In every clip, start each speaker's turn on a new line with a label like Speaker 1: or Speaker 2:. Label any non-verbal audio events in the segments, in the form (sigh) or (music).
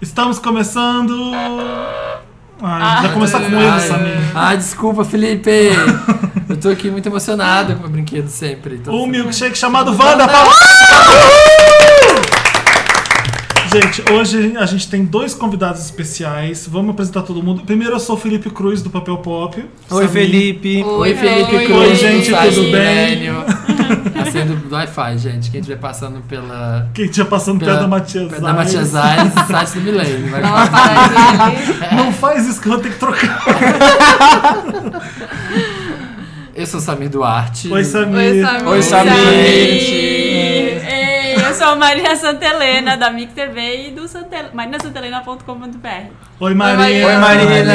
Speaker 1: Estamos começando. Ai, já começar com
Speaker 2: ai,
Speaker 1: ele, Samir.
Speaker 2: Ah, desculpa,
Speaker 1: (laughs)
Speaker 2: Felipe. Eu tô aqui muito emocionado com o meu brinquedo sempre. Então,
Speaker 1: Um
Speaker 2: assim,
Speaker 1: milkshake chamado Wanda para. Gente, hoje a gente tem dois convidados especiais. Vamos apresentar todo mundo. Primeiro eu sou o Felipe Cruz do Papel Pop.
Speaker 3: Oi,
Speaker 1: Samir.
Speaker 3: Felipe.
Speaker 2: Oi, Felipe
Speaker 4: Oi,
Speaker 2: Cruz.
Speaker 1: oi, gente,
Speaker 2: Samir
Speaker 1: tudo bem? (laughs)
Speaker 2: Lênio. Acendo do Wi-Fi, gente. Quem estiver passando pela.
Speaker 1: Quem tinha passando perto
Speaker 2: pela
Speaker 1: da Matias
Speaker 2: Da Matias Aires,
Speaker 1: (laughs)
Speaker 2: site do Milênio. Vai
Speaker 4: Dá uma paradinha ali.
Speaker 1: Não faz isso que eu vou ter que trocar.
Speaker 2: Eu sou o Samir Duarte.
Speaker 1: Oi, Samir.
Speaker 4: Oi, Samir.
Speaker 3: Oi, Samir.
Speaker 4: Ei, eu sou a Maria Santelena, da Mix TV e do Santel... marinasantelena.com.br.
Speaker 1: Oi, Marina.
Speaker 3: Oi,
Speaker 2: Marina.
Speaker 3: Marina.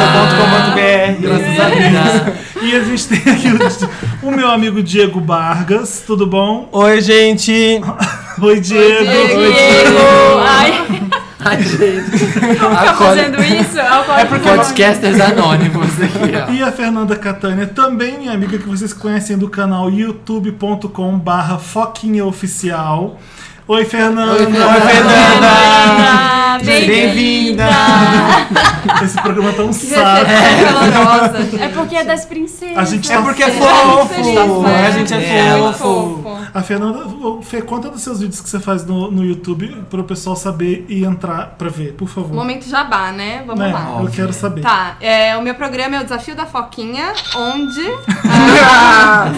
Speaker 3: do ponto
Speaker 1: Graças (laughs) a Deus. E a gente tem aqui o, o meu amigo Diego Vargas. Tudo bom?
Speaker 3: com- Oi, gente.
Speaker 1: Oi, Diego.
Speaker 4: Diego!
Speaker 2: Oi, Diego.
Speaker 4: Ai,
Speaker 2: Ai, gente.
Speaker 4: tá
Speaker 2: Acorda-
Speaker 4: fazendo isso? É
Speaker 2: Podcasters anônimos aqui,
Speaker 1: (laughs)
Speaker 2: ó.
Speaker 1: E a Fernanda Catânia, também minha amiga que vocês conhecem do canal youtube.com barra Foquinha Oficial. Oi, Fernanda!
Speaker 2: Oi, Fernanda. Oi,
Speaker 3: Fernanda.
Speaker 5: (laughs)
Speaker 4: Bem-vinda!
Speaker 1: Esse programa tá um saco.
Speaker 4: É, é porque é das princesas.
Speaker 1: A gente
Speaker 3: É
Speaker 1: tá-
Speaker 3: porque é
Speaker 4: Vocês estão
Speaker 3: fofo.
Speaker 4: fofos.
Speaker 3: A gente é
Speaker 2: É,
Speaker 3: fofo.
Speaker 1: A Fernanda, ô, Fê, conta dos seus vídeos que você faz no, no YouTube para o pessoal saber e entrar pra ver, por favor.
Speaker 5: Momento jabá, né? Vamos
Speaker 1: Né?
Speaker 5: lá.
Speaker 1: Eu quero saber.
Speaker 5: Tá, é, o meu programa é o Desafio da Foquinha,
Speaker 1: (laughs)
Speaker 5: onde. ah,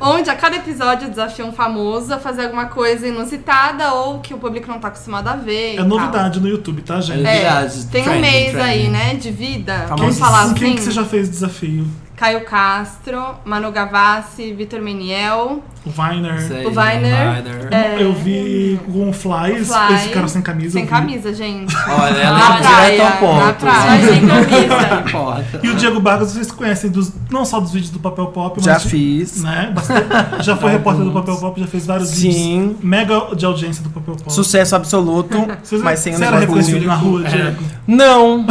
Speaker 5: onde a cada episódio eu desafio um famoso a fazer alguma coisa inusitada ou que o público não tá acostumado a ver. e
Speaker 1: É
Speaker 5: tal.
Speaker 1: novidade no YouTube, tá, gente?
Speaker 2: É.
Speaker 5: É,
Speaker 2: Novidade,
Speaker 5: tem um
Speaker 2: trending,
Speaker 5: mês aí,
Speaker 2: trending.
Speaker 5: né? De vida.
Speaker 1: Quem,
Speaker 5: Vamos falar assim.
Speaker 1: quem que você já fez desafio?
Speaker 5: Caio Castro, Manu Gavassi, Vitor Meniel.
Speaker 1: O Viner.
Speaker 2: Sei,
Speaker 5: O Viner.
Speaker 2: Viner.
Speaker 5: É,
Speaker 1: Eu vi com o Flies,
Speaker 5: Fly.
Speaker 1: eles ficaram sem camisa.
Speaker 5: Sem
Speaker 1: eu vi.
Speaker 5: camisa, gente.
Speaker 2: Olha, ela
Speaker 5: Na
Speaker 2: é direto ao
Speaker 5: praia,
Speaker 2: ponto.
Speaker 5: na praia.
Speaker 2: gente.
Speaker 4: Nós sem camisa.
Speaker 2: (laughs)
Speaker 5: tá.
Speaker 2: Importa.
Speaker 1: E o Diego Vargas, vocês conhecem dos, não só dos vídeos do Papel Pop, mas.
Speaker 3: Já fiz.
Speaker 1: Né? Bastante- já
Speaker 4: (laughs)
Speaker 1: foi repórter do Papel Pop, já fez vários vídeos.
Speaker 3: Sim.
Speaker 1: Mega de audiência do Papel Pop.
Speaker 3: Sucesso absoluto.
Speaker 1: Vocês-
Speaker 3: Mas sem o
Speaker 1: você era
Speaker 3: negócio
Speaker 1: reconhecido
Speaker 3: do
Speaker 1: na rua, Diego.
Speaker 3: (laughs) Não.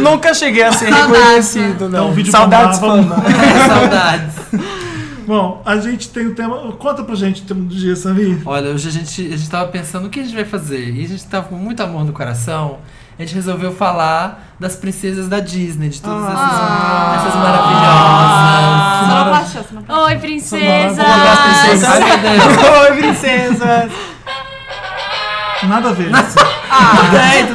Speaker 3: Nunca cheguei a ser
Speaker 5: Saudades,
Speaker 3: reconhecido, não.
Speaker 1: Então, o vídeo
Speaker 3: Saudades
Speaker 1: bombava
Speaker 3: (laughs) fama.
Speaker 2: Saudades.
Speaker 1: Bom, a gente tem o tema. Conta pra gente o tema do dia, Samir.
Speaker 2: Olha, hoje a gente, a gente tava pensando o que a gente vai fazer. E a gente tava com muito amor no coração. A gente resolveu falar das princesas da Disney, de todas essas,
Speaker 5: Ah.
Speaker 2: essas maravilhosas.
Speaker 1: (laughs)
Speaker 5: Só uma
Speaker 1: Mara-
Speaker 5: paixão, só uma paixão.
Speaker 4: Oi,
Speaker 1: Olá,
Speaker 2: Princesas.
Speaker 4: princesas!
Speaker 2: Ai, meu Deus.
Speaker 3: Oi, princesas.
Speaker 1: Nada a ver. Assim.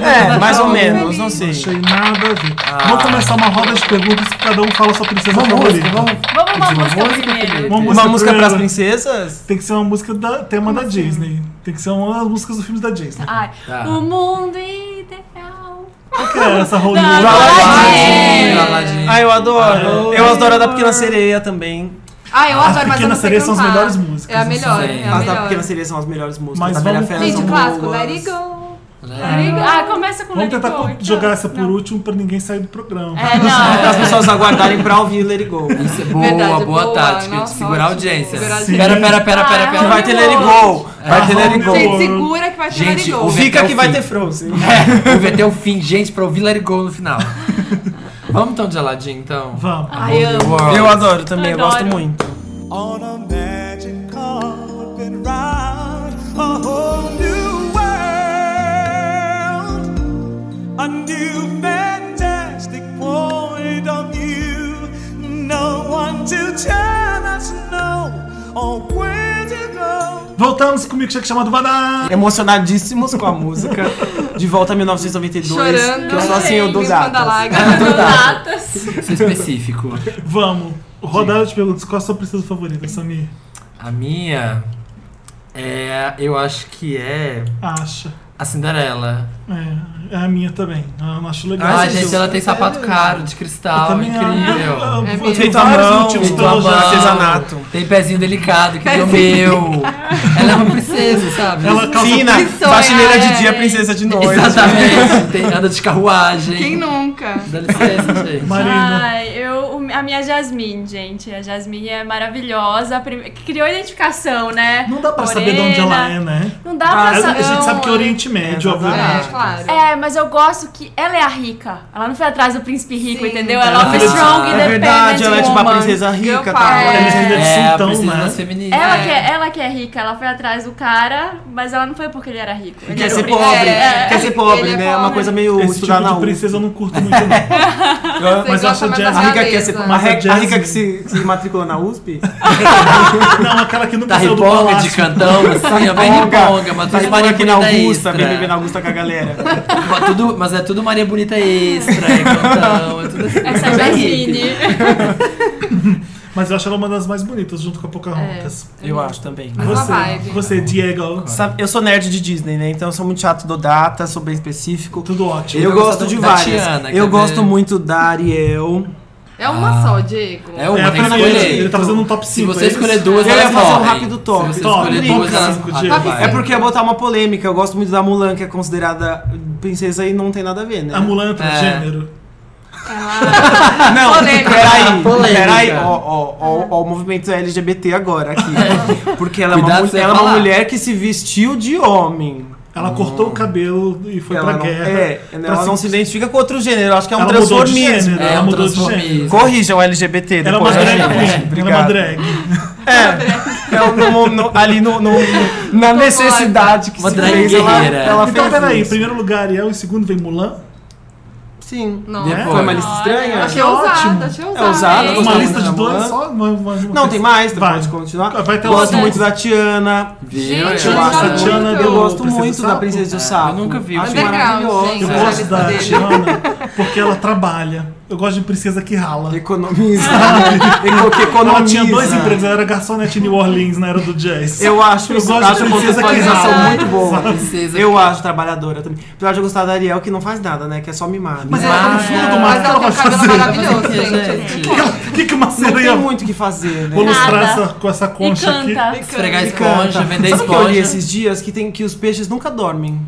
Speaker 3: É, mais ou
Speaker 5: bom.
Speaker 3: menos, não
Speaker 1: Não
Speaker 3: sei.
Speaker 1: achei nada a ver. Vamos começar uma roda de perguntas que cada um fala sua princesa
Speaker 2: Vamos,
Speaker 1: favorita.
Speaker 2: música, vamos.
Speaker 4: Vamos uma
Speaker 2: Uma
Speaker 4: música
Speaker 2: música
Speaker 4: primeiro.
Speaker 2: primeiro.
Speaker 3: Uma música
Speaker 1: primeiro.
Speaker 3: pras princesas?
Speaker 1: Tem que ser uma música da tema da
Speaker 4: assim?
Speaker 1: Disney. Tem que ser uma das músicas dos filmes da Disney.
Speaker 4: Ai,
Speaker 2: Tá.
Speaker 4: o mundo ideal.
Speaker 1: O que é essa roda?
Speaker 4: Ah. Não, é
Speaker 2: Aladdin, Aladdin.
Speaker 3: Ah, eu adoro. Eu adoro a da Pequena Sereia também.
Speaker 5: Ah, eu
Speaker 1: As
Speaker 5: adoro, mas eu
Speaker 1: Pequenas
Speaker 5: não sei
Speaker 1: Sereias são as
Speaker 5: cantar.
Speaker 1: melhores músicas,
Speaker 5: É a
Speaker 4: assim,
Speaker 1: não
Speaker 5: melhor,
Speaker 2: sei.
Speaker 5: é a
Speaker 3: As da
Speaker 5: melhor.
Speaker 3: Pequena Sereia são as melhores músicas.
Speaker 1: Mas
Speaker 3: da Vera
Speaker 1: vamos-
Speaker 3: Fera
Speaker 1: Gente,
Speaker 3: são
Speaker 5: Vídeo clássico,
Speaker 3: boas.
Speaker 5: let it go.
Speaker 2: Né?
Speaker 4: Perigo. Ah, começa com
Speaker 1: Vamos
Speaker 4: Let It
Speaker 1: tentar
Speaker 4: Go,
Speaker 1: co-
Speaker 4: então.
Speaker 1: jogar essa por
Speaker 4: Não.
Speaker 1: último pra ninguém sair do programa.
Speaker 4: É,
Speaker 3: Para as
Speaker 4: não.
Speaker 3: pessoas aguardarem pra ouvir Let It Go.
Speaker 2: Isso é boa,
Speaker 5: Verdade,
Speaker 2: boa,
Speaker 5: boa.
Speaker 2: tática de
Speaker 5: Nossa,
Speaker 2: segurar a
Speaker 5: ótimo.
Speaker 2: audiência.
Speaker 5: Segurar a
Speaker 1: audiência.
Speaker 2: Pera, pera, pera, pera,
Speaker 4: Ah,
Speaker 2: pera.
Speaker 3: Que vai ter
Speaker 2: (laughs)
Speaker 3: Let It Go. Vai ter Let
Speaker 1: Gente,
Speaker 3: It Go.
Speaker 5: Gente, segura que vai ter
Speaker 2: Gente,
Speaker 5: let it
Speaker 2: o
Speaker 5: go.
Speaker 2: vi-
Speaker 3: Fica
Speaker 2: até
Speaker 3: que
Speaker 2: o
Speaker 3: vai
Speaker 2: fim.
Speaker 3: ter Frozen.
Speaker 2: É, ouve até o fim, gente, pra ouvir Let It Go no final. Vamos então de Aladdin, então?
Speaker 1: Vamos.
Speaker 4: Ai, eu amo.
Speaker 2: World.
Speaker 3: Eu adoro também, eu gosto
Speaker 4: Adoro.
Speaker 3: muito.
Speaker 6: on a magic carpet ride, a whole new world, a new fantastic point of view. No one to tell us no or where to go.
Speaker 1: Voltamos com o milkshake chamado Vadá.
Speaker 3: Emocionadíssimos com a música. De volta a 1992.
Speaker 5: Chorando.
Speaker 3: Que eu sou assim, eu dou
Speaker 5: limpando a
Speaker 3: gatas.
Speaker 4: (laughs)
Speaker 5: lágrima.
Speaker 4: Datas.
Speaker 2: Isso é específico.
Speaker 1: Vamos. Rodada de perguntas. Qual a sua princesa favorita, Samir?
Speaker 2: A minha é. Eu acho que é.
Speaker 1: Acha.
Speaker 2: A Cinderela.
Speaker 1: É, é a minha também. Eu não acho legal.
Speaker 2: Ah,
Speaker 3: Ai,
Speaker 1: Eu
Speaker 2: gente,
Speaker 3: Jesus.
Speaker 2: ela tem sapato caro, de
Speaker 1: eu
Speaker 2: cristal,
Speaker 1: também
Speaker 2: incrível.
Speaker 1: amo. Eu- eu-
Speaker 5: É
Speaker 1: eu-
Speaker 5: mesmo.
Speaker 1: Feito
Speaker 3: Feito
Speaker 1: a
Speaker 3: à
Speaker 1: vários
Speaker 3: mão,
Speaker 1: motivos
Speaker 3: feito
Speaker 1: pra
Speaker 3: à
Speaker 2: Tua mão,
Speaker 1: elogiar.
Speaker 3: artesanato.
Speaker 2: Tem pezinho delicado, que deu meu. Ela é uma princesa, sabe?
Speaker 1: Ela calça
Speaker 3: Fina,
Speaker 5: Princesa,
Speaker 3: faxineira de
Speaker 5: é.
Speaker 3: dia, princesa de noite.
Speaker 2: (laughs) Exatamente. Tem, anda de carruagem.
Speaker 5: Quem nunca?
Speaker 2: Dá
Speaker 5: (laughs)
Speaker 2: licença, gente.
Speaker 1: Marina.
Speaker 4: Ai, eu, o- a minha Jasmine, gente. A Jasmine é maravilhosa. a prime- que Criou identificação, né?
Speaker 1: Não dá pra saber de onde ela é, né?
Speaker 4: Não dá
Speaker 3: Ah,
Speaker 4: pra
Speaker 1: A
Speaker 4: saber.
Speaker 1: gente sabe que é Oriente Médio,
Speaker 3: É,
Speaker 1: obviamente.
Speaker 5: É, claro.
Speaker 4: É, mas eu gosto que ela é a rica. Ela não foi atrás do príncipe rico,
Speaker 5: Sim.
Speaker 4: entendeu? Ela é uma
Speaker 2: Ah,
Speaker 4: strong,
Speaker 2: é
Speaker 4: independent
Speaker 3: É verdade, ela é tipo
Speaker 4: woman.
Speaker 3: a princesa rica,
Speaker 5: Girl
Speaker 3: tá?
Speaker 5: power.
Speaker 1: Eles
Speaker 5: É.
Speaker 1: vivem de
Speaker 2: É, a
Speaker 1: sultão,
Speaker 2: princesa
Speaker 1: né?
Speaker 2: das feministas.
Speaker 4: Ela,
Speaker 5: É.
Speaker 4: que é, ela que é rica, ela foi
Speaker 5: atrás do cara, mas ela não foi porque ele era rico. Ele
Speaker 3: (laughs) Quer
Speaker 5: era
Speaker 3: ser
Speaker 5: obrigado.
Speaker 3: pobre,
Speaker 4: É,
Speaker 3: quer ser pobre,
Speaker 4: ele é
Speaker 3: né? É uma
Speaker 4: pobre.
Speaker 3: coisa meio
Speaker 1: Esse
Speaker 3: estudar
Speaker 1: tipo
Speaker 3: na
Speaker 1: de
Speaker 3: U.
Speaker 1: princesa eu não curto muito, não.
Speaker 4: Você
Speaker 1: mas eu acho a
Speaker 4: gosta
Speaker 1: é
Speaker 4: mais
Speaker 1: Jazz-
Speaker 4: da
Speaker 3: A rica, quer ser,
Speaker 4: É. realeza.
Speaker 3: a rica, a rica
Speaker 1: Jasmine.
Speaker 3: que, se, que se matriculou na USP?
Speaker 1: Não, aquela que
Speaker 2: Tá
Speaker 1: nunca saiu do
Speaker 2: riponga
Speaker 1: palácio.
Speaker 2: de cantão, assim, ó, bem riponga, mas
Speaker 3: tá
Speaker 2: tudo Maria
Speaker 3: aqui na
Speaker 2: Bonita
Speaker 3: Augusta,
Speaker 2: extra.
Speaker 3: vem viver na Augusta com a galera.
Speaker 2: Mas tudo- Mas é tudo Maria Bonita extra, é cantão, é tudo assim.
Speaker 5: Essa
Speaker 3: (laughs)
Speaker 2: bem
Speaker 5: Jasmine.
Speaker 2: hippie.
Speaker 1: Mas eu acho ela uma das mais bonitas, junto com a Pocahontas.
Speaker 3: Eu acho também.
Speaker 4: Mas uma vibe.
Speaker 1: Você, você, Diego,
Speaker 3: Sabe, eu sou nerd de Disney, né? Então eu sou muito chato do data, sou bem específico.
Speaker 1: tudo ótimo.
Speaker 3: Eu
Speaker 2: vai
Speaker 3: gosto
Speaker 2: gostar
Speaker 3: de
Speaker 2: da
Speaker 3: várias.
Speaker 2: Tiana,
Speaker 3: eu
Speaker 2: quer
Speaker 3: gosto
Speaker 2: ver?
Speaker 3: muito da Ariel.
Speaker 4: É uma
Speaker 3: Ah.
Speaker 4: só, Diego.
Speaker 3: um
Speaker 2: É uma,
Speaker 1: é a
Speaker 2: tem que
Speaker 1: primeira, ele
Speaker 2: escolher.
Speaker 1: tá fazendo um top 5.
Speaker 2: Se você
Speaker 1: é isso?
Speaker 2: escolher duas,
Speaker 3: Eu ia
Speaker 2: elas
Speaker 3: fazer um
Speaker 2: morrem.
Speaker 3: rápido top.
Speaker 2: Se você
Speaker 1: Top,
Speaker 2: escolher
Speaker 1: top
Speaker 2: duas, elas
Speaker 1: cinco,
Speaker 2: morrem.
Speaker 1: Diego.
Speaker 4: Top
Speaker 3: É porque ia botar uma polêmica. Eu gosto muito da Mulan, que é considerada princesa e não tem nada a ver, né? Ah,
Speaker 1: A Mulan é transgênero.
Speaker 3: Não,
Speaker 4: Polêmica.
Speaker 3: peraí.
Speaker 2: Polêmica.
Speaker 3: Peraí, ó, ó, ó, ó, o movimento LGBT agora aqui. Porque ela é uma,
Speaker 2: Cuidado
Speaker 3: mul-
Speaker 2: que você vai
Speaker 3: ela é uma
Speaker 2: falar.
Speaker 3: mulher que se vestiu de homem.
Speaker 1: Ela cortou o cabelo e foi
Speaker 3: ela
Speaker 1: pra
Speaker 3: não,
Speaker 1: guerra.
Speaker 3: é, ela
Speaker 1: Pra
Speaker 3: não se identifica com outro gênero. Eu acho que é um
Speaker 1: Ela mudou de
Speaker 3: transformismo.
Speaker 1: gênero,
Speaker 2: É,
Speaker 1: ela
Speaker 2: um
Speaker 1: mudou de
Speaker 2: transformismo.
Speaker 1: gênero.
Speaker 3: Corrijam LGBT
Speaker 1: Ela é uma
Speaker 3: depois.
Speaker 1: drag
Speaker 3: né?
Speaker 1: queen. Ela é uma
Speaker 3: Obrigado.
Speaker 1: drag.
Speaker 3: É, é no- no- ali no, no- na necessidade que
Speaker 2: Uma
Speaker 3: se
Speaker 2: drag
Speaker 3: fez, ela,
Speaker 2: guerreira.
Speaker 3: ela fez
Speaker 1: Então, peraí, em
Speaker 3: isso.
Speaker 1: primeiro lugar Ariel, em segundo vem Mulan.
Speaker 3: Sim.
Speaker 4: Não.
Speaker 2: Depois.
Speaker 3: Foi uma lista estranha?
Speaker 4: Achei
Speaker 1: É
Speaker 4: ousado,
Speaker 1: ótimo.
Speaker 4: achei
Speaker 3: É ousado,
Speaker 4: ousado.
Speaker 5: Ei.
Speaker 3: gostei
Speaker 1: Uma
Speaker 3: muito
Speaker 1: lista
Speaker 3: da
Speaker 1: de dois
Speaker 3: Mulan.
Speaker 1: só? Uma- uma- uma-
Speaker 3: Não, tem mais, então
Speaker 1: Vai.
Speaker 3: pode continuar.
Speaker 1: Vai ter
Speaker 3: gosto
Speaker 1: outras.
Speaker 3: muito da Tiana.
Speaker 2: Viu?
Speaker 4: Gente,
Speaker 2: Eu
Speaker 4: olha
Speaker 2: acho
Speaker 4: só,
Speaker 2: que-
Speaker 4: Tiana
Speaker 3: eu
Speaker 4: do
Speaker 3: gosto
Speaker 1: Princesa
Speaker 3: muito
Speaker 1: Sapo.
Speaker 3: da Princesa do Sapo.
Speaker 2: eu nunca vi o
Speaker 3: Acho
Speaker 2: filme.
Speaker 4: Underground,
Speaker 3: maravilhoso.
Speaker 4: gente.
Speaker 1: Eu
Speaker 4: a
Speaker 1: gosto
Speaker 4: lista
Speaker 1: da
Speaker 4: dele.
Speaker 1: Tiana porque ela trabalha. Eu gosto de princesa que rala. (laughs)
Speaker 3: Economiza. Eco- que
Speaker 1: Ela
Speaker 3: economiza.
Speaker 1: tinha dois empregos, ela era garçonete em New Orleans na era do jazz.
Speaker 3: Eu acho,
Speaker 1: Eu gosto de
Speaker 3: acho a
Speaker 1: princesa que
Speaker 3: contextualização
Speaker 1: rala.
Speaker 3: muito boa.
Speaker 2: Princesa
Speaker 3: Eu
Speaker 2: que-
Speaker 3: acho trabalhadora também. Apesar de eu gostar da Ariel, que não faz nada, né? Que é só mimada.
Speaker 1: Mas (laughs) ela tá no fundo do mar, o
Speaker 4: Mas
Speaker 1: que
Speaker 4: ela
Speaker 1: ela
Speaker 4: tem
Speaker 1: vai
Speaker 4: um cabelo
Speaker 1: fazer?
Speaker 4: maravilhoso, gente.
Speaker 2: Gente,
Speaker 1: O (laughs) que, que uma
Speaker 3: não
Speaker 1: sereia
Speaker 3: tem muito o que fazer, né?
Speaker 1: Vou lustrar
Speaker 5: Nada.
Speaker 1: essa, com essa
Speaker 5: E
Speaker 1: concha aqui.
Speaker 5: canta.
Speaker 2: esfregar
Speaker 3: E canta.
Speaker 2: esponja, vender
Speaker 3: tá. Sabe o que eu li
Speaker 2: esponja.
Speaker 3: esses dias? Que, tem, que os peixes nunca dormem.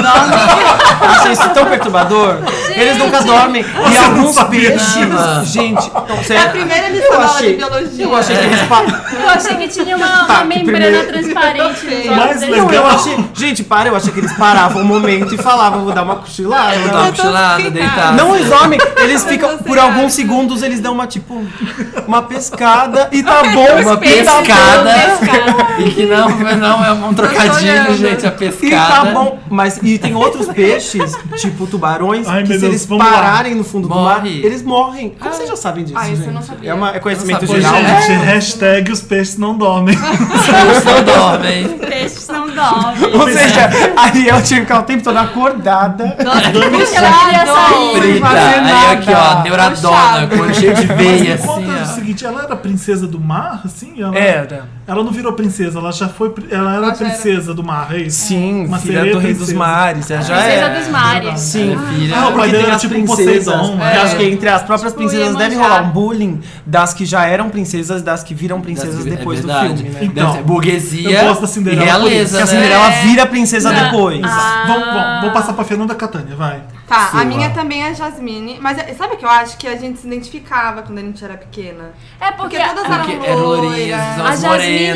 Speaker 3: Eu achei isso é tão perturbador. Eles nunca dormem. e
Speaker 1: não
Speaker 3: alguns
Speaker 1: sabia
Speaker 3: peixes.
Speaker 2: disso?
Speaker 3: Gente, não,
Speaker 4: É a
Speaker 3: sério.
Speaker 4: primeira
Speaker 3: Eu
Speaker 4: lição da aula de
Speaker 3: achei-
Speaker 4: biologia.
Speaker 3: Eu achei que eles pa-
Speaker 5: Eu achei que tinha uma,
Speaker 3: Tá,
Speaker 5: uma
Speaker 3: que
Speaker 5: membrana
Speaker 3: primeiro-
Speaker 5: transparente. nos
Speaker 4: O
Speaker 5: olhos
Speaker 1: mais
Speaker 5: dele.
Speaker 1: legal-
Speaker 3: Não, eu achei. Gente, para, eu achei que eles paravam um momento e falavam, vou dar uma cochilada.
Speaker 2: Eu dava cochilada, deitada.
Speaker 3: Não, eles dormem, eles ficam.
Speaker 4: Você
Speaker 3: Por
Speaker 4: acha?
Speaker 3: alguns segundos eles dão uma tipo. Uma pescada e
Speaker 4: (laughs)
Speaker 3: tá bom.
Speaker 2: Uma
Speaker 3: e tá bom,
Speaker 2: pescada.
Speaker 5: Pescada.
Speaker 2: E que não, não é um trocadilho,
Speaker 4: olhando.
Speaker 2: gente, a
Speaker 3: E tá
Speaker 2: pescada.
Speaker 3: bom, mas e tem outros peixes, tipo tubarões,
Speaker 1: Ai,
Speaker 3: que
Speaker 1: meu
Speaker 3: se
Speaker 1: Deus,
Speaker 3: eles
Speaker 1: vamos lá.
Speaker 3: pararem no fundo do mar,
Speaker 2: Morre.
Speaker 3: eles morrem. Como vocês já sabem disso?
Speaker 4: Ah, isso eu
Speaker 3: gente?
Speaker 4: não sabia.
Speaker 3: É, uma- é conhecimento
Speaker 2: Eu não
Speaker 1: Ô,
Speaker 2: sabia.
Speaker 3: geral. É.
Speaker 1: gente, hashtag os peixes não dormem.
Speaker 2: Eles não dormem.
Speaker 5: Peixes não dormem.
Speaker 3: Ou seja, a Ariel tinha que ficar o tempo todo acordada.
Speaker 4: Nossa, que
Speaker 3: Sem
Speaker 2: Frita.
Speaker 3: fazer
Speaker 2: Aí aqui, ó,
Speaker 3: nada.
Speaker 2: neuradona,
Speaker 4: Puxado.
Speaker 2: com cheio de veia,
Speaker 3: É,
Speaker 1: Mas me conta o
Speaker 2: assim, ó.
Speaker 1: seguinte, ela era princesa do mar, assim? Ela,
Speaker 3: Era.
Speaker 1: ela não virou princesa, ela já foi. pri- Ela era
Speaker 4: Ela já era.
Speaker 1: princesa do mar, é isso?
Speaker 3: Sim,
Speaker 1: Uma
Speaker 3: filha
Speaker 1: sereia
Speaker 3: do Rei dos
Speaker 1: princesa.
Speaker 3: Mares. é, Já
Speaker 5: Princesa
Speaker 3: é.
Speaker 5: dos mares.
Speaker 3: Sim, filha.
Speaker 1: Ah, o pai
Speaker 3: Porque
Speaker 1: dela
Speaker 3: tem
Speaker 1: era
Speaker 3: as
Speaker 1: tipo um
Speaker 3: princesas.
Speaker 1: Poseidon,
Speaker 3: É,
Speaker 1: né?
Speaker 3: Acho que entre as próprias
Speaker 5: Tipo,
Speaker 3: princesas deve
Speaker 5: Iemanjá.
Speaker 3: rolar um bullying das que já eram princesas e das que viram princesas
Speaker 2: É
Speaker 3: depois do
Speaker 2: verdade.
Speaker 3: filme, né?
Speaker 1: Então,
Speaker 2: Deve ser burguesia
Speaker 1: eu gosto da Cinderela
Speaker 2: e
Speaker 1: por
Speaker 2: realeza,
Speaker 3: Porque a
Speaker 2: né?
Speaker 3: Cinderela vira princesa
Speaker 5: Não.
Speaker 3: depois.
Speaker 5: Ah.
Speaker 1: Exato. Vamos, vamos, vamos passar pra Fernanda Catania, vai.
Speaker 4: Tá,
Speaker 2: Sua.
Speaker 4: a minha também é Jasmine. Mas é- sabe o que eu acho? Que a gente se identificava quando a gente era pequena.
Speaker 5: É porque
Speaker 4: Porque todas eram
Speaker 2: Porque eram
Speaker 4: loiras.
Speaker 2: loirinhas,
Speaker 5: a
Speaker 2: as
Speaker 5: Jasmine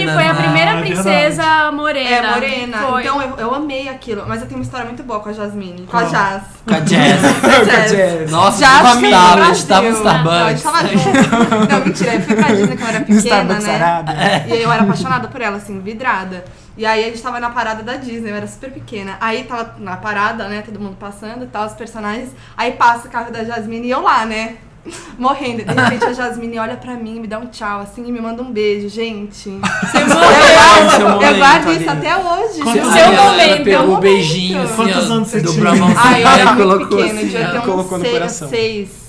Speaker 2: morenas,
Speaker 5: foi
Speaker 2: né?
Speaker 5: a
Speaker 1: Ah,
Speaker 5: primeira
Speaker 1: é
Speaker 5: princesa morena.
Speaker 4: É, morena.
Speaker 5: Foi.
Speaker 4: Então eu, eu amei aquilo. Mas eu tenho uma história muito boa com a Jasmine. Com a
Speaker 1: Qual?
Speaker 4: Jazz.
Speaker 2: Com a Jazz.
Speaker 4: Jazz.
Speaker 2: Nossa,
Speaker 4: Jazz
Speaker 2: eu
Speaker 4: veio pro
Speaker 2: estava,
Speaker 4: Brasil.
Speaker 2: estava no
Speaker 4: Não, a gente
Speaker 2: Starbucks.
Speaker 4: tava junto. Não, mentira. Eu fui pra Disney quando eu era
Speaker 3: No
Speaker 4: pequena,
Speaker 3: Starbucks
Speaker 4: né?
Speaker 3: Arada.
Speaker 4: (laughs) E aí eu era apaixonada por ela, assim, vidrada. E aí a gente tava na parada da Disney, eu era super pequena. Aí tava na parada, né? Todo mundo passando e tal, os personagens. Aí passa o carro da Jasmine e eu lá, né? (laughs) Morrendo. De repente a Jasmine olha pra mim, me dá um tchau, assim, e me manda um beijo. Gente. Você
Speaker 3: né? Seu
Speaker 4: morreu! Eu
Speaker 3: momento
Speaker 4: guardo
Speaker 3: ali.
Speaker 4: isso até hoje.
Speaker 1: Quantos
Speaker 2: (laughs)
Speaker 4: gente.
Speaker 2: Aí ela-
Speaker 5: momento,
Speaker 2: ela pegou
Speaker 4: meu
Speaker 2: o beijinho,
Speaker 4: momento.
Speaker 2: assim,
Speaker 1: Quantos
Speaker 2: ó, assim,
Speaker 1: anos você
Speaker 2: dobrou a
Speaker 1: tinha?
Speaker 2: mãozinha
Speaker 4: Ai, eu
Speaker 2: e
Speaker 4: era muito
Speaker 2: colocou
Speaker 4: pequena, eu
Speaker 2: assim,
Speaker 4: devia
Speaker 2: ó.
Speaker 4: ter uns
Speaker 3: colocou no
Speaker 4: seis,
Speaker 3: coração.
Speaker 4: seis.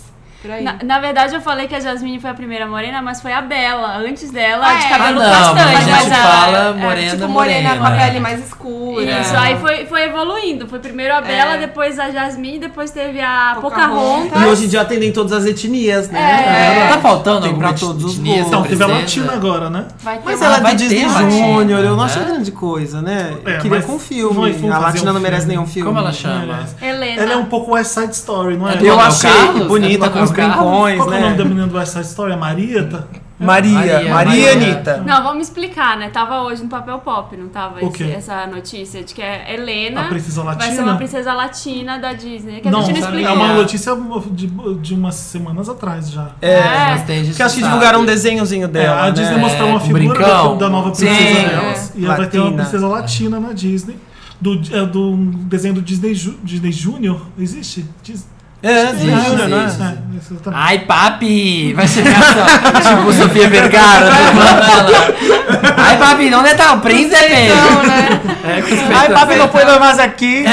Speaker 4: Por aí.
Speaker 5: Na, na verdade, eu falei que a Jasmine foi a primeira morena, mas foi a Bela. Antes dela,
Speaker 4: Ah,
Speaker 5: de
Speaker 4: é?
Speaker 2: Ah,
Speaker 5: cabelo
Speaker 2: não,
Speaker 5: castanho.
Speaker 2: mas a gente
Speaker 5: mas
Speaker 2: fala
Speaker 5: é,
Speaker 2: morena,
Speaker 4: tipo,
Speaker 2: morena.
Speaker 4: morena com a pele mais escura.
Speaker 5: né? Isso, aí foi, foi evoluindo. Foi primeiro a Bela,
Speaker 4: É.
Speaker 5: depois a Jasmine, depois teve a
Speaker 4: Pocahontas.
Speaker 5: Pocahontas.
Speaker 3: E hoje em dia atendem todas as etnias, né?
Speaker 2: Tá faltando
Speaker 3: Tem
Speaker 2: alguma
Speaker 3: pra todos os
Speaker 2: etnia, essa
Speaker 3: gostos.
Speaker 1: Então, teve a
Speaker 2: presença?
Speaker 1: Latina agora, né?
Speaker 4: Vai ter
Speaker 3: Mas
Speaker 4: uma-
Speaker 3: ela é
Speaker 2: vai
Speaker 3: do
Speaker 2: ter
Speaker 3: Disney
Speaker 2: latina,
Speaker 3: Júnior, eu não achei
Speaker 2: né?
Speaker 3: grande coisa, né?
Speaker 1: É,
Speaker 3: Queria
Speaker 1: mas
Speaker 3: com
Speaker 1: não é
Speaker 3: filme.
Speaker 1: filme,
Speaker 3: a
Speaker 1: fazer
Speaker 3: Latina
Speaker 1: um
Speaker 3: não merece
Speaker 1: filme.
Speaker 3: nenhum filme.
Speaker 2: Como ela chama?
Speaker 5: Helena.
Speaker 1: Ela é um pouco West Side Story, não é?
Speaker 2: É do
Speaker 3: Eu
Speaker 2: Manuel
Speaker 3: achei
Speaker 2: Carlos? É do
Speaker 3: bonita, com
Speaker 2: Manuel
Speaker 3: os
Speaker 2: Carlos?
Speaker 3: brincões,
Speaker 1: Qual que é o nome da
Speaker 3: né?
Speaker 1: menina do West Side Story? A Marieta?
Speaker 3: Maria,
Speaker 2: Maria,
Speaker 3: Maria e
Speaker 2: Maria.
Speaker 3: Anitta.
Speaker 5: Não, vamos explicar, né? Tava hoje no papel pop, não tava
Speaker 1: O
Speaker 5: esse-
Speaker 1: quê?
Speaker 5: essa notícia de que é
Speaker 1: A
Speaker 5: Helena
Speaker 1: princesa latina.
Speaker 5: vai ser uma princesa latina da Disney. Que a
Speaker 1: não,
Speaker 5: gente não
Speaker 2: sabe,
Speaker 5: explicou.
Speaker 1: é uma notícia de, de umas semanas atrás já.
Speaker 3: É.
Speaker 2: Mas tem gente
Speaker 3: Porque acho que
Speaker 2: sabe.
Speaker 3: divulgaram um desenhozinho
Speaker 1: É,
Speaker 3: dela.
Speaker 1: a Disney
Speaker 3: né?
Speaker 1: mostrou uma
Speaker 2: com
Speaker 1: figura da,
Speaker 2: brincão.
Speaker 1: da nova princesa
Speaker 2: Sim,
Speaker 1: delas.
Speaker 3: é.
Speaker 1: E ela vai ter uma
Speaker 3: Latina.
Speaker 1: princesa latina na Disney. Do, é, do desenho do Disney, Ju- Disney Júnior. Existe? Dis-
Speaker 3: É,
Speaker 1: Disney
Speaker 3: Disney,
Speaker 1: Júnior,
Speaker 3: né?
Speaker 2: existe.
Speaker 1: É, exatamente.
Speaker 2: Ai, papi! Vai chegar só. (laughs) tipo Sofia Vergara. né? Ela- Ai, papi, não é tal príncipe?
Speaker 4: Então, né?
Speaker 2: (laughs) É, com os
Speaker 3: Ai,
Speaker 2: peitos
Speaker 3: papi, não
Speaker 2: assim.
Speaker 3: põe mais aqui.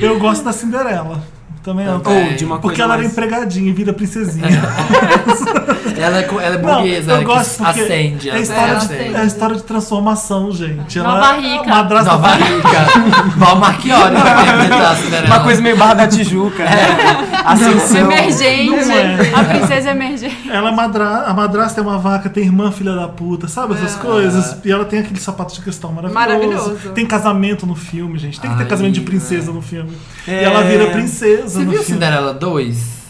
Speaker 1: Eu gosto da Cinderela. Também ela.
Speaker 2: Também.
Speaker 3: Ou de uma
Speaker 1: Porque
Speaker 3: coisa
Speaker 1: ela era
Speaker 3: mais-
Speaker 1: empregadinha e vira princesinha.
Speaker 2: Ela, é co- ela é
Speaker 1: Não,
Speaker 2: burguesa,
Speaker 1: eu
Speaker 2: ela que
Speaker 1: gosto porque
Speaker 2: acende.
Speaker 1: é a
Speaker 2: ela-
Speaker 1: história,
Speaker 2: ela
Speaker 1: de,
Speaker 2: acende.
Speaker 1: é a história de transformação, gente. Ela
Speaker 5: Nova
Speaker 1: é
Speaker 5: rica.
Speaker 1: madrasta
Speaker 2: Nova Rica. Val Marchiori vai apresentar a Cinderela.
Speaker 3: Uma coisa meio Barra da Tijuca, né? Ascensão.
Speaker 5: Emergente.
Speaker 1: Não é.
Speaker 5: A princesa emergente.
Speaker 1: Ela é madra... a madrasta é uma vaca, tem irmã filha da puta, sabe essas coisas? E ela tem aquele sapato de cristal maravilhoso.
Speaker 4: Maravilhoso.
Speaker 1: Tem casamento no filme, gente. Tem que ter
Speaker 2: Ai,
Speaker 1: casamento de
Speaker 2: né?
Speaker 1: princesa no filme.
Speaker 3: É.
Speaker 1: E ela vira princesa
Speaker 2: Você
Speaker 1: no
Speaker 2: viu
Speaker 1: filme.
Speaker 2: Cinderela 2?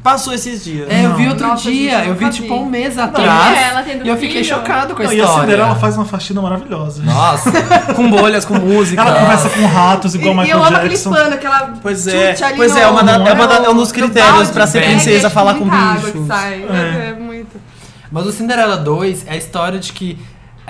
Speaker 3: Passou esses dias.
Speaker 2: É, eu vi outro
Speaker 4: Nossa,
Speaker 2: dia,
Speaker 4: gente, eu
Speaker 2: eu vi
Speaker 4: nunca vi.
Speaker 2: tipo um mês atrás.
Speaker 5: é ela tendo
Speaker 2: e eu fiquei
Speaker 5: filho.
Speaker 2: chocado com a
Speaker 1: Não, e
Speaker 2: história.
Speaker 1: a Cinderela faz uma faxina maravilhosa.
Speaker 2: Nossa,
Speaker 3: Com bolhas, com música.
Speaker 1: Ela conversa com ratos
Speaker 4: E,
Speaker 1: igual
Speaker 4: e eu
Speaker 1: Michael
Speaker 4: amo aquele
Speaker 1: Jackson.
Speaker 4: pano, aquela
Speaker 3: Pois é,
Speaker 4: chute ali
Speaker 3: pois é,
Speaker 4: no-
Speaker 3: uma da- é uma da- é um
Speaker 4: no-
Speaker 3: dos
Speaker 4: no
Speaker 3: critérios
Speaker 4: balde,
Speaker 3: pra ser
Speaker 4: pega,
Speaker 3: princesa,
Speaker 4: tipo,
Speaker 3: falar com
Speaker 4: muita água que
Speaker 3: bichos.
Speaker 4: sai.
Speaker 1: É.
Speaker 4: É. muito.
Speaker 2: Mas o Cinderela 2 é a história de que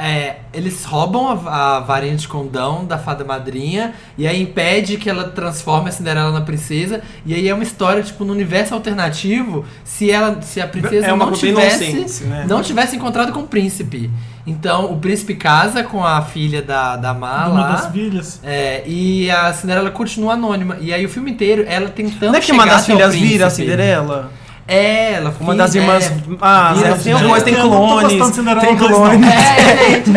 Speaker 2: é, eles roubam a, a varinha de condão da fada madrinha e aí impede que ela transforme a Cinderela na princesa. E aí é uma história, tipo, no universo alternativo, se ela se a princesa
Speaker 3: É uma
Speaker 2: não
Speaker 3: coisa bem
Speaker 2: tivesse,
Speaker 3: nonsense, né?
Speaker 2: não tivesse encontrado com o príncipe. Então, o príncipe casa com a filha da, da Má
Speaker 1: é Uma
Speaker 2: lá.
Speaker 1: das filhas.
Speaker 2: É, e a Cinderela continua anônima. E aí o filme inteiro, ela tentando
Speaker 3: Não é que uma
Speaker 2: chegar
Speaker 3: das
Speaker 2: até o
Speaker 3: filhas vira a
Speaker 2: príncipe.
Speaker 3: Cinderela?
Speaker 2: É, ela
Speaker 3: Uma
Speaker 2: fi-
Speaker 3: das irmãs.
Speaker 2: é.
Speaker 3: Ah,
Speaker 2: vira
Speaker 3: né, tem
Speaker 2: Cinderela.
Speaker 3: algumas, tem
Speaker 1: Eu não tô gostando de
Speaker 3: clones.
Speaker 1: Cinderela
Speaker 3: Tem
Speaker 1: dois, não.
Speaker 3: clones.
Speaker 4: É, gente.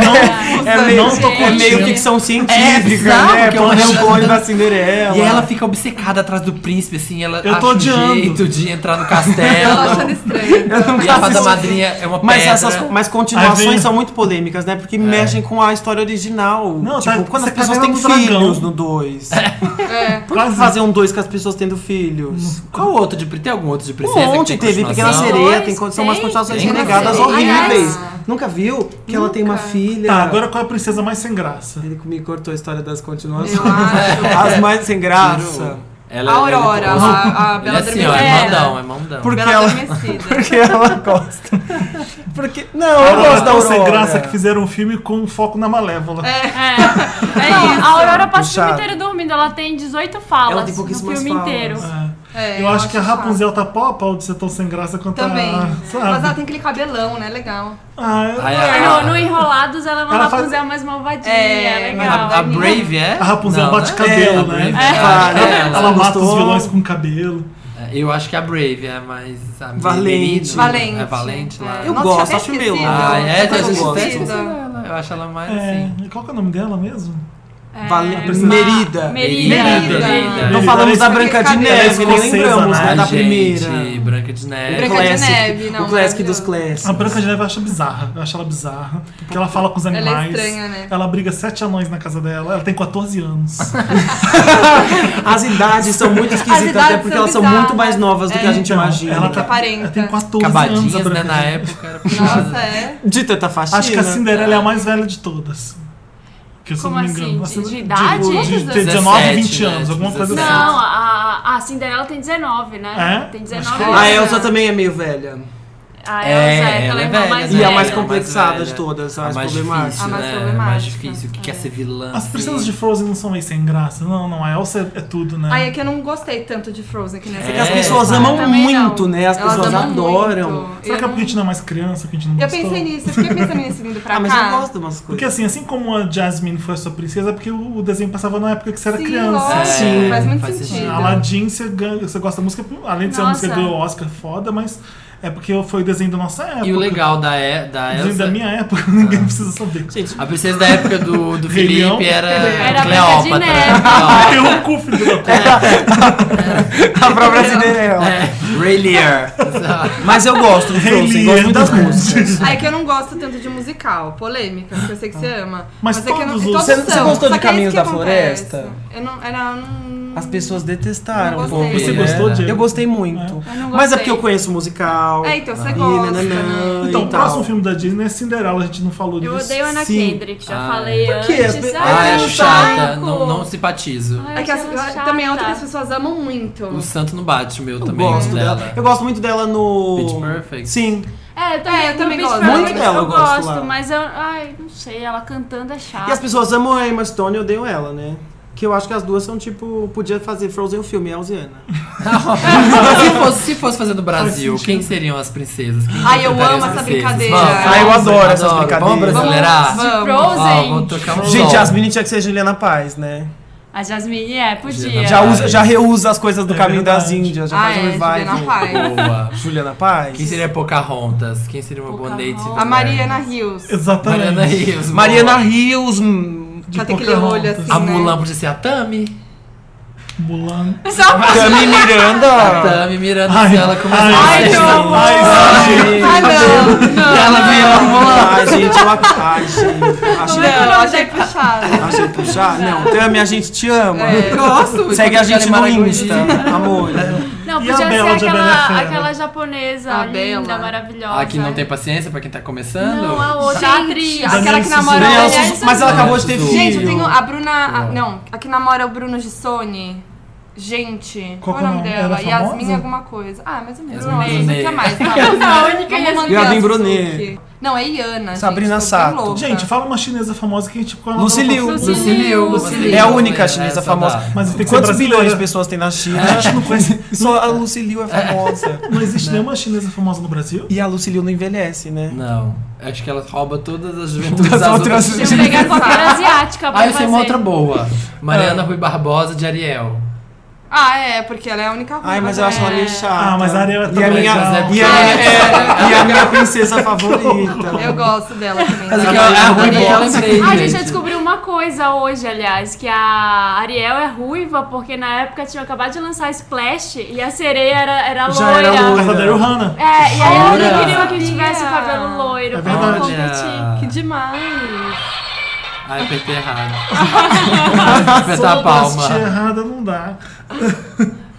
Speaker 3: É meio,
Speaker 1: não tô
Speaker 3: é meio
Speaker 1: curtindo.
Speaker 3: ficção
Speaker 2: É
Speaker 3: científica,
Speaker 2: bizarro,
Speaker 3: né?
Speaker 2: que eu
Speaker 3: Põe
Speaker 2: acho-
Speaker 3: um clone da Cinderela.
Speaker 2: E aí ela fica obcecada atrás do príncipe, assim, ela
Speaker 1: Eu
Speaker 2: acha
Speaker 1: tô
Speaker 2: um
Speaker 1: odiando.
Speaker 2: jeito de entrar no
Speaker 4: Eu tô achando
Speaker 2: castelo.
Speaker 3: (laughs)
Speaker 4: estranho.
Speaker 2: e a fada madrinha é uma
Speaker 3: Mas
Speaker 2: pedra.
Speaker 3: essas mas
Speaker 1: Aí vem-
Speaker 3: continuações são muito polêmicas, né? Porque mexem com a história original.
Speaker 1: Não,
Speaker 3: tipo,
Speaker 1: tá-
Speaker 3: quando
Speaker 1: você
Speaker 3: as
Speaker 1: tá
Speaker 3: pessoas
Speaker 1: vendo um
Speaker 3: têm
Speaker 1: dragão.
Speaker 3: filhos no 2.
Speaker 4: É.
Speaker 3: Por que fazer um 2 com as pessoas tendo filhos?
Speaker 2: Qual outro de princesa? Tem algum outro de
Speaker 3: Um
Speaker 2: princesa? que
Speaker 3: monte
Speaker 2: tem
Speaker 3: teve Pequena
Speaker 2: continuação?
Speaker 3: Sereia,
Speaker 5: Dois,
Speaker 3: tem, con- são umas
Speaker 5: tem?
Speaker 3: continuações
Speaker 2: Tem,
Speaker 3: renegadas
Speaker 2: tem.
Speaker 3: horríveis.
Speaker 4: é. Aliás.
Speaker 3: Nunca viu que ela tem uma filha?
Speaker 1: Tá, agora qual é a princesa mais sem graça?
Speaker 3: Ele me cortou a história das continuações.
Speaker 4: Eu acho.
Speaker 3: (laughs) As mais sem graça.
Speaker 4: é
Speaker 2: Ela,
Speaker 4: Aurora,
Speaker 2: ela-
Speaker 4: a- a
Speaker 2: Ele
Speaker 4: Bela
Speaker 2: é assim, ó, é
Speaker 4: Adormecida.
Speaker 2: mandão, é mandão.
Speaker 3: Por- Porque
Speaker 4: Bela
Speaker 3: ela-
Speaker 4: Adormecida.
Speaker 3: Porque ela gosta. Porque. Não, eu
Speaker 1: Aurora
Speaker 3: gosto da
Speaker 1: tá tão
Speaker 3: Aurora.
Speaker 1: sem graça que fizeram um filme com foco na Malévola.
Speaker 5: É, é isso. A Aurora passa o filme
Speaker 3: Puxado.
Speaker 5: inteiro dormindo. Ela tem 18 falas
Speaker 3: Ela tem
Speaker 5: no
Speaker 3: pouquíssimas
Speaker 5: filme
Speaker 3: falas.
Speaker 5: inteiro.
Speaker 1: É.
Speaker 4: É,
Speaker 1: eu, acho que a
Speaker 4: chato.
Speaker 1: Rapunzel tá pau a pau de ser tão sem graça quanto
Speaker 3: tá
Speaker 4: Também.
Speaker 1: a.
Speaker 4: Mas ela
Speaker 1: Sabe?
Speaker 4: tem aquele cabelão, né? Legal.
Speaker 1: Ah, eu-
Speaker 2: Ai,
Speaker 5: É,
Speaker 2: ai,
Speaker 5: No,
Speaker 2: ai.
Speaker 5: no Enrolados, ela é uma
Speaker 1: Ela faz-
Speaker 5: Rapunzel mais malvadinha.
Speaker 4: É,
Speaker 5: legal.
Speaker 2: a, a Brave é?
Speaker 1: A Rapunzel
Speaker 2: Não,
Speaker 1: bate
Speaker 2: né?
Speaker 1: cabelo,
Speaker 2: É, a
Speaker 1: né?
Speaker 2: Brave
Speaker 1: É.
Speaker 2: bate
Speaker 1: Ela,
Speaker 2: cabelo.
Speaker 1: ela mata os
Speaker 3: gostou.
Speaker 1: vilões com cabelo.
Speaker 2: Eu acho que a Brave é mais. A
Speaker 3: Valente.
Speaker 4: Valente.
Speaker 2: É valente lá.
Speaker 4: É.
Speaker 3: Eu
Speaker 4: Nossa,
Speaker 3: gosto,
Speaker 4: tinha até
Speaker 3: acho
Speaker 4: esquecido.
Speaker 3: meio-
Speaker 2: Ah, é,
Speaker 4: Eu
Speaker 2: a
Speaker 4: tava
Speaker 2: gente
Speaker 3: gosto.
Speaker 2: esquece
Speaker 4: esquecida.
Speaker 2: dela. Eu acho ela mais
Speaker 1: É.
Speaker 2: assim.
Speaker 1: E Qual que é o nome dela mesmo?
Speaker 5: É,
Speaker 3: Vale-
Speaker 5: Ma-
Speaker 3: Merida.
Speaker 5: Merida.
Speaker 1: Não
Speaker 4: Merida.
Speaker 3: Não
Speaker 1: Ele parece
Speaker 3: falamos da
Speaker 4: que
Speaker 3: Branca de
Speaker 4: cabelo.
Speaker 3: Neve,
Speaker 1: Ela é
Speaker 3: nem
Speaker 1: escocesa,
Speaker 3: lembramos,
Speaker 1: né?
Speaker 3: né?
Speaker 2: Ai,
Speaker 3: Da
Speaker 2: gente,
Speaker 3: primeira.
Speaker 2: Branca de Neve.
Speaker 4: Branca
Speaker 3: O
Speaker 4: de
Speaker 3: classic,
Speaker 4: Neve, não,
Speaker 3: O classic
Speaker 4: maravilhoso.
Speaker 3: dos clássicos.
Speaker 1: A Branca de Neve eu acho bizarra. Eu acho ela bizarra. Porque ela fala com os
Speaker 4: Ela é
Speaker 1: animais.
Speaker 4: estranha, né?
Speaker 1: Ela briga sete anões na casa dela. Ela tem 14
Speaker 2: (laughs)
Speaker 1: anos.
Speaker 3: (laughs) As idades são muito
Speaker 4: As
Speaker 3: esquisitas,
Speaker 4: idades
Speaker 3: até porque
Speaker 4: são
Speaker 3: elas são
Speaker 4: bizarras.
Speaker 3: muito mais novas do que a gente
Speaker 1: Então,
Speaker 3: imagina.
Speaker 1: Ela, tá,
Speaker 4: aparenta.
Speaker 1: ela tem 14 anos. a
Speaker 2: Acabadinhas,
Speaker 1: Branca
Speaker 2: né?
Speaker 1: de
Speaker 2: Na
Speaker 1: Neve.
Speaker 2: época era
Speaker 4: Nossa, é.
Speaker 3: De tanta tá faxina.
Speaker 1: Acho que a Cinderela é a mais velha de todas. Que se eu
Speaker 5: Como
Speaker 1: não me
Speaker 5: assim?
Speaker 1: engano.
Speaker 5: De-
Speaker 1: Assim,
Speaker 5: de idade?
Speaker 1: De, de
Speaker 5: Quantos
Speaker 1: 19,
Speaker 2: 17,
Speaker 1: 20
Speaker 2: né?
Speaker 1: anos, alguma coisa assim.
Speaker 5: Não, a, a Cinderela tem 19, né?
Speaker 1: É?
Speaker 5: Tem
Speaker 1: Acho
Speaker 5: 19
Speaker 1: que é.
Speaker 5: anos.
Speaker 4: Ah,
Speaker 3: A Elsa também é meio velha.
Speaker 5: A Elsa é, aquela irmã mais
Speaker 3: né? E
Speaker 5: velha.
Speaker 3: a mais
Speaker 4: é
Speaker 3: complexada de todas, a mais problemática.
Speaker 2: Difícil,
Speaker 4: A mais
Speaker 2: né?
Speaker 4: problemática,
Speaker 2: mais difícil, que
Speaker 4: é.
Speaker 2: quer ser vilã.
Speaker 1: As
Speaker 2: assim.
Speaker 1: princesas de Frozen não são meio sem graça. Não, não. A Elsa é, é tudo, né?
Speaker 4: Aí é que eu não gostei tanto de Frozen que nessa
Speaker 3: É que as
Speaker 2: É,
Speaker 3: pessoas
Speaker 2: tá.
Speaker 3: amam
Speaker 4: Também não.
Speaker 3: muito, né? As
Speaker 4: Elas
Speaker 3: pessoas
Speaker 4: amam
Speaker 3: adoram.
Speaker 1: Será
Speaker 4: muito. Eu
Speaker 1: que é
Speaker 4: não-
Speaker 1: porque a gente não é mais criança, que a gente não
Speaker 4: Eu
Speaker 1: gostou?
Speaker 4: pensei nisso, eu fiquei pensando nisso vindo pra
Speaker 3: Ah,
Speaker 4: cá.
Speaker 3: mas eu gosto de umas
Speaker 1: Porque
Speaker 3: coisas.
Speaker 1: assim, assim como a Jasmine foi a sua princesa, é porque o o desenho passava na época que você era
Speaker 4: Sim,
Speaker 1: criança.
Speaker 4: lógico,
Speaker 2: Sim.
Speaker 4: É, faz muito
Speaker 2: Faz
Speaker 4: sentido.
Speaker 2: sentido.
Speaker 1: A Aladdin, você, ganha- você gosta da música, além de ser uma
Speaker 5: Nossa.
Speaker 1: música do Oscar foda, mas é porque foi o desenho da nossa época.
Speaker 2: E o legal é da, e, da
Speaker 1: O desenho
Speaker 2: Elsa.
Speaker 1: da
Speaker 2: (laughs)
Speaker 1: minha época, ninguém precisa saber.
Speaker 3: Gente,
Speaker 2: A princesa da época do, do
Speaker 1: Rei Leão.
Speaker 2: Felipe era,
Speaker 5: Era a Branca de
Speaker 1: Ah,
Speaker 2: (laughs) Cleópatra.
Speaker 5: Neve.
Speaker 2: É,
Speaker 1: Tem um cu, filho da puta.
Speaker 3: a própria Cinderela.
Speaker 2: É.
Speaker 3: Raelier.
Speaker 2: Exato.
Speaker 3: (laughs) Mas eu gosto do Frozen, gosto muito das músicas.
Speaker 4: (laughs) Ah, é que eu não gosto tanto de musical, polêmica, porque eu sei que você ama.
Speaker 1: Mas
Speaker 4: é que eu não,
Speaker 1: todos
Speaker 4: e
Speaker 1: os-
Speaker 4: todos
Speaker 1: Você-
Speaker 4: são,
Speaker 3: você gostou
Speaker 4: só
Speaker 3: de
Speaker 4: que é isso
Speaker 3: Caminhos
Speaker 4: que
Speaker 3: da
Speaker 4: acontece.
Speaker 3: Floresta?
Speaker 4: Eu não, eu não, eu não-
Speaker 3: As pessoas detestaram
Speaker 4: Eu
Speaker 3: um
Speaker 4: gostei.
Speaker 3: pouco.
Speaker 1: Você
Speaker 3: né?
Speaker 1: gostou, Diego?
Speaker 3: Eu gostei muito.
Speaker 4: Eu
Speaker 3: Mas é
Speaker 4: não gostei.
Speaker 3: porque eu conheço o musical.
Speaker 4: É, então, você
Speaker 3: e
Speaker 4: gosta,
Speaker 3: nananã,
Speaker 4: né?
Speaker 1: Então,
Speaker 3: e
Speaker 1: o
Speaker 3: tal.
Speaker 1: próximo filme da Disney é Cinderela, a gente não falou
Speaker 5: Eu
Speaker 1: disso.
Speaker 5: odeio Ana
Speaker 3: Sim.
Speaker 5: Kendrick, já
Speaker 2: Ah.
Speaker 5: falei
Speaker 3: quê?
Speaker 5: antes.
Speaker 3: Ah,
Speaker 2: Ah,
Speaker 5: Ai,
Speaker 2: acho
Speaker 5: um
Speaker 2: chata.
Speaker 5: saco.
Speaker 2: Não, não simpatizo.
Speaker 5: Ai,
Speaker 4: É que
Speaker 5: eu
Speaker 4: as-
Speaker 5: achei
Speaker 4: eu-
Speaker 5: ela chata.
Speaker 4: também é outra que as pessoas amam muito.
Speaker 2: O santo não bate, o meu
Speaker 3: Eu
Speaker 2: também.
Speaker 3: gosto dela.
Speaker 2: (laughs)
Speaker 3: Eu gosto muito dela no.
Speaker 2: Pitch Perfect?
Speaker 3: Sim.
Speaker 5: É, eu também,
Speaker 4: É, eu
Speaker 5: no
Speaker 4: também
Speaker 5: Beach
Speaker 4: gosto.
Speaker 5: Perfect
Speaker 3: Muito dela eu
Speaker 5: eu
Speaker 3: gosto
Speaker 5: gosto,
Speaker 3: lá.
Speaker 5: mas eu, ai, não sei, ela cantando é chata.
Speaker 4: Ah.
Speaker 3: E as pessoas amam a Emma Stone e odeiam ela, né? Que eu acho que as duas são tipo. Podia fazer Frozen o filme, é Elziana.
Speaker 2: se, fosse, se fosse fazer no Brasil,
Speaker 1: sentido.
Speaker 2: quem seriam as princesas? Quem
Speaker 4: Ai, eu
Speaker 2: interpretariam
Speaker 4: amo
Speaker 2: as
Speaker 4: essa
Speaker 2: princesas?
Speaker 4: brincadeira.
Speaker 2: Vamos,
Speaker 1: Ah,
Speaker 4: Ai, eu
Speaker 2: vamos,
Speaker 3: adoro essas
Speaker 2: Vamos
Speaker 3: brincadeiras.
Speaker 2: brasileirar?
Speaker 4: Vamos.
Speaker 2: Ó, vou
Speaker 5: Frozen.
Speaker 2: tocar um
Speaker 3: Gente,
Speaker 2: sol.
Speaker 3: Jasmine tinha que ser Juliana Paz, né?
Speaker 5: a Jasmine, é, podia.
Speaker 2: Juliana
Speaker 3: Já,
Speaker 2: Paz.
Speaker 3: usa, já reusa as coisas do
Speaker 1: É
Speaker 3: caminho
Speaker 1: verdade.
Speaker 3: das Índias, já
Speaker 4: Ah,
Speaker 3: faz um
Speaker 4: é,
Speaker 3: revive.
Speaker 4: Juliana Paz.
Speaker 2: Boa.
Speaker 3: Juliana Paz.
Speaker 2: Quem seria Pocahontas? Quem seria uma boa Native?
Speaker 5: Pocahontas.
Speaker 4: A Mariana Rios.
Speaker 1: Exatamente.
Speaker 2: Mariana Rios. boa.
Speaker 3: Mariana Rios. hum,
Speaker 4: Ela tem aquele
Speaker 1: Pocahontas.
Speaker 4: olho assim,
Speaker 2: A
Speaker 4: né?
Speaker 2: Mulan podia ser a Tami?
Speaker 1: Mulan.
Speaker 5: é
Speaker 3: (laughs) Tami
Speaker 2: A
Speaker 3: Miranda.
Speaker 2: Tami Miranda,
Speaker 1: Ai,
Speaker 2: ela começou
Speaker 1: ai,
Speaker 2: a
Speaker 4: Ai,
Speaker 2: ser-
Speaker 4: meu amor.
Speaker 1: Ai, exagero.
Speaker 4: Ai, não, não. é
Speaker 2: E ela virou a Mulan.
Speaker 3: Ai, gente, eu ac- Ai, gente. Achei,
Speaker 4: Não, achei puxado.
Speaker 3: achei puxar. Não, Tami, a gente te ama.
Speaker 4: É.
Speaker 2: Gosto.
Speaker 3: Segue a gente no
Speaker 2: Maragogi.
Speaker 3: Insta, amor.
Speaker 5: Não,
Speaker 1: E a
Speaker 5: podia
Speaker 1: Bela de
Speaker 5: ser
Speaker 1: Bela e a
Speaker 5: aquela,
Speaker 1: Fera?
Speaker 5: aquela japonesa
Speaker 4: é né? A
Speaker 5: linda,
Speaker 4: Bela.
Speaker 5: maravilhosa.
Speaker 2: Ah, que não tem paciência pra quem tá começando?
Speaker 5: Não, a outra
Speaker 4: Gente,
Speaker 5: atriz.
Speaker 4: aquela que
Speaker 1: Daniela
Speaker 4: namora
Speaker 1: Sussurro.
Speaker 4: o
Speaker 3: Daniela
Speaker 5: Daniela
Speaker 3: Sus- mas ela
Speaker 2: Sussurro.
Speaker 3: acabou de ter filho.
Speaker 4: é Gente, eu tenho a Bruna. a- não, a que namora o Bruno Gissoni. Gente,
Speaker 1: Qual
Speaker 4: qual,
Speaker 1: que
Speaker 4: é o nome
Speaker 1: é o nome?
Speaker 4: dela?
Speaker 1: Era famosa?
Speaker 4: Yasmin alguma coisa. Ah, mais ou menos.
Speaker 2: Yasmin
Speaker 4: Não, Yasmin
Speaker 2: Brunet.
Speaker 4: quer mais. tá?
Speaker 5: A única Yasmin.
Speaker 3: Yasmin
Speaker 4: Yasmin
Speaker 3: Brunet.
Speaker 4: Não, é Iana.
Speaker 3: Sabrina
Speaker 4: gente, tô tão
Speaker 3: Sato.
Speaker 4: louca.
Speaker 1: Gente, fala uma chinesa famosa que a gente... qual é o nome
Speaker 3: Lucy
Speaker 1: dela?
Speaker 3: Liu.
Speaker 2: Lucy Liu.
Speaker 4: Lucy
Speaker 2: você
Speaker 4: Liu.
Speaker 3: É a
Speaker 2: tem
Speaker 3: única
Speaker 2: razão,
Speaker 3: chinesa
Speaker 2: essa
Speaker 3: famosa.
Speaker 2: dá.
Speaker 1: Mas tem que ser
Speaker 3: Quantos
Speaker 1: brasileira.
Speaker 3: bilhões de pessoas tem na China?
Speaker 1: A gente não conhece...
Speaker 3: Só a Lucy Liu é famosa.
Speaker 1: Não existe nenhuma chinesa famosa no Brasil?
Speaker 3: E a Lucy Liu não envelhece, né?
Speaker 2: Não, acho que ela rouba todas as juventudes
Speaker 3: As
Speaker 2: das
Speaker 3: outras-
Speaker 2: outras.
Speaker 4: Deixa eu pegar
Speaker 5: Qualquer
Speaker 4: essa.
Speaker 5: asiática pra
Speaker 2: Ah, eu sei
Speaker 5: fazer.
Speaker 2: uma outra boa. Mariana Rui Barbosa de Ariel.
Speaker 4: Ah, é, porque ela é a única
Speaker 3: Ai, mas eu
Speaker 4: ruiva, Ah,
Speaker 3: acho
Speaker 4: né?
Speaker 3: ela meio chata.
Speaker 1: Ah, mas a Ariel é
Speaker 3: e a
Speaker 1: também
Speaker 3: minha,
Speaker 1: legal.
Speaker 2: mas
Speaker 3: e, a, é, e a minha
Speaker 1: (laughs)
Speaker 3: princesa favorita.
Speaker 4: Eu gosto dela
Speaker 2: Mas
Speaker 4: também.
Speaker 2: aqui, ó,
Speaker 3: Ela
Speaker 2: é a
Speaker 3: é
Speaker 2: ruiva que eu
Speaker 3: ruiva.
Speaker 2: lembrei.
Speaker 5: Ai, gente, eu descobri uma coisa hoje, aliás, que a Ariel é ruiva, porque na época tinha acabado de lançar Splash e a sereia era, era loira.
Speaker 3: Já era loira.
Speaker 1: Casa da Rihanna.
Speaker 5: É, e aí
Speaker 2: Jura?
Speaker 5: ela não queria que tivesse o cabelo loiro
Speaker 1: É
Speaker 5: pra
Speaker 1: verdade.
Speaker 5: ela competir.
Speaker 4: Que demais.
Speaker 2: Ai, apertei errado. Apertar é a palma
Speaker 1: Se errada, não dá.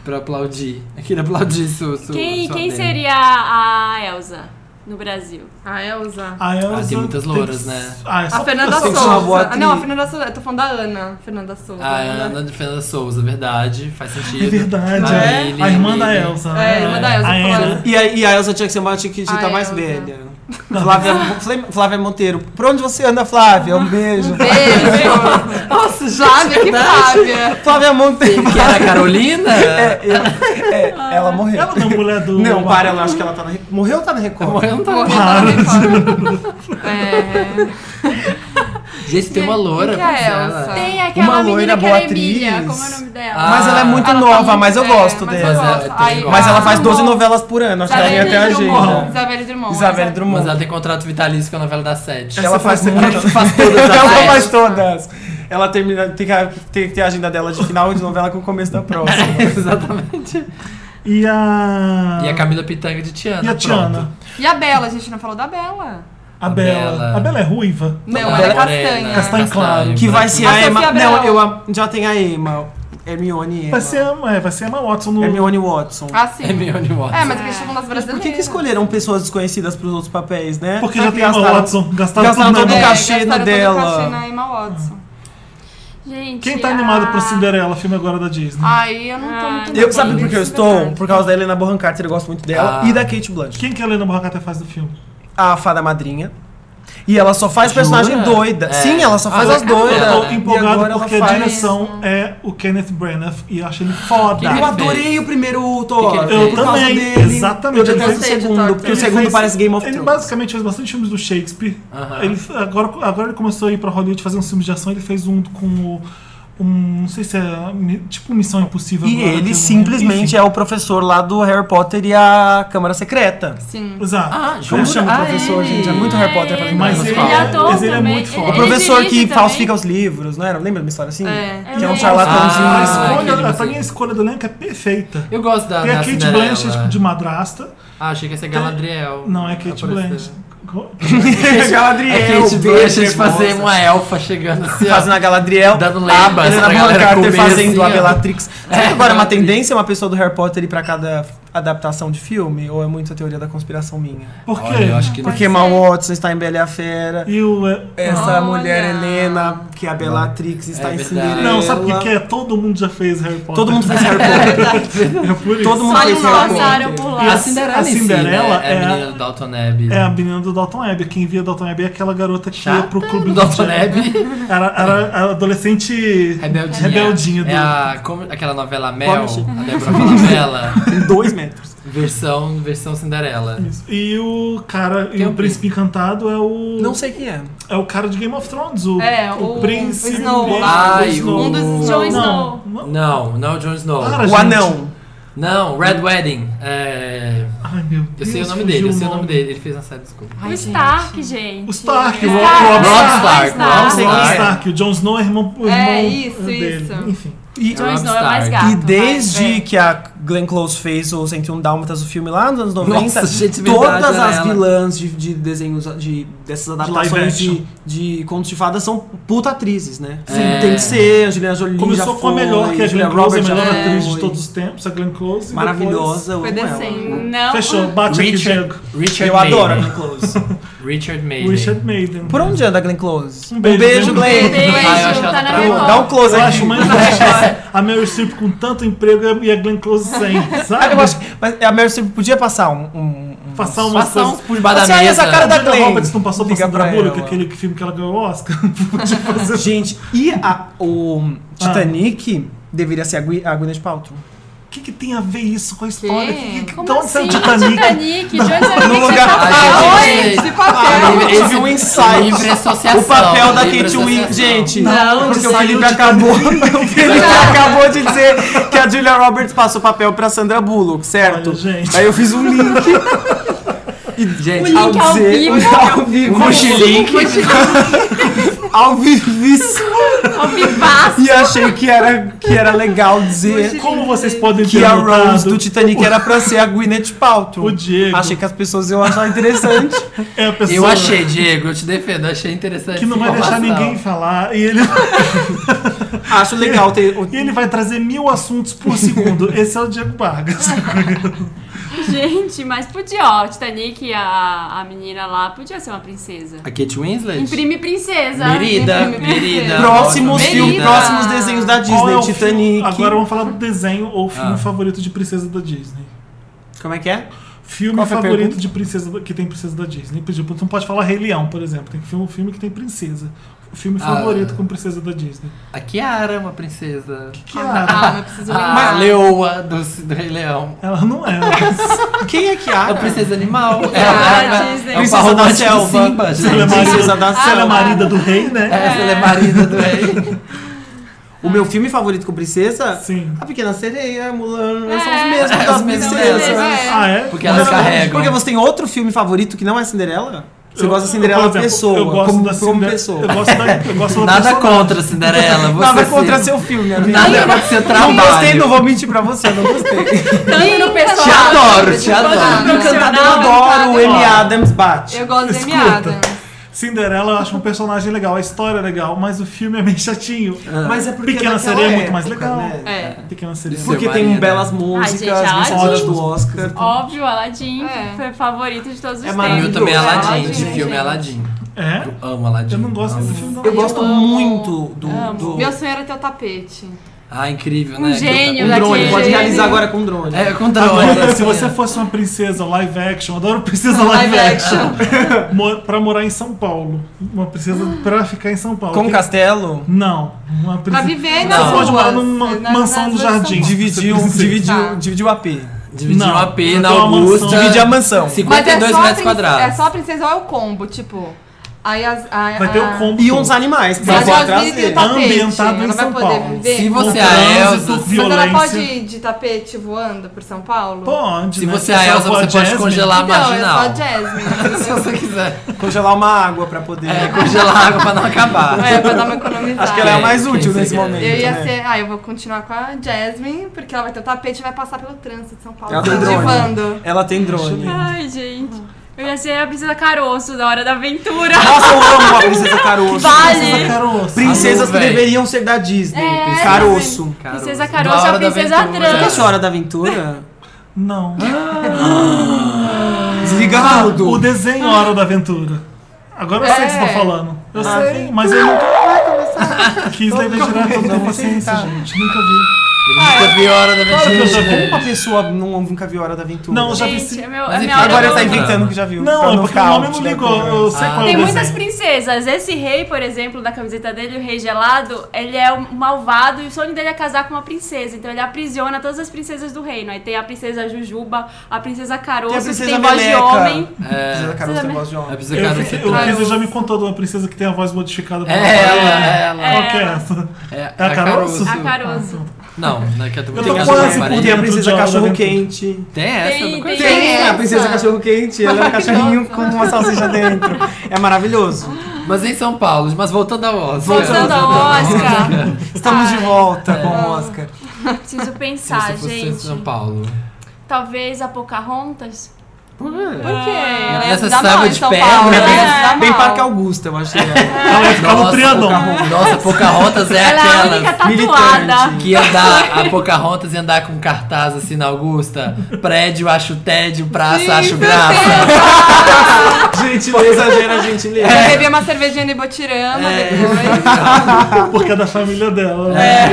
Speaker 2: pra aplaudir. Eu queria aplaudir su, su,
Speaker 5: Quem,
Speaker 2: sua
Speaker 5: quem
Speaker 2: dele.
Speaker 5: seria a a Elsa no Brasil?
Speaker 4: A Elza.
Speaker 1: A Elsa
Speaker 2: Ah, tem muitas
Speaker 1: que-
Speaker 2: louras, né?
Speaker 1: Ah, é só
Speaker 4: A Fernanda
Speaker 3: tem que ser uma boa
Speaker 4: Souza. Ah, não, a
Speaker 3: atriz.
Speaker 4: Fernanda Souza. Eu tô falando da Ana. Fernanda Souza.
Speaker 2: Ah, é A Ana de Fernanda Souza, verdade, faz sentido.
Speaker 1: É verdade,
Speaker 2: Ah,
Speaker 1: é.
Speaker 2: ele,
Speaker 1: a irmã
Speaker 2: ele.
Speaker 1: da Elsa. né?
Speaker 4: É, a irmã da Elsa,
Speaker 1: A
Speaker 4: eu tô falando.
Speaker 1: Anna.
Speaker 3: E a, e a Elsa tinha que ser uma chiquitita
Speaker 4: A
Speaker 3: mais
Speaker 4: Elsa.
Speaker 3: velha. Flávia, Flem- Flávia Monteiro. Por onde você anda, Flávia? Um
Speaker 4: (laughs)
Speaker 3: beijo.
Speaker 4: Beijo. Nossa, Flávia, que Flávia.
Speaker 3: Flávia Monteiro.
Speaker 2: Que era a Carolina?
Speaker 3: É, é, é, ela morreu.
Speaker 1: Ela não é mulher do.
Speaker 3: Não, para, eu acho que ela tá na Record. Morreu ou tá na Record?
Speaker 2: Morreu não tá
Speaker 4: Porra,
Speaker 1: Claro.
Speaker 4: eu tava reclamando. (laughs) É.
Speaker 2: Gente, tem uma loura.
Speaker 4: Quem que é
Speaker 2: pois
Speaker 4: a Elsa?
Speaker 5: Tem aquela
Speaker 3: Uma loira,
Speaker 5: menina que
Speaker 3: boa
Speaker 5: era Emília,
Speaker 3: atriz.
Speaker 5: como é o nome dela?
Speaker 3: Mas ela é muito
Speaker 4: Ela tá
Speaker 3: nova,
Speaker 4: muito-
Speaker 3: mas eu
Speaker 4: é,
Speaker 3: gosto
Speaker 4: mas eu
Speaker 3: dela.
Speaker 2: Mas ela-
Speaker 4: gosto.
Speaker 2: tem
Speaker 4: Aí-
Speaker 2: igual.
Speaker 3: Mas ela faz
Speaker 4: Drummond.
Speaker 3: 12 novelas por ano, acho que ela tem
Speaker 4: Isabelle
Speaker 3: até a
Speaker 4: Drummond.
Speaker 3: agenda.
Speaker 4: Isabelle Drummond. é.
Speaker 3: Isabelle
Speaker 2: Mas ela
Speaker 3: Drummond.
Speaker 2: tem contrato vitalício com a novela das sete.
Speaker 3: Ela faz
Speaker 1: Essa
Speaker 3: muito.
Speaker 2: faz todas as
Speaker 3: Ela
Speaker 2: sete.
Speaker 3: faz todas. Ela termina, tem que, tem que ter a agenda dela de final de novela com o começo da próxima.
Speaker 2: Exatamente.
Speaker 1: E a.
Speaker 2: E a Camila Pitanga de Tiana.
Speaker 1: E a
Speaker 2: pronto.
Speaker 1: Tiana.
Speaker 4: (laughs) E a Bela, a gente não falou da Bela.
Speaker 1: A
Speaker 2: A
Speaker 1: Bela.
Speaker 2: Bela.
Speaker 1: A Bela é ruiva?
Speaker 4: Não,
Speaker 2: Ela
Speaker 4: ela é
Speaker 2: morena,
Speaker 4: castanha.
Speaker 1: Castanha claro.
Speaker 3: Que vai ser
Speaker 4: A
Speaker 3: a,
Speaker 4: Sofia
Speaker 3: Emma.
Speaker 4: Abrão.
Speaker 3: Não, eu a- já tem a Emma. Hermione e Emma.
Speaker 1: Vai ser, a- é, vai ser a Emma Watson no.
Speaker 3: Hermione Watson.
Speaker 4: Ah, sim.
Speaker 2: Hermione Watson.
Speaker 4: É, mas a gente tá falando das
Speaker 3: Por
Speaker 4: brasileiras.
Speaker 3: que, que escolheram pessoas desconhecidas pros outros papéis, né?
Speaker 1: Porque
Speaker 3: Será
Speaker 1: já
Speaker 3: que
Speaker 1: tem a Emma
Speaker 3: gastaram-
Speaker 1: Watson. Gastaram,
Speaker 3: gastaram
Speaker 1: tudo
Speaker 3: todo o
Speaker 1: nela.
Speaker 4: É,
Speaker 3: cachê
Speaker 4: gastaram
Speaker 3: no
Speaker 4: todo o
Speaker 3: dela.
Speaker 4: cachê na Emma Watson.
Speaker 5: Gente,
Speaker 1: Quem tá animado
Speaker 5: a-
Speaker 4: Ah.
Speaker 1: pro Cinderela, filme agora da Disney?
Speaker 4: Aí eu não tô
Speaker 5: Ah,
Speaker 4: muito...
Speaker 3: Eu,
Speaker 4: bem,
Speaker 3: sabe por que eu
Speaker 4: isso é
Speaker 3: estou?
Speaker 4: verdade.
Speaker 3: Por causa da Helena Bonham Carter, eu gosto muito dela.
Speaker 2: Ah.
Speaker 3: E da Kate Blanchett.
Speaker 1: Quem que a Helena Borracata faz no filme?
Speaker 3: A fada madrinha. E ela só faz personagem
Speaker 2: Jura?
Speaker 3: doida.
Speaker 2: É.
Speaker 3: Sim, ela só faz
Speaker 2: Ah,
Speaker 3: as
Speaker 2: eu
Speaker 3: doidas.
Speaker 2: Ela,
Speaker 1: Eu tô
Speaker 2: né?
Speaker 3: E
Speaker 1: empolgado
Speaker 3: agora
Speaker 1: tá porque
Speaker 3: ela
Speaker 1: a
Speaker 3: faz-
Speaker 1: direção é o Kenneth Branagh e eu acho ele foda.
Speaker 2: Que
Speaker 3: Eu
Speaker 2: ele
Speaker 3: adorei
Speaker 2: fez.
Speaker 3: o primeiro Thor. né,
Speaker 2: Que que ele
Speaker 1: Eu
Speaker 2: fez?
Speaker 3: por causa
Speaker 1: também,
Speaker 3: dele.
Speaker 1: exatamente.
Speaker 3: Eu detesto o
Speaker 4: gostei de
Speaker 3: segundo,
Speaker 4: Thor
Speaker 3: porque o
Speaker 4: também.
Speaker 1: Ele
Speaker 3: segundo
Speaker 1: fez-
Speaker 3: parece Game of
Speaker 1: Ele
Speaker 3: Thrones.
Speaker 1: basicamente fez bastante filmes do Shakespeare.
Speaker 2: Aham.
Speaker 1: Ele, agora, agora ele começou a ir pra Hollywood fazer uns filmes de ação. Ele fez um com o, um. Não sei se é. mi- Tipo Missão Impossível.
Speaker 3: E
Speaker 1: agora, que eu
Speaker 3: ele
Speaker 1: não-
Speaker 3: simplesmente
Speaker 1: enfim.
Speaker 3: é o professor lá do Harry Potter e a Câmara Secreta.
Speaker 4: Sim.
Speaker 1: Exato.
Speaker 2: Ah,
Speaker 3: Como
Speaker 2: juro?
Speaker 3: chama o
Speaker 2: Ah,
Speaker 3: professor,
Speaker 2: ele.
Speaker 3: gente? É muito Harry Potter, eu falei
Speaker 1: Mas
Speaker 3: mas
Speaker 1: ele
Speaker 5: ele
Speaker 1: fala.
Speaker 5: é
Speaker 3: fala.
Speaker 5: ator
Speaker 1: Mas ele é
Speaker 5: também.
Speaker 1: muito foda.
Speaker 3: O
Speaker 1: Ele
Speaker 3: professor que
Speaker 5: dirige também.
Speaker 3: falsifica os livros, não era? Lembra de uma história assim? (laughs)
Speaker 4: É.
Speaker 3: Que é
Speaker 5: Eu
Speaker 3: um
Speaker 5: lembro.
Speaker 3: charlatãozinho.
Speaker 1: A
Speaker 2: Ah,
Speaker 1: escolha,
Speaker 2: aquele
Speaker 1: a- pra
Speaker 2: você.
Speaker 1: mim, a escolha do elenco é perfeita.
Speaker 2: Eu gosto da,
Speaker 1: Tem a
Speaker 2: da
Speaker 1: Kate
Speaker 2: Cinderela.
Speaker 1: Blanchett de madrasta.
Speaker 2: Ah, achei que ia ser Galadriel.
Speaker 1: Não, é Kate
Speaker 2: Apareceu.
Speaker 1: Blanchett. Co-
Speaker 3: Galadriel.
Speaker 2: É Kate Blanchett
Speaker 3: Blanchett
Speaker 2: fazer uma elfa chegando assim, ó.
Speaker 3: Fazendo a Galadriel.
Speaker 2: Dando
Speaker 3: a
Speaker 2: lembas pra
Speaker 3: Helena Bonham
Speaker 2: galera
Speaker 3: Carter
Speaker 2: comer,
Speaker 3: fazendo
Speaker 2: assim,
Speaker 3: a
Speaker 2: ó.
Speaker 3: Bellatrix. Será
Speaker 2: É,
Speaker 3: que agora é uma
Speaker 2: Bellatrix.
Speaker 3: tendência uma pessoa do Harry Potter ir pra cada adaptação de filme? Ou é muita teoria da conspiração minha?
Speaker 1: Por quê?
Speaker 2: Olha, eu acho que não.
Speaker 3: Porque Mal Watson está em Bela e a Fera.
Speaker 1: E o. é,
Speaker 3: Essa
Speaker 4: Olha.
Speaker 3: mulher Helena, que é a Bellatrix, está
Speaker 2: É
Speaker 3: em
Speaker 2: verdade.
Speaker 3: Cinderela.
Speaker 1: Não, sabe o que, que é? Todo mundo já fez Harry Potter.
Speaker 3: Todo mundo fez Harry Potter.
Speaker 5: (laughs)
Speaker 1: É por isso.
Speaker 3: Todo mundo
Speaker 5: Só
Speaker 3: fez
Speaker 5: eles
Speaker 3: Harry Potter.
Speaker 5: passaram por lá.
Speaker 2: A
Speaker 1: Yes.
Speaker 2: Cinderela,
Speaker 1: A
Speaker 2: em si,
Speaker 1: Cinderela
Speaker 2: né? é,
Speaker 1: é-
Speaker 2: a menina do Dalton Abbey.
Speaker 1: É a menina do Dalton Web. Quem via Dalton Web é aquela garota que ia pro clube
Speaker 2: do
Speaker 1: do
Speaker 2: Dalton É Abbey.
Speaker 1: Era, era a adolescente
Speaker 2: Rebeldinha.
Speaker 1: É rebeldinha do.
Speaker 2: É a, como- aquela novela Mel,
Speaker 3: Como
Speaker 2: a Débora Falabella,
Speaker 3: Tem dois metros.
Speaker 2: versão, versão Cinderela.
Speaker 1: Isso. E o cara, e
Speaker 2: Quem é
Speaker 1: o
Speaker 2: o
Speaker 1: príncipe encantado é o.
Speaker 3: Não sei quem é.
Speaker 1: É o cara de Game of Thrones, o,
Speaker 4: É,
Speaker 1: o
Speaker 4: o-
Speaker 1: príncipe.
Speaker 4: o Snow
Speaker 2: lá. Ai,
Speaker 4: Um
Speaker 2: o-
Speaker 4: dos Snow.
Speaker 5: Jon
Speaker 1: Não,
Speaker 5: Snow.
Speaker 1: não.
Speaker 2: Não, não é o Jon Snow.
Speaker 1: Para,
Speaker 3: O
Speaker 1: gente.
Speaker 3: anão.
Speaker 2: Não, Red Wedding. É...
Speaker 1: Ai, meu Deus.
Speaker 2: Eu sei o nome
Speaker 1: fugiu
Speaker 2: dele, eu sei o nome dele. Ele fez na série, desculpa.
Speaker 5: O Stark, gente.
Speaker 1: O Stark, o
Speaker 5: É.
Speaker 1: Rob
Speaker 2: Rob Stark,
Speaker 1: Stark.
Speaker 5: Stark.
Speaker 2: Rob
Speaker 1: O Rob
Speaker 2: Stark.
Speaker 1: Ah, Stark, o Jon Snow é irmão, irmão
Speaker 4: isso,
Speaker 1: dele.
Speaker 4: isso.
Speaker 1: Enfim.
Speaker 3: E,
Speaker 5: Jon
Speaker 2: Rob
Speaker 5: Snow é mais
Speaker 2: Stark.
Speaker 5: gato.
Speaker 3: e desde
Speaker 4: vai, é.
Speaker 3: que a Glenn Close fez o 101 Dálmatas, o filme lá nos anos 90,
Speaker 2: Nossa, gente, verdade,
Speaker 3: todas
Speaker 2: era
Speaker 3: as
Speaker 2: ela.
Speaker 3: vilãs de, de desenhos, de, dessas adaptações
Speaker 1: live
Speaker 3: de, de contos de fadas são puta atrizes, né?
Speaker 2: Sim. É.
Speaker 3: Tem que ser, a Juliana Jolie já
Speaker 1: Começou com a
Speaker 3: foi,
Speaker 1: melhor, que é a
Speaker 3: Julia
Speaker 1: Glenn Close, a
Speaker 3: Roberts já
Speaker 1: melhor
Speaker 2: né?
Speaker 3: foi,
Speaker 1: atriz de todos os tempos, a Glenn Close. e
Speaker 3: Maravilhosa, eu
Speaker 4: Foi
Speaker 3: amo ela.
Speaker 4: descendo.
Speaker 5: Não.
Speaker 1: depois- Fechou, bate aqui,
Speaker 2: Richard-
Speaker 1: Diego.
Speaker 2: Richard
Speaker 3: Eu adoro a
Speaker 2: Maiden.
Speaker 3: Glenn Close.
Speaker 2: Richard Maiden.
Speaker 1: Richard Maiden.
Speaker 3: Por onde anda a Glenn Close?
Speaker 1: Um beijo, Glenn.
Speaker 3: Glenn.
Speaker 5: Beijo,
Speaker 1: Um
Speaker 2: Ah, eu acho que ela
Speaker 5: tá
Speaker 2: tá
Speaker 5: na
Speaker 2: pra-
Speaker 5: Record.
Speaker 3: Dá um close
Speaker 1: Eu
Speaker 3: aqui.
Speaker 1: acho mais
Speaker 3: (laughs)
Speaker 1: engraçado a Meryl Streep com tanto emprego e a Glenn Close sem,
Speaker 3: Ah,
Speaker 1: sabe?
Speaker 3: (laughs) eu acho que- mas a Meryl Streep podia passar um... um, um
Speaker 1: Passar umas
Speaker 2: Passa
Speaker 1: coisas...
Speaker 2: uns por debaixo da
Speaker 3: Olha
Speaker 2: mesa.
Speaker 3: essa cara da-
Speaker 1: A Julia
Speaker 3: Glenn.
Speaker 1: Roberts não passou por
Speaker 3: Liga
Speaker 1: Sandra
Speaker 3: pra
Speaker 1: Bullock,
Speaker 3: ela.
Speaker 1: aquele filme que ela ganhou o Oscar? Podia fazer-
Speaker 3: Gente, (laughs) e a- o
Speaker 1: Ah.
Speaker 3: Titanic deveria ser a, Gui, a Gwyneth Paltrow?
Speaker 1: O que, que tem a ver isso com a história?
Speaker 4: Que?
Speaker 1: Que? Que,
Speaker 5: Como
Speaker 1: de onde
Speaker 5: assim?
Speaker 1: saiu
Speaker 5: Titanic. Jon Snow
Speaker 3: No
Speaker 5: é
Speaker 3: lugar-
Speaker 5: mais gato.
Speaker 2: Ah,
Speaker 4: Oi,
Speaker 2: gente.
Speaker 4: de
Speaker 3: Ah,
Speaker 4: papel.
Speaker 3: eu tive um insight.
Speaker 2: é Livre associação.
Speaker 3: O papel da
Speaker 2: livre
Speaker 3: Kate Winslet,
Speaker 2: associação.
Speaker 3: gente.
Speaker 1: Da onde
Speaker 3: porque o
Speaker 1: saiu
Speaker 3: Felipe
Speaker 1: o
Speaker 3: acabou. (laughs) o Felipe acabou de dizer que a Julia Roberts passa o papel pra Sandra Bullock, certo?
Speaker 1: Olha, gente.
Speaker 3: Aí eu fiz um link. E, (laughs)
Speaker 2: Gente,
Speaker 5: O link ao
Speaker 3: dizer-
Speaker 5: vivo.
Speaker 3: ao vivo. Um
Speaker 2: O mochilink.
Speaker 3: Ao vivíssimo.
Speaker 5: Ao vivaço.
Speaker 3: E achei que era, que era legal
Speaker 5: assim?
Speaker 3: dizer
Speaker 1: Como vocês podem ter
Speaker 3: é que a Rose
Speaker 1: notado,
Speaker 3: do Titanic era pra ser a Gwyneth Paltrow.
Speaker 1: o Diego
Speaker 3: Achei que as pessoas iam achar interessante.
Speaker 1: é a pessoa
Speaker 2: Eu achei, Diego, eu te defendo, eu achei interessante.
Speaker 1: que não vai
Speaker 2: essa
Speaker 1: deixar
Speaker 2: informação.
Speaker 1: ninguém falar e ele, (laughs)
Speaker 3: Acho legal ter... o-
Speaker 1: e ele vai trazer mil assuntos por segundo. Esse é o Diego Vargas.
Speaker 5: Gente, mas podia, ó. Titanic, a, a menina lá, podia ser uma princesa.
Speaker 2: A Kate Winslet?
Speaker 5: Imprime princesa.
Speaker 2: Merida,
Speaker 4: Imprime
Speaker 2: Merida.
Speaker 3: (laughs) Próximos
Speaker 2: Merida.
Speaker 3: filmes, próximos desenhos da
Speaker 1: Qual
Speaker 3: Disney,
Speaker 1: é o filme-
Speaker 3: Titanic.
Speaker 1: Agora vamos falar do desenho ou filme
Speaker 2: Ah.
Speaker 1: favorito de princesa da Disney.
Speaker 3: Como é que é?
Speaker 1: Filme
Speaker 3: Qual foi a
Speaker 1: favorito
Speaker 3: pergunta?
Speaker 1: de princesa da- que tem princesa da Disney. Por exemplo, tu não pode falar Rei Leão, por exemplo. Tem filme, filme que tem princesa. Filme
Speaker 2: Ah.
Speaker 1: favorito com princesa da Disney.
Speaker 2: A Kiara, uma princesa.
Speaker 1: Kiara.
Speaker 4: Ah, mas preciso
Speaker 2: A
Speaker 4: lembrar.
Speaker 2: leoa do, do Rei Leão.
Speaker 1: Ela não
Speaker 3: (laughs)
Speaker 1: é. mas
Speaker 3: Quem (laughs) é
Speaker 2: É
Speaker 3: Kiara?
Speaker 2: a princesa animal. É,
Speaker 5: Ah,
Speaker 2: é,
Speaker 5: Disney.
Speaker 2: é, o
Speaker 3: Princesa
Speaker 2: par
Speaker 3: da
Speaker 2: romântico do
Speaker 3: selva.
Speaker 2: Simba,
Speaker 1: Se ela é
Speaker 2: gente.
Speaker 1: marida,
Speaker 3: Princesa da
Speaker 1: se ela é
Speaker 3: selva.
Speaker 1: marida do rei, né?
Speaker 2: Essa ela é marida do rei.
Speaker 3: O meu filme favorito com princesa?
Speaker 1: Sim.
Speaker 3: A Pequena Sereia, Mulan, são os
Speaker 5: É,
Speaker 3: mesmos
Speaker 2: é,
Speaker 3: das
Speaker 2: os mesmos
Speaker 3: princesas.
Speaker 4: desenhos. É.
Speaker 1: Ah, é?
Speaker 2: Porque elas
Speaker 1: Mas-
Speaker 2: carregam.
Speaker 3: Porque você tem outro filme favorito que não é Cinderela? Você
Speaker 1: Eu-
Speaker 3: gosta da Cinderela
Speaker 1: por exemplo,
Speaker 3: pessoa,
Speaker 1: eu gosto
Speaker 3: como,
Speaker 1: da
Speaker 3: como
Speaker 1: Cinde-
Speaker 3: pessoa.
Speaker 1: Eu gosto da, eu gosto da
Speaker 2: Nada
Speaker 1: personagem.
Speaker 2: contra Cinderela. Você
Speaker 3: Nada contra
Speaker 2: se...
Speaker 3: seu filme, minha amiga.
Speaker 2: Nada contra seu trabalho.
Speaker 3: Não gostei, não vou mentir pra você, eu não
Speaker 2: (laughs)
Speaker 3: gostei.
Speaker 4: Tanto no pessoal.
Speaker 2: Te adoro, te
Speaker 4: Eu gosto
Speaker 2: adoro.
Speaker 4: do
Speaker 3: Meu
Speaker 4: cantar,
Speaker 3: cantado eu
Speaker 4: é
Speaker 3: adoro, o Amy
Speaker 4: adoro.
Speaker 3: Adams bate.
Speaker 4: Eu gosto de Amy
Speaker 1: Escuta.
Speaker 4: Adams.
Speaker 1: Cinderela eu acho um personagem legal, a história é legal, mas o filme é meio chatinho.
Speaker 3: Mas é porque
Speaker 1: Pequena
Speaker 3: naquela
Speaker 1: Sereia é muito mais
Speaker 3: época,
Speaker 1: legal.
Speaker 3: né?
Speaker 4: É.
Speaker 1: Pequena sereia.
Speaker 2: Isso.
Speaker 3: Porque
Speaker 2: Seu
Speaker 3: tem
Speaker 2: marido. né?
Speaker 3: belas
Speaker 5: gente,
Speaker 3: músicas,
Speaker 5: Aladdin.
Speaker 3: vencedora do Oscar.
Speaker 5: Óbvio, Aladdin
Speaker 4: É.
Speaker 5: foi favorito de todos os
Speaker 3: É
Speaker 5: tempos.
Speaker 2: O meu também é
Speaker 3: maravilhoso.
Speaker 2: Aladdin, de
Speaker 4: Aladdin,
Speaker 2: filme é
Speaker 4: gente.
Speaker 2: Aladdin.
Speaker 1: É?
Speaker 2: Eu amo Aladdin.
Speaker 1: Eu não gosto
Speaker 2: Amo.
Speaker 1: desse filme, não.
Speaker 3: Eu gosto
Speaker 4: amo.
Speaker 3: muito do.
Speaker 5: Amo.
Speaker 3: do-
Speaker 4: Meu sonho é era ter o tapete.
Speaker 2: Ah, incrível,
Speaker 5: Um
Speaker 2: né?
Speaker 5: gênio
Speaker 2: um drone.
Speaker 5: daquele.
Speaker 3: Pode
Speaker 5: Gênio.
Speaker 3: realizar agora com um drone.
Speaker 2: É, com drone.
Speaker 1: Agora, se
Speaker 2: assim, (laughs)
Speaker 1: você
Speaker 2: ó.
Speaker 1: fosse uma princesa live action, adoro princesa live,
Speaker 4: Live
Speaker 1: action.
Speaker 4: action.
Speaker 1: Mo- pra morar em São Paulo. Uma princesa pra ficar em São Paulo.
Speaker 2: um
Speaker 3: Com
Speaker 1: Que-
Speaker 3: castelo?
Speaker 1: Não. Uma
Speaker 4: Pra
Speaker 1: princesa.
Speaker 4: viver
Speaker 1: Você
Speaker 4: nas
Speaker 1: pode morar
Speaker 4: ruas.
Speaker 1: numa
Speaker 4: nas-
Speaker 1: mansão do
Speaker 4: nas ruas de São
Speaker 1: jardim.
Speaker 4: Paulo.
Speaker 3: Dividiu,
Speaker 1: Você precisa.
Speaker 3: dividiu,
Speaker 4: Tá.
Speaker 3: dividiu o AP.
Speaker 2: Dividir
Speaker 1: Não,
Speaker 2: um AP
Speaker 1: eu
Speaker 2: na
Speaker 1: tenho uma mansão.
Speaker 2: Augusta.
Speaker 3: Dividir a mansão.
Speaker 4: Mas é
Speaker 2: 52
Speaker 4: só a
Speaker 2: metros
Speaker 4: prin-
Speaker 2: quadrados.
Speaker 4: É só a princesa ou é o combo, tipo. Aí as, a,
Speaker 1: Vai ter
Speaker 4: Ah. a-
Speaker 1: o combo.
Speaker 3: E
Speaker 1: todo.
Speaker 3: uns animais.
Speaker 4: Mas
Speaker 3: pra
Speaker 4: a Jasmine tem um o
Speaker 3: trazer.
Speaker 4: tapete.
Speaker 1: Ambientado em
Speaker 4: ela vai
Speaker 1: São
Speaker 4: poder
Speaker 1: Paulo.
Speaker 4: viver. Então,
Speaker 2: Se
Speaker 1: Com
Speaker 2: você é a
Speaker 1: trânsito,
Speaker 2: Elsa,
Speaker 4: Mas ela
Speaker 1: violência.
Speaker 4: pode ir de tapete voando por São Paulo?
Speaker 1: Pode,
Speaker 2: Se
Speaker 1: né?
Speaker 2: você é a Elsa,
Speaker 1: for
Speaker 2: você pode
Speaker 1: Jasmine,
Speaker 2: congelar a
Speaker 4: Não, é
Speaker 2: marginal.
Speaker 4: só
Speaker 2: (laughs)
Speaker 4: Jasmine.
Speaker 2: Se você quiser.
Speaker 3: Congelar uma água pra poder.
Speaker 2: É, congelar a água pra não acabar.
Speaker 4: é, pra dar uma economizada.
Speaker 3: Acho que ela é a mais
Speaker 2: É,
Speaker 3: útil
Speaker 2: quem
Speaker 3: nesse
Speaker 2: seria?
Speaker 3: momento.
Speaker 4: Eu ia
Speaker 3: né?
Speaker 4: ser. Ah, eu vou continuar com a Jasmine, porque ela vai ter o tapete e vai passar pelo trânsito de São Paulo.
Speaker 3: Ela tá tem
Speaker 4: se
Speaker 3: drone.
Speaker 4: divando.
Speaker 3: Ela tem drone.
Speaker 5: Ai, gente. Eu ia ser a Princesa Caroço da Hora da Aventura.
Speaker 3: Nossa, eu amo a Princesa Caroço.
Speaker 1: Essa
Speaker 5: Vale!
Speaker 1: caroça.
Speaker 3: Princesas
Speaker 2: Alô,
Speaker 3: que
Speaker 2: véi.
Speaker 3: deveriam ser da Disney.
Speaker 5: É,
Speaker 3: Caroço.
Speaker 5: Princesa
Speaker 2: Caruso.
Speaker 5: Caroço é
Speaker 2: Na
Speaker 5: a
Speaker 2: hora da
Speaker 5: princesa
Speaker 2: aventura.
Speaker 3: Você quer
Speaker 5: trans.
Speaker 3: ser a Hora da Aventura?
Speaker 1: Não.
Speaker 3: Desliga
Speaker 1: Ah,
Speaker 3: tudo.
Speaker 1: o desenho Hora da Aventura. Agora eu sei o que você tá
Speaker 4: É.
Speaker 1: falando. Eu sei, mas eu nunca quis levar tirar toda a paciência, gente. Nunca vi.
Speaker 5: Ah, é.
Speaker 2: Nunca vi a hora da
Speaker 1: Claro que eu
Speaker 2: mentira.
Speaker 1: já
Speaker 3: Gente, como
Speaker 1: vi.
Speaker 3: uma pessoa não, nunca viu Hora da Aventura?
Speaker 1: Não, eu já vi
Speaker 5: Gente,
Speaker 1: sim.
Speaker 5: é meu, é
Speaker 2: Mas
Speaker 5: minha
Speaker 2: enfim,
Speaker 5: hora
Speaker 3: Agora
Speaker 5: da
Speaker 3: tá
Speaker 2: outra.
Speaker 5: aventura.
Speaker 3: inventando que já viu. pra
Speaker 1: Não, é porque o
Speaker 3: ficar
Speaker 1: nome
Speaker 3: out,
Speaker 1: não
Speaker 3: né,
Speaker 1: ligou.
Speaker 3: programa.
Speaker 1: Eu sei
Speaker 2: Ah.
Speaker 1: qual é
Speaker 5: Tem
Speaker 1: o
Speaker 5: muitas
Speaker 1: desenho.
Speaker 5: princesas. Esse rei, por exemplo, da camiseta dele, o rei gelado, ele é um malvado e o sonho dele é casar com uma princesa. Então ele aprisiona todas as princesas do reino. Aí tem a princesa Jujuba, a princesa Caroço,
Speaker 3: Tem a
Speaker 5: que
Speaker 3: princesa
Speaker 5: tem voz de
Speaker 3: Meleca.
Speaker 5: homem.
Speaker 3: Princesa Caroço tem voz de
Speaker 2: É
Speaker 3: homem.
Speaker 2: preciso
Speaker 1: Eu,
Speaker 2: cara, você
Speaker 1: eu,
Speaker 2: tá-
Speaker 1: você já me contou de uma princesa que tem a voz modificada. pra
Speaker 2: É
Speaker 1: ela.
Speaker 2: ela, é ela.
Speaker 1: Qual que é essa?
Speaker 2: É
Speaker 1: É a Caroço?
Speaker 5: A Caroço.
Speaker 2: Não, não é que eu tô
Speaker 1: Eu
Speaker 3: Tem
Speaker 1: tô
Speaker 3: a
Speaker 1: quase
Speaker 3: Jasmine,
Speaker 1: por
Speaker 3: tem a
Speaker 1: dentro de
Speaker 3: Princesa
Speaker 1: Hora da
Speaker 3: Cachorro
Speaker 1: Aventura.
Speaker 3: Quente.
Speaker 2: Tem essa, eu
Speaker 5: Tem-
Speaker 2: não
Speaker 5: tem-
Speaker 2: conheço.
Speaker 3: Tem a
Speaker 4: essa?
Speaker 3: Princesa Cachorro Quente. Ela é um cachorrinho com uma salsicha dentro. É maravilhoso.
Speaker 2: Mas em São Paulo, mas voltando ao Oscar.
Speaker 5: Voltando ao Oscar.
Speaker 3: Estamos de
Speaker 5: Ai.
Speaker 3: volta com o Oscar.
Speaker 5: Preciso
Speaker 2: Se
Speaker 5: pensar,
Speaker 2: você fosse em
Speaker 5: tá, gente.
Speaker 2: São Paulo.
Speaker 5: Talvez a Pocahontas.
Speaker 4: Por quê? Ela é ia
Speaker 2: Nessa
Speaker 4: se dar mal em
Speaker 2: sábado de
Speaker 4: São
Speaker 2: pedra,
Speaker 4: Paulo. Ela ia
Speaker 5: né?
Speaker 4: se dar
Speaker 3: É, Bem
Speaker 4: mal.
Speaker 3: Parque é Augusta, eu é. achei.
Speaker 1: (laughs) Ela vai ficar no Trianon.
Speaker 2: Pocahontas- Nossa, Pocahontas é
Speaker 5: (laughs) Ela é a
Speaker 2: aquela.
Speaker 4: Tá
Speaker 5: única tatuada.
Speaker 2: Que ia dar a Pocahontas e andar com cartaz assim na Augusta. Prédio, acho tédio,
Speaker 3: Ah,
Speaker 2: praça, acho graça. É
Speaker 3: Gentileza gera gentileza.
Speaker 4: Ela bebia uma cervejinha de Botirama
Speaker 3: É.
Speaker 4: depois.
Speaker 1: Porque é da família dela.
Speaker 2: É,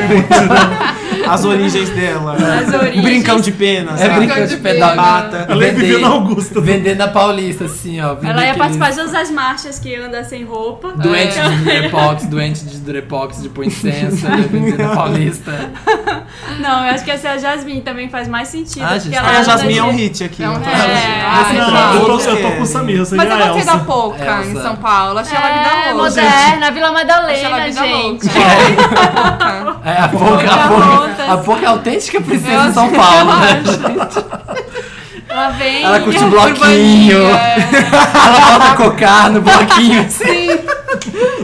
Speaker 3: As origens dela.
Speaker 5: As origens.
Speaker 3: Brincão de pena,
Speaker 2: É
Speaker 3: sabe?
Speaker 2: brincando de pedal.
Speaker 3: Bata.
Speaker 1: Ela ia viver
Speaker 2: Vendendo-
Speaker 1: na Augusta.
Speaker 2: Vendendo na Paulista, assim, ó. vender
Speaker 5: Ela ia
Speaker 2: aqueles
Speaker 5: participar de todas as marchas que anda sem roupa.
Speaker 2: Doente
Speaker 5: É.
Speaker 2: de Durepox, doente de Durepox, de Poincensa, ia vender na Paulista.
Speaker 5: (laughs) Não, eu acho que essa é a Jasmine também faz mais sentido.
Speaker 2: Ah,
Speaker 5: porque
Speaker 2: gente,
Speaker 5: ela
Speaker 3: Ah, a
Speaker 5: anda
Speaker 3: Jasmine é um
Speaker 5: de-
Speaker 3: hit aqui. (laughs)
Speaker 4: É um hit.
Speaker 5: É,
Speaker 4: Ah,
Speaker 5: assim,
Speaker 1: Não, eu tô,
Speaker 3: Todos
Speaker 1: eu tô com o
Speaker 3: querem.
Speaker 1: Samir, eu seria
Speaker 4: Mas eu
Speaker 1: a
Speaker 4: gostei
Speaker 3: né?
Speaker 1: Elsa.
Speaker 4: da
Speaker 3: É,
Speaker 4: Pouca em
Speaker 2: Elsa.
Speaker 4: São Paulo. Achei
Speaker 5: É,
Speaker 4: ela vida louca.
Speaker 5: moderna, Vila
Speaker 4: Achei ela é
Speaker 5: Madalena,
Speaker 4: vida
Speaker 5: gente.
Speaker 4: louca.
Speaker 2: É, a
Speaker 5: Tá
Speaker 2: pouca, a pouca, a pouca é a autêntica princesa de São Paulo, né?
Speaker 5: Ela vem.
Speaker 2: Ela curte bloquinho, ela bota cocar no bloquinho.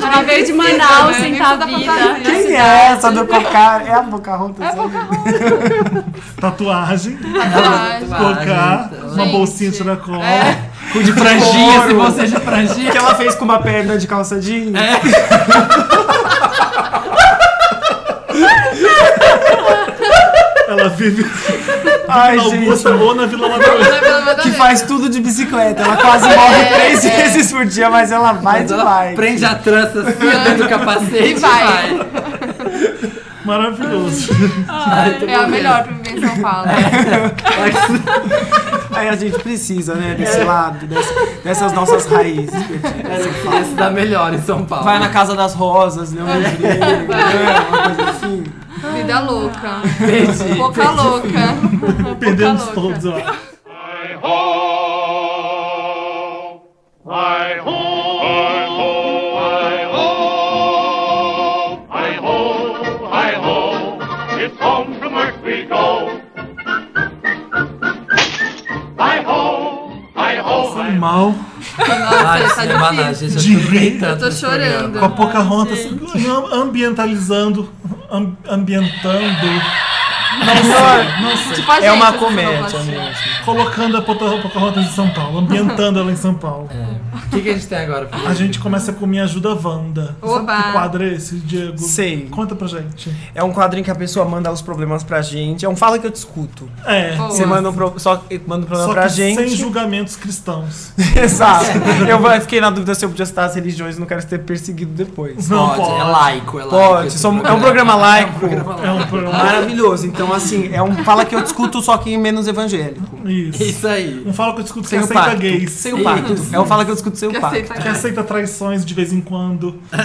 Speaker 5: Ela veio de
Speaker 4: né?
Speaker 5: Manaus, sentar a vida.
Speaker 3: Quem é essa do Cocar? É a Pocahontas. É
Speaker 1: Tatuagem,
Speaker 2: Ah,
Speaker 1: colocar
Speaker 2: gente,
Speaker 1: uma bolsinha tiracol.
Speaker 4: É.
Speaker 2: Cu de franjinha, se
Speaker 3: Ouro.
Speaker 2: você já franjinha.
Speaker 3: Que ela fez com uma perna de calça jeans.
Speaker 1: Ela vive
Speaker 3: Ai,
Speaker 1: na
Speaker 3: gente.
Speaker 1: Augusta ou na Vila Madalena.
Speaker 4: é.
Speaker 3: Que faz tudo de bicicleta. Ela quase morre três vezes por dia, mas ela vai
Speaker 2: Mas
Speaker 3: de
Speaker 2: ela
Speaker 3: bike.
Speaker 2: prende a trança assim, dentro do capacete e vai.
Speaker 4: vai.
Speaker 1: Maravilhoso.
Speaker 4: É a melhor pra viver em São Paulo.
Speaker 3: É. Aí a gente precisa, né? Desse lado, desse- dessas nossas raízes. perdidas.
Speaker 2: Esse dá melhor em São Paulo.
Speaker 3: Vai na Casa das Rosas, né? Um livrinho, né, uma coisa assim.
Speaker 4: Vida louca. Pouca louca.
Speaker 1: Perdemos
Speaker 4: louca.
Speaker 1: todos, eu acho.
Speaker 7: It's home from earth we go. Hi ho, hi ho, hi ho.
Speaker 1: Mal.
Speaker 3: Ah,
Speaker 2: Ai,
Speaker 4: Nossa,
Speaker 3: é
Speaker 4: tá
Speaker 2: cinema,
Speaker 4: difícil.
Speaker 2: gente, eu chorei tanto
Speaker 4: Eu tô
Speaker 2: nesse programa.
Speaker 4: chorando.
Speaker 1: Com a Pocahontas assim, am- ambientalizando, am- ambientando,
Speaker 3: Então,
Speaker 4: Tipo a
Speaker 3: É
Speaker 4: gente,
Speaker 3: uma
Speaker 4: assim,
Speaker 3: comédia né,
Speaker 4: sonoplastia.
Speaker 3: mesmo.
Speaker 1: colocando a Poca- Pocahontas em São Paulo, ambientando ela em São Paulo.
Speaker 3: É.
Speaker 2: O que, que a gente tem agora? Felipe?
Speaker 1: A gente começa com Minha Ajuda Wanda. Sabe
Speaker 4: Oba.
Speaker 1: que quadro é esse, Diego?
Speaker 3: Sei.
Speaker 1: Conta pra gente.
Speaker 3: É um quadro em que a pessoa manda os problemas pra gente. É um fala que eu discuto.
Speaker 1: É.
Speaker 4: Boa.
Speaker 3: Você manda um, pro- só, manda um problema
Speaker 1: Só
Speaker 3: pra
Speaker 1: que
Speaker 3: gente.
Speaker 1: sem julgamentos cristãos.
Speaker 3: (laughs) Exato. Eu fiquei na dúvida se eu podia citar as religiões, não quero ser perseguido depois.
Speaker 1: Não
Speaker 2: Pode, é
Speaker 1: pode.
Speaker 2: laico, é laico.
Speaker 3: Pode,
Speaker 2: esse
Speaker 3: som- é um programa laico.
Speaker 2: É um programa laico.
Speaker 1: É um programa.
Speaker 3: Maravilhoso. Então Então, assim, é um fala que eu discuto só que menos evangélico.
Speaker 2: (laughs)
Speaker 1: Isso.
Speaker 2: Isso aí.
Speaker 1: Não fala que eu discuto
Speaker 3: Ah, Sem
Speaker 1: sem
Speaker 3: o
Speaker 1: aceita
Speaker 3: pacto.
Speaker 1: gays.
Speaker 3: Sem o pacto. É um fala que eu discuto sem o
Speaker 4: Que
Speaker 3: pacto.
Speaker 4: aceita.
Speaker 1: Que aceita traições de vez em quando.
Speaker 3: Mas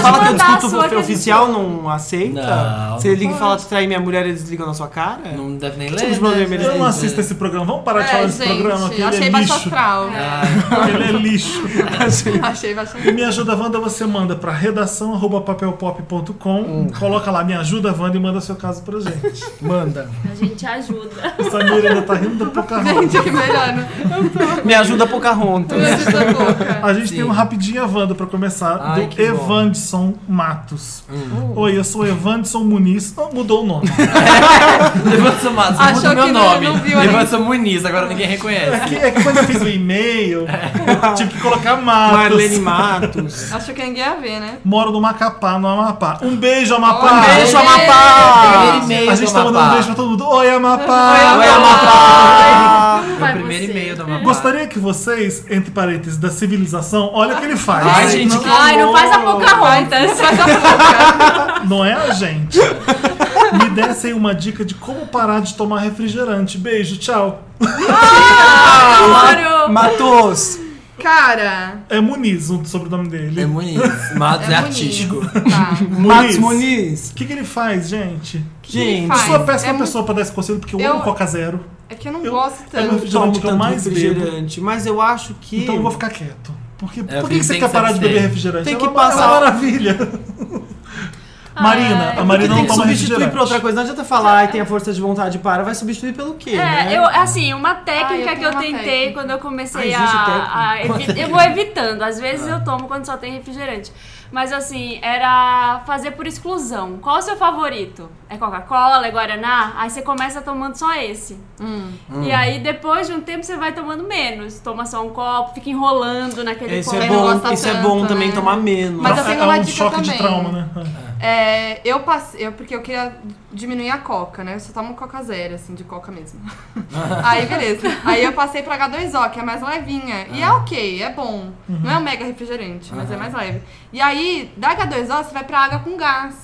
Speaker 3: fala que eu
Speaker 5: mandar a
Speaker 3: discuto
Speaker 5: sua que a
Speaker 3: porque o
Speaker 5: gente-
Speaker 3: oficial não aceita.
Speaker 2: Não,
Speaker 3: Você liga e fala que trai minha mulher, eles ligam na sua cara?
Speaker 2: Não deve nem
Speaker 3: Que
Speaker 2: ler.
Speaker 3: tipo
Speaker 2: né,
Speaker 3: de problema
Speaker 2: gente?
Speaker 3: eles
Speaker 1: Eu não assisto é esse programa. Vamos parar de falar
Speaker 4: É,
Speaker 1: desse programa, que
Speaker 4: gente,
Speaker 1: ele
Speaker 4: achei
Speaker 1: é
Speaker 4: baixo
Speaker 1: lixo.
Speaker 4: astral.
Speaker 1: Ele é lixo.
Speaker 4: Achei baixo
Speaker 1: E Me Ajuda Wanda você manda pra redação arroba papelpop.com,
Speaker 3: Hum.
Speaker 1: coloca lá Me Ajuda Wanda e manda seu caso pra gente.
Speaker 3: Manda.
Speaker 5: A gente ajuda.
Speaker 1: Essa Samira ainda tá rindo da Pocahontas.
Speaker 4: Gente, que melhor, né?
Speaker 3: (laughs) Me ajuda Pocahontas.
Speaker 4: (laughs) Meu Deus da boca.
Speaker 1: A gente tem um rapidinho Wanda pra começar,
Speaker 2: Ai,
Speaker 1: do
Speaker 2: que bom.
Speaker 1: Evandson Matos.
Speaker 3: Hum.
Speaker 1: Oi, eu sou Evandson Muniz. Oh, mudou o
Speaker 3: (laughs)
Speaker 1: nome.
Speaker 2: Levanta seu mato,
Speaker 4: Achou
Speaker 2: muda o meu
Speaker 4: que não-
Speaker 2: nome.
Speaker 4: não viu ainda.
Speaker 2: Levanta seu Muniz, agora ninguém reconhece.
Speaker 1: É que, é que quando eu fiz o e-mail, eu tive que colocar
Speaker 3: É. Marlene
Speaker 1: Matos.
Speaker 3: Matos.
Speaker 5: (laughs)
Speaker 4: Achou que ninguém ia ver, né?
Speaker 1: Moro no Macapá, no Amapá. Um beijo, Amapá!
Speaker 3: Um beijo,
Speaker 4: Amapá.
Speaker 2: Primeiro
Speaker 3: Amapá!
Speaker 2: e-mail
Speaker 1: A gente
Speaker 2: do
Speaker 1: tá mandando um
Speaker 2: Amapá.
Speaker 1: beijo pra todo mundo. Oi,
Speaker 4: É
Speaker 1: Amapá!
Speaker 2: é
Speaker 3: Oi, Amapá!
Speaker 2: Meu É primeiro e-mail do Amapá.
Speaker 1: Gostaria que vocês, entre parênteses, da civilização, olha o que ele faz.
Speaker 2: Ai, gente, que
Speaker 5: Ai, não faz a Pocahontas. Faz a
Speaker 1: Não é a gente. Me dessem uma dica de como parar de tomar refrigerante. Beijo, tchau.
Speaker 3: Tá.
Speaker 5: Pocahontas.
Speaker 3: Matos!
Speaker 4: Cara,
Speaker 1: É Muniz o sobrenome dele.
Speaker 2: É Muniz. Matos é,
Speaker 4: É Muniz.
Speaker 2: artístico.
Speaker 4: tá.
Speaker 3: Matos Muniz.
Speaker 1: O que, que ele faz, gente?
Speaker 3: Gente,
Speaker 4: faz?
Speaker 1: Sou a péssima
Speaker 4: É muito-
Speaker 1: pessoa pra dar esse conselho, porque eu,
Speaker 4: Eu-
Speaker 1: amo Coca Zero.
Speaker 4: É que eu não
Speaker 1: Eu-
Speaker 4: gosto
Speaker 1: é meu
Speaker 4: tanto.
Speaker 3: eu
Speaker 1: Geralmente
Speaker 3: tomo
Speaker 1: que eu
Speaker 3: tanto
Speaker 1: mais
Speaker 3: refrigerante, mas eu acho que...
Speaker 1: Então eu vou ficar quieto. Por
Speaker 3: É,
Speaker 1: que, por que
Speaker 2: tem
Speaker 1: que você
Speaker 2: que
Speaker 1: quer parar de
Speaker 2: abster.
Speaker 1: beber refrigerante?
Speaker 3: Tem
Speaker 1: É
Speaker 3: que
Speaker 1: uma- é
Speaker 3: passar-
Speaker 1: uma maravilha. Marina, a
Speaker 3: Porque
Speaker 1: Marina
Speaker 3: tem
Speaker 1: não
Speaker 3: que
Speaker 1: toma
Speaker 3: substituir
Speaker 1: refrigerante.
Speaker 3: por outra coisa. Não adianta falar, ai, tem a força de vontade, para. Vai substituir pelo quê, né?
Speaker 5: (laughs) É, eu, assim, uma
Speaker 4: Ah,
Speaker 5: técnica
Speaker 4: eu
Speaker 5: que eu
Speaker 4: tenho uma
Speaker 5: tentei
Speaker 4: técnica.
Speaker 5: quando eu comecei
Speaker 3: Ah, existe
Speaker 5: a. a
Speaker 3: técnica?
Speaker 5: evi- eu vou evitando, às vezes eu tomo quando só tem refrigerante. Mas assim, era fazer por exclusão. Qual o seu favorito? É Coca-Cola, é Guaraná? Aí você começa tomando só esse. E aí depois de um tempo você vai tomando menos. Toma só um copo, fica enrolando naquele
Speaker 3: Isso
Speaker 5: copo.
Speaker 3: é
Speaker 4: Eu não
Speaker 3: bom,
Speaker 4: gosto
Speaker 3: isso é
Speaker 4: tanto,
Speaker 3: bom também
Speaker 4: né?
Speaker 3: tomar menos.
Speaker 4: Mas eu
Speaker 1: é,
Speaker 4: tenho
Speaker 1: é
Speaker 4: uma
Speaker 1: um
Speaker 4: dica
Speaker 1: choque de
Speaker 4: também.
Speaker 1: trauma, né?
Speaker 4: É, eu passei, eu, porque eu queria diminuir a coca, né? Eu só tomo coca zero, assim, de coca
Speaker 2: (laughs)
Speaker 4: mesmo. Aí, beleza. Aí eu passei pra H2O, que é mais levinha. E é
Speaker 2: Ah.
Speaker 4: ok, é bom.
Speaker 2: Uhum.
Speaker 4: Não é um mega refrigerante, mas é mais leve. E aí, da H2O, você vai pra água com gás,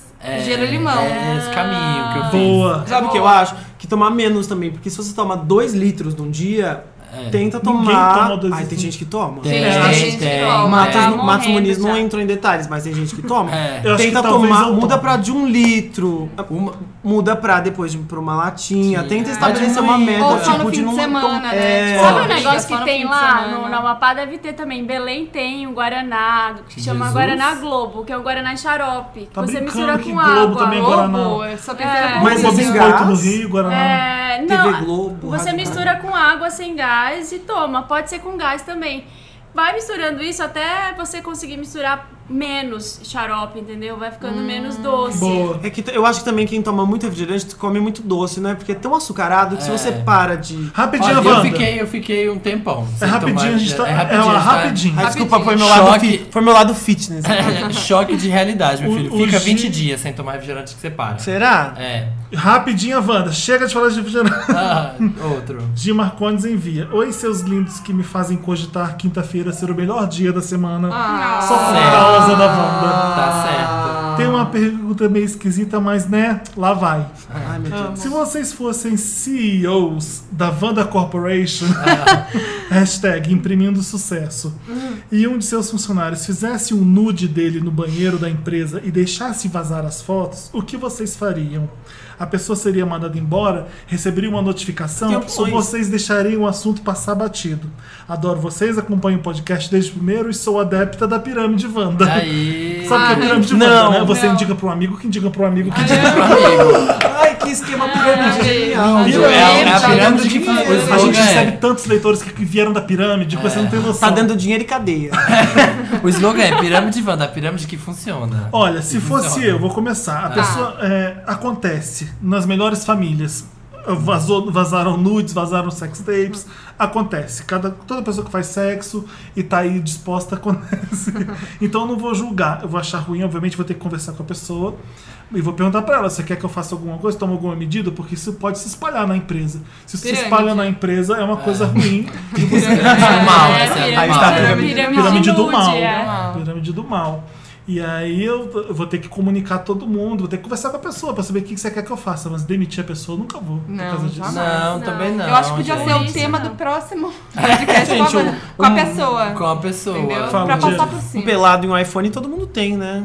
Speaker 4: gelo e limão.
Speaker 2: É esse caminho que eu fiz.
Speaker 1: Boa.
Speaker 3: Sabe o que eu acho? Que tomar menos também, porque se você toma 2 litros num dia, tenta tomar.
Speaker 1: É. toma dois
Speaker 3: Ai, tem
Speaker 1: litros.
Speaker 3: gente que toma.
Speaker 2: Tem, tem,
Speaker 4: Gente,
Speaker 2: é
Speaker 4: gente,
Speaker 2: tem.
Speaker 4: ó,
Speaker 3: Matos,
Speaker 5: Tá
Speaker 3: não- Matos
Speaker 5: morrendo
Speaker 3: Muniz não
Speaker 5: já.
Speaker 3: entrou em detalhes, mas tem gente que toma.
Speaker 2: É.
Speaker 1: Eu acho
Speaker 3: Tenta
Speaker 1: que talvez
Speaker 3: tomar,
Speaker 1: eu
Speaker 3: muda
Speaker 1: tome.
Speaker 3: pra de um litro,
Speaker 2: Uma-
Speaker 3: muda pra depois de, pra uma latinha.
Speaker 2: Sim.
Speaker 3: Tenta
Speaker 2: É.
Speaker 3: estabelecer uma meta,
Speaker 4: Ou só
Speaker 3: tipo,
Speaker 4: no
Speaker 3: de
Speaker 4: fim de
Speaker 3: não
Speaker 4: semana,
Speaker 3: tom-
Speaker 4: né?
Speaker 3: É.
Speaker 4: Tipo,
Speaker 5: Sabe
Speaker 4: Ó,
Speaker 5: um negócio
Speaker 4: só
Speaker 5: que
Speaker 4: no
Speaker 5: tem
Speaker 4: fim de
Speaker 5: lá
Speaker 4: semana.
Speaker 5: no, na Amapá? Deve ter também. Em Belém tem um Guaraná que chama
Speaker 2: Jesus.
Speaker 5: Guaraná Globo, que é um Guaraná em xarope. que
Speaker 1: Tá
Speaker 5: você
Speaker 1: brincando
Speaker 5: mistura
Speaker 1: que
Speaker 5: com
Speaker 1: Globo
Speaker 5: água.
Speaker 1: também é Guaraná.
Speaker 4: Lobo, eu só pensei
Speaker 5: É.
Speaker 4: na
Speaker 1: Mas
Speaker 3: Mas
Speaker 1: o
Speaker 3: sem
Speaker 1: biscoito
Speaker 3: gás?
Speaker 1: no Rio, Guaraná.
Speaker 5: É,
Speaker 3: TV
Speaker 5: não,
Speaker 3: Globo,
Speaker 5: você
Speaker 3: Rádio
Speaker 5: mistura com água sem gás e toma. Pode ser com gás também. Vai misturando isso até você conseguir misturar menos xarope, entendeu? Vai ficando menos doce.
Speaker 1: Boa.
Speaker 3: É que t- eu acho que também quem toma muito refrigerante come muito doce, né? Porque é tão açucarado que se
Speaker 2: É.
Speaker 3: você para de.
Speaker 1: Rapidinho,
Speaker 2: Olha, eu
Speaker 1: Wanda.
Speaker 2: fiquei, eu fiquei um tempão.
Speaker 1: É
Speaker 2: sem tomar,
Speaker 1: rapidinho, a gente tá.
Speaker 2: é
Speaker 1: É
Speaker 2: rapidinho,
Speaker 1: lá,
Speaker 2: a gente tá-
Speaker 1: rapidinho.
Speaker 3: Ai, desculpa, foi meu,
Speaker 2: Choque. É.
Speaker 3: lado fi- foi meu lado fitness.
Speaker 2: (laughs) Choque de realidade, meu
Speaker 1: O-
Speaker 2: filho.
Speaker 1: o
Speaker 2: Fica
Speaker 1: Gi-
Speaker 2: 20 dias sem tomar refrigerante que você para.
Speaker 3: Será?
Speaker 2: É.
Speaker 1: Rapidinho, Wanda. Chega de falar de refrigerante. (laughs)
Speaker 2: Ah, outro.
Speaker 1: G. Marcondes envia. Oi, seus lindos que me fazem cogitar quinta-feira ser o melhor dia da semana.
Speaker 2: (laughs)
Speaker 4: Ah,
Speaker 1: Só por
Speaker 2: Certo.
Speaker 1: causa da Wanda.
Speaker 2: Tá certo.
Speaker 1: Tem uma pergunta meio esquisita, mas né, lá vai.
Speaker 3: Ai, meu Deus.
Speaker 1: Se vocês fossem CEOs da Wanda Corporation, (laughs) hashtag imprimindo sucesso, e um de seus funcionários fizesse um nude dele no banheiro da empresa e deixasse vazar as fotos, o que vocês fariam? A pessoa seria mandada embora? Receberia uma notificação?
Speaker 3: Tem
Speaker 1: Ou
Speaker 3: opções.
Speaker 1: vocês deixariam o assunto passar batido? Adoro vocês, acompanho o podcast desde o primeiro e sou adepta da pirâmide Wanda.
Speaker 2: Aí.
Speaker 1: (laughs) Sabe o que é pirâmide Wanda,
Speaker 3: Não,
Speaker 1: né? Você
Speaker 4: não.
Speaker 1: indica para um amigo que indica para um amigo que indica
Speaker 3: Ai, que esquema pirâmide genial.
Speaker 2: É, é a pirâmide que faz
Speaker 3: tá dinheiro.
Speaker 2: o
Speaker 1: A gente
Speaker 2: slogan é-
Speaker 1: recebe tantos leitores que que vieram da pirâmide que você não tem noção.
Speaker 3: Tá dando dinheiro e cadeia.
Speaker 2: O slogan é pirâmide Wanda, a pirâmide que funciona.
Speaker 1: Olha, se
Speaker 2: Que
Speaker 1: fosse
Speaker 2: funciona.
Speaker 1: eu, vou começar. A pessoa é, acontece nas melhores famílias. Vazou- vazaram nudes, vazaram sex tapes. Acontece. Cada, toda pessoa que faz sexo e tá aí disposta (laughs) acontece. Então eu não vou julgar. Eu vou achar ruim, obviamente, vou ter que conversar com a pessoa. E vou perguntar pra ela: você quer que eu faça alguma coisa, tome alguma medida? Porque isso pode se espalhar na empresa. Se isso se
Speaker 4: Pirâmide.
Speaker 1: espalha na empresa, é uma coisa ruim. E você
Speaker 2: É normal,
Speaker 5: É,
Speaker 2: essa é
Speaker 5: pirâmide,
Speaker 2: normal.
Speaker 3: pirâmide.
Speaker 1: Pirâmide do
Speaker 5: nude,
Speaker 1: mal.
Speaker 5: é.
Speaker 1: Pirâmide do mal. E aí eu eu vou ter que comunicar todo mundo, vou ter que conversar com a pessoa pra saber o que que você quer que eu faça. Mas demitir a pessoa eu nunca vou. por
Speaker 4: Não,
Speaker 1: causa disso.
Speaker 4: jamais.
Speaker 2: Não,
Speaker 5: Não.
Speaker 2: também não.
Speaker 4: Eu acho que podia
Speaker 2: gente. É,
Speaker 4: ser o
Speaker 5: Isso
Speaker 4: tema
Speaker 5: não.
Speaker 4: do
Speaker 2: (laughs)
Speaker 4: próximo podcast com, a,
Speaker 3: Gente,
Speaker 4: com a pessoa.
Speaker 2: Com a um pessoa.
Speaker 4: Entendeu?
Speaker 1: Fala
Speaker 4: pra
Speaker 1: um
Speaker 4: passar
Speaker 1: dia.
Speaker 4: por
Speaker 3: Um
Speaker 4: cima.
Speaker 3: pelado e um iPhone todo mundo tem, né?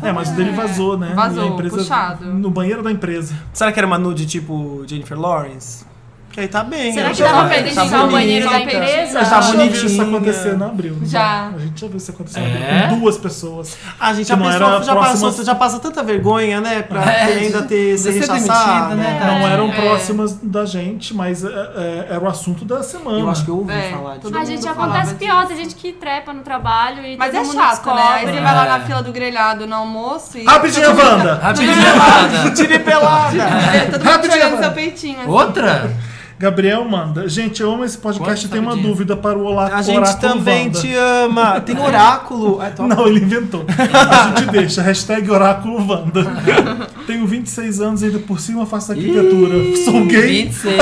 Speaker 1: É, mas o dele vazou, né?
Speaker 4: Vazou,
Speaker 1: E a empresa-
Speaker 4: puxado.
Speaker 1: No banheiro da empresa.
Speaker 3: Será que era uma nude tipo Jennifer Lawrence? Que aí tá bem.
Speaker 5: Será
Speaker 3: né?
Speaker 5: que dava pra
Speaker 3: Tá
Speaker 5: identificar o
Speaker 3: bonita.
Speaker 5: banheiro da
Speaker 4: tá bonita.
Speaker 5: empresa?
Speaker 1: A gente já
Speaker 3: Tá
Speaker 1: viu isso
Speaker 3: bonitinha.
Speaker 1: acontecer na Abril. não
Speaker 4: Já.
Speaker 1: A gente já viu isso acontecer na
Speaker 2: É?
Speaker 1: Abril. Com duas pessoas.
Speaker 3: Ah, gente, a
Speaker 1: Que não
Speaker 3: pessoa
Speaker 1: era É.
Speaker 3: já,
Speaker 1: próximas-
Speaker 3: passou, já passa tanta vergonha, né? Pra ter- ainda ter
Speaker 2: de
Speaker 3: ser
Speaker 2: ser
Speaker 3: rechaçada.
Speaker 2: demitida, né?
Speaker 1: Não
Speaker 2: É,
Speaker 1: eram
Speaker 4: é.
Speaker 1: próximas da gente, mas é, é, era o assunto da semana.
Speaker 3: Eu acho que eu ouvi
Speaker 4: É,
Speaker 3: falar disso.
Speaker 4: todo
Speaker 5: A
Speaker 4: mundo
Speaker 5: gente
Speaker 4: falava
Speaker 5: acontece
Speaker 4: disso.
Speaker 5: pior, tem gente que trepa no trabalho e
Speaker 4: Mas
Speaker 5: todo
Speaker 4: é
Speaker 5: mundo
Speaker 4: chato,
Speaker 5: descobre.
Speaker 4: né? Aí você vai lá
Speaker 2: É.
Speaker 4: na fila do grelhado no almoço e. (laughs)
Speaker 1: Rapidinho, Wanda!
Speaker 2: Rapidinho,
Speaker 3: (laughs)
Speaker 2: Amanda.
Speaker 3: Tire pelada!
Speaker 4: é, Todo mundo
Speaker 1: Rapidinho,
Speaker 4: olhando
Speaker 1: mano.
Speaker 4: seu peitinho. (laughs) assim.
Speaker 2: Outra?
Speaker 1: Gabriel manda. Gente, eu amo esse podcast
Speaker 2: Quanto
Speaker 1: e tenho uma
Speaker 2: rapidinho?
Speaker 1: dúvida para o Olá
Speaker 3: A gente
Speaker 1: Oráculo
Speaker 3: também
Speaker 1: Wanda.
Speaker 3: te ama. Tem oráculo. É Ai, tô-
Speaker 1: Não, ele inventou. A gente deixa. Hashtag Oráculo Wanda. Tenho 26 anos e ainda por cima faço arquitetura. Sou gay.
Speaker 2: 26.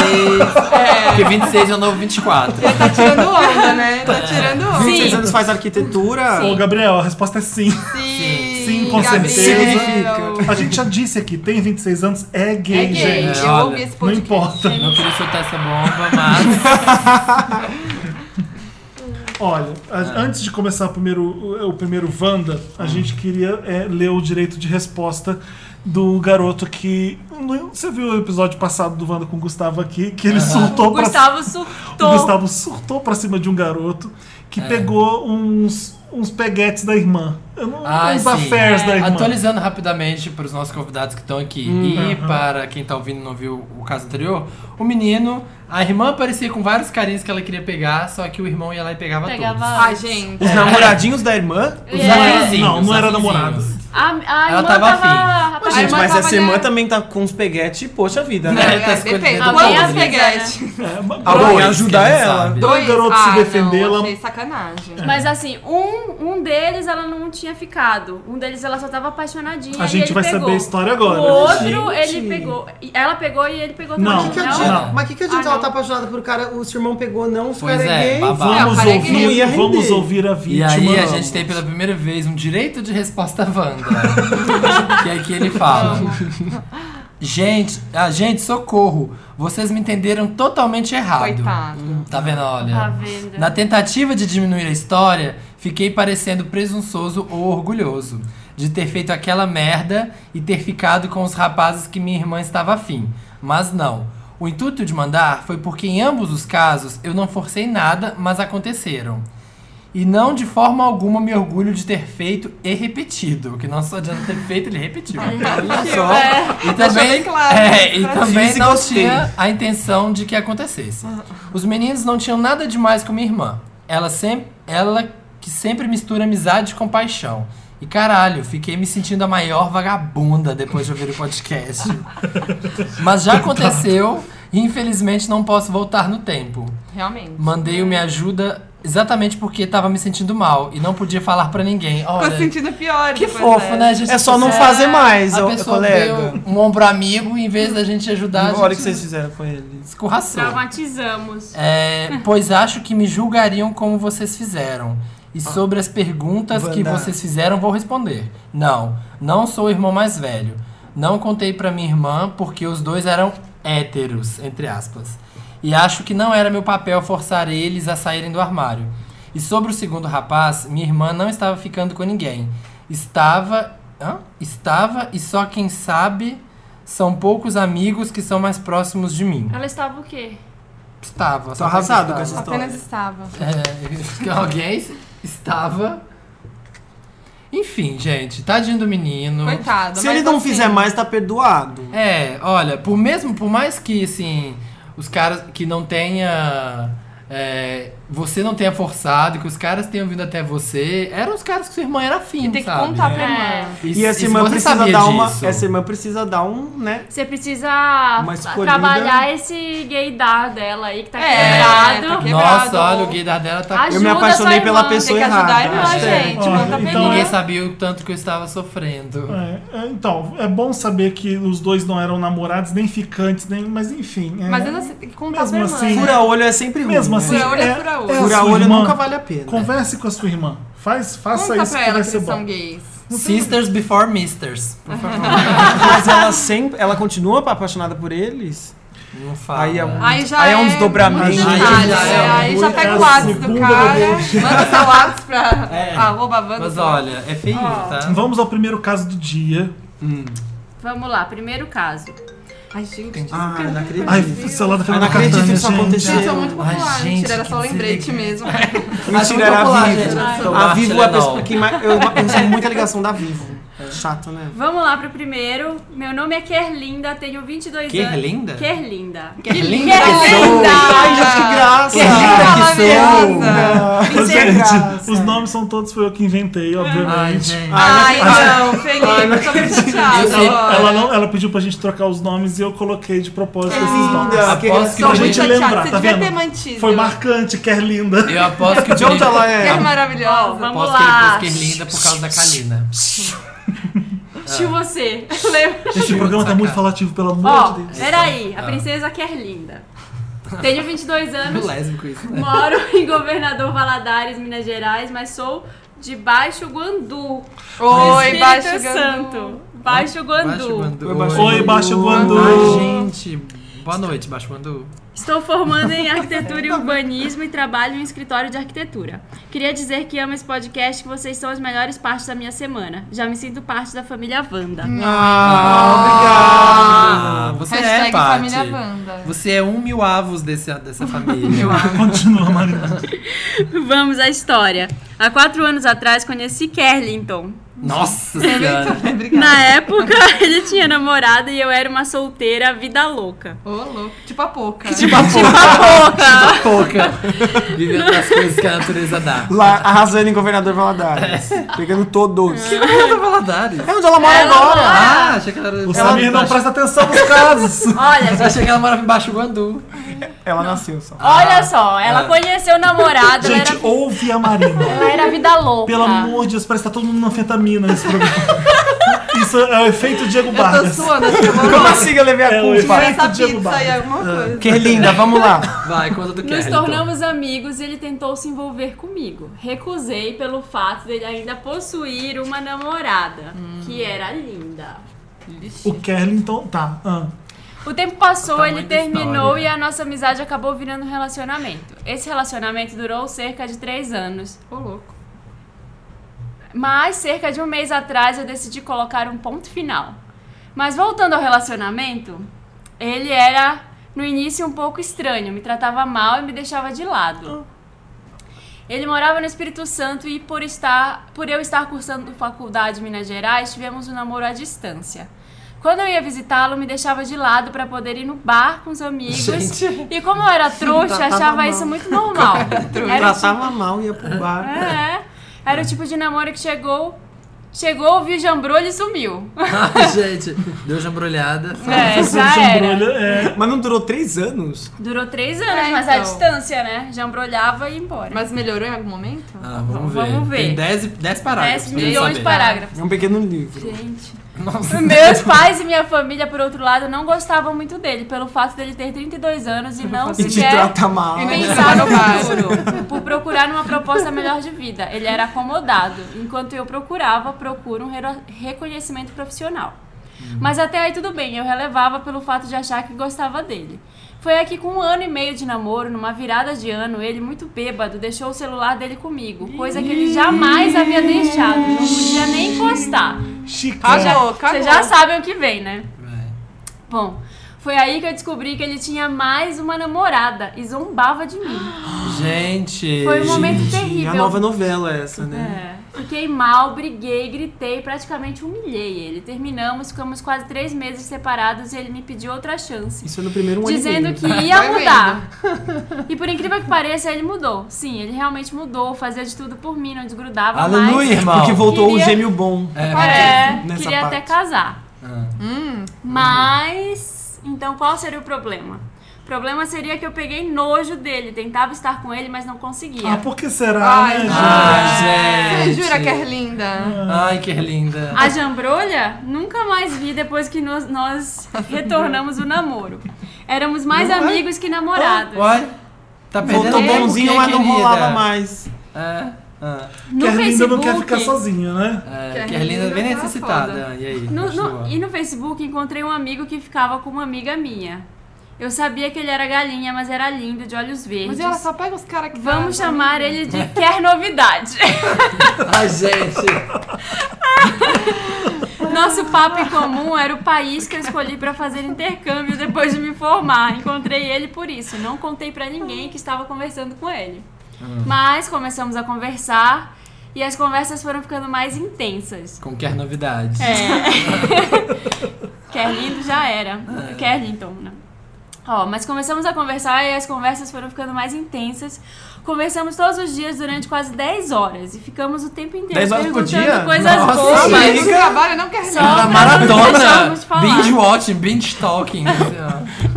Speaker 2: Porque 26 é o novo 24.
Speaker 4: Tá tirando onda, né? Tá tirando onda.
Speaker 3: 26 anos faz arquitetura.
Speaker 1: Ô, Gabriel, a resposta é sim.
Speaker 4: Sim,
Speaker 1: Sim, com
Speaker 4: Gabriel. É
Speaker 1: certeza. A gente já disse aqui, tem 26 anos, é gay,
Speaker 4: É gay.
Speaker 1: gente.
Speaker 2: É,
Speaker 4: eu
Speaker 2: olha,
Speaker 4: ouvi esse
Speaker 1: Não
Speaker 4: podcast.
Speaker 1: importa.
Speaker 2: Não queria soltar essa bomba, mas.
Speaker 1: Olha, a- antes de começar o primeiro, o- o primeiro Wanda, a gente queria é, ler o direito de resposta do garoto que. não- Você viu o episódio passado do Wanda com o Gustavo aqui, que ele
Speaker 5: O
Speaker 1: surtou pra
Speaker 5: Gustavo
Speaker 1: O
Speaker 5: surtou.
Speaker 1: Gustavo surtou pra cima de um garoto que
Speaker 3: É.
Speaker 1: pegou uns, uns peguetes da irmã. Eu não-
Speaker 2: Ah,
Speaker 1: uns
Speaker 2: sim.
Speaker 1: affairs
Speaker 3: É,
Speaker 1: da irmã. Hum,
Speaker 2: Atualizando rapidamente para os nossos convidados que estão aqui e para quem tá ouvindo e não viu o caso anterior, o menino, a irmã aparecia com vários carinhos que ela queria pegar, só que o irmão ia lá e pegava,
Speaker 5: Pegava.
Speaker 2: todos.
Speaker 4: Ai, gente.
Speaker 3: (laughs)
Speaker 1: É.
Speaker 3: Os namoradinhos da irmã.
Speaker 2: Os
Speaker 5: É.
Speaker 2: namoradinhos,
Speaker 1: Não, não era
Speaker 2: namoradinhos.
Speaker 1: namorado.
Speaker 5: A, a
Speaker 2: Ela
Speaker 5: irmã
Speaker 2: tava afim.
Speaker 3: Gente,
Speaker 5: tava
Speaker 4: irmã
Speaker 3: mas
Speaker 4: tava
Speaker 3: essa irmã
Speaker 4: olhando.
Speaker 3: também tá com os peguete, poxa vida, né?
Speaker 2: É, tá
Speaker 4: É,
Speaker 2: escolhendo
Speaker 4: depende.
Speaker 2: todos,
Speaker 4: Quantos
Speaker 5: né?
Speaker 4: peguete?
Speaker 1: É, mas-
Speaker 3: Alguém
Speaker 2: Dois,
Speaker 3: ajuda
Speaker 2: que a gente
Speaker 3: ela.
Speaker 2: sabe.
Speaker 1: Dois garotos se
Speaker 4: ah,
Speaker 1: defender,
Speaker 4: não,
Speaker 1: ela-
Speaker 4: achei sacanagem.
Speaker 5: Mas assim, um, um deles ela não tinha ficado. Um deles ela só tava apaixonadinha.
Speaker 1: A
Speaker 5: e
Speaker 1: gente
Speaker 5: ele
Speaker 1: vai
Speaker 5: pegou.
Speaker 1: saber a história agora.
Speaker 5: O outro,
Speaker 3: Gente.
Speaker 5: ele pegou. e Ela pegou e ele pegou
Speaker 1: Não,
Speaker 5: também.
Speaker 1: que que
Speaker 5: não?
Speaker 1: adianta? Não.
Speaker 3: Mas o que, que adianta
Speaker 5: Ah,
Speaker 3: ela
Speaker 5: não.
Speaker 3: tá apaixonada por cara? O seu irmão pegou, não, os
Speaker 2: Pois
Speaker 3: caras
Speaker 2: é,
Speaker 3: é, gay.
Speaker 2: babado.
Speaker 1: Vamos,
Speaker 4: Não,
Speaker 3: não ia
Speaker 1: ouvir,
Speaker 3: render.
Speaker 1: vamos ouvir a
Speaker 2: E
Speaker 1: vítima.
Speaker 2: aí a gente tem pela primeira vez um direito de resposta Wanda. que é que ele fala. Gente, ah, gente, socorro. Vocês me entenderam totalmente errado.
Speaker 4: Coitado.
Speaker 2: Tá vendo, olha?
Speaker 5: Tá vendo?
Speaker 2: Na tentativa de diminuir a história, fiquei parecendo presunçoso ou orgulhoso de ter feito aquela merda e ter ficado com os rapazes que minha irmã estava afim. Mas não. O intuito de mandar foi porque em ambos os casos eu não forcei nada, mas aconteceram. E não de forma alguma me orgulho de ter feito e repetido. Que não só adianta ter feito, ele repetiu. Tá E também,
Speaker 4: claro,
Speaker 2: é, e
Speaker 4: pra
Speaker 2: também
Speaker 3: ti.
Speaker 2: não
Speaker 3: Gostei.
Speaker 2: tinha a intenção de que acontecesse. Os meninos não tinham nada demais com minha irmã. Ela, sempre, ela que sempre mistura amizade com paixão. E caralho, fiquei me sentindo a maior vagabunda depois de ouvir o podcast. Mas já aconteceu e infelizmente não posso voltar no tempo.
Speaker 4: Realmente.
Speaker 2: Mandei o Me Ajuda exatamente porque tava me sentindo mal e não podia falar pra ninguém.
Speaker 4: Ficou
Speaker 2: Olha,
Speaker 4: sentindo pior.
Speaker 2: que
Speaker 4: depois
Speaker 2: fofo,
Speaker 4: dessa.
Speaker 2: né, gente?
Speaker 3: É só não
Speaker 2: É.
Speaker 3: fazer mais,
Speaker 2: A
Speaker 3: ó,
Speaker 2: pessoa
Speaker 3: colega.
Speaker 2: deu um ombro amigo em vez da gente ajudar. a
Speaker 3: Olha o
Speaker 2: gente
Speaker 3: que vocês fizeram com ele.
Speaker 2: Escorraçou.
Speaker 5: Traumatizamos.
Speaker 2: É, pois acho que me julgariam como vocês fizeram. E sobre as perguntas que
Speaker 3: Wanda.
Speaker 2: vocês fizeram, vou responder. Não, não sou o irmão mais velho. Não contei pra minha irmã porque os dois eram héteros, entre aspas. E acho que não era meu papel forçar eles a saírem do armário. E sobre o segundo rapaz, minha irmã não estava ficando com ninguém. Estava. hã? Estava e só quem sabe são poucos amigos que são mais próximos de mim.
Speaker 5: Ela estava o quê?
Speaker 2: Estava.
Speaker 3: Tô
Speaker 2: só quem
Speaker 3: arrasado com
Speaker 2: estava.
Speaker 3: essa história.
Speaker 4: Apenas estava.
Speaker 2: É, que alguém estava. Enfim, gente, tadinho do menino.
Speaker 4: Coitado.
Speaker 3: Se
Speaker 4: mas
Speaker 3: ele não
Speaker 4: assim,
Speaker 3: fizer mais, tá perdoado.
Speaker 2: É, olha, por mesmo, por mais que assim, os caras que não tenha. é, você não tenha forçado, que os caras tenham vindo até você, eram os caras que sua irmã era afim,
Speaker 4: Tem que
Speaker 2: sabe?
Speaker 4: contar pra
Speaker 2: É.
Speaker 4: irmã.
Speaker 3: E,
Speaker 2: se-
Speaker 3: essa
Speaker 2: se
Speaker 3: irmã
Speaker 2: você
Speaker 3: precisa
Speaker 2: sabia
Speaker 3: dar uma.
Speaker 2: disso?
Speaker 3: Essa irmã precisa dar um, né?
Speaker 5: Você precisa
Speaker 3: Uma escolhida.
Speaker 5: trabalhar esse gaydar dela aí que tá
Speaker 4: É, tá
Speaker 5: quebrado.
Speaker 4: quebrado.
Speaker 2: Nossa, olha, o gaydar dela tá.
Speaker 5: Ai,
Speaker 3: eu me
Speaker 5: Ajuda
Speaker 3: apaixonei
Speaker 5: sua
Speaker 3: pela
Speaker 5: irmã,
Speaker 3: pessoa
Speaker 4: Tem que ajudar a irmã,
Speaker 3: errada.
Speaker 2: É.
Speaker 4: gente. Mano, tá
Speaker 1: Olha, então-
Speaker 2: Ninguém
Speaker 4: pegando.
Speaker 2: sabia o tanto que eu estava sofrendo.
Speaker 1: É, é, então, é bom saber que os dois não eram namorados, nem ficantes, nem. Mas enfim. é.
Speaker 4: Mas ainda assim, tem que contar
Speaker 1: Mesmo
Speaker 4: pra
Speaker 1: assim-
Speaker 4: irmã.
Speaker 3: Fura olho é sempre ruim.
Speaker 1: mesmo assim,
Speaker 4: Fura olho é
Speaker 1: é,
Speaker 4: fura
Speaker 1: é
Speaker 4: olho.
Speaker 1: a
Speaker 3: Fura
Speaker 1: sua
Speaker 3: olho
Speaker 1: irmã.
Speaker 3: nunca vale a pena.
Speaker 1: Converse com a sua irmã. Faz, faça
Speaker 4: Conta
Speaker 1: isso
Speaker 4: pra
Speaker 1: que
Speaker 4: ela
Speaker 1: vai
Speaker 4: que
Speaker 1: ser
Speaker 4: eles
Speaker 1: bom.
Speaker 4: são gays.
Speaker 2: Sisters Before Misters.
Speaker 3: Mas ela sempre. Ela continua apaixonada por eles?
Speaker 2: Não fala.
Speaker 3: Aí é um-
Speaker 4: Aí já
Speaker 3: Aí é um
Speaker 4: é
Speaker 3: desdobramento.
Speaker 4: muito
Speaker 2: Aí
Speaker 4: detalhe,
Speaker 2: já é
Speaker 4: né? Aí já
Speaker 1: muito-
Speaker 4: pega
Speaker 1: é
Speaker 4: o
Speaker 1: a
Speaker 4: WhatsApp do
Speaker 1: segunda
Speaker 4: cara,
Speaker 1: vez.
Speaker 4: manda seu WhatsApp pra
Speaker 2: É.
Speaker 4: arroba Wanda.
Speaker 2: Mas olha, é feio, tá?
Speaker 1: Vamos ao primeiro caso do dia.
Speaker 5: Vamos lá, primeiro caso.
Speaker 4: Ai, gente,
Speaker 3: Ah, não acredito.
Speaker 1: Ai, celular tá da Fernanda
Speaker 3: não acredito
Speaker 1: Catania,
Speaker 3: que isso
Speaker 1: gente.
Speaker 3: aconteceu.
Speaker 4: gente, eu sou muito
Speaker 2: Ai,
Speaker 4: popular.
Speaker 2: gente,
Speaker 4: Mentira, era
Speaker 2: que
Speaker 4: só um lembrete
Speaker 2: desliga.
Speaker 4: mesmo.
Speaker 3: Mentira, era
Speaker 2: Popular,
Speaker 3: a
Speaker 2: gente.
Speaker 3: Vivo.
Speaker 2: Tomar
Speaker 3: A Vivo é
Speaker 2: Tylenol.
Speaker 3: a pessoa que mais. Eu recebo muita ligação da Vivo. Chato, né?
Speaker 5: Vamos lá pro primeiro. Meu nome é Kerlinda, tenho 22
Speaker 2: Kerlinda?
Speaker 5: anos. Kerlinda? Kerlinda.
Speaker 2: Que linda
Speaker 4: Tá Linda!
Speaker 3: Ai, gente, que graça!
Speaker 2: Que linda que sou!
Speaker 4: Maravilhosa!
Speaker 3: Que
Speaker 1: Gente,
Speaker 3: é graça.
Speaker 1: os nomes são todos foi eu que inventei,
Speaker 2: Ai,
Speaker 1: obviamente.
Speaker 2: gente.
Speaker 4: Ai, não, Felipe, tô muito
Speaker 2: Eu
Speaker 4: chateada
Speaker 2: sei-
Speaker 4: agora.
Speaker 1: ela, não, ela pediu pra gente trocar os nomes e eu coloquei de propósito esses nomes.
Speaker 3: Linda! que
Speaker 2: Aposto que
Speaker 4: Tô
Speaker 1: pra
Speaker 2: o
Speaker 4: muito
Speaker 2: Felipe-
Speaker 1: gente
Speaker 4: chateada.
Speaker 1: lembrar,
Speaker 4: Você
Speaker 1: tá
Speaker 4: devia
Speaker 1: vendo?
Speaker 4: ter mantido.
Speaker 1: Foi marcante, quer linda.
Speaker 2: Eu aposto que o
Speaker 3: De onde
Speaker 2: Felipe-
Speaker 3: ela
Speaker 4: Que
Speaker 3: é?
Speaker 4: maravilhosa.
Speaker 5: Ó, vamos
Speaker 2: Aposto
Speaker 5: lá.
Speaker 2: que ele pôs Kerlinda por causa da Kalina.
Speaker 5: Se você lembra.
Speaker 1: Esse programa tá muito falativo, pelo amor
Speaker 5: Ó,
Speaker 1: de Deus.
Speaker 5: peraí, a
Speaker 2: Ah.
Speaker 5: princesa Kerlinda. Tenho 22 anos,
Speaker 2: lésbico isso, né?
Speaker 5: moro (laughs) em Governador Valadares, Minas Gerais, mas sou de Baixo Guandu.
Speaker 4: Oi,
Speaker 5: Espírito
Speaker 4: baixo
Speaker 5: Santo.
Speaker 2: Baixo
Speaker 5: Baixo Guandu.
Speaker 2: Guandu.
Speaker 3: Oi, Baixo
Speaker 1: Oi, Baixo Guandu.
Speaker 2: Ai, gente. Boa noite, Baixo Guandu.
Speaker 5: Estou formando em arquitetura e urbanismo e trabalho em um escritório de arquitetura. Queria dizer que amo esse podcast, que vocês são as melhores partes da minha semana. Já me sinto parte da família Wanda.
Speaker 2: Ah, você é,
Speaker 4: Hashtag
Speaker 2: Paty.
Speaker 4: família Wanda.
Speaker 2: Você é um mil avos desse, dessa família.
Speaker 1: Continua, Marina.
Speaker 5: Vamos à história. Há quatro anos atrás conheci Kerlington.
Speaker 2: Nossa senhora.
Speaker 5: Na época, (laughs) ele tinha namorado e eu era uma solteira vida louca.
Speaker 4: Ô, louco. Tipo a pouca.
Speaker 2: Tipo a pouca. pouca. Vivendo as coisas que a natureza dá.
Speaker 3: Lá, arrasando em Governador Valadares. Pegando todos.
Speaker 2: Ela Valadares.
Speaker 3: É onde ela mora
Speaker 5: Ela
Speaker 3: agora.
Speaker 5: mora-
Speaker 2: Ah, achei que ela era...
Speaker 1: O
Speaker 2: ela
Speaker 1: Samir não
Speaker 2: acho-
Speaker 1: presta atenção nos casos.
Speaker 5: Olha,
Speaker 2: Achei que ela morava embaixo do Guandu.
Speaker 3: Ela nasceu só.
Speaker 5: olha só, ela conheceu o namorado, ela
Speaker 1: Ah. Gente,
Speaker 5: era,
Speaker 1: ouve a
Speaker 5: (laughs)
Speaker 1: Marina.
Speaker 5: ela era vida louca.
Speaker 1: Pelo amor de Deus, parece que tá todo mundo na anfetamina nesse programa. Isso é o efeito Diego
Speaker 4: Eu tô
Speaker 1: Vargas.
Speaker 4: suando, acho que eu vou
Speaker 3: Como assim eu levei a
Speaker 1: É,
Speaker 3: culpa?
Speaker 1: oi.
Speaker 4: comer essa
Speaker 1: Feito Diego
Speaker 4: pizza
Speaker 1: Barros.
Speaker 4: e alguma coisa.
Speaker 3: Que linda, vamos lá.
Speaker 2: Vai, conta do então. que
Speaker 5: Nos
Speaker 1: então.
Speaker 5: tornamos amigos e ele tentou se envolver comigo. Recusei pelo fato dele ainda possuir uma namorada, que era linda.
Speaker 1: O Kerlin, então, tá. ah.
Speaker 5: O tempo passou,
Speaker 2: Tamanho
Speaker 5: ele
Speaker 2: da
Speaker 5: terminou
Speaker 2: história.
Speaker 5: e a nossa amizade acabou virando um relacionamento. Esse relacionamento durou cerca de três anos.
Speaker 4: Ô, louco.
Speaker 5: Mas cerca de um mês atrás eu decidi colocar um ponto final. Mas voltando ao relacionamento, ele era no início um pouco estranho, me tratava mal e me deixava de lado. Ele morava no Espírito Santo e por estar, por eu estar cursando faculdade em Minas Gerais, tivemos um namoro à distância. Quando eu ia visitá-lo, me deixava de lado para poder ir no bar com os amigos.
Speaker 2: Gente.
Speaker 5: E como
Speaker 3: (laughs)
Speaker 5: eu era trouxa,
Speaker 3: Tratava
Speaker 5: achava
Speaker 3: mal.
Speaker 5: isso
Speaker 3: (laughs)
Speaker 5: muito normal. Era o
Speaker 3: Tratava mal e ia pro bar.
Speaker 5: é. Era o tipo de namoro que chegou, chegou, viu jambrolho e sumiu.
Speaker 2: (laughs) Ai, gente. Deu jambrolhada.
Speaker 5: É, (laughs) já era.
Speaker 1: Jambrolha, é.
Speaker 3: Mas não durou três anos?
Speaker 5: Durou três anos,
Speaker 4: É,
Speaker 5: mas
Speaker 4: então.
Speaker 5: a distância, né? Jambrolhava e ia embora.
Speaker 4: Mas melhorou em algum momento?
Speaker 2: Ah, vamos ver.
Speaker 5: Vamos ver.
Speaker 2: Tem 10, parágrafos.
Speaker 5: 10
Speaker 2: pra gente
Speaker 5: milhões
Speaker 2: saber.
Speaker 5: de parágrafos.
Speaker 3: É um pequeno livro.
Speaker 5: Gente.
Speaker 2: Nossa.
Speaker 5: Meus pais e minha família, por outro lado, não gostavam muito dele, pelo fato dele ter 32 anos e não
Speaker 3: E te
Speaker 5: sequer
Speaker 3: trata mal.
Speaker 4: E nem-
Speaker 5: pensar no
Speaker 4: Vai.
Speaker 5: futuro, por procurar uma proposta melhor de vida. Ele era acomodado, enquanto eu procurava, procuro um rero- reconhecimento profissional. Mas até aí tudo bem, eu relevava pelo fato de achar que gostava dele. Foi aqui com um ano e meio de namoro, numa virada de ano, ele muito bêbado deixou o celular dele comigo, coisa que ele jamais havia deixado, não podia nem encostar.
Speaker 1: Chica.
Speaker 4: Cagou, cagou.
Speaker 5: Vocês já sabem o que vem, né?
Speaker 2: Vai.
Speaker 5: Bom, foi aí que eu descobri que ele tinha mais uma namorada e zombava de mim.
Speaker 2: Gente.
Speaker 5: Foi um momento
Speaker 3: É
Speaker 5: terrível.
Speaker 3: a nova novela essa, né?
Speaker 5: É. Fiquei mal, briguei, gritei, praticamente humilhei ele. Terminamos, ficamos quase três meses separados e ele me pediu outra chance.
Speaker 3: Isso é no primeiro ano e
Speaker 5: Dizendo
Speaker 3: meio.
Speaker 5: que ia
Speaker 4: Vai vendo.
Speaker 5: mudar. (laughs) E por incrível que pareça, ele mudou. Sim, ele realmente mudou, fazia de tudo por mim, não desgrudava
Speaker 2: Aleluia,
Speaker 5: mais.
Speaker 2: irmão.
Speaker 3: Porque voltou
Speaker 5: Queria-
Speaker 3: o gêmeo bom.
Speaker 5: É,
Speaker 3: Nessa
Speaker 5: queria
Speaker 3: parte.
Speaker 5: até casar.
Speaker 2: Ah.
Speaker 5: Mas, então qual seria o problema? O problema seria que eu peguei nojo dele, tentava estar com ele, mas não conseguia.
Speaker 1: Ah, por que será,
Speaker 4: Ai,
Speaker 1: né,
Speaker 2: Ai,
Speaker 1: gente?
Speaker 4: Você
Speaker 2: gente.
Speaker 4: jura que é linda?
Speaker 2: Ai, que linda.
Speaker 5: A jambrolha nunca mais vi depois que nós, nós retornamos o namoro. Éramos mais
Speaker 1: é?
Speaker 5: amigos que namorados.
Speaker 1: Ah,
Speaker 2: Uai. Tá perdendo
Speaker 3: Voltou
Speaker 2: tempo,
Speaker 3: bonzinho,
Speaker 2: quem, é
Speaker 3: mas não
Speaker 2: querida?
Speaker 3: rolava mais.
Speaker 2: É. Ah,
Speaker 5: No
Speaker 1: Kerlinda
Speaker 5: Facebook.
Speaker 1: não quer ficar sozinha, né?
Speaker 2: é,
Speaker 4: Que
Speaker 2: que a Linda é bem
Speaker 4: tá
Speaker 2: necessitada.
Speaker 4: foda.
Speaker 2: E aí?
Speaker 5: No- no-
Speaker 2: continua.
Speaker 5: e no Facebook encontrei um amigo que ficava com uma amiga minha. Eu sabia que ele era galinha, mas era lindo, de olhos verdes.
Speaker 4: Mas ela só pega os caras que. tá
Speaker 5: Vamos chamar ele de Quer Novidade.
Speaker 2: Ai, gente.
Speaker 5: Nosso papo em comum era o país que eu escolhi pra fazer intercâmbio depois de me formar. Encontrei ele por isso. Não contei pra ninguém que estava conversando com ele.
Speaker 3: Ah.
Speaker 5: Mas começamos a conversar e as conversas foram ficando mais intensas.
Speaker 2: Qualquer novidade.
Speaker 5: É. (laughs) Quer lindo já era.
Speaker 3: É.
Speaker 5: Quer então, né? Ó, mas começamos a conversar e as conversas foram ficando mais intensas. Conversamos todos os dias durante quase 10 horas e ficamos o tempo inteiro
Speaker 3: 10 horas por
Speaker 5: perguntando
Speaker 3: dia?
Speaker 5: coisas
Speaker 3: Nossa,
Speaker 5: boas.
Speaker 3: mas-
Speaker 4: Mas trabalho não quer
Speaker 5: Só
Speaker 4: não.
Speaker 2: Na
Speaker 5: pra não
Speaker 2: maratona.
Speaker 5: deixarmos falar.
Speaker 2: Binge watching, binge talking. assim,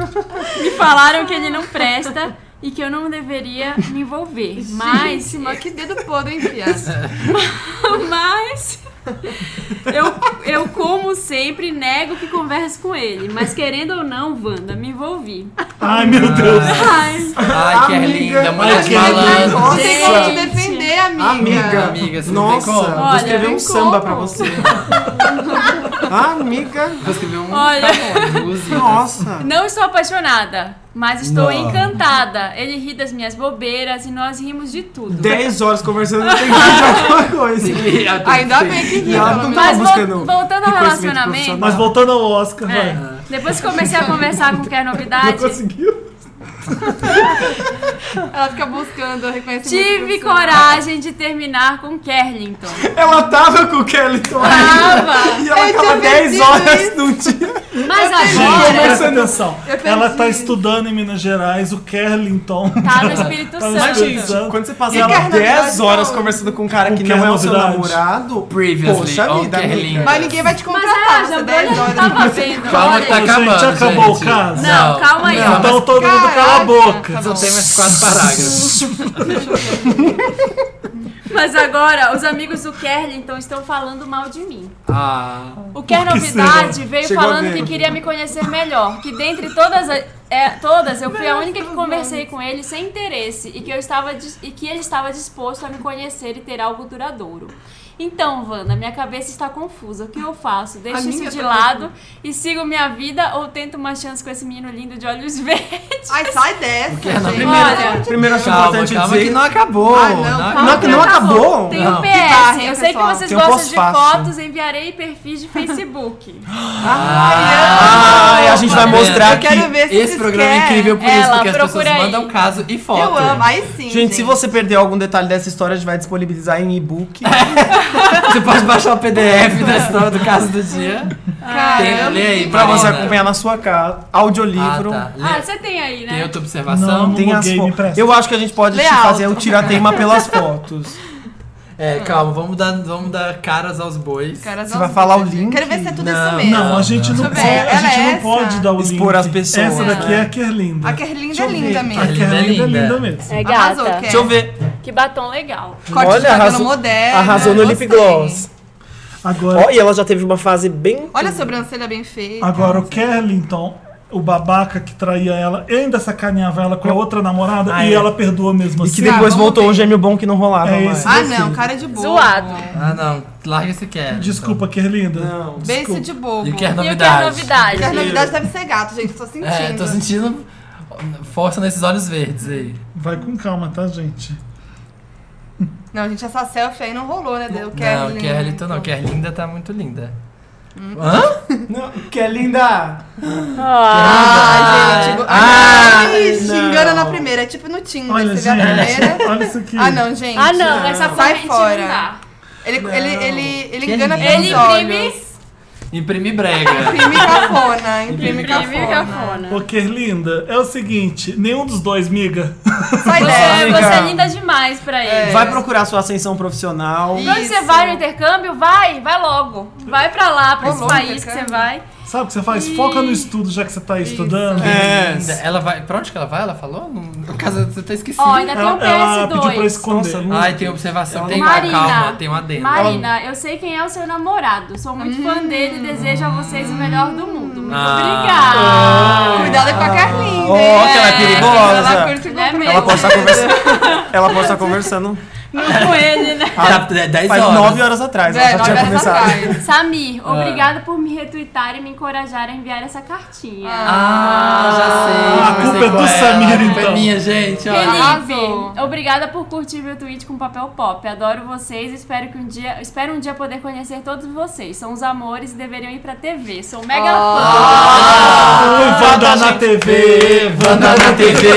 Speaker 5: (laughs)
Speaker 2: ó.
Speaker 5: Me falaram que ele não presta e que eu não deveria me envolver. Mas,
Speaker 4: Gente, mas que dedo podre, hein, fias?
Speaker 5: mas eu, eu, como sempre, nego que converso com ele. Mas querendo ou não, Wanda, me envolvi.
Speaker 1: Ai, meu Deus.
Speaker 5: Ai,
Speaker 2: Ai, que linda, mulher
Speaker 1: Ai, Kerlinda,
Speaker 2: malandra.
Speaker 4: Não tem como te
Speaker 5: Gente.
Speaker 4: defender, amiga.
Speaker 3: Amiga.
Speaker 2: Amiga, você não tem
Speaker 3: Nossa,
Speaker 2: como.
Speaker 3: vou escrever
Speaker 5: Olha,
Speaker 3: um
Speaker 5: tem
Speaker 3: samba
Speaker 5: como.
Speaker 3: pra você. ah, amiga.
Speaker 2: Vou escrever um.
Speaker 5: Olha.
Speaker 2: tá bom, duas linhas.
Speaker 3: Nossa.
Speaker 5: não estou apaixonada, mas estou
Speaker 2: Não.
Speaker 5: encantada. Ele ri das minhas bobeiras e nós rimos de tudo.
Speaker 3: 10 horas conversando, não tem que
Speaker 5: (laughs)
Speaker 3: fazer alguma coisa.
Speaker 4: Ainda bem que riu,
Speaker 3: Ela
Speaker 4: pelo
Speaker 3: não
Speaker 4: menos.
Speaker 3: tá
Speaker 5: Mas vol-
Speaker 3: buscando.
Speaker 5: voltando ao
Speaker 3: reconhecimento
Speaker 5: relacionamento-
Speaker 3: Ah.
Speaker 1: Mas voltando ao Oscar,
Speaker 5: É.
Speaker 4: Ah.
Speaker 1: vai.
Speaker 5: Depois que comecei a conversar com quer
Speaker 1: Não
Speaker 5: novidade,
Speaker 1: conseguiu?
Speaker 4: Ela fica buscando reconhecimento.
Speaker 5: tive
Speaker 4: profissional.
Speaker 5: coragem de terminar com Kerlington.
Speaker 3: Ela tava com o Kelly
Speaker 5: Tava!
Speaker 3: e ela
Speaker 4: Eu
Speaker 3: tava
Speaker 4: tinha
Speaker 3: 10
Speaker 4: percebido
Speaker 3: horas num dia.
Speaker 5: Mas
Speaker 1: Gente,
Speaker 3: Ah,
Speaker 5: agora
Speaker 1: presta atenção.
Speaker 4: perdi.
Speaker 1: Ela tá estudando em Minas Gerais o Kerlington.
Speaker 5: tá no Espírito
Speaker 1: Tá no
Speaker 5: Santo.
Speaker 1: Espírito Santo.
Speaker 3: Quando você passa
Speaker 4: E quer
Speaker 3: 10
Speaker 4: novidade,
Speaker 3: horas
Speaker 4: não.
Speaker 3: conversando com um cara que
Speaker 1: Com
Speaker 3: não é o
Speaker 1: quer
Speaker 3: seu
Speaker 1: novidade.
Speaker 3: namorado,
Speaker 2: Previously,
Speaker 3: poxa
Speaker 2: on
Speaker 3: vida,
Speaker 2: Kerlinda.
Speaker 4: Mas ninguém vai te
Speaker 5: Mas ah,
Speaker 4: contratar, né? você
Speaker 5: a Jambrolha
Speaker 4: 10
Speaker 5: não
Speaker 4: horas.
Speaker 5: tava vendo.
Speaker 2: Calma
Speaker 5: olha.
Speaker 2: que tá
Speaker 1: Gente,
Speaker 2: acabando.
Speaker 1: acabou o
Speaker 2: gente.
Speaker 1: caso?
Speaker 5: Não, calma aí.
Speaker 2: Não,
Speaker 1: Então
Speaker 2: mas
Speaker 1: todo mundo cala a
Speaker 4: Caraca.
Speaker 1: boca.
Speaker 2: só tem mais quatro (laughs) parágrafos.
Speaker 5: Mas agora, os amigos do Kerlington estão falando mal de mim.
Speaker 2: Ah,
Speaker 5: O Quer
Speaker 1: que
Speaker 5: Novidade veio
Speaker 3: Chegou
Speaker 5: falando
Speaker 3: mesmo.
Speaker 5: que queria me conhecer melhor. Que dentre todas, a- é, todas, eu fui a única que conversei com ele sem interesse. E que, eu estava, dis- e que ele estava disposto a me conhecer e ter algo duradouro. Então, Wanda, minha cabeça está confusa. O que eu faço? Deixo isso
Speaker 4: minha
Speaker 5: de
Speaker 4: tá
Speaker 5: lado e sigo minha vida ou tento uma chance com esse menino lindo de olhos (laughs) verdes?
Speaker 4: Ai, sai dessa.
Speaker 2: que é na
Speaker 4: gente.
Speaker 2: primeira-
Speaker 5: Olha, então
Speaker 3: Primeiro acho
Speaker 2: calma,
Speaker 3: importante
Speaker 2: calma
Speaker 3: dizer
Speaker 2: que não acabou.
Speaker 4: Ah, não,
Speaker 2: não,
Speaker 4: calma.
Speaker 3: Não, que não acabou?
Speaker 5: Tem
Speaker 2: Não.
Speaker 5: um
Speaker 2: Que
Speaker 5: PS.
Speaker 4: barra, hein,
Speaker 5: eu sei que
Speaker 4: pessoal?
Speaker 5: vocês
Speaker 3: Tem um
Speaker 5: gostam de
Speaker 3: pós-fácil.
Speaker 5: fotos, enviarei perfis de Facebook.
Speaker 4: Ah,
Speaker 3: Ai, a gente vai
Speaker 2: Tá vendo?
Speaker 3: mostrar
Speaker 4: Eu quero ver se
Speaker 2: Esse
Speaker 4: vocês
Speaker 2: programa é
Speaker 4: querem.
Speaker 2: incrível por isso,
Speaker 5: Ela,
Speaker 2: porque as pessoas
Speaker 5: procura aí.
Speaker 2: mandam caso e foto.
Speaker 4: Eu amo, aí sim.
Speaker 3: Gente, se você perdeu algum detalhe dessa história, a gente vai disponibilizar em e-book.
Speaker 4: É.
Speaker 2: Você pode baixar o
Speaker 4: (laughs)
Speaker 2: PDF da história do caso do dia. Tem,
Speaker 4: Caramba.
Speaker 2: lê aí,
Speaker 3: pra você
Speaker 2: Marina.
Speaker 3: acompanhar na sua casa. Audiolivro.
Speaker 2: Ah, tá. Lê.
Speaker 5: Ah, você tem aí, né?
Speaker 2: Tem outra observação?
Speaker 1: Não.
Speaker 3: Tem as
Speaker 1: Game
Speaker 3: fotos.
Speaker 1: Press.
Speaker 3: Eu acho que a gente pode
Speaker 4: Lê
Speaker 3: te fazer o
Speaker 4: alto.
Speaker 3: tiratema
Speaker 4: (laughs)
Speaker 3: pelas fotos.
Speaker 2: É, calma, vamos dar, vamos dar caras aos bois.
Speaker 4: Caras
Speaker 3: Você
Speaker 4: aos
Speaker 3: vai falar o
Speaker 4: dentes, gente.
Speaker 3: link?
Speaker 4: Quero ver se é tudo
Speaker 2: Não,
Speaker 4: isso mesmo.
Speaker 1: Não, a gente não,
Speaker 4: Deixa eu
Speaker 1: pode,
Speaker 4: ver.
Speaker 1: a gente
Speaker 4: Ela é
Speaker 1: não
Speaker 4: essa?
Speaker 1: pode dar o link.
Speaker 3: Expor as pessoas,
Speaker 1: Essa daqui
Speaker 3: né?
Speaker 1: é a Kerlinda.
Speaker 4: A Kerlinda
Speaker 3: Deixa eu
Speaker 4: é
Speaker 3: ver.
Speaker 4: linda
Speaker 1: A
Speaker 4: mesmo.
Speaker 2: Kerlinda é
Speaker 1: Kerlinda é linda
Speaker 2: linda.
Speaker 1: mesmo.
Speaker 5: É
Speaker 4: Arrasou,
Speaker 5: gata.
Speaker 4: Kerlin.
Speaker 3: Deixa eu ver.
Speaker 5: Que batom legal.
Speaker 4: Corte
Speaker 3: Olha,
Speaker 4: de cabelo
Speaker 3: arrasou-
Speaker 4: moderno.
Speaker 3: Arrasou no lip
Speaker 4: É, gostei.
Speaker 3: gloss.
Speaker 1: Agora,
Speaker 3: Ó, e ela já teve uma fase bem.
Speaker 4: Olha a sobrancelha bem feita.
Speaker 1: Agora, o Kerlington, o babaca que traía ela, ainda sacaneava ela com a outra namorada
Speaker 3: Ah,
Speaker 1: e
Speaker 3: é.
Speaker 1: ela perdoa mesmo
Speaker 3: E
Speaker 1: assim.
Speaker 3: que depois
Speaker 4: vamos
Speaker 3: voltou
Speaker 4: ver.
Speaker 3: um gêmeo bom que não rolava
Speaker 1: É
Speaker 3: mais.
Speaker 1: esse.
Speaker 4: Ah,
Speaker 1: Meu
Speaker 4: não,
Speaker 1: filho.
Speaker 4: cara de bobo.
Speaker 5: Zoado.
Speaker 2: Ah, não. Larga esse quer.
Speaker 1: Desculpa, Kerlinda.
Speaker 3: Não.
Speaker 4: Beijo de bobo.
Speaker 2: E quer
Speaker 5: E o que é
Speaker 2: novidade.
Speaker 5: novidade?
Speaker 4: Na novidade deve ser gato, gente. Tô sentindo.
Speaker 2: É, tô sentindo força nesses olhos verdes aí.
Speaker 1: Vai com calma, tá, gente?
Speaker 4: Não, gente, essa selfie aí não rolou, né? Deu
Speaker 2: não, quer
Speaker 4: Kerlin.
Speaker 2: Lito não. Quer linda tá muito linda.
Speaker 4: Hum.
Speaker 2: Hã?
Speaker 3: Não, que é linda!
Speaker 4: Ah,
Speaker 2: Ai,
Speaker 4: gente.
Speaker 2: ah,
Speaker 4: Ai,
Speaker 3: não.
Speaker 4: xingando na primeira. É tipo no Tinder.
Speaker 1: Olha,
Speaker 4: você vê a primeira.
Speaker 1: gente. (laughs) Olha isso aqui.
Speaker 4: Ah, não, gente.
Speaker 5: Ah, não, essa foto a
Speaker 4: Sai
Speaker 5: gente
Speaker 4: fora.
Speaker 5: não dá.
Speaker 4: Ele, ele, ele, ele
Speaker 2: Que
Speaker 4: engana
Speaker 2: lindo.
Speaker 4: pelos
Speaker 5: Ele imprime-
Speaker 4: olhos.
Speaker 2: Imprime brega.
Speaker 4: (laughs) Imprime cafona. Imprime
Speaker 2: Imprime
Speaker 4: cafona.
Speaker 1: Ô, Kerlinda, é o seguinte, nenhum dos dois, miga. (laughs)
Speaker 4: Sai
Speaker 5: Você,
Speaker 4: dessa.
Speaker 5: você é
Speaker 3: cara.
Speaker 5: linda demais pra ele.
Speaker 3: Vai procurar sua ascensão profissional.
Speaker 4: E-
Speaker 5: Quando você
Speaker 4: Isso.
Speaker 5: vai no intercâmbio, vai, vai logo. Vai pra lá, pra esse
Speaker 4: logo,
Speaker 5: país que você
Speaker 4: intercâmbio.
Speaker 5: vai.
Speaker 1: Sabe o que você faz? Foca no estudo, já que você tá estudando.
Speaker 3: É.
Speaker 2: Linda. Ela vai. Pra onde que ela vai? Ela falou? No- No caso, você tá esquecido.
Speaker 5: Ó, ainda tem um
Speaker 1: Ela, ela pediu pra
Speaker 5: PS2.
Speaker 1: esconder.
Speaker 3: Nossa,
Speaker 2: Ai, tem observação. Tem uma
Speaker 5: Marina,
Speaker 2: calma, tem um uma adenda.
Speaker 5: Marina, eu sei quem é o seu namorado. Sou muito fã dele e desejo a vocês o melhor do mundo. Muito
Speaker 2: Ah.
Speaker 5: obrigada.
Speaker 4: Ah. Cuidado com a Carlinha.
Speaker 3: Ó, que ela é
Speaker 4: Ela
Speaker 3: perigosa.
Speaker 4: curte
Speaker 5: Ela é
Speaker 4: com
Speaker 3: (laughs)
Speaker 5: mesmo.
Speaker 3: Ela pode estar conversando. Ela pode estar conversando
Speaker 5: (laughs) Não com ele, né?
Speaker 2: (laughs) Tá, de- 10
Speaker 3: faz
Speaker 2: horas.
Speaker 3: né? nove horas atrás.
Speaker 4: É,
Speaker 3: ela já
Speaker 4: nove
Speaker 3: tinha
Speaker 4: horas
Speaker 3: começado.
Speaker 4: atrás.
Speaker 5: Samir, obrigada por me retweetar e me encorajar a enviar essa cartinha.
Speaker 2: Ah, já sei.
Speaker 1: A
Speaker 2: já
Speaker 1: culpa
Speaker 2: sei
Speaker 1: é
Speaker 2: qual
Speaker 1: do Samir,
Speaker 2: a culpa
Speaker 1: então.
Speaker 2: É minha, gente. olha.
Speaker 5: Felipe,
Speaker 4: Arrasou.
Speaker 5: obrigada por curtir meu tweet com papel pop. Adoro vocês, e espero que um dia, espero um dia poder conhecer todos vocês. São os amores e deveriam ir pra TV. Sou mega
Speaker 2: Ah!
Speaker 4: Ah,
Speaker 1: Oi,
Speaker 4: tá,
Speaker 1: Wanda na
Speaker 3: Wanda, gente.
Speaker 1: TV, Wanda
Speaker 2: Tá na TV,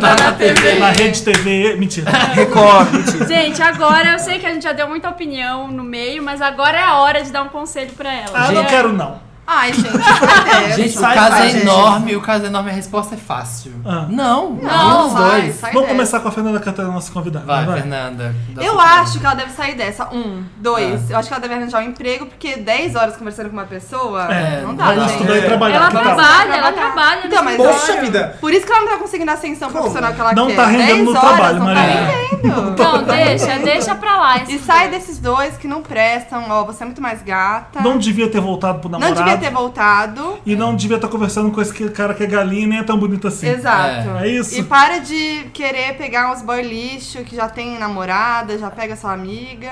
Speaker 2: tá na TV.
Speaker 1: na Rede TV.
Speaker 4: (laughs)
Speaker 1: Mentira.
Speaker 3: Record.
Speaker 5: fã. Gente, agora eu sei que a gente já deu muita opinião no meio, mas agora é a hora de dar um conselho pra ela.
Speaker 1: Ah, não
Speaker 5: Gente,
Speaker 1: quero, não.
Speaker 4: Ai, gente, vai dessa.
Speaker 2: Gente, o
Speaker 1: Sai,
Speaker 2: caso
Speaker 1: sai,
Speaker 2: é
Speaker 1: gente.
Speaker 2: enorme, o caso é enorme, a resposta é fácil.
Speaker 1: Ah.
Speaker 2: Não,
Speaker 4: Não,
Speaker 2: os
Speaker 4: vai,
Speaker 2: dois.
Speaker 4: sai
Speaker 1: Vamos
Speaker 4: dessa.
Speaker 1: começar com a Fernanda Catarina, nossa convidada.
Speaker 2: Vai, Fernanda. dá
Speaker 4: Eu
Speaker 2: sua
Speaker 4: acho que ela deve sair dessa. Um, dois. Eu acho que ela deve arranjar um emprego, porque 10 horas conversando com uma pessoa.
Speaker 1: É,
Speaker 4: não dá,
Speaker 2: vai
Speaker 1: Ela
Speaker 2: lá.
Speaker 4: gente.
Speaker 1: estudar e trabalhar.
Speaker 5: Ela
Speaker 1: que tal?
Speaker 5: trabalha, ela trabalha.
Speaker 4: Então, mas
Speaker 3: Poxa
Speaker 4: eu-
Speaker 3: vida.
Speaker 4: Por isso que ela não tá conseguindo a ascensão profissional que ela
Speaker 1: Não
Speaker 4: quer.
Speaker 1: tá rendendo
Speaker 4: 10
Speaker 1: no
Speaker 4: horas,
Speaker 1: trabalho,
Speaker 4: não
Speaker 1: Maria.
Speaker 4: Tá
Speaker 5: Não,
Speaker 4: rendendo.
Speaker 5: deixa, deixa pra lá.
Speaker 4: E
Speaker 5: esses
Speaker 4: sai
Speaker 5: dois.
Speaker 4: desses dois que não prestam. Ó, você é muito mais gata.
Speaker 1: Não devia ter voltado pro
Speaker 4: Não
Speaker 1: namorado.
Speaker 4: devia ter voltado.
Speaker 1: E não devia estar conversando com esse cara que é galinha e nem é tão bonito assim.
Speaker 4: Exato.
Speaker 1: É. É isso.
Speaker 4: E para de querer pegar uns boy lixo que já tem namorada, já pega sua amiga,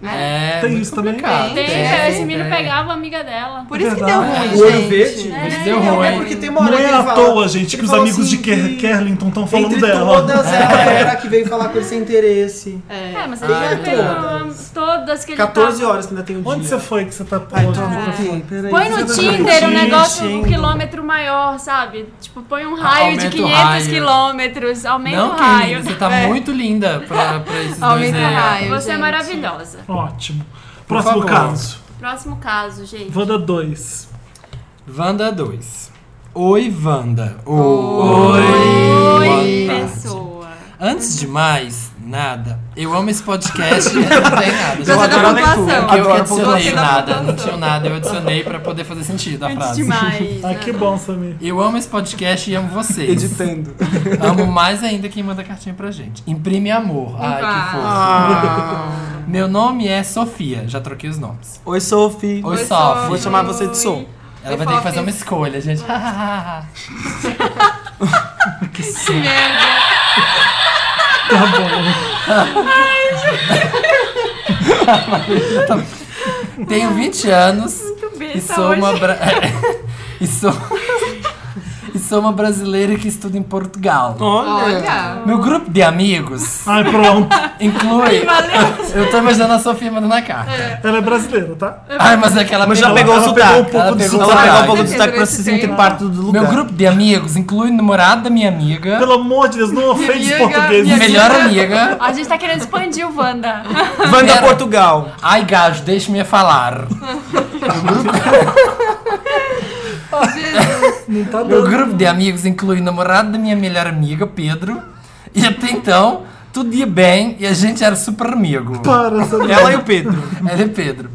Speaker 4: né?
Speaker 2: É,
Speaker 1: Tem
Speaker 2: muito
Speaker 1: isso também?
Speaker 2: complicado.
Speaker 5: Tem,
Speaker 4: Tem,
Speaker 5: esse menino
Speaker 2: tem.
Speaker 5: pegava a amiga dela.
Speaker 4: Por isso que deu
Speaker 1: verdade.
Speaker 4: ruim,
Speaker 3: O olho
Speaker 4: gente.
Speaker 3: verde.
Speaker 2: Mas
Speaker 5: É,
Speaker 2: deu
Speaker 5: é
Speaker 3: É
Speaker 2: ruim.
Speaker 3: porque tem uma
Speaker 1: Não
Speaker 3: hora que
Speaker 1: é
Speaker 3: ele
Speaker 1: à
Speaker 3: fala-
Speaker 1: toa, gente,
Speaker 3: ele
Speaker 1: que os
Speaker 3: fala
Speaker 1: amigos
Speaker 3: assim
Speaker 1: de Ker-
Speaker 3: que
Speaker 1: Kerlington estão falando
Speaker 3: Entre
Speaker 1: dela.
Speaker 3: todas, (laughs) ela era que veio falar com ele tá- sem interesse.
Speaker 5: É, mas ele
Speaker 3: Ah,
Speaker 5: já pegou
Speaker 3: todas.
Speaker 5: todas que ele tá
Speaker 3: 14
Speaker 5: tava.
Speaker 3: horas que ainda tem um dia.
Speaker 1: (laughs) Onde você foi que você tá
Speaker 3: Ai,
Speaker 1: hoje?
Speaker 3: tô aqui, peraí.
Speaker 5: Põe no
Speaker 3: Você tá
Speaker 5: Tinder um
Speaker 1: Tinder,
Speaker 5: negócio, um
Speaker 3: Tinder.
Speaker 5: quilômetro maior, sabe? Tipo, põe um raio
Speaker 2: Aumenta
Speaker 5: de
Speaker 2: o
Speaker 5: 500
Speaker 2: raio.
Speaker 5: quilômetros, aumenta o
Speaker 2: Não,
Speaker 5: raio. né?
Speaker 2: querida, você tá
Speaker 4: É.
Speaker 2: (laughs) muito linda pra, pra esses dois.
Speaker 4: Aumenta o
Speaker 2: é.
Speaker 4: raio.
Speaker 5: Você é
Speaker 4: gente.
Speaker 5: maravilhosa.
Speaker 1: Tá Ótimo. Próximo
Speaker 2: favor.
Speaker 1: caso.
Speaker 5: Próximo caso, gente.
Speaker 1: Wanda 2.
Speaker 2: Wanda 2. Oi, Wanda. Oi.
Speaker 5: Oi,
Speaker 2: Boa tarde.
Speaker 5: pessoa.
Speaker 2: Antes de mais nada, eu amo esse podcast. não tem nada.
Speaker 4: Você
Speaker 2: gente.
Speaker 4: dá
Speaker 3: adoro a
Speaker 4: pontuação.
Speaker 2: Porque eu
Speaker 3: Adoro
Speaker 2: adicionei
Speaker 4: pontuação.
Speaker 2: nada, não tinha nada, eu adicionei pra poder fazer sentido a
Speaker 5: Antes
Speaker 2: frase.
Speaker 5: demais.
Speaker 1: Ah, que bom, Samir.
Speaker 2: Eu amo esse podcast e amo vocês.
Speaker 3: Editando.
Speaker 2: Amo mais ainda quem manda cartinha pra gente. Imprime amor. Ai, que fofo.
Speaker 3: Ah,
Speaker 2: Meu nome é Sofia. Já troquei os nomes.
Speaker 3: Oi, Sophie.
Speaker 2: Oi,
Speaker 4: Oi,
Speaker 2: Sof.
Speaker 4: Sof.
Speaker 3: Vou chamar você de Sophie.
Speaker 2: Ela vai
Speaker 4: Oi,
Speaker 2: ter que fazer
Speaker 4: Sof.
Speaker 2: uma escolha, gente. (laughs)
Speaker 1: Tá bom.
Speaker 2: Tenho 20 anos
Speaker 5: Muito bem,
Speaker 2: e
Speaker 5: tá
Speaker 2: sou
Speaker 5: hoje.
Speaker 2: uma bra... (laughs) e sou (laughs) e sou uma brasileira que estuda em Portugal.
Speaker 3: É.
Speaker 4: Olha.
Speaker 2: Meu grupo de amigos
Speaker 1: Ai, pronto.
Speaker 2: inclui. Eu tô imaginando a Sofia mandando a carta.
Speaker 1: Ela é brasileira, tá?
Speaker 2: Ai, mas é que ela
Speaker 3: Mas já
Speaker 2: pegou-
Speaker 3: pegou
Speaker 2: ela
Speaker 3: o sotaque.
Speaker 2: pegou um pouco do
Speaker 3: Ela pegou um
Speaker 2: sotaque.
Speaker 3: pouco do sotaque pra se sentir parte do lugar.
Speaker 2: Meu grupo de amigos inclui o namorado da minha amiga,
Speaker 1: Pelo amor de Deus, não ofende os
Speaker 4: Amiga,
Speaker 1: portugueses.
Speaker 4: minha
Speaker 2: melhor amiga.
Speaker 5: A gente tá querendo expandir o
Speaker 2: (laughs)
Speaker 5: Wanda.
Speaker 3: Vanda
Speaker 2: Pera.
Speaker 3: Portugal.
Speaker 2: Ai, gajo, deixe-me falar.
Speaker 1: tá
Speaker 2: Meu grupo de amigos inclui o namorado da minha melhor amiga, Pedro. E até então, tudo ia bem e a gente era super amigo.
Speaker 1: Para, Samir.
Speaker 3: Ela e o Pedro.
Speaker 2: Ele é Pedro.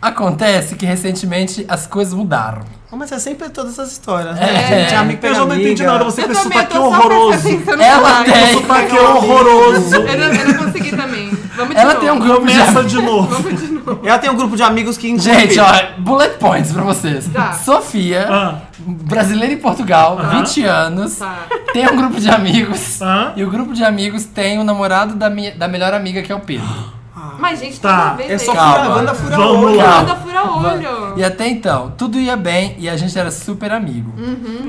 Speaker 2: Acontece que recentemente as coisas mudaram.
Speaker 3: Ah, Mas é sempre todas essas histórias,
Speaker 2: É.
Speaker 3: né? gente? amigo
Speaker 1: Eu
Speaker 3: pega
Speaker 1: já não entendi
Speaker 3: amiga.
Speaker 1: nada, você com esse
Speaker 4: Também, eu
Speaker 1: sotaque
Speaker 4: tô só
Speaker 1: horroroso.
Speaker 4: pensando
Speaker 2: Ela
Speaker 4: no
Speaker 1: O
Speaker 2: tem,
Speaker 1: sotaque horroroso.
Speaker 4: (laughs) Eu não, eu não consegui também. Vamos de
Speaker 2: ela
Speaker 4: novo.
Speaker 2: tem um grupo de
Speaker 1: Começa de novo.
Speaker 3: Ela tem um grupo de amigos que inclui
Speaker 2: Gente,
Speaker 3: Pedro.
Speaker 2: ó, bullet points pra vocês.
Speaker 4: Tá.
Speaker 2: Sofia,
Speaker 1: Ah.
Speaker 2: brasileira em Portugal, 20 anos,
Speaker 4: Tá.
Speaker 2: tem um grupo de
Speaker 1: (laughs)
Speaker 2: amigos.
Speaker 1: Ah.
Speaker 2: E o grupo de amigos tem o namorado da, minha, da melhor amiga, que é o Pedro.
Speaker 4: Mas, gente,
Speaker 1: Tá,
Speaker 4: toda vez
Speaker 3: É só
Speaker 4: aí.
Speaker 3: furar, Wanda fura
Speaker 1: Vamos
Speaker 3: olho.
Speaker 1: lá.
Speaker 4: Wanda fura olho.
Speaker 2: E até então, tudo ia bem e a gente era super amigo.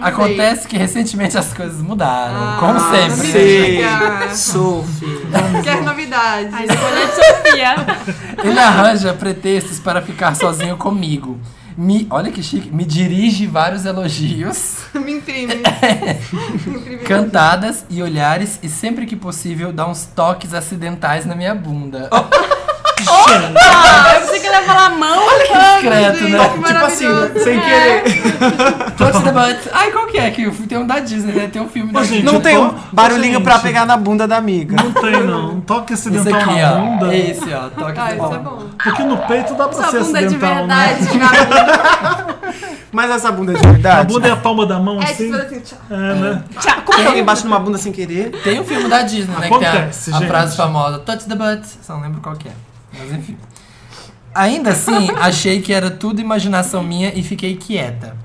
Speaker 2: Acontece que recentemente as coisas mudaram, como sempre.
Speaker 3: Sei.
Speaker 4: Amiga.
Speaker 3: Sophie.
Speaker 4: Quer novidades.
Speaker 5: A escolha de Sofia.
Speaker 2: Ele arranja pretextos para ficar sozinho comigo. Me, olha que chique, me dirige vários elogios,
Speaker 4: (laughs) Me
Speaker 2: (laughs)
Speaker 4: imprime.
Speaker 2: É.
Speaker 4: Me imprime.
Speaker 2: cantadas e olhares e sempre que possível dá uns toques acidentais na minha bunda. (laughs)
Speaker 4: Ah,
Speaker 5: Eu pensei que ela ia falar mão.
Speaker 2: discreto, né?
Speaker 4: Que
Speaker 3: Tipo assim,
Speaker 4: maravilhoso.
Speaker 3: sem
Speaker 4: É.
Speaker 3: querer.
Speaker 2: Touch the butt. Ai, qual que é? Que tem um da Disney, né? Tem um filme da
Speaker 1: Ô, gente,
Speaker 2: Disney.
Speaker 3: Não tem um
Speaker 1: Gente.
Speaker 3: barulhinho pra pegar na bunda da amiga.
Speaker 1: Não tem, não. Um toque
Speaker 2: Esse
Speaker 1: acidental
Speaker 2: aqui,
Speaker 1: na
Speaker 2: ó.
Speaker 1: bunda.
Speaker 2: Esse, ó. Toque
Speaker 4: Ah, isso é
Speaker 2: acidental.
Speaker 4: bom.
Speaker 1: Porque no peito dá pra
Speaker 5: Sua
Speaker 1: ser
Speaker 4: é
Speaker 5: bunda de
Speaker 1: acidental, né?
Speaker 5: verdade.
Speaker 3: Mas essa bunda é de
Speaker 1: A
Speaker 3: verdade.
Speaker 1: bunda é a palma da mão,
Speaker 4: É,
Speaker 1: assim.
Speaker 4: tipo assim, tchau.
Speaker 1: É, né?
Speaker 3: Como que alguém bate numa bunda sem querer?
Speaker 2: Tem um filme da Disney, né? que
Speaker 1: Acontece,
Speaker 2: tem a- a,
Speaker 1: gente.
Speaker 2: frase famosa, touch the butt. Só não lembro qual que é. Mas enfim. Ainda
Speaker 1: (laughs)
Speaker 2: assim, achei que era tudo imaginação minha e fiquei quieta.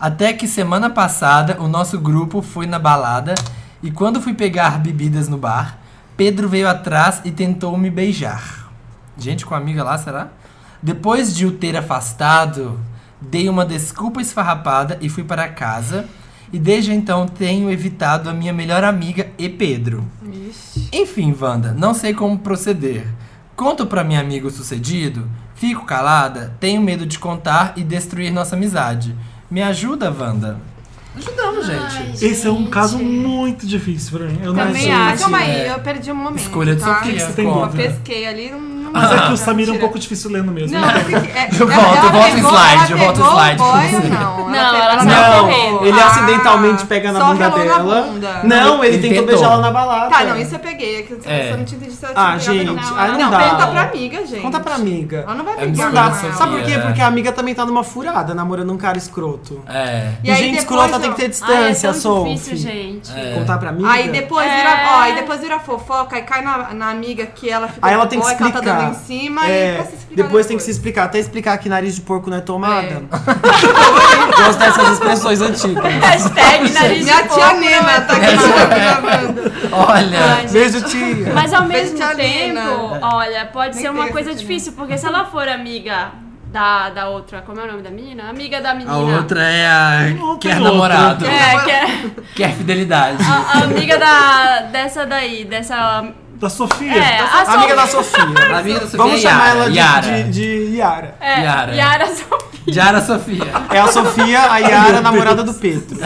Speaker 2: Até que semana passada, o nosso grupo foi na balada e quando fui pegar bebidas no bar, Pedro veio atrás e tentou me beijar. Gente com amiga lá, será? Depois de o ter afastado, dei uma desculpa esfarrapada e fui para casa. E desde então tenho evitado a minha melhor amiga e Pedro. Enfim, Wanda, não sei como proceder. Conto pra minha amiga o sucedido? Fico calada? Tenho medo de contar e destruir nossa amizade. Me ajuda, Wanda? Ajudamos, gente.
Speaker 1: Esse é um caso muito difícil pra mim. Eu não
Speaker 5: Também
Speaker 1: sei.
Speaker 4: Mas
Speaker 5: acho.
Speaker 4: calma aí,
Speaker 2: é.
Speaker 4: eu perdi um momento.
Speaker 2: Escolha de
Speaker 4: tá?
Speaker 2: Sofia,
Speaker 1: Você tem
Speaker 4: Eu
Speaker 2: conta.
Speaker 4: pesquei ali, não. não-
Speaker 1: Mas é que
Speaker 4: não,
Speaker 1: o Samir é um
Speaker 4: Ah, mentira.
Speaker 1: pouco difícil lendo mesmo.
Speaker 4: Não, assim, é,
Speaker 2: Eu
Speaker 4: ela-
Speaker 2: volto, eu
Speaker 4: ela
Speaker 2: volto em
Speaker 4: pegou-
Speaker 2: slide,
Speaker 4: ela
Speaker 2: eu volto em
Speaker 4: pegou o
Speaker 2: slide pra
Speaker 4: boy ou
Speaker 2: você.
Speaker 4: não?
Speaker 5: Não,
Speaker 4: pegou-
Speaker 5: ela saiu
Speaker 3: Não,
Speaker 5: correndo.
Speaker 3: ele
Speaker 4: Ah,
Speaker 3: acidentalmente pega na
Speaker 4: só
Speaker 3: bunda
Speaker 4: relou na
Speaker 3: dela.
Speaker 4: bunda.
Speaker 3: Não, ele,
Speaker 2: Ele
Speaker 3: tentou
Speaker 2: tentou.
Speaker 3: beijar ela na balada.
Speaker 4: Tá, não, isso eu peguei. É que você
Speaker 2: É.
Speaker 4: é. não tinha entendido se ela
Speaker 3: Ah,
Speaker 4: tinha pegado ou
Speaker 3: gente,
Speaker 4: não.
Speaker 3: aí não,
Speaker 4: Não,
Speaker 3: dá.
Speaker 4: pergunta pra amiga, gente.
Speaker 3: Conta pra amiga.
Speaker 4: Ela não vai
Speaker 2: É
Speaker 4: brigar
Speaker 3: Não
Speaker 4: com
Speaker 3: dá.
Speaker 4: ela.
Speaker 2: Sofia,
Speaker 3: Sabe por quê?
Speaker 2: é.
Speaker 3: Porque a amiga também tá numa furada, namorando um cara escroto.
Speaker 2: É.
Speaker 4: E aí
Speaker 3: gente
Speaker 4: depois,
Speaker 3: escrota
Speaker 4: ó,
Speaker 3: tem que ter
Speaker 5: Ai, é
Speaker 3: distância,
Speaker 5: tão
Speaker 3: Sophie.
Speaker 5: difícil, gente.
Speaker 2: é.
Speaker 3: Contar pra amiga.
Speaker 4: Aí depois,
Speaker 5: É.
Speaker 4: vira, ó, aí depois vira fofoca, aí cai na, na amiga que ela ficou
Speaker 3: Aí ela
Speaker 4: com
Speaker 3: tem que
Speaker 4: boy,
Speaker 3: explicar.
Speaker 4: ela tá dando em cima
Speaker 3: É,
Speaker 4: e pra se explicar
Speaker 3: depois tem que se explicar, até explicar que nariz de porco não é tomada.
Speaker 4: É.
Speaker 3: Gosto dessas expressões antigas.
Speaker 5: Hashtag nariz
Speaker 4: Minha tia
Speaker 5: de porco.
Speaker 4: Nena tá aqui gravando.
Speaker 2: (laughs) Olha.
Speaker 5: Ai, É. gente.
Speaker 3: Beijo, tia.
Speaker 5: Mas ao
Speaker 4: Beijo,
Speaker 5: mesmo
Speaker 4: tia
Speaker 5: tempo,
Speaker 4: Nena.
Speaker 5: olha, pode
Speaker 4: Nem
Speaker 5: ser uma
Speaker 4: tem
Speaker 5: coisa
Speaker 4: essa tia
Speaker 5: difícil, porque se ela for amiga da, da outra, como é o nome da menina? Amiga da menina.
Speaker 2: A outra é a
Speaker 3: Um
Speaker 1: Não, tem
Speaker 2: quer
Speaker 1: outra.
Speaker 2: namorado,
Speaker 5: É, Ah, que é
Speaker 2: quer fidelidade.
Speaker 5: a, a amiga da, dessa daí, dessa.
Speaker 1: Da Sofia.
Speaker 5: É,
Speaker 4: (laughs)
Speaker 3: tá
Speaker 5: a Sophie.
Speaker 3: Amiga da Sofia.
Speaker 2: Amiga da Sofia
Speaker 3: Vamos
Speaker 2: é
Speaker 3: chamar
Speaker 2: Yara.
Speaker 3: ela de
Speaker 2: Yara.
Speaker 3: de- de Yara.
Speaker 5: É,
Speaker 2: Yara.
Speaker 5: Yara Sophie. (laughs)
Speaker 2: Yara Sofia.
Speaker 3: É a Sofia, a Yara, a namorada do Pedro.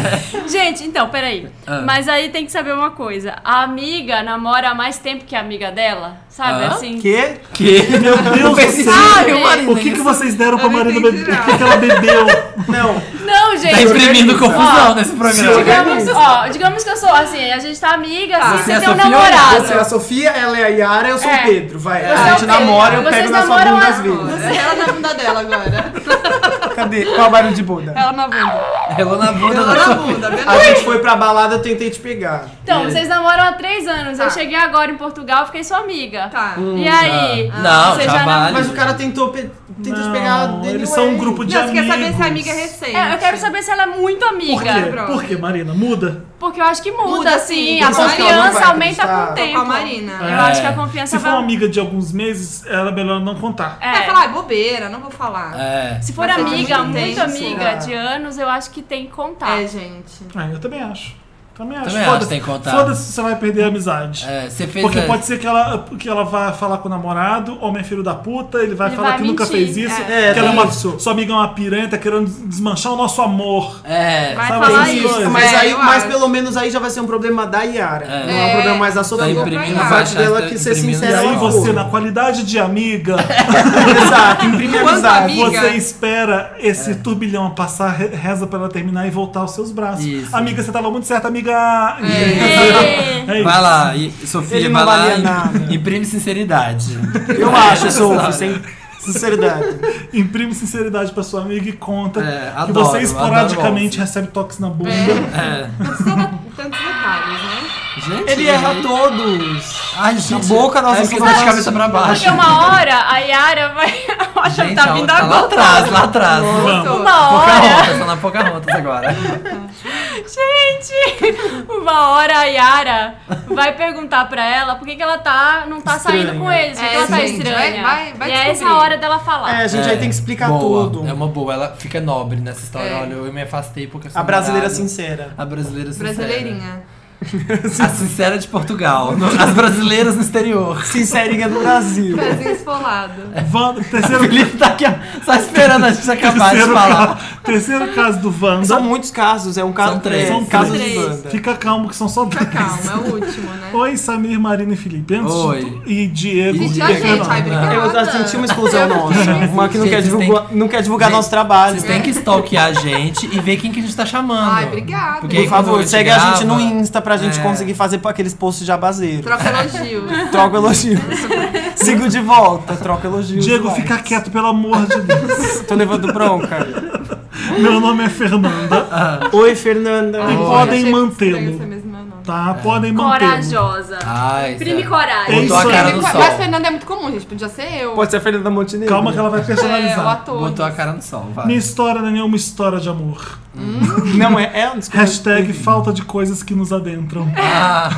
Speaker 5: Gente, então, peraí.
Speaker 2: Ah.
Speaker 5: Mas aí tem que saber uma coisa. A amiga namora há mais tempo que a amiga dela, sabe?
Speaker 2: Ah.
Speaker 5: Assim.
Speaker 3: Que?
Speaker 2: Que? (laughs)
Speaker 1: Meu Deus do céu.
Speaker 5: Sabe?
Speaker 1: O que, que vocês deram pra
Speaker 4: Eu não
Speaker 1: Marina
Speaker 4: entendi
Speaker 1: beber? O
Speaker 4: nada.
Speaker 1: que, que ela bebeu?
Speaker 3: Não.
Speaker 5: Não, gente.
Speaker 2: Tá imprimindo confusão nesse programa.
Speaker 5: Digamos, ó, digamos que eu sou assim, a gente tá amiga, assim,
Speaker 2: Você
Speaker 5: você,
Speaker 2: é a
Speaker 5: tem
Speaker 2: Sofia
Speaker 5: um
Speaker 2: ou eu?
Speaker 5: namorado.
Speaker 3: Você é a Sofia, ela é a Yara, eu sou
Speaker 5: É.
Speaker 3: o Pedro. Vai.
Speaker 5: sou
Speaker 3: a gente
Speaker 5: o Pedro.
Speaker 3: namora, eu
Speaker 5: Vocês
Speaker 3: pego na sua
Speaker 5: namoram
Speaker 3: bunda
Speaker 5: a-
Speaker 3: às vezes.
Speaker 4: Ela na bunda dela agora.
Speaker 3: Cadê? Qual o barulho de bunda?
Speaker 4: Ela na bunda.
Speaker 2: Ela na bunda
Speaker 4: Ela
Speaker 2: da
Speaker 4: na
Speaker 2: Sofia.
Speaker 4: bunda, vendo?
Speaker 3: A gente foi pra balada, eu tentei te pegar.
Speaker 5: Então, vocês namoram há três anos. Eu
Speaker 4: Tá.
Speaker 5: cheguei agora em Portugal, fiquei sua amiga.
Speaker 4: Tá.
Speaker 5: E aí?
Speaker 2: Não,
Speaker 5: Você
Speaker 2: já
Speaker 5: já
Speaker 2: vale.
Speaker 3: Mas o cara tentou, pe... tentou te pegar.
Speaker 1: Não,
Speaker 3: anyway.
Speaker 1: eles são um grupo de
Speaker 4: Não, você
Speaker 1: amigos.
Speaker 4: quer saber se a amiga é recente.
Speaker 5: É, eu quero saber se ela é muito
Speaker 1: Por
Speaker 5: amiga.
Speaker 1: quê? Por quê, Marina? Muda?
Speaker 5: Porque eu acho que muda,
Speaker 4: Muda,
Speaker 5: assim.
Speaker 4: sim. Eu
Speaker 5: A
Speaker 4: acho que ela
Speaker 3: não
Speaker 5: confiança
Speaker 3: vai
Speaker 5: aumenta
Speaker 3: acreditar.
Speaker 5: com o
Speaker 3: Tô
Speaker 5: tempo.
Speaker 4: Com a Marina.
Speaker 5: Eu acho que a
Speaker 2: É.
Speaker 5: confiança
Speaker 1: Se for
Speaker 5: vai.
Speaker 1: uma amiga de alguns meses, era melhor não contar.
Speaker 4: Ela
Speaker 5: É.
Speaker 4: falar, é bobeira, não vou falar.
Speaker 2: É.
Speaker 5: Se for
Speaker 4: Mas ela
Speaker 5: amiga,
Speaker 4: é muito
Speaker 5: muito
Speaker 4: intensa.
Speaker 5: amiga de anos, eu acho que tem que contar.
Speaker 4: É, gente.
Speaker 1: Ah, eu também acho. Também acho.
Speaker 2: Também acho,
Speaker 1: Foda-se.
Speaker 2: tem que contar.
Speaker 1: Foda-se se você vai perder a amizade.
Speaker 2: É, Você fez
Speaker 1: Porque
Speaker 2: a-
Speaker 1: pode ser que ela, que ela vá falar com o namorado, homem é filho da puta, ele vai
Speaker 5: Ele
Speaker 1: falar
Speaker 5: vai
Speaker 1: que nunca
Speaker 5: mentir,
Speaker 1: fez isso,
Speaker 3: é. É,
Speaker 1: que ela é uma,
Speaker 3: isso.
Speaker 1: sua amiga é uma piranha, tá querendo desmanchar o nosso amor.
Speaker 2: É.
Speaker 5: Vai
Speaker 1: Sabe
Speaker 5: falar
Speaker 1: essas
Speaker 5: isso.
Speaker 3: (laughs)
Speaker 1: coisas?
Speaker 3: Mas
Speaker 4: É,
Speaker 3: aí,
Speaker 4: eu
Speaker 3: mas
Speaker 4: acho.
Speaker 3: pelo menos aí já vai ser um problema da Yara.
Speaker 2: É.
Speaker 3: Não é um problema mais da
Speaker 2: Tá
Speaker 3: Sofia.
Speaker 2: imprimindo
Speaker 3: a
Speaker 4: pra cá.
Speaker 2: baixo.
Speaker 3: parte dela
Speaker 2: tá
Speaker 3: que ser
Speaker 2: imprimindo
Speaker 1: E
Speaker 3: sincera.
Speaker 1: aí
Speaker 3: ela
Speaker 2: baixo.
Speaker 1: você, né?
Speaker 3: foi.
Speaker 1: na qualidade de amiga,
Speaker 3: (laughs) Exato, imprime
Speaker 4: Quanto
Speaker 3: amizade.
Speaker 4: amigo. Amiga.
Speaker 1: você espera
Speaker 2: É.
Speaker 1: esse turbilhão passar, re- reza pra ela terminar e voltar aos seus braços.
Speaker 2: Isso.
Speaker 1: Amiga, você tava muito certa, amiga.
Speaker 5: É.
Speaker 1: É isso.
Speaker 2: Vai lá, e- Sofia,
Speaker 3: Ele
Speaker 2: vai
Speaker 3: não
Speaker 2: lá
Speaker 3: valia
Speaker 2: e
Speaker 3: nada.
Speaker 2: imprime sinceridade.
Speaker 3: Eu acho, Sophie, sem sinceridade.
Speaker 1: Imprime sinceridade pra sua amiga e conta
Speaker 2: É,
Speaker 1: que
Speaker 2: adoro,
Speaker 1: você esporadicamente
Speaker 2: adoro
Speaker 1: recebe toques na bunda.
Speaker 2: É.
Speaker 4: Não precisa dar tantos detalhes, né?
Speaker 2: Gente,
Speaker 3: Ele erra todos.
Speaker 2: Ai, gente,
Speaker 3: boca, nossa,
Speaker 2: é porque
Speaker 3: só
Speaker 2: tá de
Speaker 3: tá
Speaker 2: cabeça
Speaker 3: assim.
Speaker 2: pra baixo.
Speaker 5: Porque uma hora a Yara vai. (laughs) Acha que
Speaker 2: Gente,
Speaker 5: tá
Speaker 2: a
Speaker 5: vindo
Speaker 2: outra tá lá
Speaker 5: agora.
Speaker 2: atrás, lá atrás.
Speaker 4: Voltou.
Speaker 5: Uma hora.
Speaker 2: Pocahontas, tá na Pocahontas agora.
Speaker 5: Gente, (laughs) uma hora a Yara vai perguntar pra ela por que, que ela tá, não tá
Speaker 3: Estranha.
Speaker 5: saindo com eles, por que
Speaker 4: É,
Speaker 5: ela tá
Speaker 4: gente, vai-
Speaker 5: estranha.
Speaker 4: vai- vai
Speaker 5: e é essa
Speaker 4: descobrir.
Speaker 5: a hora dela
Speaker 3: É,
Speaker 5: falar.
Speaker 3: a gente aí tem que explicar
Speaker 2: boa,
Speaker 3: tudo.
Speaker 2: É uma boa, ela fica nobre nessa história.
Speaker 4: É.
Speaker 2: Olha, eu me afastei porque eu sou
Speaker 3: A brasileira
Speaker 2: namorada.
Speaker 3: sincera.
Speaker 2: A brasileira sincera.
Speaker 4: Brasileirinha.
Speaker 2: A sincera de Portugal. No- As brasileiras no exterior. (laughs)
Speaker 3: Sincerinha do
Speaker 4: (laughs)
Speaker 3: Brasil.
Speaker 4: Pezinho esfolado.
Speaker 1: Wanda-
Speaker 2: O
Speaker 1: terceiro,
Speaker 2: (laughs) Felipe tá aqui ó, só esperando a gente acabar de
Speaker 1: terceiro,
Speaker 2: falar.
Speaker 1: ca- terceiro caso do Wanda.
Speaker 3: São muitos casos, é um caso.
Speaker 2: São três.
Speaker 3: é,
Speaker 1: São
Speaker 3: casos
Speaker 1: três.
Speaker 3: de banda.
Speaker 1: Fica calmo que são só (laughs) dois.
Speaker 4: Calma, é o último, né?
Speaker 1: Oi, Samir, Marina e Felipe. Antes de
Speaker 2: Oi.
Speaker 1: tu- e Diego é
Speaker 4: Gente,
Speaker 1: e
Speaker 4: já, gente, ai,
Speaker 1: Fernando.
Speaker 4: obrigada.
Speaker 3: Eu já senti uma exclusão nossa. Uma que não
Speaker 2: Gente,
Speaker 3: quer
Speaker 2: vocês têm
Speaker 3: divulgar, não quer divulgar
Speaker 2: Gente,
Speaker 3: nosso trabalho.
Speaker 2: Vocês têm que stalkear a gente e ver quem que a gente tá chamando.
Speaker 4: Ai, obrigada.
Speaker 2: Porque aí,
Speaker 3: Por favor,
Speaker 2: quando
Speaker 3: segue a
Speaker 2: grava-
Speaker 3: gente no Insta pra gente
Speaker 2: É.
Speaker 3: conseguir fazer aqueles posts jabazeiros.
Speaker 4: Troca elogios.
Speaker 3: Troca elogios. Sigo de volta, troca elogios.
Speaker 1: Diego,
Speaker 3: Vai.
Speaker 1: fica quieto, pelo amor de
Speaker 4: (laughs)
Speaker 1: Deus.
Speaker 3: Tô levando bronca.
Speaker 1: Meu nome é Fernanda,
Speaker 3: Oi, Fernanda.
Speaker 1: E
Speaker 4: Ai,
Speaker 1: podem
Speaker 4: achei
Speaker 1: mantê-lo.
Speaker 4: estranho esse mesmo meu nome.
Speaker 1: tá? Podem manter.
Speaker 5: Corajosa.
Speaker 2: Ai,
Speaker 5: Prime
Speaker 2: sério.
Speaker 1: É
Speaker 5: coragem.
Speaker 2: Botou
Speaker 1: isso
Speaker 2: a cara
Speaker 1: aí.
Speaker 2: no
Speaker 4: Mas
Speaker 2: sol.
Speaker 4: Mas Fernanda é muito comum, gente. Podia ser eu.
Speaker 3: Pode ser a Fernanda Montenegro.
Speaker 1: Calma que ela vai
Speaker 4: é, o
Speaker 1: personalizar.
Speaker 4: ator.
Speaker 2: Botou a cara no sol, vai.
Speaker 1: Minha história não é nenhuma história de amor.
Speaker 3: Não é, é um desculpa.
Speaker 1: Hashtag falta de coisas que nos adentram.
Speaker 4: É.
Speaker 2: Ah,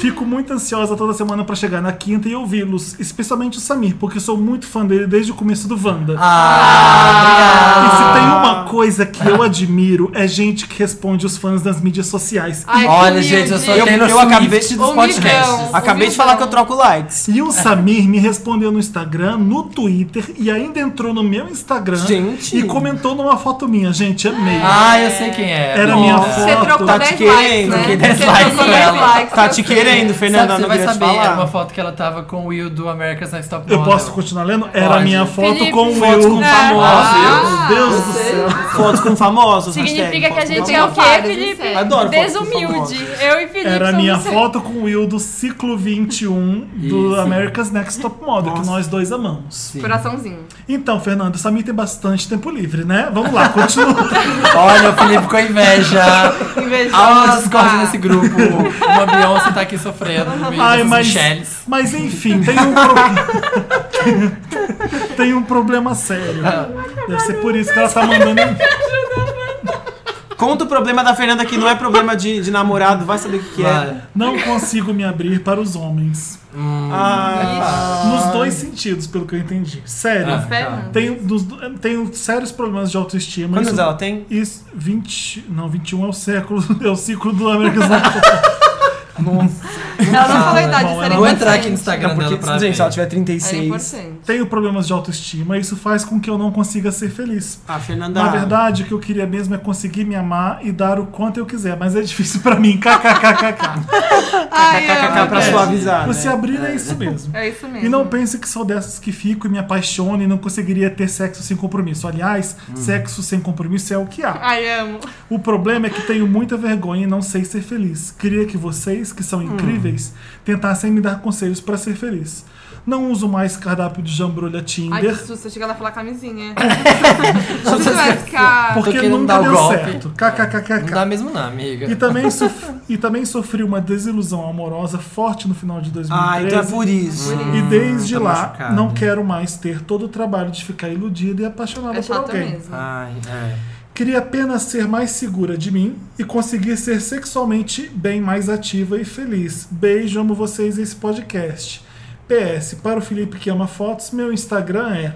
Speaker 1: Fico muito ansiosa toda semana pra chegar na quinta e ouvi-los, especialmente o Samir, porque sou muito fã dele desde o começo do Wanda.
Speaker 2: Ah.
Speaker 4: Ah,
Speaker 1: E se tem uma coisa que eu admiro, é gente que responde os fãs nas mídias sociais.
Speaker 4: Ai, é que
Speaker 2: olha,
Speaker 4: humilde.
Speaker 2: gente, eu sou
Speaker 3: Eu-
Speaker 2: Taylor
Speaker 3: eu
Speaker 2: Swift
Speaker 3: acabei-
Speaker 2: dos podcasts.
Speaker 4: Humildão.
Speaker 3: Acabei de falar que eu troco likes.
Speaker 1: E o Samir me respondeu no Instagram, no Twitter e ainda entrou no meu Instagram
Speaker 3: Gente.
Speaker 1: e comentou numa foto minha. Gente, amei.
Speaker 2: Ah, eu sei quem é.
Speaker 1: Era
Speaker 2: Bom,
Speaker 1: minha
Speaker 2: né?
Speaker 1: foto.
Speaker 4: Você trocou
Speaker 3: Tá
Speaker 4: 10
Speaker 3: te
Speaker 4: likes,
Speaker 3: querendo,
Speaker 4: né?
Speaker 3: que
Speaker 4: Você
Speaker 2: 10
Speaker 4: trocou
Speaker 2: likes
Speaker 4: 10
Speaker 2: pra ela.
Speaker 4: likes,
Speaker 3: Tá
Speaker 4: eu
Speaker 3: te
Speaker 4: sei.
Speaker 3: querendo, Fernanda,
Speaker 2: Sabe, você
Speaker 3: não
Speaker 2: vai
Speaker 3: queria te
Speaker 2: saber, era uma
Speaker 3: falar.
Speaker 2: foto que ela tava com o Will do America's Next Top
Speaker 1: Eu
Speaker 2: Model.
Speaker 1: posso continuar lendo? Era a
Speaker 2: Pode.
Speaker 1: minha foto
Speaker 5: Felipe,
Speaker 1: com o
Speaker 3: Fotos
Speaker 1: eu.
Speaker 3: com famosos.
Speaker 1: Meu
Speaker 5: Ah,
Speaker 1: Deus do céu.
Speaker 3: Fotos com famosos. hashtag,
Speaker 5: Significa que a
Speaker 3: fotos com
Speaker 5: gente é o
Speaker 3: famosos.
Speaker 5: quê,
Speaker 4: Vários,
Speaker 5: Felipe?
Speaker 4: sério.
Speaker 3: Adoro fotos
Speaker 5: Desumilde. Eu e Felipe
Speaker 1: Era a
Speaker 5: somos
Speaker 1: minha
Speaker 5: assim.
Speaker 1: foto com o Will do ciclo 21 do
Speaker 2: Isso.
Speaker 1: America's Next Top Model, que nós dois amamos.
Speaker 2: Sim.
Speaker 4: Coraçãozinho.
Speaker 1: Então, Fernando, Samir tem bastante tempo livre, né? Vamos lá,
Speaker 2: (laughs)
Speaker 1: continua.
Speaker 2: Olha, o Felipe com (laughs) inveja.
Speaker 4: Invejosa.
Speaker 2: Há uma discórdia nesse grupo. Uma Beyoncé tá aqui sofrendo no meio
Speaker 1: Ai,
Speaker 2: das
Speaker 1: mas,
Speaker 2: Michelles.
Speaker 1: mas enfim, tem um, pro... (laughs) tem um problema sério.
Speaker 2: Ah.
Speaker 1: Deve ser por isso que ela tá mandando.
Speaker 3: Conta o problema da Fernanda que não é problema de, de namorado, vai saber o que, que é.
Speaker 2: Vai.
Speaker 1: Não consigo me abrir para os homens.
Speaker 3: Ah,
Speaker 1: Nos dois sentidos, pelo que eu entendi. Sério.
Speaker 2: Ah.
Speaker 4: Fernando.
Speaker 1: Tenho, dos- tenho sérios problemas de autoestima.
Speaker 3: quantos
Speaker 1: Isso-
Speaker 3: ela tem?
Speaker 1: Isso, 20. Não, 21 é o século. (laughs) É o ciclo do America's Next Top
Speaker 4: Ela não falou a
Speaker 2: não,
Speaker 4: idade,
Speaker 1: não,
Speaker 4: isso era
Speaker 1: ela-
Speaker 2: Vou entrar aqui no
Speaker 4: importante.
Speaker 2: Instagram
Speaker 3: Não, porque,
Speaker 2: dela pra
Speaker 3: gente,
Speaker 2: ver.
Speaker 3: se ela tiver
Speaker 4: Era
Speaker 3: 36.
Speaker 4: É importante.
Speaker 1: Tenho problemas de autoestima, isso faz com que eu não consiga ser feliz.
Speaker 3: Ah, Fernanda.
Speaker 1: Na verdade, o que eu queria mesmo é conseguir me amar e dar o quanto eu quiser, mas é difícil pra mim. (laughs) KKKKK.
Speaker 4: Ai,
Speaker 3: KKK pra
Speaker 2: é.
Speaker 4: eu-
Speaker 3: suavizar.
Speaker 1: Você
Speaker 3: né?
Speaker 1: abrir é isso mesmo.
Speaker 4: É isso mesmo.
Speaker 1: E não pense que sou dessas que fico e me apaixono e não conseguiria ter sexo sem compromisso. Aliás, sexo sem compromisso é o que há.
Speaker 4: Ai, amo.
Speaker 1: O problema é que tenho muita vergonha e não sei ser feliz. Queria que vocês, que são incríveis, tentassem me dar conselhos pra ser feliz. Não uso mais cardápio de jambrolha
Speaker 4: Ai, que
Speaker 1: Tinder.
Speaker 4: susto, eu cheguei lá falar camisinha. Você vai ficar.
Speaker 2: Tô
Speaker 1: Porque
Speaker 2: querendo
Speaker 1: nunca
Speaker 2: dar o
Speaker 1: deu
Speaker 2: golpe.
Speaker 1: certo. KKKKK.
Speaker 2: Não dá mesmo não, amiga.
Speaker 1: E também, sof- e também sofri uma desilusão amorosa forte no final de 2013.
Speaker 3: Ah, então é por isso.
Speaker 1: E desde
Speaker 2: tá
Speaker 1: lá,
Speaker 2: machucado.
Speaker 1: não quero mais ter todo o trabalho de ficar iludida e apaixonada
Speaker 4: É
Speaker 1: por
Speaker 4: chato
Speaker 1: alguém.
Speaker 4: mesmo.
Speaker 3: Ah.
Speaker 2: Ai, é.
Speaker 1: Queria apenas ser mais segura de mim e conseguir ser sexualmente bem mais ativa e feliz. Beijo, amo vocês e esse podcast. PS, para o Felipe que ama fotos, meu Instagram é.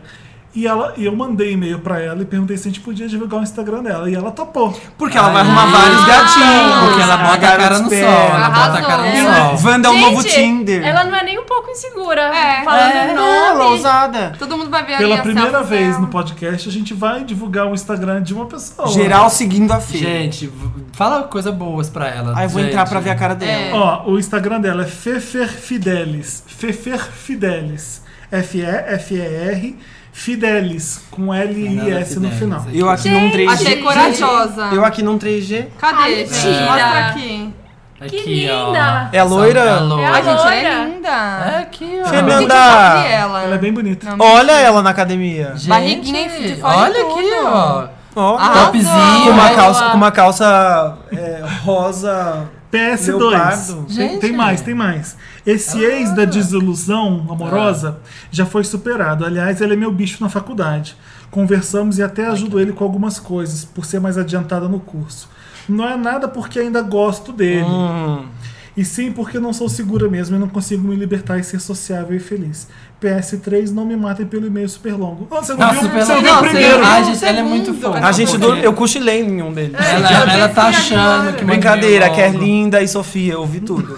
Speaker 1: E, ela, e eu mandei e-mail pra ela e perguntei se a gente podia divulgar o Instagram dela. E ela topou.
Speaker 3: é. Porque ela vai
Speaker 2: Ai,
Speaker 1: Ah,
Speaker 2: gente.
Speaker 3: arrumar vários gatinhos.
Speaker 2: Porque ela bota a cara no sol. Ela bota a cara no sol.
Speaker 1: um
Speaker 3: Wanda é o
Speaker 5: Gente,
Speaker 3: novo Tinder.
Speaker 5: Ela não é nem um pouco insegura.
Speaker 4: É.
Speaker 5: Falando
Speaker 3: é,
Speaker 5: nome.
Speaker 3: ela ousada.
Speaker 4: Todo mundo vai ver ali
Speaker 1: Pela
Speaker 4: a
Speaker 1: primeira
Speaker 4: selfie
Speaker 1: vez
Speaker 4: dela.
Speaker 1: no podcast, a gente vai divulgar o Instagram de uma pessoa.
Speaker 3: Geral seguindo a filha.
Speaker 2: Gente, v- fala coisas boas pra ela.
Speaker 3: Aí eu vou
Speaker 2: gente.
Speaker 3: entrar pra ver a cara dela.
Speaker 1: Ó, o Instagram dela é Fefer Fidelis. Fefer Fidelis. F-E-F-E-R Fidelis. Com L-I-S no
Speaker 2: Fidelis,
Speaker 1: final.
Speaker 2: é.
Speaker 3: né? Eu aqui num 3G.
Speaker 4: Achei corajosa.
Speaker 3: Eu aqui num 3G.
Speaker 4: Cadê,
Speaker 5: Ai,
Speaker 4: gente?
Speaker 5: mentira.
Speaker 4: Mostra aqui.
Speaker 5: Que
Speaker 2: Aqui, ó.
Speaker 5: linda.
Speaker 3: É loira?
Speaker 2: É
Speaker 4: Ai,
Speaker 2: loira.
Speaker 5: Ela-
Speaker 4: gente, ela
Speaker 5: Loira.
Speaker 4: é linda.
Speaker 2: É aqui, ó.
Speaker 3: Fernanda.
Speaker 4: Gente, eu só vi ela.
Speaker 1: Ela é bem bonita.
Speaker 3: Olha ela na academia.
Speaker 2: Gente,
Speaker 4: Barriguinha de fora
Speaker 2: Olha
Speaker 4: e tudo.
Speaker 2: aqui, ó.
Speaker 3: Ó.
Speaker 4: Ah,
Speaker 3: com
Speaker 2: Topzinho.
Speaker 3: uma
Speaker 2: né?
Speaker 3: calça, com uma calça é, rosa.
Speaker 1: PS2.
Speaker 3: Leopardo.
Speaker 1: Tem,
Speaker 2: Gente.
Speaker 1: tem mais, tem mais. Esse ex da desilusão amorosa
Speaker 2: É.
Speaker 1: já foi superado. Aliás, ele é meu bicho na faculdade. Conversamos e até ajudo ele com algumas coisas, por ser mais adiantada no curso. Não é nada porque ainda gosto dele.
Speaker 2: Hum.
Speaker 1: E sim porque não sou segura mesmo e não consigo me libertar e ser sociável e feliz. PS3, não me matem pelo e-mail super longo. Ah, Você não
Speaker 2: Nossa,
Speaker 1: viu,
Speaker 2: pela-
Speaker 1: você não viu
Speaker 4: Não,
Speaker 1: o
Speaker 4: você
Speaker 1: primeiro?
Speaker 4: viu.
Speaker 2: Ai, gente, ela é muito
Speaker 4: Segundo,
Speaker 2: fofa.
Speaker 4: mas
Speaker 3: A gente
Speaker 2: Porque
Speaker 3: do, eu cochilei em um deles.
Speaker 2: Ela, ela tá achando que
Speaker 3: Brincadeira,
Speaker 2: mandou
Speaker 3: que é
Speaker 2: logo.
Speaker 3: linda e Sofia, eu vi tudo.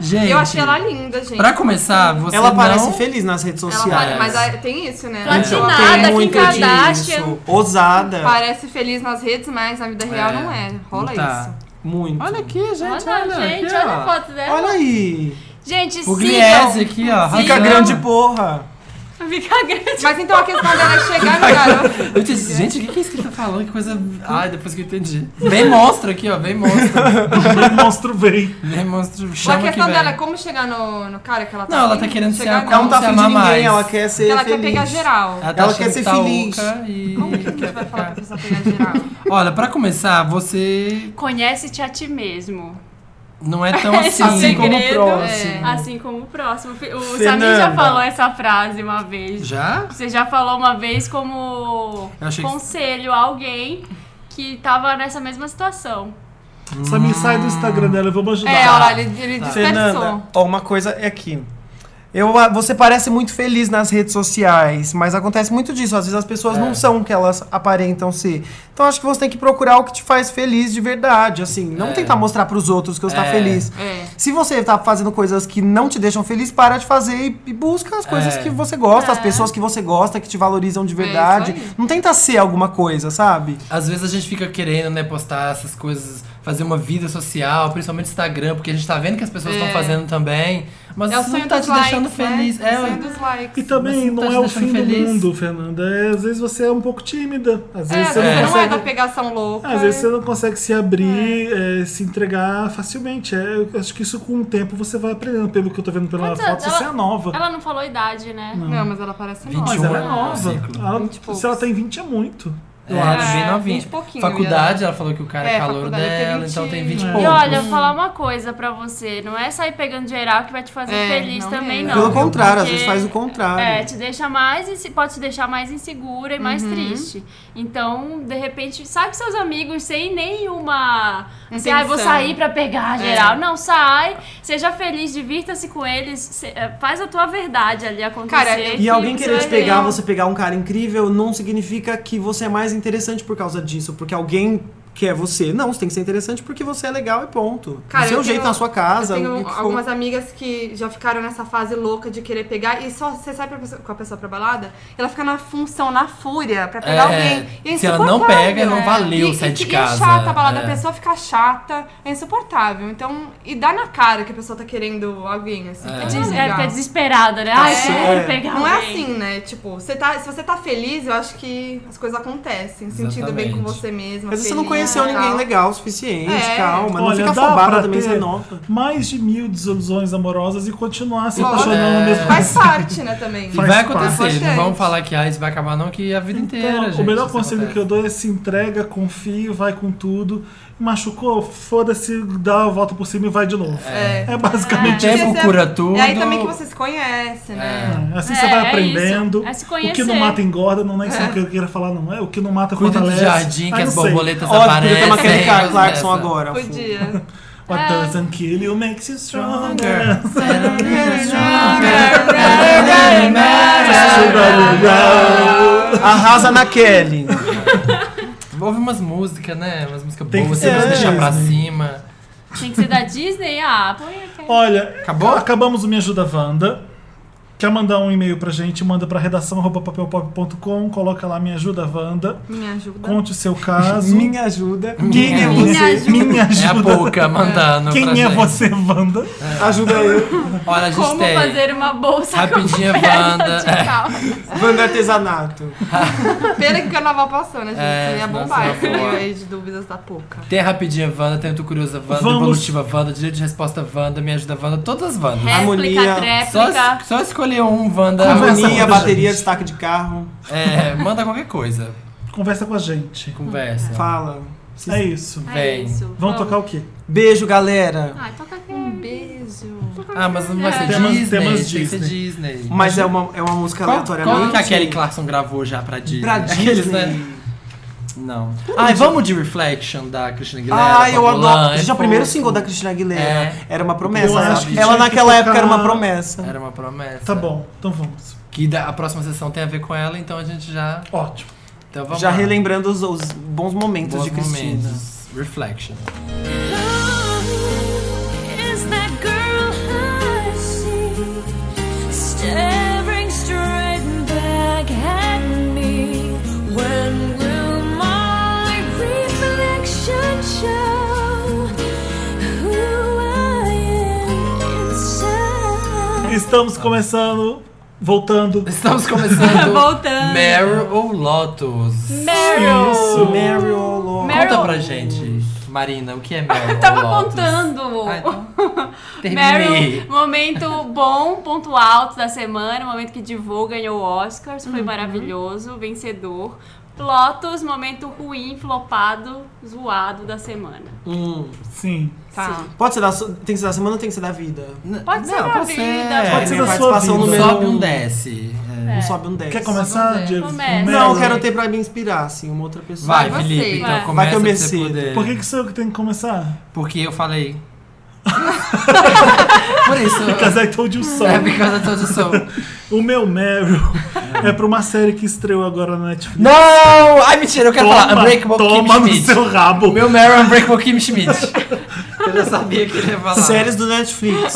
Speaker 2: Gente,
Speaker 4: Eu achei ela linda, gente.
Speaker 2: pra começar, você
Speaker 3: ela
Speaker 2: não...
Speaker 3: parece feliz nas redes
Speaker 4: Ela
Speaker 3: sociais.
Speaker 4: pare- mas aí tem isso, né?
Speaker 5: Platinada,
Speaker 3: Tem
Speaker 5: Kim
Speaker 3: muito
Speaker 5: Kardashian.
Speaker 3: disso. Ousada.
Speaker 4: Parece feliz nas redes, mas na vida real
Speaker 2: É,
Speaker 4: não é. Rola
Speaker 2: não tá.
Speaker 4: isso.
Speaker 3: Muito.
Speaker 2: Olha aqui, gente,
Speaker 5: Olha,
Speaker 2: olha,
Speaker 5: gente,
Speaker 2: aqui,
Speaker 5: olha
Speaker 2: ó.
Speaker 5: a foto dela.
Speaker 3: Olha aí.
Speaker 5: Gente,
Speaker 2: O Gliese
Speaker 5: sigam.
Speaker 2: aqui, ó.
Speaker 3: Fica
Speaker 2: arrasando.
Speaker 3: grande porra.
Speaker 5: Fica (laughs) grande.
Speaker 4: Mas então a questão dela é chegar no garoto.
Speaker 2: (laughs) Eu disse, gente, o que que é isso que ele tá falando? Que coisa... Ai, depois que eu entendi.
Speaker 3: (laughs)
Speaker 2: Vem monstro aqui, ó. Vem monstro.
Speaker 1: O monstro veio.
Speaker 2: Vem monstro. Chama
Speaker 4: A
Speaker 2: que
Speaker 4: questão
Speaker 2: vem.
Speaker 4: dela é como chegar no, no cara que ela tá
Speaker 2: Não, ela
Speaker 4: afim,
Speaker 2: tá querendo
Speaker 4: chegar
Speaker 2: ser
Speaker 4: no-
Speaker 2: a-
Speaker 3: Ela não tá
Speaker 2: Não se
Speaker 3: afim de
Speaker 2: ama
Speaker 3: ninguém,
Speaker 2: mais.
Speaker 3: ela quer ser
Speaker 4: que ela
Speaker 3: feliz.
Speaker 4: quer pegar geral.
Speaker 2: Ela, tá
Speaker 3: Ela
Speaker 2: achando
Speaker 3: quer ser
Speaker 2: que tá
Speaker 3: feliz.
Speaker 2: oca e...
Speaker 4: Como que é? a gente vai falar pra
Speaker 2: (laughs)
Speaker 4: pessoa pegar geral?
Speaker 2: Olha, pra começar, você...
Speaker 5: Conhece-te a ti mesmo.
Speaker 2: Não é
Speaker 4: (laughs)
Speaker 2: tão assim.
Speaker 5: Assim como
Speaker 3: o próximo.
Speaker 5: Assim como o próximo. O Samir
Speaker 3: Fernanda.
Speaker 5: já falou essa frase uma vez.
Speaker 2: Já?
Speaker 5: Você já falou uma vez como
Speaker 2: Eu achei que-
Speaker 5: conselho a alguém que tava nessa mesma situação.
Speaker 1: Samir, sai do Instagram dela, eu vou me ajudar.
Speaker 4: É, olha lá, ele, ele
Speaker 2: Tá.
Speaker 4: dispersou.
Speaker 3: Fernanda, ó, uma coisa é aqui. Eu, ah, você parece muito feliz nas redes sociais, mas acontece muito disso. Às vezes as pessoas
Speaker 2: É.
Speaker 3: não são o que elas aparentam ser. Então acho que você tem que procurar o que te faz feliz de verdade, assim. Não tentar mostrar pros outros que você tá
Speaker 2: É.
Speaker 3: feliz.
Speaker 4: É.
Speaker 3: Se você tá fazendo coisas que não te deixam feliz, para de fazer e, e busca as coisas
Speaker 2: É.
Speaker 3: que você gosta, as pessoas que você gosta, que te valorizam de verdade.
Speaker 4: isso aí.
Speaker 3: não tenta ser alguma coisa, sabe?
Speaker 2: Às vezes a gente fica querendo, né, postar essas coisas, fazer uma vida social, principalmente Instagram, porque a gente tá vendo que as pessoas estão fazendo também. Mas
Speaker 4: É o
Speaker 2: isso não
Speaker 4: sonho
Speaker 2: tá
Speaker 4: dos
Speaker 2: te
Speaker 4: likes,
Speaker 2: deixando feliz.
Speaker 4: Né?
Speaker 2: É,
Speaker 4: o sonho
Speaker 2: ué.
Speaker 4: dos likes.
Speaker 1: E também
Speaker 2: Você
Speaker 1: não
Speaker 2: tá
Speaker 1: é
Speaker 2: te
Speaker 1: o fim
Speaker 2: deixando feliz?
Speaker 1: do mundo, Fernanda. É, às vezes você é um pouco tímida. Às
Speaker 4: É,
Speaker 1: vezes
Speaker 4: você
Speaker 1: você não
Speaker 4: não é da
Speaker 1: consegue.
Speaker 4: pegação louca.
Speaker 1: Às vezes você não consegue se abrir, eh, se entregar facilmente. É, eu acho que isso com o tempo você vai aprendendo. Pelo que eu tô vendo pela
Speaker 5: Quantos
Speaker 1: foto,
Speaker 5: anos?
Speaker 1: você é nova.
Speaker 5: Ela não falou idade, né?
Speaker 4: Não, mas ela parece nova.
Speaker 1: Mas ela
Speaker 2: 21 é
Speaker 1: é
Speaker 2: o
Speaker 1: nova.
Speaker 2: ciclo.
Speaker 1: Ela-
Speaker 4: Vinte e poucos.
Speaker 1: se ela tem 20 é muito.
Speaker 2: É, ela é bem
Speaker 4: É,
Speaker 2: novinha.
Speaker 4: vinte e pouquinho,
Speaker 2: faculdade, ela falou que o cara é,
Speaker 4: É,
Speaker 2: calor
Speaker 4: faculdade tem um.
Speaker 2: dela,
Speaker 4: 20
Speaker 2: então tem 20 e
Speaker 1: É.
Speaker 5: E
Speaker 2: poucos.
Speaker 5: olha, eu vou falar uma coisa pra você. Não é sair pegando geral que vai te fazer
Speaker 4: É,
Speaker 5: feliz
Speaker 4: não
Speaker 5: também,
Speaker 4: mesmo.
Speaker 5: não.
Speaker 3: Pelo
Speaker 5: viu?
Speaker 3: contrário, às
Speaker 5: Porque-
Speaker 3: vezes faz o contrário.
Speaker 5: É, te deixa mais, inse- pode te deixar mais insegura e mais triste. Então, de repente, sai com seus amigos sem nenhuma. Assim, ah, eu vou
Speaker 4: Intenção.
Speaker 5: sair pra pegar geral. Não, sai, seja feliz, divirta-se com eles, se- eh, faz a tua verdade ali acontecer.
Speaker 4: Cara, e é
Speaker 3: E alguém
Speaker 5: você
Speaker 3: querer te
Speaker 5: vai ver.
Speaker 3: pegar, você pegar um cara incrível, não significa que você é mais interessante por causa disso, porque alguém quer você. Não, você tem que ser interessante porque você é legal e ponto.
Speaker 4: Cara,
Speaker 3: Do seu
Speaker 4: eu
Speaker 3: jeito,
Speaker 4: tenho-
Speaker 3: na sua casa.
Speaker 4: Eu tenho
Speaker 3: o que for.
Speaker 4: algumas amigas que já ficaram nessa fase louca de querer pegar e só você sai pra pessoa- com a pessoa pra balada, ela fica na função, na fúria pra pegar
Speaker 2: É,
Speaker 4: alguém. E é
Speaker 2: se ela não
Speaker 4: insuportável.
Speaker 2: pega, não valeu
Speaker 4: é. E-
Speaker 2: sair
Speaker 4: e,
Speaker 2: de
Speaker 4: e
Speaker 2: casa,
Speaker 4: é chata a balada,
Speaker 2: é.
Speaker 4: a pessoa fica chata, é insuportável. Então, e dá na cara que a pessoa tá querendo alguém, assim.
Speaker 2: É.
Speaker 4: então
Speaker 5: Des-
Speaker 4: não
Speaker 5: É,
Speaker 4: legal.
Speaker 5: fica desesperada, né? Ai,
Speaker 4: É.
Speaker 5: quero pegar
Speaker 4: Não é
Speaker 5: alguém.
Speaker 4: assim, né? Tipo, você tá, se você tá feliz, eu acho que as coisas acontecem. Sentindo bem com
Speaker 2: Exatamente.
Speaker 4: você mesma.
Speaker 3: Mas você não
Speaker 4: feliz
Speaker 3: conheceu
Speaker 4: e
Speaker 3: ninguém
Speaker 4: tal.
Speaker 3: legal o suficiente,
Speaker 4: É.
Speaker 3: calma. Não
Speaker 1: Olha,
Speaker 3: fica
Speaker 1: dá pra
Speaker 3: afobada também,
Speaker 1: ter-
Speaker 3: você é nova.
Speaker 1: Mais de mil desilusões amorosas e continuar se
Speaker 4: Lógico.
Speaker 1: apaixonando no
Speaker 2: É.
Speaker 1: mesmo
Speaker 4: Faz parte, né, também.
Speaker 2: E vai
Speaker 1: faz parte.
Speaker 2: acontecer, não
Speaker 4: Importante.
Speaker 2: vamos falar que ah, isso vai acabar não, que a vida inteira,
Speaker 1: Então,
Speaker 2: gente.
Speaker 1: o melhor
Speaker 2: isso
Speaker 1: conselho
Speaker 2: acontece.
Speaker 1: que eu dou é se entrega, confia, vai com tudo. Machucou, foda-se, dá a volta por cima e vai de novo.
Speaker 4: É.
Speaker 1: É basicamente
Speaker 2: O
Speaker 4: É.
Speaker 2: tempo
Speaker 4: Porque
Speaker 2: cura
Speaker 4: você-
Speaker 2: tudo.
Speaker 4: É aí também que você se conhece, né?
Speaker 1: isso. Assim
Speaker 5: É,
Speaker 1: você
Speaker 5: é
Speaker 1: vai aprendendo.
Speaker 5: isso. É se
Speaker 1: o que
Speaker 5: conhecer.
Speaker 1: não mata engorda, não é isso que eu queria falar, não. É o que não mata
Speaker 2: Cuida do
Speaker 1: fortalece.
Speaker 2: jardim, que é
Speaker 1: Ah,
Speaker 2: as
Speaker 1: não sei.
Speaker 2: borboletas
Speaker 3: Óbvio, podia ter
Speaker 2: aparecem.
Speaker 3: uma Kelly
Speaker 2: coisa
Speaker 3: Clarkson
Speaker 2: dessa.
Speaker 3: agora. ao fundo.
Speaker 4: Podia.
Speaker 1: What doesn't kill you makes you stronger.
Speaker 4: É.
Speaker 3: Arrasa na Kelly.
Speaker 2: Houve umas músicas, né? Umas músicas
Speaker 1: Tem que
Speaker 2: boas,
Speaker 1: ser
Speaker 2: sempre
Speaker 3: da
Speaker 2: deixar pra
Speaker 1: Disney.
Speaker 2: cima.
Speaker 5: Tem que ser da Disney? Ah, põe aqui.
Speaker 1: Olha,
Speaker 2: Acabou?
Speaker 1: acabamos o Me Ajuda Wanda. Quer mandar um e-mail pra gente? Manda pra redação arroba papelpop.com, coloca lá Me Ajuda Wanda.
Speaker 4: Me ajuda.
Speaker 1: Conte o seu caso.
Speaker 3: Minha ajuda.
Speaker 2: Minha
Speaker 3: Quem é
Speaker 2: ajuda.
Speaker 3: você?
Speaker 2: É
Speaker 1: Minha
Speaker 2: a
Speaker 1: ajuda.
Speaker 2: pouca mandando. pra
Speaker 1: Quem é
Speaker 2: gente.
Speaker 1: você, Wanda?
Speaker 3: Ajuda eu.
Speaker 2: Olha, a gente
Speaker 5: Como
Speaker 2: tem.
Speaker 5: fazer uma bolsa
Speaker 2: Rapidinha,
Speaker 5: com peça
Speaker 2: Wanda. É,
Speaker 5: de calça.
Speaker 3: Wanda Artesanato.
Speaker 4: Pena que o carnaval passou, né, gente?
Speaker 2: É,
Speaker 4: ia
Speaker 2: nossa,
Speaker 4: bombar esse
Speaker 2: boa.
Speaker 4: meio aí é de dúvidas da pouca.
Speaker 2: Tem a Rapidinha Wanda, tem o Tô Curiosa Wanda,
Speaker 1: Vamos.
Speaker 2: Evolutiva Wanda, Direito de Resposta Wanda, Me Ajuda Wanda, todas as Wandas.
Speaker 5: Réplica,
Speaker 3: Harmonia.
Speaker 2: Só,
Speaker 5: tréplica.
Speaker 2: só escolher um Wanda.
Speaker 1: Conversa
Speaker 3: Harmonia,
Speaker 1: com a
Speaker 3: bateria,
Speaker 1: gente.
Speaker 3: destaque de carro.
Speaker 2: É, manda qualquer coisa.
Speaker 1: Conversa com a gente.
Speaker 2: Conversa.
Speaker 3: Fala.
Speaker 1: É isso.
Speaker 5: É
Speaker 2: Vem.
Speaker 5: isso.
Speaker 1: Vamos tocar o quê?
Speaker 3: Beijo, galera.
Speaker 5: Ai, toca aqui.
Speaker 4: Um beijo.
Speaker 2: Ah, mas não vai ser
Speaker 1: Temas-
Speaker 2: Disney.
Speaker 1: temas
Speaker 2: tem que ser
Speaker 1: Disney.
Speaker 2: Disney.
Speaker 3: Mas é uma, é uma música
Speaker 2: qual,
Speaker 3: aleatória.
Speaker 2: qual
Speaker 3: não?
Speaker 2: que a Kelly Clarkson gravou já pra Disney?
Speaker 3: Pra
Speaker 2: Aqueles,
Speaker 3: Disney.
Speaker 2: né? Não. Ai, vamos de Reflection da Christina Aguilera.
Speaker 3: Ai, eu
Speaker 2: Babylon,
Speaker 3: adoro.
Speaker 2: é
Speaker 3: Gente, é o primeiro
Speaker 2: fofo.
Speaker 3: single da Cristina Aguilera.
Speaker 2: É.
Speaker 3: Era uma
Speaker 1: Eu
Speaker 3: promessa.
Speaker 1: acho
Speaker 3: sabe?
Speaker 1: que
Speaker 3: Ela
Speaker 1: tinha
Speaker 3: naquela
Speaker 1: que
Speaker 3: época era uma
Speaker 1: tocar-
Speaker 3: promessa.
Speaker 2: Era uma promessa.
Speaker 1: Tá bom, então vamos.
Speaker 2: Que da- a próxima sessão tem a ver com ela, então a gente já.
Speaker 1: Ótimo.
Speaker 2: Então vamos
Speaker 3: Já
Speaker 2: lá.
Speaker 3: relembrando os, os bons momentos
Speaker 2: Bons
Speaker 3: de Cristina.
Speaker 2: momentos. Reflection.
Speaker 8: Is that girl I see staring straight back at me? When will my reflection show who I am inside?
Speaker 1: Estamos começando,
Speaker 2: (laughs)
Speaker 1: voltando.
Speaker 2: Estamos começando.
Speaker 5: (laughs) Voltando.
Speaker 2: Meryl ou Lotus?
Speaker 1: Isso.
Speaker 3: Mary Olo.
Speaker 5: Meryl.
Speaker 2: Conta pra gente, Marina, o que é
Speaker 5: (laughs)
Speaker 2: Meryl?
Speaker 5: Eu tava
Speaker 2: ou Lotus?
Speaker 5: contando.
Speaker 2: Ah,
Speaker 5: (laughs)
Speaker 2: então, terminei.
Speaker 5: Meryl, momento bom, ponto alto da semana, momento que divulga, ganhou Oscars, foi maravilhoso, vencedor. Lotus, momento ruim, flopado, zoado da semana.
Speaker 9: Hum.
Speaker 1: Sim.
Speaker 4: Tá.
Speaker 5: Sim.
Speaker 9: Pode ser da. su- Tem que ser da semana ou tem que ser da vida?
Speaker 5: Pode ser da vida,
Speaker 2: é,
Speaker 1: Pode ser
Speaker 9: minha
Speaker 1: da sua
Speaker 9: participação
Speaker 1: vida.
Speaker 9: número
Speaker 2: Sobe
Speaker 9: um.
Speaker 2: um desce. É.
Speaker 9: Não sobe um 10.
Speaker 1: Quer começar,
Speaker 4: Vamos ver.
Speaker 1: Diego?
Speaker 5: Começa.
Speaker 1: Meryl.
Speaker 9: Não, eu quero ter pra me inspirar, assim, uma outra pessoa.
Speaker 2: Vai,
Speaker 4: Vai
Speaker 2: Felipe,
Speaker 4: você.
Speaker 2: então
Speaker 5: Vai.
Speaker 2: começa
Speaker 9: Vai que eu
Speaker 2: pra
Speaker 9: me
Speaker 2: você
Speaker 9: sinto.
Speaker 2: poder.
Speaker 1: Por que, que sou eu que tenho que começar?
Speaker 2: Porque eu (laughs) falei. Por isso.
Speaker 1: Because I told you so.
Speaker 2: (laughs) É por causa da tradução.
Speaker 1: O meu Meryl (laughs) é pra uma série que estreou agora na Netflix.
Speaker 2: Não! Ai, mentira, eu quero falar. Unbreakable
Speaker 1: toma
Speaker 2: Kim
Speaker 1: no
Speaker 2: Schmidt.
Speaker 1: seu rabo.
Speaker 2: O meu Meryl Unbreakable Kim Schmidt. (laughs) Eu já sabia que ele ia falar.
Speaker 9: Séries do
Speaker 1: (laughs)
Speaker 9: Netflix.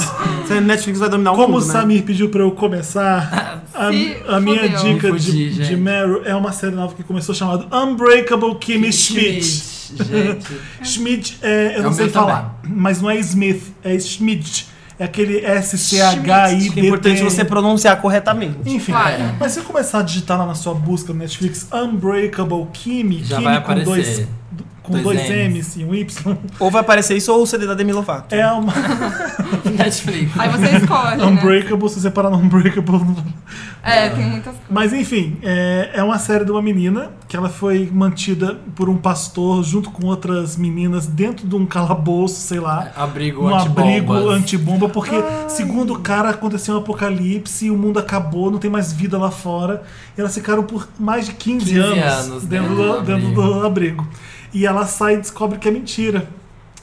Speaker 9: Série do Netflix vai dominar o
Speaker 1: Como o
Speaker 9: mundo, né?
Speaker 1: Samir pediu pra eu começar, a,
Speaker 4: Se
Speaker 1: a minha
Speaker 4: fudeu.
Speaker 1: dica
Speaker 2: Me fudi,
Speaker 1: de, de
Speaker 2: gente.
Speaker 1: Meryl é uma série nova que começou chamada Unbreakable Kimmy Schmidt.
Speaker 2: Gente.
Speaker 1: Schmidt é, eu
Speaker 2: É
Speaker 1: não
Speaker 2: o
Speaker 1: sei
Speaker 2: meu
Speaker 1: falar, mas não é Smith, é Schmidt. É aquele
Speaker 9: Que
Speaker 1: S-C-H-I-D-T.
Speaker 9: é importante você pronunciar corretamente.
Speaker 1: Enfim, é.
Speaker 4: Claro.
Speaker 1: mas se eu começar a digitar lá na sua busca no Netflix Unbreakable Kimmy,
Speaker 2: Já
Speaker 1: Kimmy
Speaker 2: vai
Speaker 1: com dois, (laughs)
Speaker 2: aparecer.
Speaker 1: com dois,
Speaker 2: Dois
Speaker 1: M's. e um Y,
Speaker 9: Ou vai aparecer isso ou o CD da Demi Lovato.
Speaker 1: é uma (laughs) é
Speaker 2: Netflix.
Speaker 4: Aí você escolhe, né?
Speaker 1: Unbreakable, se você parar no Unbreakable, não-
Speaker 4: É, tem muitas coisas.
Speaker 1: Mas enfim, é, é uma série de uma menina que ela foi mantida por um pastor junto com outras meninas dentro de um calabouço, sei lá.
Speaker 2: Abrigo
Speaker 1: Um abrigo
Speaker 2: antibombas.
Speaker 1: antibomba, porque, segundo o cara, aconteceu um apocalipse, o mundo acabou, não tem mais vida lá fora. E elas ficaram por mais de 15,
Speaker 2: 15
Speaker 1: anos,
Speaker 2: anos
Speaker 1: dentro,
Speaker 2: dentro
Speaker 1: do,
Speaker 2: do
Speaker 1: dentro do abrigo. E ela sai e descobre que é mentira.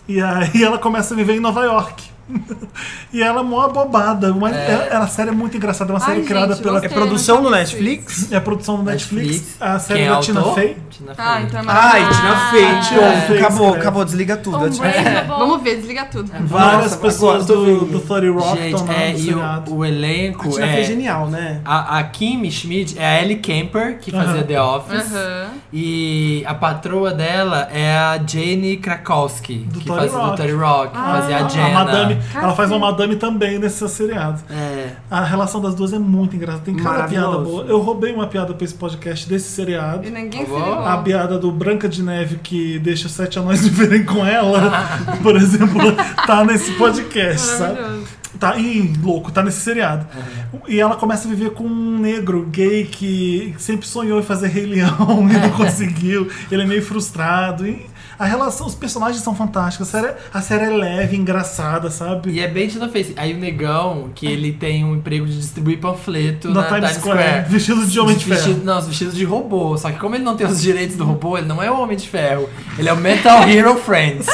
Speaker 1: E aí ela começa a viver em Nova York. (laughs) e ela é mó abobada. Mas é. ela- a série é muito engraçada, é uma série
Speaker 4: Ai,
Speaker 1: criada
Speaker 4: gente,
Speaker 1: pela
Speaker 4: gostei.
Speaker 9: É produção do
Speaker 4: Não
Speaker 9: Netflix?
Speaker 1: é a produção do Netflix, a série
Speaker 2: Quem é
Speaker 1: da
Speaker 2: o
Speaker 1: Tina
Speaker 2: autor?
Speaker 1: Fey.
Speaker 2: Tina Fey.
Speaker 4: Ah, então é
Speaker 9: Ai,
Speaker 4: maravilhoso.
Speaker 9: Tina Fey,
Speaker 1: Tina Fey,
Speaker 9: Fey. É, Acabou, é
Speaker 1: escreve.
Speaker 3: Acabou, desliga tudo.
Speaker 5: um
Speaker 3: eu te-
Speaker 5: Unbreakable.
Speaker 4: Vamos ver, desliga tudo.
Speaker 1: Várias
Speaker 9: Nossa,
Speaker 1: pessoas
Speaker 9: agora tô
Speaker 1: do,
Speaker 9: vendo.
Speaker 1: do 30 Rock estão
Speaker 2: Gente,
Speaker 1: lá
Speaker 2: é,
Speaker 1: no
Speaker 2: e
Speaker 1: seriado.
Speaker 2: o, o elenco
Speaker 9: A Tina
Speaker 2: é...
Speaker 9: Fey é genial, né?
Speaker 2: A, a Kim Schmidt é a Ellie Kemper, que fazia
Speaker 1: Aham.
Speaker 2: The Office.
Speaker 4: Aham.
Speaker 2: E a patroa dela é a Jane Krakowski,
Speaker 1: Do
Speaker 2: que
Speaker 1: Thirty
Speaker 2: fazia
Speaker 1: Rock. Ah,
Speaker 2: do Terry Rock, que fazia a Jenna.
Speaker 1: A madame, ela faz uma madame também nesse seriado.
Speaker 2: É.
Speaker 1: A relação das duas é muito engraçada. Tem cada piada
Speaker 9: Maravilhoso.
Speaker 1: boa. Eu roubei uma piada pra esse podcast desse
Speaker 4: E
Speaker 1: seriado.
Speaker 4: ninguém se
Speaker 2: Uou.
Speaker 4: ligou.
Speaker 1: A piada do Branca de Neve que deixa os sete anões (laughs) viverem
Speaker 2: (laughs)
Speaker 1: com ela, por exemplo, tá nesse podcast, sabe?
Speaker 4: Maravilhoso.
Speaker 1: Tá, e louco, tá nesse seriado. E ela começa a viver com um negro gay que sempre sonhou em fazer Rei Leão e
Speaker 2: (laughs)
Speaker 1: não conseguiu. Ele é meio frustrado. E a relação, os personagens são fantásticos. A série, a série é leve, engraçada, sabe?
Speaker 2: E é bem Tina Fey. Aí o negão, que ele tem um emprego de distribuir panfleto
Speaker 1: Na
Speaker 2: na, Times Square.
Speaker 1: vestido de homem de
Speaker 2: Vestido-
Speaker 1: ferro.
Speaker 2: Não, os vestidos de robô. Só que como ele não tem os direitos do robô, ele não é o Homem de Ferro. Ele é o Metal Hero Friends.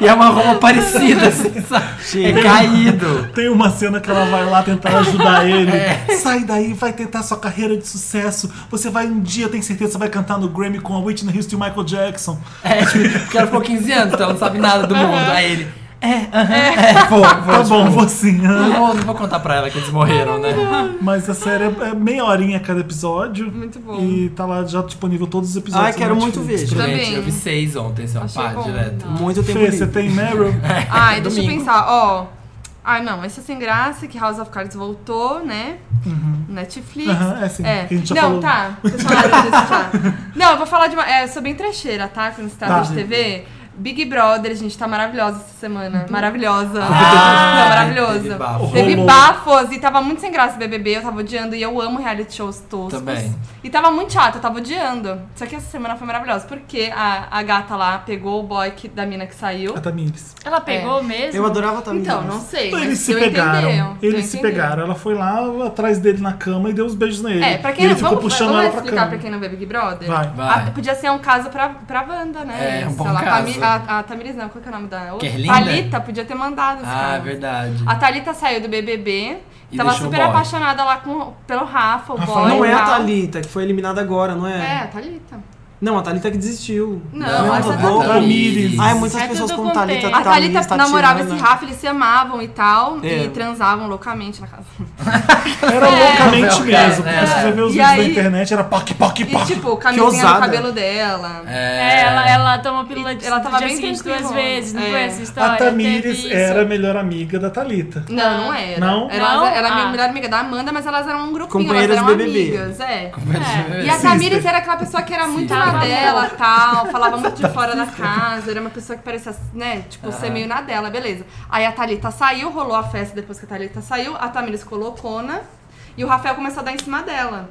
Speaker 2: e é uma roupa parecida, assim, sabe? É caído.
Speaker 1: Tem uma cena que ela vai lá
Speaker 2: (laughs)
Speaker 1: tentar ajudar ele.
Speaker 2: É.
Speaker 1: Sai daí, vai tentar sua carreira de sucesso. Você vai um dia, tem certeza, você vai cantar no Grammy com a Whitney Houston e o Michael Jackson.
Speaker 2: É, tipo, porque ela ficou 15 anos, então ela não sabe nada do mundo. Aí ele... É, aham, é, vou, vou.
Speaker 1: Tá
Speaker 2: tipo,
Speaker 1: bom, vou sim.
Speaker 2: Não vou, não vou contar pra ela que eles morreram, né?
Speaker 4: Tá
Speaker 1: Mas a série é é meia horinha cada episódio.
Speaker 4: Muito bom.
Speaker 1: E tá lá já disponível todos os episódios.
Speaker 9: Ai, quero
Speaker 1: no
Speaker 9: muito
Speaker 1: Netflix.
Speaker 9: ver.
Speaker 4: Também.
Speaker 2: Gente, eu vi seis ontem, se é um
Speaker 4: Achei
Speaker 2: par
Speaker 4: bom.
Speaker 2: direto.
Speaker 9: Muito tempo
Speaker 1: Fê, você
Speaker 9: livre.
Speaker 1: tem Meryl? (laughs)
Speaker 4: Ai, deixa eu
Speaker 2: Domingo.
Speaker 4: pensar, ó. Ai, não, esse é sem graça, que House of Cards voltou, né? Netflix.
Speaker 1: Uhum. Aham, é sim, que a gente já
Speaker 4: não,
Speaker 1: falou.
Speaker 4: tá. Deixa
Speaker 1: (laughs)
Speaker 4: eu falar disso já. Não, eu vou falar de uma. É, sou bem trecheira, tá? Quando você tá,
Speaker 1: Tá.
Speaker 4: de TV. Big Brother, gente, tá maravilhosa essa
Speaker 1: Uhum.
Speaker 4: semana. Maravilhosa.
Speaker 1: Ah, (laughs)
Speaker 4: não,
Speaker 2: teve
Speaker 4: maravilhosa.
Speaker 2: bafo.
Speaker 4: Teve
Speaker 1: Rolou.
Speaker 4: bafos e tava muito sem graça o BBB, eu tava odiando e eu amo reality shows toscos.
Speaker 2: Também.
Speaker 4: E tava muito chato, eu tava odiando. Só que essa semana foi maravilhosa, porque a, a gata lá pegou o boy que- da mina que saiu. É.
Speaker 1: A Tamires.
Speaker 5: Ela pegou mesmo?
Speaker 9: Eu adorava também.
Speaker 4: Então, não sei.
Speaker 1: Então,
Speaker 4: mas
Speaker 1: eles se
Speaker 4: eu
Speaker 1: pegaram.
Speaker 4: entendeu, eu
Speaker 1: eles se
Speaker 4: entendi.
Speaker 1: pegaram. Ela foi lá atrás dele na cama e deu uns beijos nele.
Speaker 4: É, pra
Speaker 1: e
Speaker 4: quem
Speaker 1: ele
Speaker 4: não
Speaker 1: ficou
Speaker 4: vamos,
Speaker 1: puxando
Speaker 4: vamos
Speaker 1: ela pra
Speaker 4: explicar
Speaker 1: cama.
Speaker 4: pra quem não vê Big Brother?
Speaker 1: Vai.
Speaker 4: Ah,
Speaker 2: Vai.
Speaker 4: podia ser um caso pra, pra Wanda, né?
Speaker 2: É, um bom
Speaker 4: Sei lá,
Speaker 2: caso.
Speaker 4: Cami- A, a Tamiris não, qual que é o nome da outra?
Speaker 2: Kerlinda?
Speaker 4: Thalita podia ter mandado esse
Speaker 2: Ah,
Speaker 4: caso.
Speaker 2: verdade.
Speaker 4: A Thalita saiu do BBB,
Speaker 2: E
Speaker 4: tava
Speaker 2: deixou o
Speaker 4: super
Speaker 2: boy.
Speaker 4: apaixonada lá com, pelo Rafa, o
Speaker 1: Rafa,
Speaker 4: boy.
Speaker 9: Não
Speaker 4: e
Speaker 9: é a
Speaker 4: tal.
Speaker 9: Thalita, que foi eliminada agora, não
Speaker 4: É,
Speaker 9: é?
Speaker 4: a Thalita.
Speaker 9: Não, a Thalita que desistiu.
Speaker 4: Não, essa
Speaker 9: a
Speaker 4: tá
Speaker 9: outra.
Speaker 1: Tamires.
Speaker 3: Ah,
Speaker 9: Ai, muitas
Speaker 5: É
Speaker 9: pessoas
Speaker 5: tudo
Speaker 9: com Thalita.
Speaker 5: contém.
Speaker 4: A Thalita
Speaker 9: Tamiris,
Speaker 4: namorava
Speaker 9: Tatiana.
Speaker 4: esse Rafa, eles se amavam e tal,
Speaker 9: É.
Speaker 4: e transavam loucamente na casa. (laughs)
Speaker 1: Era
Speaker 2: É,
Speaker 1: loucamente mesmo.
Speaker 2: é,
Speaker 1: porque se você
Speaker 2: é.
Speaker 1: ver os vídeos
Speaker 4: E
Speaker 1: da
Speaker 4: aí-
Speaker 1: internet, era poc, poc,
Speaker 4: E
Speaker 1: poc.
Speaker 4: tipo, camisinha no
Speaker 9: ousada.
Speaker 4: cabelo dela.
Speaker 5: É, ela, ela tomou pílula
Speaker 4: E
Speaker 5: de
Speaker 4: ela
Speaker 5: do
Speaker 4: tava
Speaker 5: dia
Speaker 4: bem
Speaker 5: seguinte
Speaker 4: tranquila.
Speaker 5: duas vezes, não
Speaker 4: É.
Speaker 5: foi essa história?
Speaker 1: a Tamires
Speaker 5: Teve isso.
Speaker 1: era a melhor amiga da Thalita.
Speaker 4: Não, não era.
Speaker 1: Não?
Speaker 4: Era,
Speaker 5: Não?
Speaker 4: Ela era a
Speaker 5: Ah.
Speaker 4: melhor amiga da Amanda, mas elas eram um grupinho, elas
Speaker 9: Companheiras
Speaker 4: eram
Speaker 9: BBB.
Speaker 4: amigas, é.
Speaker 5: É.
Speaker 4: E a Tamires era aquela pessoa que era muito na
Speaker 5: Tava
Speaker 4: dela, tal, falava muito de fora da casa, era uma pessoa que parecia, né, tipo,
Speaker 5: Ah.
Speaker 4: ser meio na dela, beleza. Aí a Thalita saiu, rolou a festa depois que a Thalita saiu, a Tamires colocou na e o Rafael começou a dar em cima dela.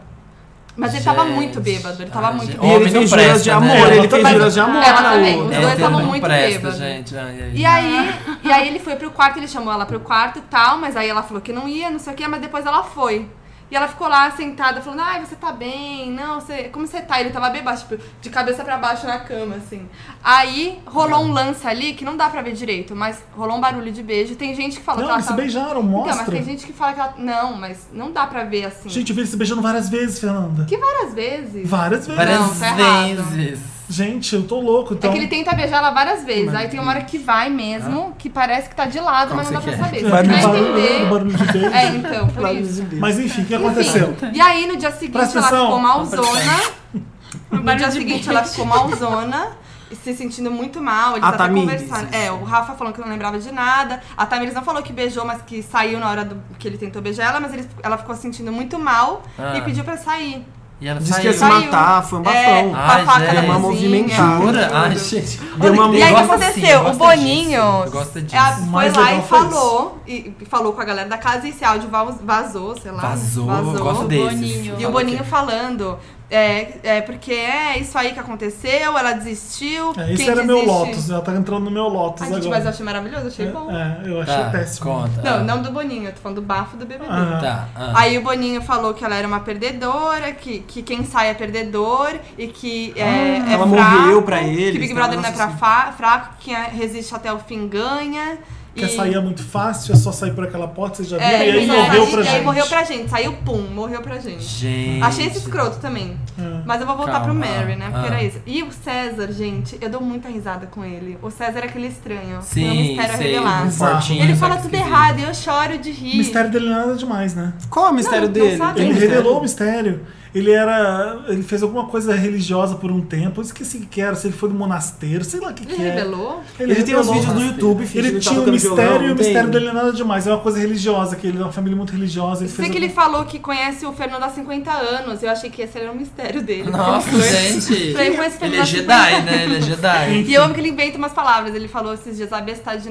Speaker 4: Mas ele tava
Speaker 2: Gente.
Speaker 4: muito bêbado, ele tava
Speaker 2: Ah,
Speaker 4: muito
Speaker 2: gente.
Speaker 4: bêbado.
Speaker 2: Homem
Speaker 3: ele
Speaker 2: não
Speaker 3: fez juras
Speaker 2: presta,
Speaker 3: de
Speaker 2: né?
Speaker 3: amor, ele fez
Speaker 4: Mas-
Speaker 3: juras de amor.
Speaker 4: Ela também,
Speaker 2: É,
Speaker 4: os dois
Speaker 2: o termo
Speaker 4: estavam
Speaker 2: não
Speaker 4: muito
Speaker 2: presta,
Speaker 4: bêbados.
Speaker 2: gente. Ai, ai.
Speaker 4: E aí, e aí ele foi pro quarto, ele chamou ela pro quarto e tal, mas aí ela falou que não ia, não sei o que, mas depois ela foi. E ela ficou lá sentada falando, ai, você tá bem, não, você. Como você tá? Ele tava bebado, tipo, de cabeça pra baixo na cama, assim. Aí rolou um lance ali que não dá pra ver direito, mas rolou um barulho de beijo. Tem gente que fala
Speaker 1: Não,
Speaker 4: que ela
Speaker 1: eles se
Speaker 4: tava.
Speaker 1: beijaram,
Speaker 4: Então, mas
Speaker 1: mostra.
Speaker 4: tem gente que fala que ela. Não, mas não dá pra ver assim.
Speaker 1: Gente, eu vi eles se beijando várias vezes, Fernanda.
Speaker 4: Que várias vezes.
Speaker 1: Várias vezes.
Speaker 2: Várias
Speaker 4: Não, tá errado.
Speaker 2: vezes.
Speaker 1: Gente, eu tô louco, então. é
Speaker 4: É que ele tenta beijar ela várias vezes. Aí tem uma hora que vai mesmo, que parece que tá de lado,
Speaker 2: Como
Speaker 4: mas não dá
Speaker 2: você
Speaker 4: pra
Speaker 2: quer?
Speaker 4: saber. Você
Speaker 1: Vai
Speaker 4: quer
Speaker 1: me barulho, um
Speaker 4: entender.
Speaker 1: barulho de beijo.
Speaker 4: É, então, por isso.
Speaker 1: Mas enfim, o que aconteceu?
Speaker 4: E aí no dia seguinte
Speaker 1: Presta
Speaker 4: ela
Speaker 1: atenção.
Speaker 4: ficou malzona. No
Speaker 5: Barulho
Speaker 4: dia
Speaker 5: de
Speaker 4: seguinte
Speaker 5: beijo.
Speaker 4: ela ficou malzona. e Se sentindo muito mal, eles
Speaker 3: A
Speaker 4: até
Speaker 3: Ah, Tamires,
Speaker 4: conversaram.
Speaker 3: isso.
Speaker 4: É, o Rafa falando que não lembrava de nada. A Tamires não falou que beijou, mas que saiu na hora do, que ele tentou beijar ela, mas ele- ela ficou se sentindo muito mal
Speaker 2: Ah.
Speaker 4: e pediu pra sair.
Speaker 2: E ela
Speaker 3: Diz que
Speaker 2: saiu.
Speaker 3: ia se matar, foi um
Speaker 4: É,
Speaker 3: bafão.
Speaker 4: com
Speaker 2: Ai,
Speaker 4: a faca
Speaker 2: Ah, gente.
Speaker 4: na
Speaker 2: Uma
Speaker 4: mãozinha.
Speaker 3: movimentada.
Speaker 2: Jura? Ai, gente.
Speaker 3: Deu uma-
Speaker 2: Olha,
Speaker 4: E aí o que
Speaker 2: gosta assim,
Speaker 4: aconteceu? o
Speaker 2: gosta
Speaker 4: Boninho
Speaker 2: disso, gosta disso.
Speaker 1: O
Speaker 4: ela É, foi
Speaker 1: mais
Speaker 4: lá
Speaker 1: legal
Speaker 4: e
Speaker 1: foi isso.
Speaker 4: falou, e e falou com a galera da casa e esse áudio va- vazou, sei lá.
Speaker 2: Vazou, gosto desses.
Speaker 5: Boninho.
Speaker 4: E o Boninho falando, é, é porque é isso aí que aconteceu, ela desistiu.
Speaker 1: É, esse
Speaker 4: quem
Speaker 1: era meu
Speaker 4: desiste...
Speaker 1: Lotus, ela tá entrando no meu Lotus
Speaker 4: Ai,
Speaker 1: agora.
Speaker 4: gente, mas eu achei maravilhoso, achei bom.
Speaker 1: É, eu achei
Speaker 2: Tá,
Speaker 1: péssimo.
Speaker 2: conta.
Speaker 4: Não,
Speaker 2: Ah,
Speaker 4: não do Boninho, eu tô falando do bafo do BBB.
Speaker 1: Ah.
Speaker 2: Tá. ah.
Speaker 4: Aí o Boninho falou que ela era uma perdedora, que, que quem sai é perdedor e que é,
Speaker 1: Ah,
Speaker 4: é
Speaker 3: ela
Speaker 4: fraco,
Speaker 3: morreu pra
Speaker 4: que
Speaker 3: eles,
Speaker 1: né,
Speaker 4: Big
Speaker 3: tá?
Speaker 4: Brother não é
Speaker 3: Nossa,
Speaker 4: pra
Speaker 1: assim.
Speaker 4: fa- fraco, que quem é, resiste até o fim ganha.
Speaker 1: Porque
Speaker 4: e-
Speaker 1: sair é muito fácil, é só sair por aquela porta, você já viu,
Speaker 4: É,
Speaker 1: e aí
Speaker 4: e
Speaker 1: morreu
Speaker 4: aí-
Speaker 1: pra
Speaker 4: e
Speaker 1: gente.
Speaker 4: aí morreu pra gente, saiu pum, morreu pra gente.
Speaker 2: Gente.
Speaker 4: Achei esse escroto também.
Speaker 1: Ah.
Speaker 4: Mas eu vou voltar
Speaker 2: Calma,
Speaker 4: pro Mary, né? Porque
Speaker 2: ah.
Speaker 4: era isso. E o César, gente, eu dou muita risada com ele. O César é aquele estranho. que é um
Speaker 2: Sim,
Speaker 4: mistério a
Speaker 2: sei.
Speaker 4: revelar.
Speaker 2: um fortinho,
Speaker 4: Ele
Speaker 2: só
Speaker 4: fala
Speaker 2: que
Speaker 4: tudo
Speaker 2: esquisito.
Speaker 4: errado e eu choro de rir.
Speaker 1: O mistério dele não é nada demais, né?
Speaker 3: Qual é o mistério
Speaker 4: não
Speaker 3: dele?
Speaker 4: sabe.
Speaker 3: Tem
Speaker 1: Ele
Speaker 3: mistério?
Speaker 1: revelou o mistério. Ele era. Ele fez alguma coisa religiosa por um tempo. Eu esqueci o que que era, se ele foi do monasteiro, sei lá o que,
Speaker 4: Ele
Speaker 1: que é.
Speaker 4: revelou?
Speaker 3: Ele tem uns
Speaker 1: revelou.
Speaker 3: vídeos no YouTube, filho,
Speaker 1: Ele,
Speaker 3: tá
Speaker 1: tinha um
Speaker 3: tocando violão,
Speaker 1: mistério e o
Speaker 3: não tem?
Speaker 1: mistério dele não é nada demais. É uma coisa religiosa, que ele é uma família muito religiosa. Ele
Speaker 4: Eu sei
Speaker 1: fez
Speaker 4: que ele
Speaker 1: algum-
Speaker 4: falou que conhece o Fernando há 50 anos. Eu achei que esse era o mistério dele.
Speaker 2: Nossa, gente.
Speaker 4: Falei, mas
Speaker 2: Ele é
Speaker 4: Fernando-
Speaker 2: Jedi, né? Ele é Jedi.
Speaker 4: E eu amo que ele inventa umas palavras. Ele falou esses dias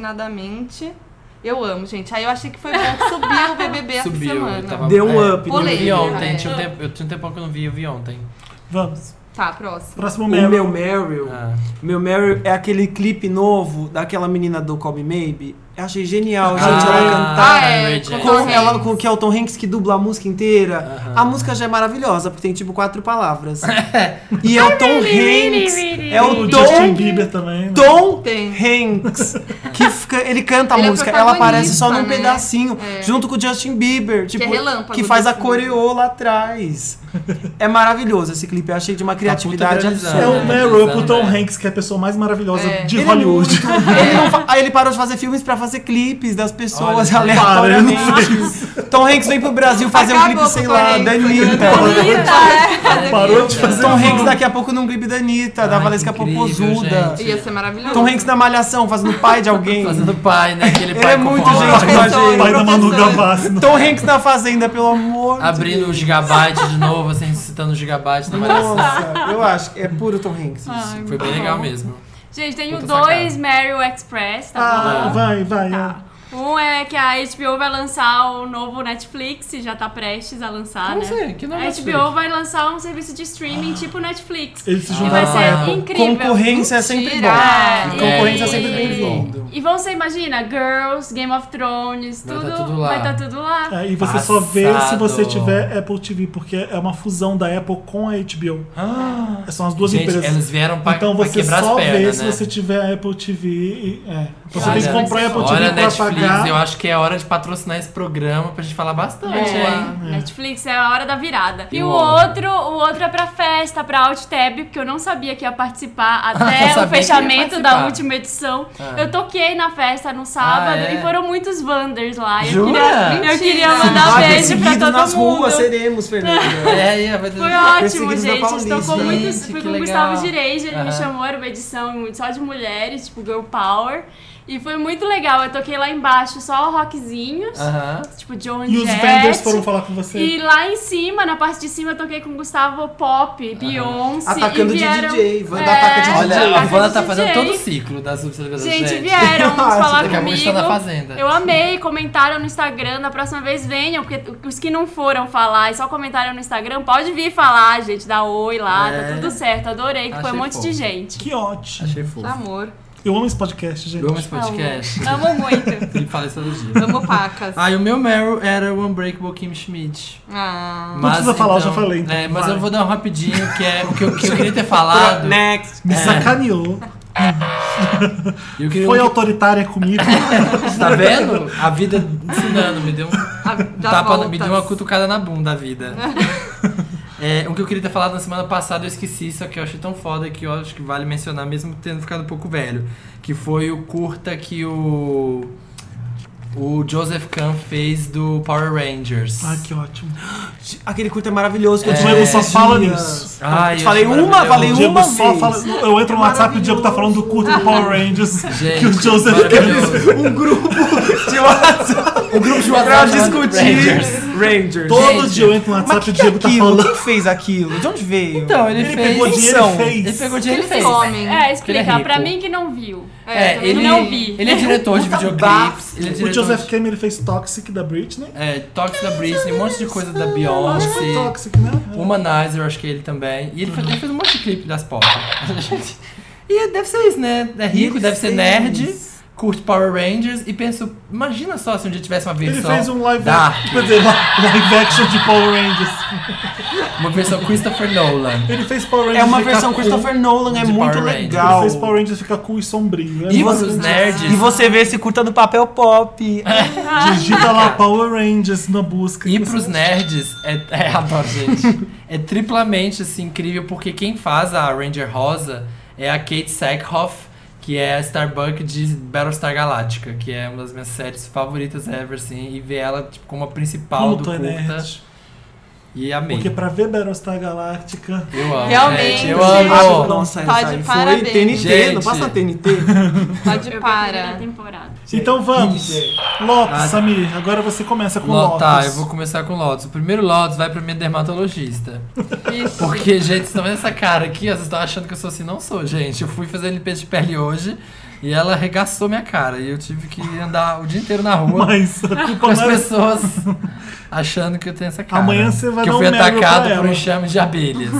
Speaker 4: abestadinadamente. Eu amo, gente. Aí eu achei que foi bom que subiu o BBB essa
Speaker 2: Subiu.
Speaker 4: semana.
Speaker 2: ele tava-
Speaker 3: Deu um
Speaker 2: é,
Speaker 3: up.
Speaker 2: Eu vi
Speaker 4: Polêmica,
Speaker 2: ontem.
Speaker 4: é.
Speaker 2: Tinha um tempo, eu tinha um tempão que eu não vi, eu vi ontem.
Speaker 1: Vamos.
Speaker 4: Tá, próximo.
Speaker 1: Próximo
Speaker 3: O
Speaker 1: meme.
Speaker 3: meu Meryl.
Speaker 2: Ah.
Speaker 3: Meu Meryl é aquele clipe novo daquela menina do Call Me Maybe. Eu achei genial, gente.
Speaker 2: Ah,
Speaker 3: ela cantar.
Speaker 4: Ah, é,
Speaker 2: Ray
Speaker 4: com
Speaker 2: J.
Speaker 4: Tom
Speaker 3: Com,
Speaker 4: Hanks.
Speaker 3: ela, com o Kelton Hanks que dubla a música inteira.
Speaker 2: Aham.
Speaker 3: A música já é maravilhosa, porque tem tipo quatro palavras. e é o Tom Hanks. É o
Speaker 1: O Justin
Speaker 3: Tom,
Speaker 1: Bieber também. né?
Speaker 3: Tom
Speaker 4: Tem.
Speaker 3: Hanks.
Speaker 4: (laughs)
Speaker 3: Que fica- ele canta a
Speaker 4: Ele é
Speaker 3: música, ela aparece só num
Speaker 4: protagonista, né? é
Speaker 3: pedacinho, junto com o Justin Bieber. Tipo,
Speaker 4: relâmpago
Speaker 3: que faz a
Speaker 4: desse mundo.
Speaker 3: coreô lá atrás. É maravilhoso esse clipe, eu achei de uma criatividade
Speaker 2: Tá puta
Speaker 3: absurda.
Speaker 1: É
Speaker 2: realizada.
Speaker 1: o Meryl pro Tom
Speaker 2: É.
Speaker 1: Hanks, que é a pessoa mais maravilhosa
Speaker 4: É.
Speaker 1: de
Speaker 3: Ele é
Speaker 1: Hollywood. (laughs)
Speaker 3: Ele não fa- Aí ele parou de fazer filmes pra fazer clipes das pessoas
Speaker 2: Olha,
Speaker 1: Para, ele
Speaker 3: aleatoriamente.
Speaker 1: não fez.
Speaker 3: Tom Hanks vem pro Brasil fazer um
Speaker 4: Acabou
Speaker 3: clipe, sei
Speaker 4: com o
Speaker 3: lá,
Speaker 4: Tom
Speaker 3: da
Speaker 4: Hanks,
Speaker 3: Anitta.
Speaker 4: Eita,
Speaker 1: Parou de fazer.
Speaker 3: Tom Hanks daqui a pouco num clipe da Anitta, da
Speaker 2: um Ai,
Speaker 3: Valesca
Speaker 2: que incrível,
Speaker 3: Popozuda.
Speaker 4: é.
Speaker 2: gente.
Speaker 4: Ia ser maravilhoso.
Speaker 3: Tom Hanks na Malhação, fazendo pai de alguém.
Speaker 2: Fazendo pai, né? Aquele
Speaker 3: Ele
Speaker 2: pai
Speaker 3: é muito
Speaker 2: conforme-
Speaker 3: gente com a
Speaker 4: Professor.
Speaker 3: gente.
Speaker 1: Pai da Manu
Speaker 4: Professor.
Speaker 1: Gavassi. não.
Speaker 3: Tom Hanks na Fazenda, pelo amor de
Speaker 2: Abrindo o gigabyte de novo, assim, ressuscitando o gigabyte na
Speaker 3: Deus.
Speaker 2: malhação.
Speaker 3: Nossa, eu acho que é puro Tom Hanks.
Speaker 5: Ah,
Speaker 3: isso.
Speaker 2: né? Foi bem legal mesmo.
Speaker 5: Gente, tenho
Speaker 2: Puta
Speaker 5: dois Meryl Express, tá
Speaker 1: Ah,
Speaker 5: bom?
Speaker 1: vai, vai.
Speaker 5: Tá. Um é que a HBO vai lançar o novo Netflix, e já tá prestes a lançar,
Speaker 2: Não
Speaker 5: né?
Speaker 4: É,
Speaker 2: sei, que não
Speaker 5: a HBO vai lançar um serviço de streaming tipo Netflix.
Speaker 1: Eles se
Speaker 5: E vai
Speaker 1: juntaram com a
Speaker 5: ser
Speaker 1: Apple.
Speaker 5: incrível.
Speaker 3: Concorrência é sempre bom.
Speaker 4: Mentira.
Speaker 5: É,
Speaker 3: Concorrência é
Speaker 5: e-
Speaker 3: sempre bem-vindo.
Speaker 5: E vão ser, imagina, Girls, Game of Thrones,
Speaker 2: Vai
Speaker 5: tudo,
Speaker 2: tá tudo lá.
Speaker 5: vai estar tudo lá.
Speaker 1: É, e você só vê se
Speaker 2: Passado.
Speaker 1: você tiver Apple TV, porque é uma fusão da Apple com a HBO. São as duas
Speaker 2: Ah. Gente,
Speaker 1: empresas.
Speaker 2: elas vieram pra,
Speaker 1: então
Speaker 2: pra
Speaker 1: você
Speaker 2: quebrar
Speaker 1: só
Speaker 2: as pernas,
Speaker 1: vê
Speaker 2: né?
Speaker 1: se você tiver Apple TV. e- é. Então você
Speaker 5: Olha,
Speaker 1: tem que comprar a Apple TV
Speaker 2: Olha,
Speaker 1: pra
Speaker 2: Netflix,
Speaker 1: pagar.
Speaker 2: eu acho que é hora de patrocinar esse programa pra gente falar bastante, hein?
Speaker 5: É, Netflix é a hora da virada. E
Speaker 2: Eu
Speaker 5: o
Speaker 2: amo.
Speaker 5: outro, o outro é pra festa, pra OutTab, porque eu não sabia que
Speaker 2: (laughs)
Speaker 5: ia participar
Speaker 2: Eu
Speaker 5: até o
Speaker 2: sabia que ia
Speaker 5: fechamento da
Speaker 2: participar.
Speaker 5: última edição.
Speaker 2: Ah.
Speaker 5: Eu toquei na festa no sábado
Speaker 2: Ah, é?
Speaker 5: e foram muitos Wanders lá. Eu
Speaker 2: Jura?
Speaker 5: queria, eu queria
Speaker 4: Mentira.
Speaker 5: mandar
Speaker 3: Ah,
Speaker 5: um beijo pra
Speaker 3: perseguido
Speaker 5: todo
Speaker 3: nas
Speaker 5: mundo.
Speaker 3: ruas, seremos,
Speaker 5: (laughs)
Speaker 3: Fernanda.
Speaker 2: É, é, vai ter...
Speaker 5: Foi ótimo,
Speaker 3: Perseguidos da
Speaker 5: gente.
Speaker 3: Paulista.
Speaker 5: Tocou muito.
Speaker 2: Gente,
Speaker 5: Fui
Speaker 2: que
Speaker 5: com o
Speaker 2: legal.
Speaker 5: Gustavo Direis, ele
Speaker 2: Aham.
Speaker 5: me chamou, era uma edição só de mulheres, tipo Girl Power. E foi muito legal. Eu toquei lá embaixo só rockzinhos,
Speaker 2: Aham.
Speaker 5: tipo John
Speaker 1: E os
Speaker 5: Jett.
Speaker 1: vendors
Speaker 2: é.
Speaker 1: foram falar com você.
Speaker 5: E lá em cima, na parte de cima, eu toquei com Gustavo Pop, Beyoncé.
Speaker 9: Atacando
Speaker 5: e
Speaker 9: de
Speaker 5: vieram... É.
Speaker 9: DJ, Wanda ataca de
Speaker 2: Olha,
Speaker 5: ataca
Speaker 2: a
Speaker 5: de
Speaker 2: Wanda tá
Speaker 5: DJ.
Speaker 2: fazendo todo o ciclo das subcelebridades.
Speaker 5: Gente, vieram falar
Speaker 2: Daqui a pouco a gente tá na
Speaker 5: comigo.
Speaker 2: fazenda.
Speaker 5: Eu amei, comentaram no Instagram, da próxima vez venham, porque os que não foram falar e só comentaram no Instagram, pode vir falar, gente, dá oi lá,
Speaker 2: É.
Speaker 5: tá tudo certo, adorei, que foi
Speaker 2: Achei
Speaker 5: um monte
Speaker 2: fofo.
Speaker 5: de gente.
Speaker 1: Que ótimo.
Speaker 2: Achei
Speaker 5: tá
Speaker 2: fofo.
Speaker 4: Amor.
Speaker 1: Eu amo esse podcast, gente.
Speaker 2: Eu amo esse podcast.
Speaker 5: Amo muito.
Speaker 2: Ele fala isso todo dia.
Speaker 4: Amo pacas.
Speaker 2: Ah, e o meu Meryl era o Unbreakable Kim Schmidt.
Speaker 4: Ah.
Speaker 1: Não precisa falar, eu já falei, então.
Speaker 2: É, mas
Speaker 1: Vai. Né?
Speaker 2: eu vou dar um rapidinho, que é o que eu, que eu queria ter falado.
Speaker 9: Next.
Speaker 1: Me sacaneou.
Speaker 2: Eu queria,
Speaker 1: Foi autoritária comigo.
Speaker 2: Tá vendo? A vida ensinando, me deu um
Speaker 4: A, dá
Speaker 2: tapa,
Speaker 4: voltas.
Speaker 2: me deu uma cutucada na bunda a vida. É, o que eu queria ter falado na semana passada, eu esqueci, só que eu achei tão foda que eu acho que vale mencionar, mesmo tendo ficado um pouco velho. Que foi o curta que o. O Joseph Kahn fez do Power Rangers.
Speaker 1: Ai, Ah, que ótimo.
Speaker 9: Aquele curto é maravilhoso. Que eu
Speaker 1: Mas eu só falo nisso.
Speaker 2: Ai,
Speaker 9: Te
Speaker 2: eu
Speaker 9: falei
Speaker 2: acho
Speaker 9: uma,
Speaker 2: maravilhoso.
Speaker 9: falei
Speaker 1: O
Speaker 9: uma
Speaker 1: Diego só
Speaker 9: vez.
Speaker 1: fala. Eu entro no WhatsApp e o Diego tá falando do curto do Power Rangers.
Speaker 2: Gente,
Speaker 1: (laughs) que o Joseph
Speaker 2: maravilhoso.
Speaker 9: Um grupo de WhatsApp
Speaker 2: (laughs) O grupo de
Speaker 9: pra
Speaker 2: WhatsApp chamado
Speaker 9: discutir
Speaker 2: Rangers.
Speaker 9: Rangers.
Speaker 1: Todo
Speaker 2: Gente,
Speaker 1: dia eu entro no
Speaker 3: Mas
Speaker 1: WhatsApp e
Speaker 3: que
Speaker 1: o
Speaker 3: que é
Speaker 1: Diego tá
Speaker 3: aquilo?
Speaker 1: falando.
Speaker 3: Quem fez aquilo? De onde veio?
Speaker 2: Então, ele,
Speaker 1: Ele
Speaker 2: fez.
Speaker 1: pegou dinheiro
Speaker 3: são?
Speaker 1: e fez.
Speaker 2: Ele pegou
Speaker 4: Ele
Speaker 2: dinheiro e
Speaker 4: fez
Speaker 2: fez.
Speaker 4: homem.
Speaker 5: É,
Speaker 2: Ele é
Speaker 5: explica,
Speaker 2: rico.
Speaker 5: pra mim que não
Speaker 4: (laughs)
Speaker 5: viu.
Speaker 4: É,
Speaker 2: É,
Speaker 4: também
Speaker 2: ele,
Speaker 5: não vi.
Speaker 2: ele é diretor de videoclipes. Ele é diretor
Speaker 1: O Joseph
Speaker 2: de,
Speaker 1: Kramer ele fez Toxic da Britney.
Speaker 2: é, Toxic da Britney, um monte de coisa da
Speaker 1: Acho que foi
Speaker 2: Beyoncé.
Speaker 1: Toxic, né?
Speaker 2: Humanizer, acho que ele também. E ele fez, ele fez um monte de clipe das pop. e deve ser isso, né? É rico,
Speaker 3: Ele
Speaker 2: deve ser
Speaker 3: fez.
Speaker 2: nerd, curte Power Rangers e pensou, imagina só se um dia tivesse uma
Speaker 1: Ele
Speaker 2: versão.
Speaker 1: fez um live
Speaker 2: Dark,
Speaker 1: action. Quer dizer, live action de Power Rangers.
Speaker 2: uma versão Christopher Nolan.
Speaker 1: Ele fez Power Rangers.
Speaker 9: É uma
Speaker 1: ficar
Speaker 9: versão
Speaker 1: cool.
Speaker 9: Christopher Nolan, é
Speaker 2: de
Speaker 9: muito
Speaker 2: Power Rangers.
Speaker 1: Ele
Speaker 9: legal.
Speaker 1: fez Power Rangers ficar cool e sombrio. É
Speaker 2: E
Speaker 1: muito-
Speaker 2: os nerds.
Speaker 9: E você vê esse curta no papel pop.
Speaker 2: É.
Speaker 5: Ah,
Speaker 1: Digita tá lá Power Rangers na busca.
Speaker 2: E pros nerds, é, é, (laughs) adoro, gente. É triplamente assim, incrível, porque quem faz a Ranger Rosa é a Kate Sackhoff, que é a Starbuck de Battlestar Galactica, que é uma das minhas séries favoritas ever, assim, e ver ela tipo, como a principal
Speaker 1: Como
Speaker 2: do
Speaker 1: tu é
Speaker 2: curta.
Speaker 1: nerd.
Speaker 2: E amei.
Speaker 1: Porque pra ver Battlestar Galáctica.
Speaker 2: Eu amo,
Speaker 4: Realmente,
Speaker 2: gente. Eu
Speaker 4: gente.
Speaker 2: amo.
Speaker 9: Nossa,
Speaker 4: Tá
Speaker 9: essa
Speaker 4: de
Speaker 9: aí
Speaker 4: parabéns.
Speaker 9: foi TNT, não
Speaker 2: Gente.
Speaker 9: né? passa na TNT.
Speaker 4: Pode
Speaker 5: Para.
Speaker 4: para.
Speaker 5: temporada.
Speaker 1: Então vamos. Lopes,
Speaker 2: Ah.
Speaker 1: Samir, agora você começa com
Speaker 2: Lo-
Speaker 1: Lopes.
Speaker 2: Tá, eu vou começar com Lotus. O primeiro Lotus vai pra minha dermatologista.
Speaker 4: Isso.
Speaker 2: Porque, gente, vocês estão vendo essa cara aqui, ó, vocês estão achando que eu sou assim. Não sou, gente. Eu fui fazer limpeza de pele hoje e ela arregaçou minha cara. E eu tive que andar o dia inteiro na rua
Speaker 1: (laughs) Mas a
Speaker 2: com
Speaker 1: culpa
Speaker 2: as
Speaker 1: não era-
Speaker 2: pessoas achando que eu tenho essa cara.
Speaker 1: Amanhã você vai
Speaker 2: Que
Speaker 1: dar
Speaker 2: eu
Speaker 1: um
Speaker 2: fui
Speaker 1: Meryl
Speaker 2: atacado
Speaker 1: pra
Speaker 2: por
Speaker 1: ela.
Speaker 2: um enxame de abelhas.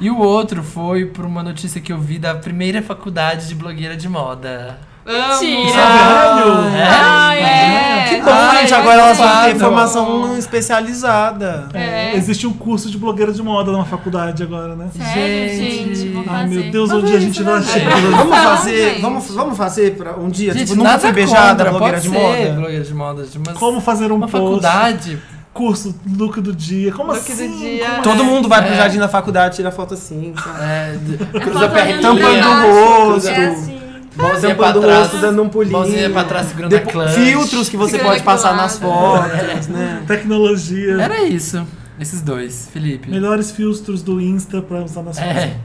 Speaker 2: E o outro foi por uma notícia que eu vi da primeira faculdade de blogueira de moda.
Speaker 5: Mentira.
Speaker 1: Tá
Speaker 2: É?
Speaker 5: Ai,
Speaker 3: Ah,
Speaker 5: é.
Speaker 4: É.
Speaker 9: Que bom,
Speaker 2: Ai,
Speaker 9: gente, agora elas vão ter
Speaker 2: babado.
Speaker 9: formação especializada.
Speaker 1: É, Existe um curso de blogueira de moda numa faculdade agora, né?
Speaker 5: Sério, gente, vou fazer.
Speaker 1: Ai, meu Deus, onde a gente
Speaker 3: né?
Speaker 1: vai chegar?
Speaker 3: Vamos fazer,
Speaker 4: gente.
Speaker 3: vamos, vamos fazer pra um dia,
Speaker 2: Gente,
Speaker 3: tipo, nunca
Speaker 2: nada
Speaker 3: fui beijada,
Speaker 2: contra,
Speaker 3: blogueira
Speaker 2: pode
Speaker 3: de
Speaker 2: ser
Speaker 3: moda.
Speaker 2: blogueira de moda, gente, mas
Speaker 1: Como fazer um
Speaker 2: É. uma
Speaker 1: post?
Speaker 2: faculdade
Speaker 1: Curso look do dia. Como
Speaker 4: Look do
Speaker 1: assim?
Speaker 4: dia.
Speaker 1: Como
Speaker 9: Todo mundo vai pro
Speaker 2: É.
Speaker 9: jardim da faculdade tirar foto assim, sabe?
Speaker 2: é, de- cruza
Speaker 5: Foto
Speaker 2: a perninha,
Speaker 9: Tampando o rosto,
Speaker 5: É assim.
Speaker 2: mãozinha pra
Speaker 9: tampando o
Speaker 2: trás,
Speaker 9: rosto, dando um pulinho.
Speaker 2: mãozinha pra trás segurando a
Speaker 9: Depo-
Speaker 2: clutch.
Speaker 9: filtros que você
Speaker 4: Segurando
Speaker 9: pode
Speaker 4: aqui
Speaker 9: passar
Speaker 4: do
Speaker 9: nas
Speaker 4: lado.
Speaker 9: fotos, né?
Speaker 1: Tecnologia.
Speaker 2: Era isso, esses dois, Felipe.
Speaker 1: Melhores filtros do Insta pra usar nas fotos.
Speaker 2: É,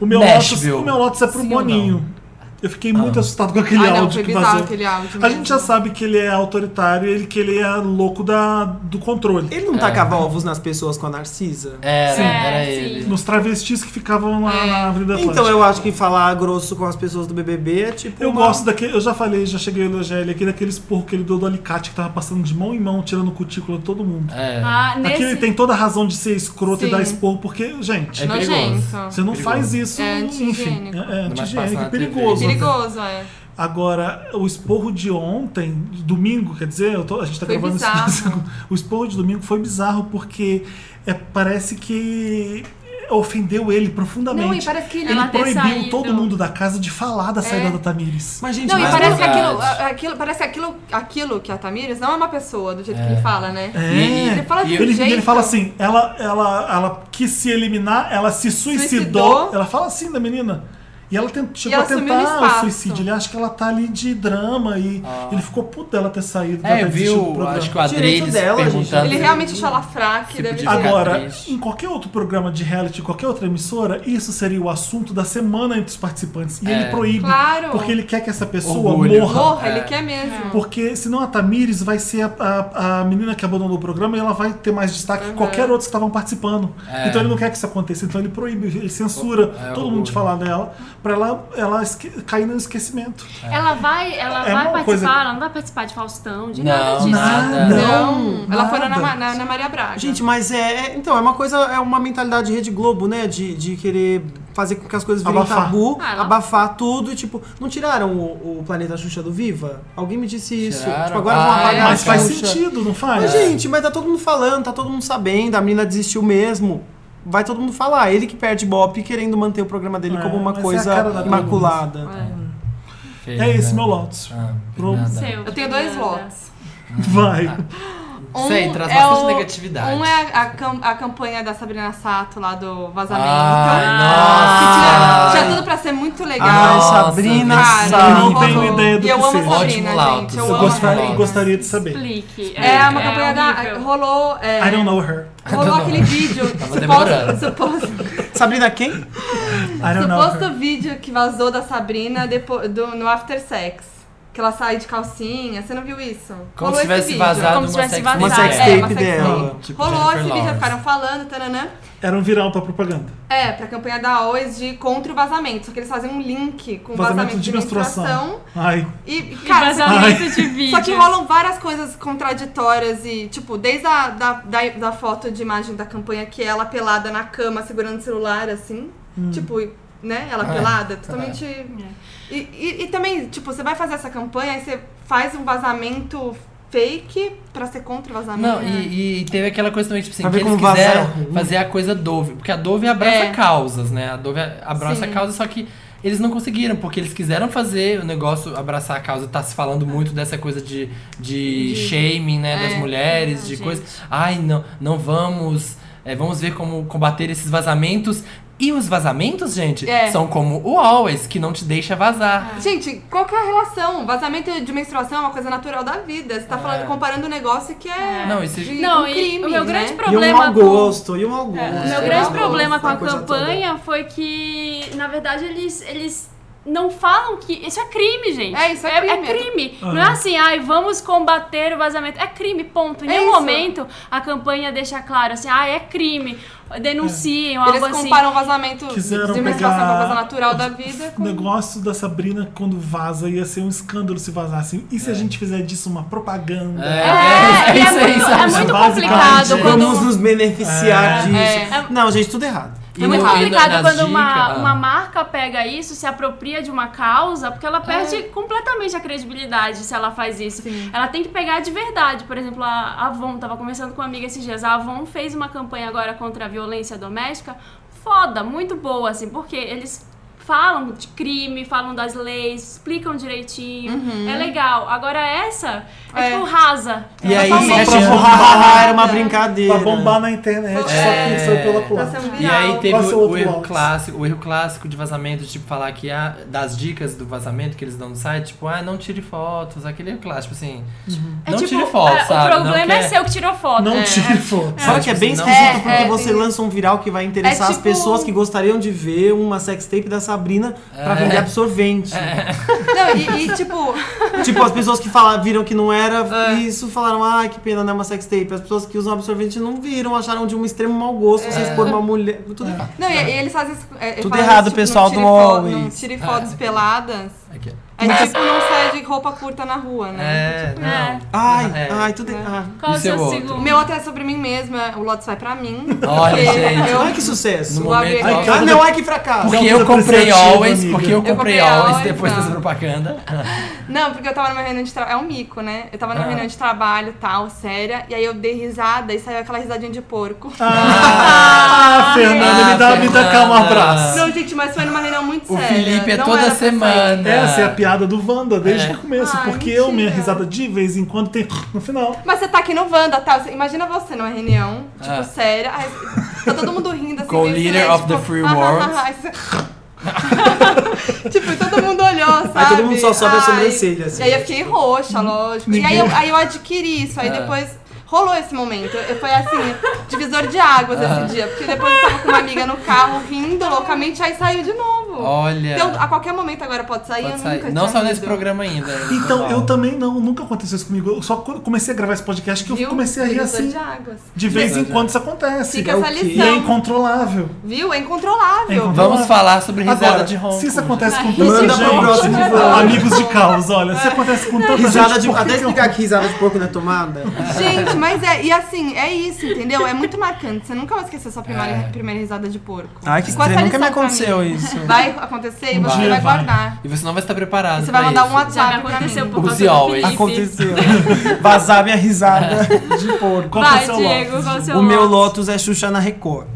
Speaker 1: O meu Lotus,
Speaker 2: Nashville.
Speaker 1: o meu Lotus é pro
Speaker 2: Sim ou
Speaker 1: Boninho. Eu fiquei muito assustado com aquele
Speaker 4: Ah, não,
Speaker 1: áudio
Speaker 4: foi
Speaker 1: que
Speaker 4: bizarro
Speaker 1: vazou.
Speaker 4: aquele áudio. né?
Speaker 1: A gente já sabe que ele é autoritário, ele que ele é louco da, do controle.
Speaker 9: Ele não tacava ovos nas pessoas com a Narcisa?
Speaker 2: era,
Speaker 5: Sim.
Speaker 2: era
Speaker 5: É,
Speaker 2: ele.
Speaker 5: sim.
Speaker 1: Nos travestis que ficavam
Speaker 4: É.
Speaker 1: lá na Árvore da Atlântica.
Speaker 9: Então eu acho que falar grosso com as pessoas do BBB é tipo.
Speaker 1: Eu
Speaker 9: uma-
Speaker 1: gosto daquele. Eu já falei, já cheguei a elogiar ele aqui daquele esporro que ele deu do alicate que tava passando de mão em mão, tirando cutícula de todo mundo.
Speaker 2: É,
Speaker 5: Ah,
Speaker 1: Aqui
Speaker 5: nesse...
Speaker 1: ele tem toda a razão de ser escroto e
Speaker 4: Sim.
Speaker 1: dar esporro, porque, gente,
Speaker 2: é perigoso.
Speaker 1: você não faz isso.
Speaker 4: É
Speaker 1: enfim,
Speaker 4: anti-higiênico.
Speaker 1: é, é
Speaker 2: Ainda mais
Speaker 1: antigênico,
Speaker 2: passar
Speaker 1: é
Speaker 2: na TV.
Speaker 1: perigoso. né?
Speaker 4: Perigoso, é.
Speaker 1: Agora, o esporro de ontem, domingo, quer dizer, eu tô- a gente tá
Speaker 4: Foi
Speaker 1: gravando isso na
Speaker 4: bizarro.
Speaker 1: segunda. (laughs) O esporro de domingo foi bizarro porque é, parece que ofendeu ele
Speaker 4: Não, e
Speaker 1: profundamente.
Speaker 4: parece que ele.
Speaker 5: Ela
Speaker 1: ele
Speaker 5: ter
Speaker 1: proibiu
Speaker 5: saído.
Speaker 1: todo mundo da casa de falar da
Speaker 4: É.
Speaker 1: saída da Tamires.
Speaker 9: Mas, gente,
Speaker 4: Não, e
Speaker 9: mas
Speaker 3: é,
Speaker 4: parece que
Speaker 2: verdade.
Speaker 4: aquilo, a- aquilo, parece que aquilo, aquilo que a Tamires não é uma pessoa, do jeito que ele fala, né?
Speaker 1: É.
Speaker 4: Ele fala de um
Speaker 1: Ele,
Speaker 4: jeito.
Speaker 1: ele fala assim, ela, ela, ela quis se eliminar, ela se suicidou.
Speaker 4: Suicidou.
Speaker 1: Ela fala assim da menina. E ela tent- chegou
Speaker 4: ela
Speaker 1: a
Speaker 4: sumiu no
Speaker 1: tentar o
Speaker 4: espaço.
Speaker 1: suicídio. Ele acha que ela tá ali de drama e ele ficou puto dela ter saído dela
Speaker 2: Ah. É,
Speaker 1: ter desistido do
Speaker 2: viu?
Speaker 1: tipo programa.
Speaker 2: Acho que o
Speaker 3: Direito
Speaker 2: Adriles
Speaker 3: dela, gente.
Speaker 2: perguntando.
Speaker 4: Ele realmente achou ela fraca
Speaker 2: Se
Speaker 4: e deve
Speaker 2: podia
Speaker 4: ter.
Speaker 2: ficar
Speaker 1: Agora,
Speaker 2: triste.
Speaker 1: em qualquer outro programa de reality, qualquer outra emissora, isso seria o assunto da semana entre os participantes. E
Speaker 2: É.
Speaker 1: ele proíbe.
Speaker 4: Claro.
Speaker 1: Porque ele quer que essa pessoa
Speaker 2: Orgulho.
Speaker 1: morra.
Speaker 4: Porra,
Speaker 2: É.
Speaker 4: ele quer mesmo.
Speaker 1: Porque senão a Tamires vai ser a, a- a menina que abandonou o programa e ela vai ter mais destaque que qualquer outro que estavam participando.
Speaker 2: É.
Speaker 1: Então ele não quer que isso aconteça. Então ele proíbe, ele censura
Speaker 2: É,
Speaker 1: todo
Speaker 2: o-
Speaker 1: mundo de falar dela pra ela, ela esque- cair no esquecimento.
Speaker 5: Ela vai, ela
Speaker 1: É
Speaker 5: vai
Speaker 1: uma
Speaker 5: participar, né?
Speaker 1: coisa-
Speaker 5: ela não vai participar de Faustão, de
Speaker 2: Não,
Speaker 5: nada disso.
Speaker 2: nada.
Speaker 4: Não, ela foi na,
Speaker 3: nada.
Speaker 4: na, na- na Maria Braga.
Speaker 3: Gente, mas é, é- Então, é uma coisa, é uma mentalidade de Rede Globo, né? De, de querer fazer com que as coisas virem
Speaker 1: Abafar.
Speaker 3: tabu,
Speaker 5: Ah, ela-
Speaker 3: abafar tudo e, tipo, não tiraram o, o Planeta Xuxa do Viva? Alguém me disse isso.
Speaker 2: Tiraram.
Speaker 3: Tipo, agora vão
Speaker 2: Ah,
Speaker 3: apagar
Speaker 2: é,
Speaker 3: a
Speaker 1: Mas faz
Speaker 3: Xuxa.
Speaker 1: sentido, né? não faz?
Speaker 3: Mas, gente, mas tá todo mundo falando, tá todo mundo sabendo, a menina desistiu mesmo. Vai todo mundo falar. Ele que perde Bop querendo manter o programa dele
Speaker 1: É,
Speaker 3: como uma
Speaker 1: mas é a
Speaker 3: coisa
Speaker 1: cara da
Speaker 3: imaculada.
Speaker 1: É esse meu Lotus.
Speaker 2: Ah,
Speaker 1: Pro-
Speaker 2: Fernanda.
Speaker 5: Seu,
Speaker 4: Eu tenho dois
Speaker 5: Fernanda.
Speaker 4: lotes.
Speaker 2: Uhum.
Speaker 1: Vai.
Speaker 2: Sei, traz
Speaker 4: é
Speaker 2: bastante
Speaker 4: o-
Speaker 2: negatividade.
Speaker 4: Um é a, a cam- a campanha da Sabrina Sato lá do vazamento.
Speaker 2: Ai,
Speaker 4: Que
Speaker 2: nossa.
Speaker 4: tinha, tinha tudo pra ser muito legal.
Speaker 3: Ai,
Speaker 2: Nossa,
Speaker 3: Sabrina
Speaker 4: Cara,
Speaker 1: eu não
Speaker 3: Sato.
Speaker 4: vou-
Speaker 1: tenho ideia do
Speaker 4: E eu
Speaker 1: que
Speaker 4: amo a
Speaker 1: seja.
Speaker 4: Sabrina,
Speaker 2: Ótimo
Speaker 4: gente.
Speaker 2: laudo.
Speaker 4: Eu,
Speaker 1: Eu
Speaker 4: amo a
Speaker 1: gostaria,
Speaker 4: Sabrina.
Speaker 1: gostaria de saber.
Speaker 5: Explique. um
Speaker 4: É uma campanha da.
Speaker 5: horrível.
Speaker 4: Rolou. é,
Speaker 1: I don't know her.
Speaker 4: Rolou aquele vídeo.
Speaker 2: (laughs) demorando.
Speaker 4: suposto, suposto,
Speaker 1: É.
Speaker 3: Sabrina quem?
Speaker 1: I don't know
Speaker 4: suposto
Speaker 1: her.
Speaker 4: vídeo que vazou da Sabrina depo- do, no After Sex. Que ela sai de calcinha. Você não viu isso?
Speaker 2: Como
Speaker 4: Rolou
Speaker 2: se
Speaker 4: esse
Speaker 2: tivesse
Speaker 4: vídeo.
Speaker 2: vazado
Speaker 5: Como
Speaker 2: uma
Speaker 5: se tivesse
Speaker 2: sex
Speaker 5: vazado.
Speaker 3: Uma sex
Speaker 4: É,
Speaker 3: tape
Speaker 4: uma sex
Speaker 3: dela.
Speaker 4: tape.
Speaker 2: Tipo
Speaker 4: Rolou
Speaker 2: Jennifer
Speaker 4: esse vídeo,
Speaker 2: Lawrence.
Speaker 4: ficaram falando, tananã.
Speaker 1: Era um viral pra propaganda.
Speaker 4: É, pra campanha da OIS de contra o vazamento. Só que eles fazem um link com
Speaker 1: Vazamento
Speaker 4: vazamento,
Speaker 1: de
Speaker 4: de,
Speaker 1: menstruação.
Speaker 4: menstruação.
Speaker 1: Ai, um
Speaker 4: E,
Speaker 5: E
Speaker 4: cara, só que-
Speaker 5: vazamento de vídeos.
Speaker 4: só que rolam várias coisas contraditórias e, tipo, desde a da, da, da foto de imagem da campanha que ela pelada na cama, segurando o celular, assim. Tipo, né? Ela
Speaker 2: Hum. É,
Speaker 4: pelada, totalmente. E, e, e também, tipo, você vai fazer essa campanha e você faz um vazamento fake pra ser contra o
Speaker 2: Não,
Speaker 4: vazamento.
Speaker 2: e, e teve aquela coisa também, tipo assim,
Speaker 3: Pra
Speaker 2: que
Speaker 3: ver
Speaker 2: eles
Speaker 3: como vazaram.
Speaker 2: quiseram fazer a coisa Dove. Porque a Dove abraça
Speaker 4: É.
Speaker 2: causas, né? A Dove abraça
Speaker 4: Sim.
Speaker 2: causas, só que eles não conseguiram, porque eles quiseram fazer o negócio abraçar a causa. Tá se falando muito dessa coisa de, de, shaming, né? das mulheres,
Speaker 5: Ah,
Speaker 2: de
Speaker 5: gente.
Speaker 2: coisa. Ai, não, não vamos. é, vamos ver como combater esses vazamentos. E os vazamentos, gente,
Speaker 4: É.
Speaker 2: são como o Always, que não te deixa vazar.
Speaker 4: Gente, qual que é a relação? Vazamento de menstruação é uma coisa natural da vida. Você
Speaker 3: É.
Speaker 4: tá falando, comparando um negócio que é.
Speaker 2: Não, isso-
Speaker 4: de
Speaker 5: Não,
Speaker 4: um
Speaker 5: e
Speaker 4: crime,
Speaker 5: o meu
Speaker 4: né?
Speaker 5: grande
Speaker 3: E um
Speaker 5: problema
Speaker 3: mau gosto, e um mau gosto.
Speaker 5: O meu
Speaker 4: É,
Speaker 5: grande
Speaker 4: é,
Speaker 5: problema
Speaker 4: é,
Speaker 5: com a
Speaker 3: essa coisa toda.
Speaker 5: campanha foi que, na verdade, eles, eles não falam que. Isso é crime, gente.
Speaker 4: É, isso é crime.
Speaker 5: crime.
Speaker 2: Ah.
Speaker 5: Não é assim, ai, vamos combater o vazamento. É crime, ponto. Em
Speaker 4: É
Speaker 5: nenhum
Speaker 4: isso.
Speaker 5: momento a campanha deixa claro assim, ah, é crime. Denunciem, ou
Speaker 4: É. Eles
Speaker 5: algo assim.
Speaker 4: comparam vazamento
Speaker 1: Quiseram
Speaker 4: de menstruação com a coisa
Speaker 1: pegar
Speaker 4: natural
Speaker 3: (laughs)
Speaker 4: da vida
Speaker 1: o
Speaker 4: com.
Speaker 1: um negócio da Sabrina quando vaza ia ser um escândalo se vazasse. E
Speaker 4: É.
Speaker 1: se a gente fizer disso uma propaganda?
Speaker 5: É, e é,
Speaker 2: isso aí,
Speaker 5: muito, é
Speaker 2: sabe?
Speaker 5: muito
Speaker 1: Basicamente,
Speaker 5: complicado quando
Speaker 3: Vamos nos beneficiar disso.
Speaker 4: é.
Speaker 3: Não, gente, tudo errado.
Speaker 2: E
Speaker 5: É muito
Speaker 2: no- e no-
Speaker 5: complicado
Speaker 2: nas
Speaker 5: quando uma,
Speaker 2: dicas-
Speaker 5: uma
Speaker 2: ah.
Speaker 5: marca pega isso, se apropria de uma causa, porque ela perde
Speaker 2: É.
Speaker 5: completamente a credibilidade se ela faz isso. Ela tem que pegar de verdade. Por exemplo, a Avon, tava conversando com uma amiga esses dias, a Avon fez uma campanha agora contra a violência doméstica foda, muito boa, assim, porque eles falam de crime, falam das leis, explicam direitinho,
Speaker 2: Uhum.
Speaker 5: é legal. Agora essa é,
Speaker 4: É.
Speaker 5: tipo rasa.
Speaker 3: E aí,
Speaker 1: Totalmente.
Speaker 3: tipo, era uma brincadeira.
Speaker 1: Pra bombar na internet, só
Speaker 2: É.
Speaker 1: quem saiu pela
Speaker 4: Pra ser
Speaker 1: culatra.
Speaker 4: um
Speaker 2: E
Speaker 4: viral.
Speaker 2: aí teve
Speaker 1: Qual é o seu
Speaker 2: o, o
Speaker 1: outro
Speaker 2: erro
Speaker 1: box?
Speaker 2: clássico, o erro clássico de vazamento, tipo, falar que ah, das dicas do vazamento que eles dão no site, tipo, ah, não tire fotos, aquele erro clássico, assim.
Speaker 4: Uhum.
Speaker 5: É
Speaker 2: não
Speaker 5: tipo,
Speaker 2: tire foto,
Speaker 5: é,
Speaker 2: sabe?
Speaker 5: O problema
Speaker 2: não
Speaker 5: é
Speaker 2: quer-
Speaker 5: seu que tirou foto.
Speaker 1: Não
Speaker 5: É.
Speaker 1: tire foto.
Speaker 3: Só que é bem
Speaker 2: Não.
Speaker 3: esquisito
Speaker 4: É,
Speaker 3: porque
Speaker 4: é,
Speaker 3: você
Speaker 4: tem-
Speaker 3: lança um viral que vai interessar
Speaker 4: É
Speaker 3: as
Speaker 4: tipo-
Speaker 3: pessoas que gostariam de ver uma sextape da Sabrina pra
Speaker 2: É.
Speaker 3: vender absorvente.
Speaker 4: Não, e, e, tipo,
Speaker 3: Tipo, as pessoas que falaram, viram que não
Speaker 4: É.
Speaker 3: era isso falaram, ah, que pena, não é uma sextape. As pessoas que usam absorvente não viram, acharam de um extremo mau gosto
Speaker 4: É.
Speaker 3: você expor uma mulher. Tudo errado.
Speaker 4: não, e, e eles fazem. isso, é,
Speaker 3: Tudo
Speaker 4: fazem
Speaker 3: errado,
Speaker 4: isso, tipo,
Speaker 3: pessoal
Speaker 4: não tire
Speaker 3: do
Speaker 4: fo-
Speaker 3: Always.
Speaker 4: Não
Speaker 2: É.
Speaker 4: tire fotos peladas.
Speaker 2: Aqui.
Speaker 4: É tipo, não saia de roupa curta na rua, né?
Speaker 2: É, não.
Speaker 5: É.
Speaker 3: Ai,
Speaker 2: É.
Speaker 3: ai, tudo Ah. errado.
Speaker 5: Qual
Speaker 2: E
Speaker 5: o
Speaker 2: seu
Speaker 5: seu
Speaker 2: outro?
Speaker 4: O
Speaker 5: segundo?
Speaker 4: meu outro é sobre mim mesma, o Lotus vai pra mim.
Speaker 2: Olha,
Speaker 4: porque
Speaker 2: gente.
Speaker 4: Eu,
Speaker 3: Ai, que sucesso.
Speaker 2: No
Speaker 4: Vou abrir
Speaker 2: momento,
Speaker 4: aqui.
Speaker 2: ó,
Speaker 3: Ah, não, ai, que fracasso.
Speaker 2: porque
Speaker 1: Não,
Speaker 2: eu
Speaker 1: tudo
Speaker 2: comprei
Speaker 1: apreciativo,
Speaker 2: always,
Speaker 1: amiga.
Speaker 2: porque eu
Speaker 4: comprei
Speaker 2: comprei always
Speaker 4: always, né?
Speaker 2: depois
Speaker 4: não.
Speaker 2: dessa propaganda.
Speaker 4: Não, porque eu tava numa reunião de trabalho. É um mico, né? Eu tava numa
Speaker 2: Ah.
Speaker 4: reunião de trabalho tal, séria. E aí eu dei risada e saiu aquela risadinha de porco.
Speaker 1: Ah, Fernanda, me dá, me dá
Speaker 2: Fernanda.
Speaker 1: cá um abraço.
Speaker 4: Não, gente, mas foi numa reunião muito
Speaker 2: O
Speaker 4: séria.
Speaker 2: Felipe é
Speaker 4: não
Speaker 2: toda
Speaker 4: era pra sair.
Speaker 2: semana.
Speaker 1: Essa é a piada do Wanda desde
Speaker 2: É.
Speaker 1: o começo,
Speaker 4: Ai,
Speaker 1: porque eu, minha
Speaker 4: mentira.
Speaker 1: risada de vez em quando tem no final.
Speaker 4: Mas você tá aqui no Wanda, tá? Você- Imagina você numa reunião, tipo,
Speaker 2: Ah.
Speaker 4: séria. Aí, tá todo mundo rindo assim.
Speaker 2: Com o
Speaker 4: meio
Speaker 2: leader
Speaker 4: silêncio,
Speaker 2: of the
Speaker 4: tipo,
Speaker 2: free
Speaker 4: (laughs) ah, ah,
Speaker 2: world.
Speaker 4: ah, ah, aí você- tipo, todo mundo olhou, sabe?
Speaker 9: todo mundo só sobe a
Speaker 4: Ai,
Speaker 9: sobrancelha, assim.
Speaker 4: E aí eu fiquei roxa, lógico. E aí eu, aí eu adquiri isso,
Speaker 2: Ah.
Speaker 4: aí depois... Rolou esse momento, eu, foi assim, divisor de águas
Speaker 2: Ah.
Speaker 4: esse dia, porque depois eu tava com uma amiga no carro rindo loucamente, aí saiu de novo.
Speaker 2: Olha.
Speaker 4: Então, a qualquer momento agora pode sair,
Speaker 2: Pode
Speaker 4: eu
Speaker 2: sair.
Speaker 4: nunca
Speaker 2: Não
Speaker 4: tinha
Speaker 2: saiu nesse
Speaker 4: rido.
Speaker 2: programa ainda. né?
Speaker 1: Então,
Speaker 2: pessoal.
Speaker 1: eu também não, nunca aconteceu isso comigo. Eu só co- comecei a gravar esse podcast que
Speaker 4: Viu?
Speaker 1: eu comecei a rir
Speaker 4: Divisor
Speaker 1: assim.
Speaker 4: de águas.
Speaker 1: De vez em quando isso acontece.
Speaker 4: Fica essa
Speaker 1: E é
Speaker 4: lição,
Speaker 1: incontrolável.
Speaker 4: viu? É incontrolável.
Speaker 1: É incontrolável.
Speaker 2: Vamos falar sobre risada
Speaker 1: Agora,
Speaker 2: de ronco.
Speaker 1: se isso acontece com
Speaker 4: Risada
Speaker 1: tanta
Speaker 4: de
Speaker 1: gente,
Speaker 4: ronco.
Speaker 1: amigos de caos, olha, se acontece com tanta
Speaker 9: Risada
Speaker 1: gente,
Speaker 9: de.
Speaker 3: um-
Speaker 1: por que
Speaker 9: Até
Speaker 1: que eu-
Speaker 9: explicar aqui risada de
Speaker 3: é
Speaker 9: porco na tomada.
Speaker 4: Gente, mas é, e assim, é isso, entendeu? É muito marcante. Você nunca vai esquecer sua primeira,
Speaker 2: É.
Speaker 4: primeira risada de porco.
Speaker 3: Ai, que
Speaker 4: Com essa
Speaker 3: estranho. Nunca me
Speaker 4: lição pra
Speaker 3: aconteceu
Speaker 4: mim.
Speaker 3: isso.
Speaker 4: Vai acontecer e você
Speaker 1: dia
Speaker 4: vai
Speaker 1: vai.
Speaker 4: guardar.
Speaker 2: E você não vai estar preparado.
Speaker 4: Você vai
Speaker 2: pra
Speaker 4: mandar
Speaker 2: isso.
Speaker 4: um WhatsApp pra
Speaker 5: aconteceu
Speaker 4: mim.
Speaker 5: por causa
Speaker 2: Use
Speaker 5: do
Speaker 2: always.
Speaker 5: Felipe.
Speaker 3: Aconteceu. (laughs) Vazar minha risada
Speaker 4: (laughs)
Speaker 3: de porco.
Speaker 1: Qual que
Speaker 5: Vai,
Speaker 1: é o seu
Speaker 5: Diego,
Speaker 1: Lotus?
Speaker 5: qual o
Speaker 4: Então,
Speaker 5: seu
Speaker 3: O meu
Speaker 5: Lotus?
Speaker 3: Lotus é Xuxa na Record.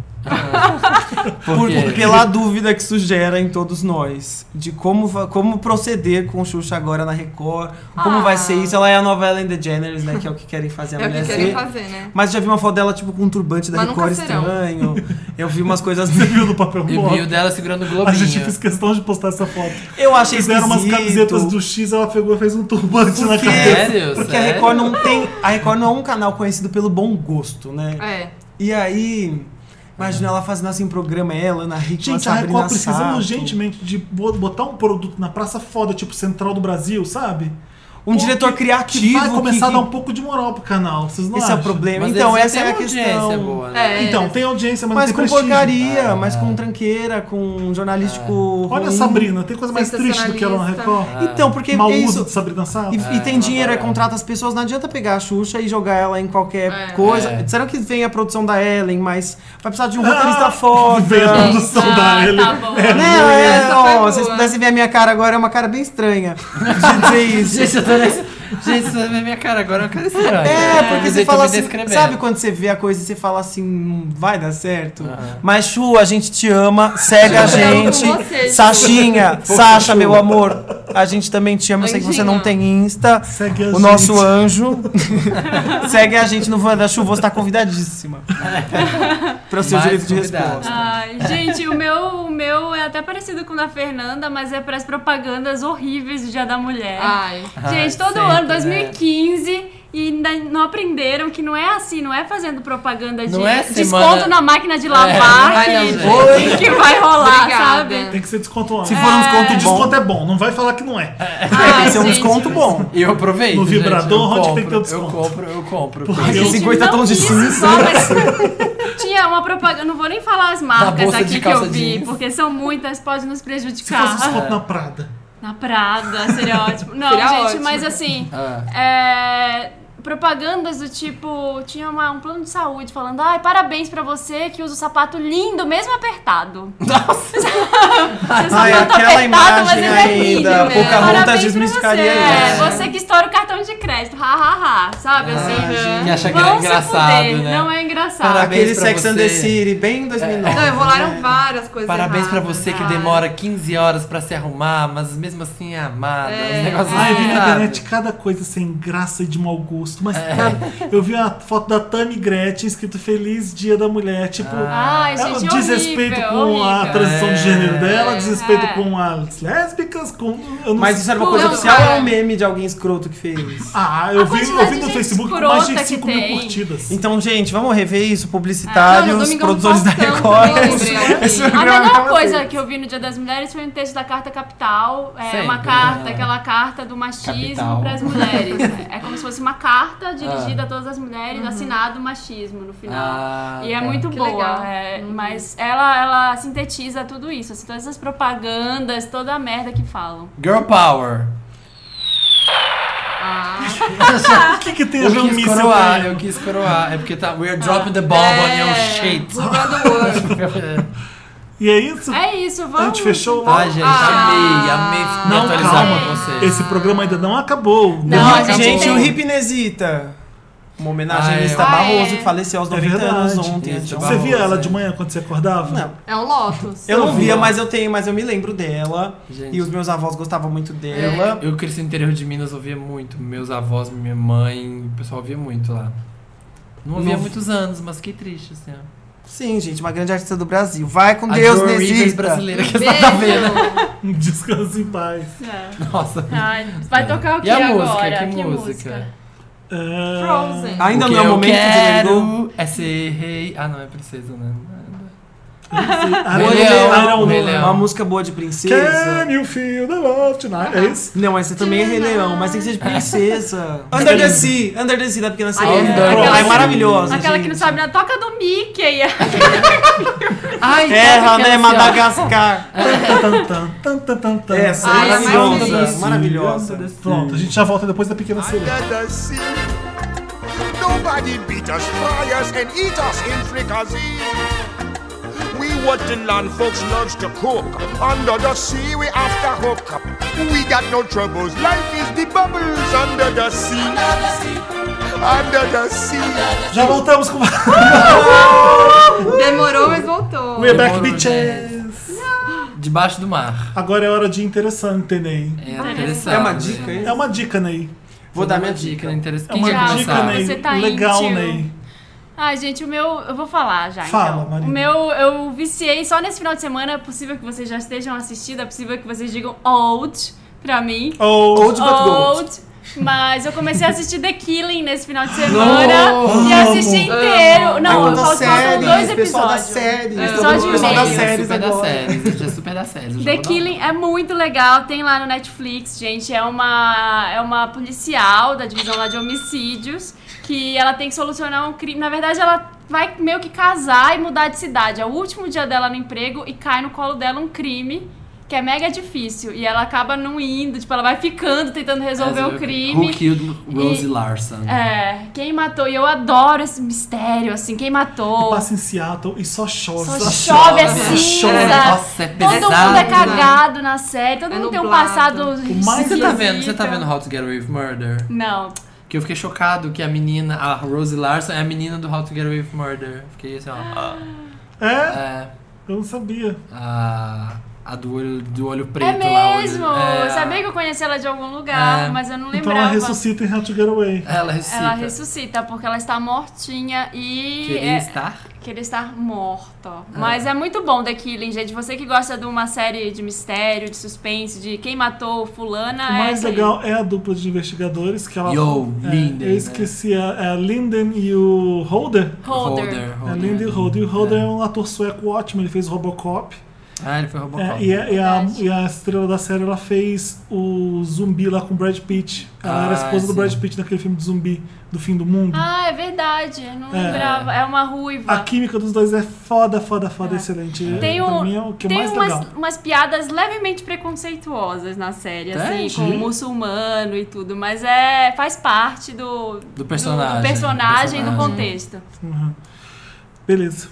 Speaker 2: Por
Speaker 3: Por-
Speaker 2: quê?
Speaker 3: pela dúvida que isso gera em todos nós. De como, va- como proceder com Xuxa agora na Record. Como
Speaker 4: Ah.
Speaker 3: vai ser isso. Ela é a novela In The Generals, né? Que é o que querem fazer a
Speaker 4: (laughs) É o
Speaker 3: mulher
Speaker 4: que querem
Speaker 3: ser.
Speaker 4: fazer, né?
Speaker 3: Mas já vi uma foto dela, tipo, com um turbante da
Speaker 4: Mas nunca
Speaker 3: Record
Speaker 4: serão.
Speaker 3: estranho. Eu vi umas coisas...
Speaker 1: Você (laughs) viu do papel
Speaker 2: E
Speaker 1: Moab?
Speaker 2: viu dela segurando o globinho.
Speaker 1: A gente fez questão de postar essa foto.
Speaker 3: Eu achei
Speaker 1: Fizeram umas
Speaker 3: esquisito.
Speaker 1: camisetas do X, ela pegou e fez um turbante na
Speaker 3: Porque-
Speaker 1: cabeça.
Speaker 2: Sério?
Speaker 3: Porque a
Speaker 2: Sério?
Speaker 3: Record não tem. A Record não é um canal conhecido pelo bom gosto, né?
Speaker 4: É.
Speaker 3: E aí. Imagina ela fazendo assim um programa, ela, Ana Hickman,
Speaker 1: Gente, a
Speaker 3: Sabrina
Speaker 1: Record precisa
Speaker 3: Sato.
Speaker 1: urgentemente de bo- botar um produto na praça foda, tipo Central do Brasil, sabe?
Speaker 3: Um diretor criativo.
Speaker 1: Que vai começar
Speaker 3: que-
Speaker 1: a dar um pouco de moral pro canal, vocês não
Speaker 3: Esse é o
Speaker 1: acham?
Speaker 3: problema.
Speaker 2: Mas
Speaker 3: então,
Speaker 2: eles
Speaker 3: essa é
Speaker 2: têm
Speaker 3: a
Speaker 2: uma audiência
Speaker 3: questão.
Speaker 2: boa, né?
Speaker 4: É.
Speaker 1: Então, tem audiência, mas,
Speaker 3: Mas
Speaker 1: não
Speaker 3: com
Speaker 1: tem prestígio.
Speaker 3: porcaria, mas com tranqueira, com um jornalístico.
Speaker 1: Olha a
Speaker 3: ruim.
Speaker 1: Sabrina, tem coisa mais triste do que ela na Record?
Speaker 3: Então, porque
Speaker 1: Mau
Speaker 3: é
Speaker 1: uso
Speaker 3: isso.
Speaker 1: de Sabrina Sato? É.
Speaker 3: E, e tem
Speaker 2: não
Speaker 3: dinheiro,
Speaker 2: dá.
Speaker 3: aí contrata as pessoas, não adianta pegar a Xuxa e jogar ela em qualquer
Speaker 4: É.
Speaker 3: coisa.
Speaker 2: É.
Speaker 3: Disseram que vem a produção da Ellen, mas vai precisar de um
Speaker 1: Ah,
Speaker 3: roteirista foda.
Speaker 1: Veio a produção
Speaker 5: Ah,
Speaker 1: da Ellie.
Speaker 5: tá bom.
Speaker 3: Né?
Speaker 4: essa
Speaker 3: é,
Speaker 4: foi
Speaker 3: ó,
Speaker 4: boa.
Speaker 3: se vocês pudessem ver a minha cara agora, é uma cara bem estranha de dizer
Speaker 2: (laughs) (laughs) Gente,
Speaker 3: isso.
Speaker 2: eu tô nesse... Gente, você vê minha cara agora, é uma cara estranha.
Speaker 3: É, porque
Speaker 2: Vocês
Speaker 3: você
Speaker 2: estão
Speaker 3: fala
Speaker 2: me
Speaker 3: assim,
Speaker 2: descrevendo.
Speaker 3: sabe quando você vê a coisa e você fala assim, "Hum, vai dar certo?
Speaker 2: Aham.
Speaker 3: Mas Chu, a gente te ama, segue a
Speaker 4: Eu quero
Speaker 3: gente.
Speaker 4: com você, Chu. (laughs)
Speaker 3: Sachinha, Sasha, meu amor, a gente também te ama, eu sei que você
Speaker 4: Anjinho.
Speaker 3: não tem Insta.
Speaker 1: Segue a
Speaker 3: O nosso
Speaker 1: gente.
Speaker 3: anjo.
Speaker 4: (laughs)
Speaker 3: segue a gente no Vanda Chu, você
Speaker 2: (laughs)
Speaker 3: tá convidadíssima. Para o seu
Speaker 2: Mais
Speaker 3: direito de
Speaker 2: convidada.
Speaker 3: resposta.
Speaker 5: Ai, gente, o meu, o meu é até parecido com o da Fernanda, mas é para as propagandas horríveis do Dia da Mulher.
Speaker 4: Ai.
Speaker 5: Gente, todo
Speaker 2: sempre,
Speaker 5: ano, 2015, e ainda não aprenderam que não é assim, não é fazendo propaganda de
Speaker 2: Não é semana-
Speaker 5: desconto na máquina de lavar
Speaker 4: É. Ai,
Speaker 5: que,
Speaker 2: não,
Speaker 5: que vai rolar,
Speaker 4: Obrigada.
Speaker 5: sabe?
Speaker 1: Tem que ser
Speaker 4: É.
Speaker 1: desconto
Speaker 3: Se for um desconto
Speaker 1: O
Speaker 3: bom,
Speaker 1: desconto é bom, não vai falar que não é.
Speaker 3: tem que ser um
Speaker 5: gente,
Speaker 3: desconto bom.
Speaker 2: E eu aproveito.
Speaker 1: No
Speaker 2: gente,
Speaker 1: vibrador,
Speaker 2: eu
Speaker 1: onde
Speaker 2: compro,
Speaker 1: tem que ter o
Speaker 2: Eu
Speaker 1: desconto?
Speaker 2: compro, eu compro.
Speaker 1: Porque
Speaker 2: porque
Speaker 1: eu-
Speaker 2: eu-
Speaker 3: 50
Speaker 5: Não
Speaker 3: tons de
Speaker 5: isso
Speaker 3: cinza.
Speaker 5: só, mas (laughs) Tinha uma propaganda, não vou nem falar as marcas
Speaker 2: bolsa de
Speaker 5: aqui que
Speaker 2: calça
Speaker 5: eu vi,
Speaker 2: jeans.
Speaker 5: porque são muitas, pode nos
Speaker 1: Se fosse
Speaker 5: prejudicar.
Speaker 1: desconto na Prada.
Speaker 5: Na Prada, seria ótimo. Não,
Speaker 4: Seria
Speaker 5: gente,
Speaker 4: ótimo.
Speaker 5: mas assim.
Speaker 2: Ah.
Speaker 5: é, propagandas do tipo. Tinha uma- um plano de saúde falando: ai, parabéns pra você que usa o sapato lindo, mesmo apertado.
Speaker 2: Nossa,
Speaker 5: Seu sapato
Speaker 3: Ai, aquela imagem
Speaker 5: ele é lindo,
Speaker 3: ainda.
Speaker 5: né?
Speaker 3: Pocahontas
Speaker 5: Parabéns pra
Speaker 3: desmistificaria
Speaker 5: você.
Speaker 3: isso.
Speaker 5: É, você que estoura o cartão de crédito. Ha, ha, ha. Sabe assim?
Speaker 2: que acha que era
Speaker 5: Vão se
Speaker 2: é engraçado,
Speaker 5: fuder,
Speaker 2: né?
Speaker 5: Não é engraçado.
Speaker 2: Parabéns
Speaker 3: Aquele
Speaker 2: pra
Speaker 3: Sex and
Speaker 2: você.
Speaker 3: the City, bem em 2009.
Speaker 4: Não, rolaram várias coisas
Speaker 2: Parabéns pra
Speaker 4: erradas.
Speaker 2: você que
Speaker 4: Ai.
Speaker 2: demora 15 horas pra se arrumar, mas mesmo assim é amada.
Speaker 4: É.
Speaker 2: Os negócios
Speaker 1: Ai, eu vi na
Speaker 2: sabe?
Speaker 1: internet cada coisa sem graça e de mau gosto. Mas, cara, eu vi a foto da Tami Gretchen escrito Feliz Dia da Mulher. Tipo,
Speaker 5: Ai,
Speaker 1: é um
Speaker 5: gente,
Speaker 1: desrespeito
Speaker 5: horrível,
Speaker 1: com a
Speaker 5: horrível. (laughs)
Speaker 1: transição de gênero dela,
Speaker 5: Ah. É,
Speaker 1: desrespeito
Speaker 5: é.
Speaker 1: com as lésbicas, com. Eu não
Speaker 3: Mas
Speaker 1: sei-
Speaker 3: isso era uma coisa
Speaker 4: Não,
Speaker 3: oficial ou
Speaker 4: cara.
Speaker 3: é um meme de alguém escroto que fez?
Speaker 1: Ah, eu
Speaker 5: A
Speaker 1: vi, eu
Speaker 5: quantidade
Speaker 1: vi
Speaker 5: de
Speaker 1: no
Speaker 5: gente
Speaker 1: Facebook com mais de
Speaker 5: escrota que
Speaker 1: 5 mil
Speaker 5: tem.
Speaker 1: curtidas.
Speaker 3: Então, gente, vamos rever isso,
Speaker 4: Ah, não, no
Speaker 3: publicitários,
Speaker 4: Domingão
Speaker 3: produtores da
Speaker 4: Faustão,
Speaker 3: Record.
Speaker 4: também eu
Speaker 1: (laughs)
Speaker 4: lembrei.
Speaker 3: (laughs) Esse
Speaker 4: A
Speaker 5: A
Speaker 1: é
Speaker 3: programa
Speaker 5: melhor
Speaker 3: acaba
Speaker 5: coisa
Speaker 3: assim.
Speaker 5: que eu vi no Dia das Mulheres foi um texto da Carta Capital. É uma
Speaker 2: Sempre,
Speaker 5: carta,
Speaker 2: né?
Speaker 5: aquela carta do machismo
Speaker 2: Capital.
Speaker 5: para as mulheres. É como se fosse uma carta dirigida a todas as mulheres,
Speaker 1: Uhum.
Speaker 5: assinado machismo no final.
Speaker 2: Ah,
Speaker 5: e é
Speaker 2: tá.
Speaker 5: muito
Speaker 4: Que
Speaker 5: boa,
Speaker 4: legal.
Speaker 5: é,
Speaker 1: Uhum.
Speaker 5: mas ela, ela sintetiza tudo isso, assim, todas as propagandas, toda a merda que falam.
Speaker 2: Girl Power.
Speaker 5: Ah.
Speaker 1: O que, que tem a
Speaker 2: Eu
Speaker 1: ver um
Speaker 2: quis
Speaker 1: míssil?
Speaker 2: coroar,
Speaker 1: com-
Speaker 2: eu quis coroar. É porque tá. We're dropping the bomb on your shit.
Speaker 4: Jogando ouro.
Speaker 2: (laughs)
Speaker 1: E é isso?
Speaker 5: É isso,
Speaker 1: a
Speaker 5: vamos.
Speaker 1: gente fechou lá.
Speaker 2: Ai, Tá, gente, tá
Speaker 4: Ah.
Speaker 2: amei, amei me
Speaker 1: Não,
Speaker 2: atualizar
Speaker 1: calma.
Speaker 2: com vocês.
Speaker 1: Esse programa ainda não acabou.
Speaker 5: Não, a gente
Speaker 3: Gente,
Speaker 5: tem.
Speaker 3: o Hipnesita. Uma homenagem
Speaker 2: Ah,
Speaker 3: a
Speaker 2: é.
Speaker 3: Anista
Speaker 2: Ah,
Speaker 3: Barroso,
Speaker 4: é.
Speaker 3: que faleceu aos
Speaker 1: É
Speaker 3: 90 anos
Speaker 1: verdade.
Speaker 3: ontem.
Speaker 2: Isso,
Speaker 3: anteontem.
Speaker 1: Você via ela
Speaker 2: Barroso,
Speaker 1: de
Speaker 2: é.
Speaker 1: manhã quando você acordava?
Speaker 3: Não.
Speaker 4: É um Lotus.
Speaker 3: Eu não
Speaker 2: Eu
Speaker 3: via,
Speaker 2: via.
Speaker 3: mas eu tenho, mas eu me lembro dela.
Speaker 2: Gente.
Speaker 3: E os meus avós gostavam muito
Speaker 4: É.
Speaker 3: dela.
Speaker 2: Eu cresci no interior de Minas, ouvia muito. Meus avós, minha mãe, o pessoal ouvia muito lá. Não ouvia há muitos anos, mas fiquei triste, assim, ó.
Speaker 3: Sim, gente, uma grande artista do Brasil. Vai com
Speaker 2: A
Speaker 3: Um Deus,
Speaker 2: Joan Rivers
Speaker 3: Nesita.
Speaker 2: brasileira que
Speaker 1: tá
Speaker 2: tá está vendo.
Speaker 1: (laughs)
Speaker 4: Beijo!
Speaker 1: Descanse em paz.
Speaker 5: É.
Speaker 2: Nossa.
Speaker 5: Ai, vai tocar o que
Speaker 2: E a música?
Speaker 5: agora?
Speaker 2: Que, música?
Speaker 1: É,
Speaker 4: Frozen.
Speaker 3: Ainda
Speaker 2: O que
Speaker 3: não é o
Speaker 2: eu
Speaker 3: momento de
Speaker 2: quero
Speaker 3: Lendu.
Speaker 2: é ser rei. Ah, não, é princesa, né?
Speaker 1: a-
Speaker 2: Rei
Speaker 1: Leão,
Speaker 2: Leão,
Speaker 1: Leão.
Speaker 2: Rei Leão.
Speaker 3: Uma música boa de
Speaker 2: um
Speaker 3: princesa.
Speaker 1: Can you feel the love tonight? É isso?
Speaker 3: Não, essa também é Rei Leão, mas tem que ser de princesa. (laughs) Under the Sea, Under the Sea da Pequena
Speaker 5: Ai,
Speaker 3: Sereia.
Speaker 2: é.
Speaker 3: Pronto, é
Speaker 5: Aquela-
Speaker 3: maravilhosa.
Speaker 5: Aquela que
Speaker 3: gente.
Speaker 5: não sabe na toca do Mickey.
Speaker 2: Ai,
Speaker 5: é
Speaker 3: Terra,
Speaker 2: toca aquela
Speaker 3: né?
Speaker 2: assim, ó.
Speaker 5: Ah.
Speaker 3: Madagascar.
Speaker 1: Tan, tan, tan, tan, tan, tan.
Speaker 3: Essa,
Speaker 4: Ai, é
Speaker 3: maravilhosa.
Speaker 4: maravilhosa.
Speaker 3: Maravilhosa.
Speaker 1: Pronto, a gente já volta depois da pequena sereia.
Speaker 10: Under the sea, nobody beat us, fry us, and eat us in fricassee. We what the land folks loves to cook. Under the sea, we after hook up. We got no troubles. Life is the bubbles under the sea. Under the sea.
Speaker 1: Já voltamos
Speaker 3: (laughs)
Speaker 1: com.
Speaker 4: Demorou, mas voltou.
Speaker 1: We're back,
Speaker 3: né?
Speaker 2: Demorou,
Speaker 1: bitches!
Speaker 2: Debaixo do mar.
Speaker 1: Agora é hora de interessante, Ney.
Speaker 2: É interessante.
Speaker 3: É uma dica,
Speaker 2: né?
Speaker 3: hein?
Speaker 1: É uma dica, Ney.
Speaker 3: Vou dar
Speaker 2: Uma
Speaker 3: minha dica.
Speaker 2: né? Interessante.
Speaker 1: É
Speaker 2: Quem
Speaker 1: uma
Speaker 2: quer
Speaker 1: dica,
Speaker 2: começar?
Speaker 1: Ney.
Speaker 5: Você tá
Speaker 1: Legal,
Speaker 5: íntimo.
Speaker 1: Ney.
Speaker 5: Ai, gente, o meu. Eu vou falar já.
Speaker 1: Fala,
Speaker 5: então.
Speaker 1: Marina.
Speaker 5: O meu, eu viciei só nesse final de semana. É possível que vocês já estejam assistindo, é possível que vocês digam old pra mim.
Speaker 1: Ou.
Speaker 5: Old. Mas eu comecei a assistir The Killing nesse final de semana e assisti
Speaker 1: Amo.
Speaker 5: inteiro. Não,
Speaker 3: Agora
Speaker 5: faltam
Speaker 3: séries,
Speaker 5: dois
Speaker 3: pessoal da
Speaker 5: episódios.
Speaker 3: série.
Speaker 5: É,
Speaker 3: Todo mundo-
Speaker 5: episódio
Speaker 3: pessoal
Speaker 5: e
Speaker 3: das
Speaker 5: meio.
Speaker 3: séries
Speaker 2: super
Speaker 3: agora.
Speaker 2: da série. Gente, é super da série.
Speaker 5: The Killing é muito legal, tem lá no Netflix, gente. É uma, é uma policial da divisão lá de homicídios que ela tem que solucionar um crime. Na verdade, ela vai meio que casar e mudar de cidade. É o último dia dela no emprego e cai no colo dela um crime que é mega difícil. E ela acaba não indo, tipo, ela vai ficando tentando resolver o crime.
Speaker 2: Who killed Rosie
Speaker 5: E-
Speaker 2: Larson?
Speaker 5: É, quem matou? E eu adoro esse mistério, assim, quem
Speaker 1: E
Speaker 5: matou?
Speaker 1: passa em Seattle e só chove.
Speaker 5: Só chove, é cinza.
Speaker 2: Nossa, é
Speaker 5: Todo
Speaker 2: pesado.
Speaker 5: mundo é cagado na série, todo
Speaker 4: É
Speaker 5: mundo tem um
Speaker 4: nublado.
Speaker 5: passado.
Speaker 1: mais
Speaker 2: Você tá vendo? Você
Speaker 5: esquisito.
Speaker 2: tá vendo How to Get Away with Murder?
Speaker 5: Não.
Speaker 2: Que eu fiquei chocado que a menina, a Rosie Larson, é a menina do How to Get Away with Murder. Fiquei assim, ó.
Speaker 1: É?
Speaker 2: É.
Speaker 1: Eu não sabia.
Speaker 2: A, a do, olho, do olho preto
Speaker 5: É
Speaker 2: lá.
Speaker 5: mesmo!
Speaker 2: Olho, é,
Speaker 5: Sabia que eu conheci ela de algum
Speaker 2: É.
Speaker 5: lugar, mas eu não
Speaker 1: Então ela
Speaker 5: lembrava.
Speaker 1: ressuscita em How to Get Away.
Speaker 2: Ela ressuscita.
Speaker 5: Ela ressuscita, porque ela está mortinha e.
Speaker 2: Queria
Speaker 5: é-
Speaker 2: estar.
Speaker 5: queria estar morta. Mas é muito bom The Killing, gente. Você que gosta de uma série de mistério, de suspense, de quem matou fulana.
Speaker 1: O mais
Speaker 5: é essa aí.
Speaker 1: legal é a dupla de investigadores que ela.
Speaker 2: Yo,
Speaker 1: é,
Speaker 2: Linden,
Speaker 1: Eu esqueci a, é a Linden e o Holder.
Speaker 5: Holder.
Speaker 1: É Linden e
Speaker 2: né?
Speaker 1: o Holder. E o Holder é um ator sueco ótimo, ele fez Robocop.
Speaker 2: Ah, ele foi Robocop.
Speaker 1: É, e, a, e a-
Speaker 5: Verdade.
Speaker 1: e a estrela da série ela fez o zumbi lá com o Brad Pitt. Ela
Speaker 2: Ah,
Speaker 1: era a esposa do
Speaker 2: sim.
Speaker 1: Brad Pitt naquele filme do zumbi do fim do mundo.
Speaker 5: Ah, é verdade. eu Não
Speaker 1: É.
Speaker 5: lembrava. É uma ruiva.
Speaker 1: A química dos dois é foda, foda, foda, excelente.
Speaker 5: Tem,
Speaker 1: pra
Speaker 5: um-
Speaker 1: mim é o que é
Speaker 5: tem
Speaker 1: mais
Speaker 5: umas,
Speaker 1: legal.
Speaker 5: umas piadas levemente preconceituosas na série, assim,
Speaker 2: Entendi.
Speaker 5: com o muçulmano e tudo, mas é faz parte do,
Speaker 2: Do personagem,
Speaker 5: do, personagem, e do
Speaker 2: personagem.
Speaker 5: contexto.
Speaker 1: Beleza.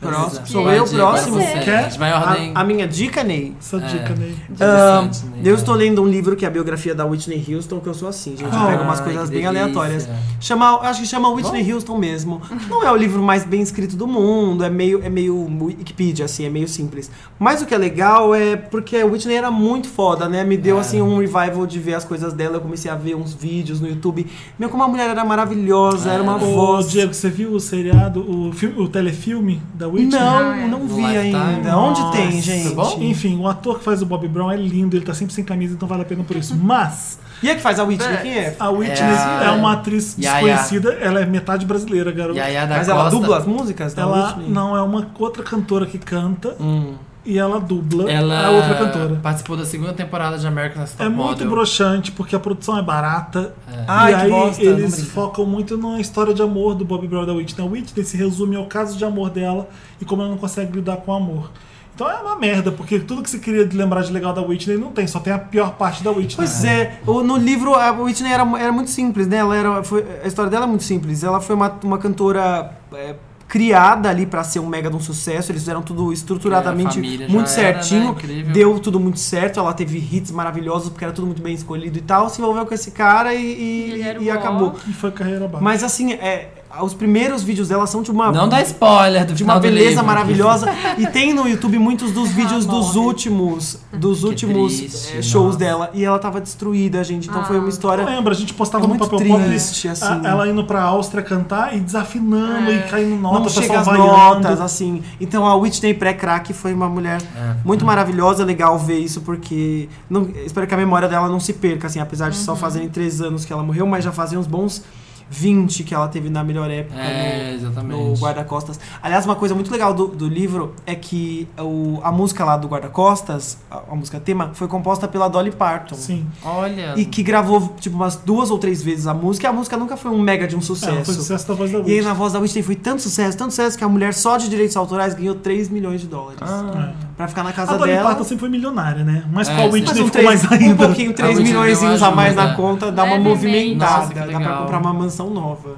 Speaker 3: Próximo.
Speaker 2: Beleza.
Speaker 3: Sou
Speaker 2: Vai,
Speaker 3: eu,
Speaker 2: Diego,
Speaker 3: próximo.
Speaker 2: agora você.
Speaker 1: Quer?
Speaker 2: A gente vai em ordem.
Speaker 3: A, a minha dica, Ney.
Speaker 1: Essa
Speaker 2: É.
Speaker 1: dica, Ney.
Speaker 3: Ahn,
Speaker 2: Interessante, né?
Speaker 3: eu estou lendo um livro que é a biografia da Whitney Houston, que eu sou assim, gente. Eu
Speaker 1: Ah,
Speaker 3: pego umas
Speaker 2: que
Speaker 3: coisas bem
Speaker 2: delícia.
Speaker 3: aleatórias. Chama, acho que chama Whitney Houston mesmo. Não é o livro mais bem escrito do mundo, é meio, é meio Wikipedia, assim, é meio simples. Mas o que é legal é porque a Whitney era muito foda, né? Me
Speaker 1: É.
Speaker 3: deu, assim, um revival de ver as coisas dela. Eu comecei a ver uns vídeos no YouTube. Meu, como a mulher era maravilhosa, era uma
Speaker 1: É. Ô,
Speaker 3: voz.
Speaker 1: Diego, você viu o seriado, o, filme, o telefilme da Whitney?
Speaker 3: Não, não
Speaker 2: é. No
Speaker 3: vi
Speaker 2: Lifetime? tá
Speaker 3: ainda. Onde tem,
Speaker 1: Nossa.
Speaker 3: gente?
Speaker 2: bom?
Speaker 1: Enfim, o ator que faz o Bob Brown é lindo, ele tá sempre sem camisa, então vale a pena por isso. Mas
Speaker 3: E é que faz a Whitney? Quem é?
Speaker 1: a Whitney
Speaker 2: Uhum. É a-
Speaker 1: é, uma atriz
Speaker 2: Yaya.
Speaker 1: desconhecida, ela é metade brasileira, garota.
Speaker 2: E aí a tá da
Speaker 3: Mas
Speaker 2: Costa.
Speaker 3: ela dubla as músicas da
Speaker 1: Ela
Speaker 3: Whitney?
Speaker 1: não é uma outra cantora que canta
Speaker 3: Hum.
Speaker 1: e ela dubla
Speaker 3: né?
Speaker 2: Ela
Speaker 3: É
Speaker 1: a outra cantora.
Speaker 2: participou da segunda temporada de American Top
Speaker 1: É muito
Speaker 2: Model.
Speaker 1: broxante porque a produção é barata.
Speaker 3: Ai,
Speaker 1: e
Speaker 3: que
Speaker 1: aí
Speaker 3: bosta, não
Speaker 1: eles
Speaker 3: brinca.
Speaker 1: focam muito na história de amor do Bob Brown e da Whitney. A Whitney se resume ao caso de amor dela e como ela não consegue lidar com o amor. Então é uma merda, porque tudo que você queria lembrar de legal da Whitney não tem, só tem a pior parte da Whitney.
Speaker 3: Pois é, o- no livro a Whitney era, era muito simples, né? Ela era, foi, a história dela é muito simples. Ela foi uma, uma cantora é, criada ali pra ser um mega de um sucesso. Eles fizeram tudo
Speaker 2: É,
Speaker 3: estruturadamente
Speaker 2: a família já
Speaker 3: muito
Speaker 2: era, né?
Speaker 3: certinho.
Speaker 2: Incrível.
Speaker 3: Deu tudo muito certo. Ela teve hits maravilhosos porque era tudo muito bem escolhido e tal. Se envolveu com esse cara e, e-
Speaker 2: um
Speaker 5: Ele era o
Speaker 3: e
Speaker 5: ó.
Speaker 3: acabou.
Speaker 1: E foi carreira baixa.
Speaker 3: Mas assim, é, os primeiros vídeos dela são de uma
Speaker 2: Não dá spoiler do
Speaker 3: de
Speaker 2: final
Speaker 3: uma
Speaker 2: do
Speaker 3: beleza
Speaker 2: livro.
Speaker 3: maravilhosa. E tem no YouTube muitos
Speaker 1: Ah,
Speaker 3: dos vídeos dos últimos, dos
Speaker 2: Que
Speaker 3: últimos
Speaker 2: triste,
Speaker 3: eh, shows
Speaker 2: nossa.
Speaker 3: dela. E ela tava destruída, gente. Então foi uma
Speaker 1: Eu
Speaker 3: história.
Speaker 1: lembro, a gente postava
Speaker 3: É
Speaker 1: no
Speaker 3: muito
Speaker 1: papel
Speaker 3: triste,
Speaker 1: pop
Speaker 3: assim,
Speaker 1: a-
Speaker 3: né?
Speaker 1: ela indo pra Áustria cantar e desafinando e caindo nota,
Speaker 3: não
Speaker 1: o
Speaker 3: chega
Speaker 1: pessoal
Speaker 3: às
Speaker 1: vaiando.
Speaker 3: notas, assim. Então a Whitney pré-crack foi uma mulher
Speaker 2: É.
Speaker 3: muito maravilhosa, legal ver isso, porque. não- espero que a memória dela não se perca, assim, apesar de
Speaker 1: Uhum.
Speaker 3: só fazerem três anos que ela morreu, mas já fazem uns bons 20 que ela teve na melhor época. né?
Speaker 2: É, exatamente.
Speaker 3: no guarda-costas. Aliás, uma coisa muito legal do, do livro é que o- a música lá do guarda-costas, a, a música tema, foi composta pela Dolly Parton.
Speaker 1: Então, Sim.
Speaker 2: Olha.
Speaker 3: E que gravou, tipo, umas duas ou três vezes a música. E a música nunca foi um mega de um
Speaker 1: É, foi um
Speaker 3: sucesso.
Speaker 1: sucesso da voz da
Speaker 3: e aí,
Speaker 1: Whitney.
Speaker 3: na voz da Whitney foi tanto sucesso, tanto sucesso, que a mulher só de direitos autorais ganhou 3 milhões de dólares.
Speaker 2: Ah.
Speaker 3: Pra ficar na casa
Speaker 1: Ah. É. A Dolly
Speaker 3: dela.
Speaker 1: Parton sempre foi milionária, né? Mas
Speaker 2: É,
Speaker 1: com a
Speaker 2: sim.
Speaker 1: Whitney
Speaker 3: Mas
Speaker 1: ficou
Speaker 3: um, três,
Speaker 1: mais
Speaker 3: um
Speaker 1: ainda.
Speaker 3: pouquinho, 3
Speaker 2: A Whitney
Speaker 3: milhões
Speaker 2: deu
Speaker 3: a mais
Speaker 2: ajuda.
Speaker 3: na conta, dá uma
Speaker 5: Levemente.
Speaker 3: é movimentada.
Speaker 2: Nossa, que
Speaker 3: dá pra
Speaker 2: legal.
Speaker 3: comprar uma mansão nova.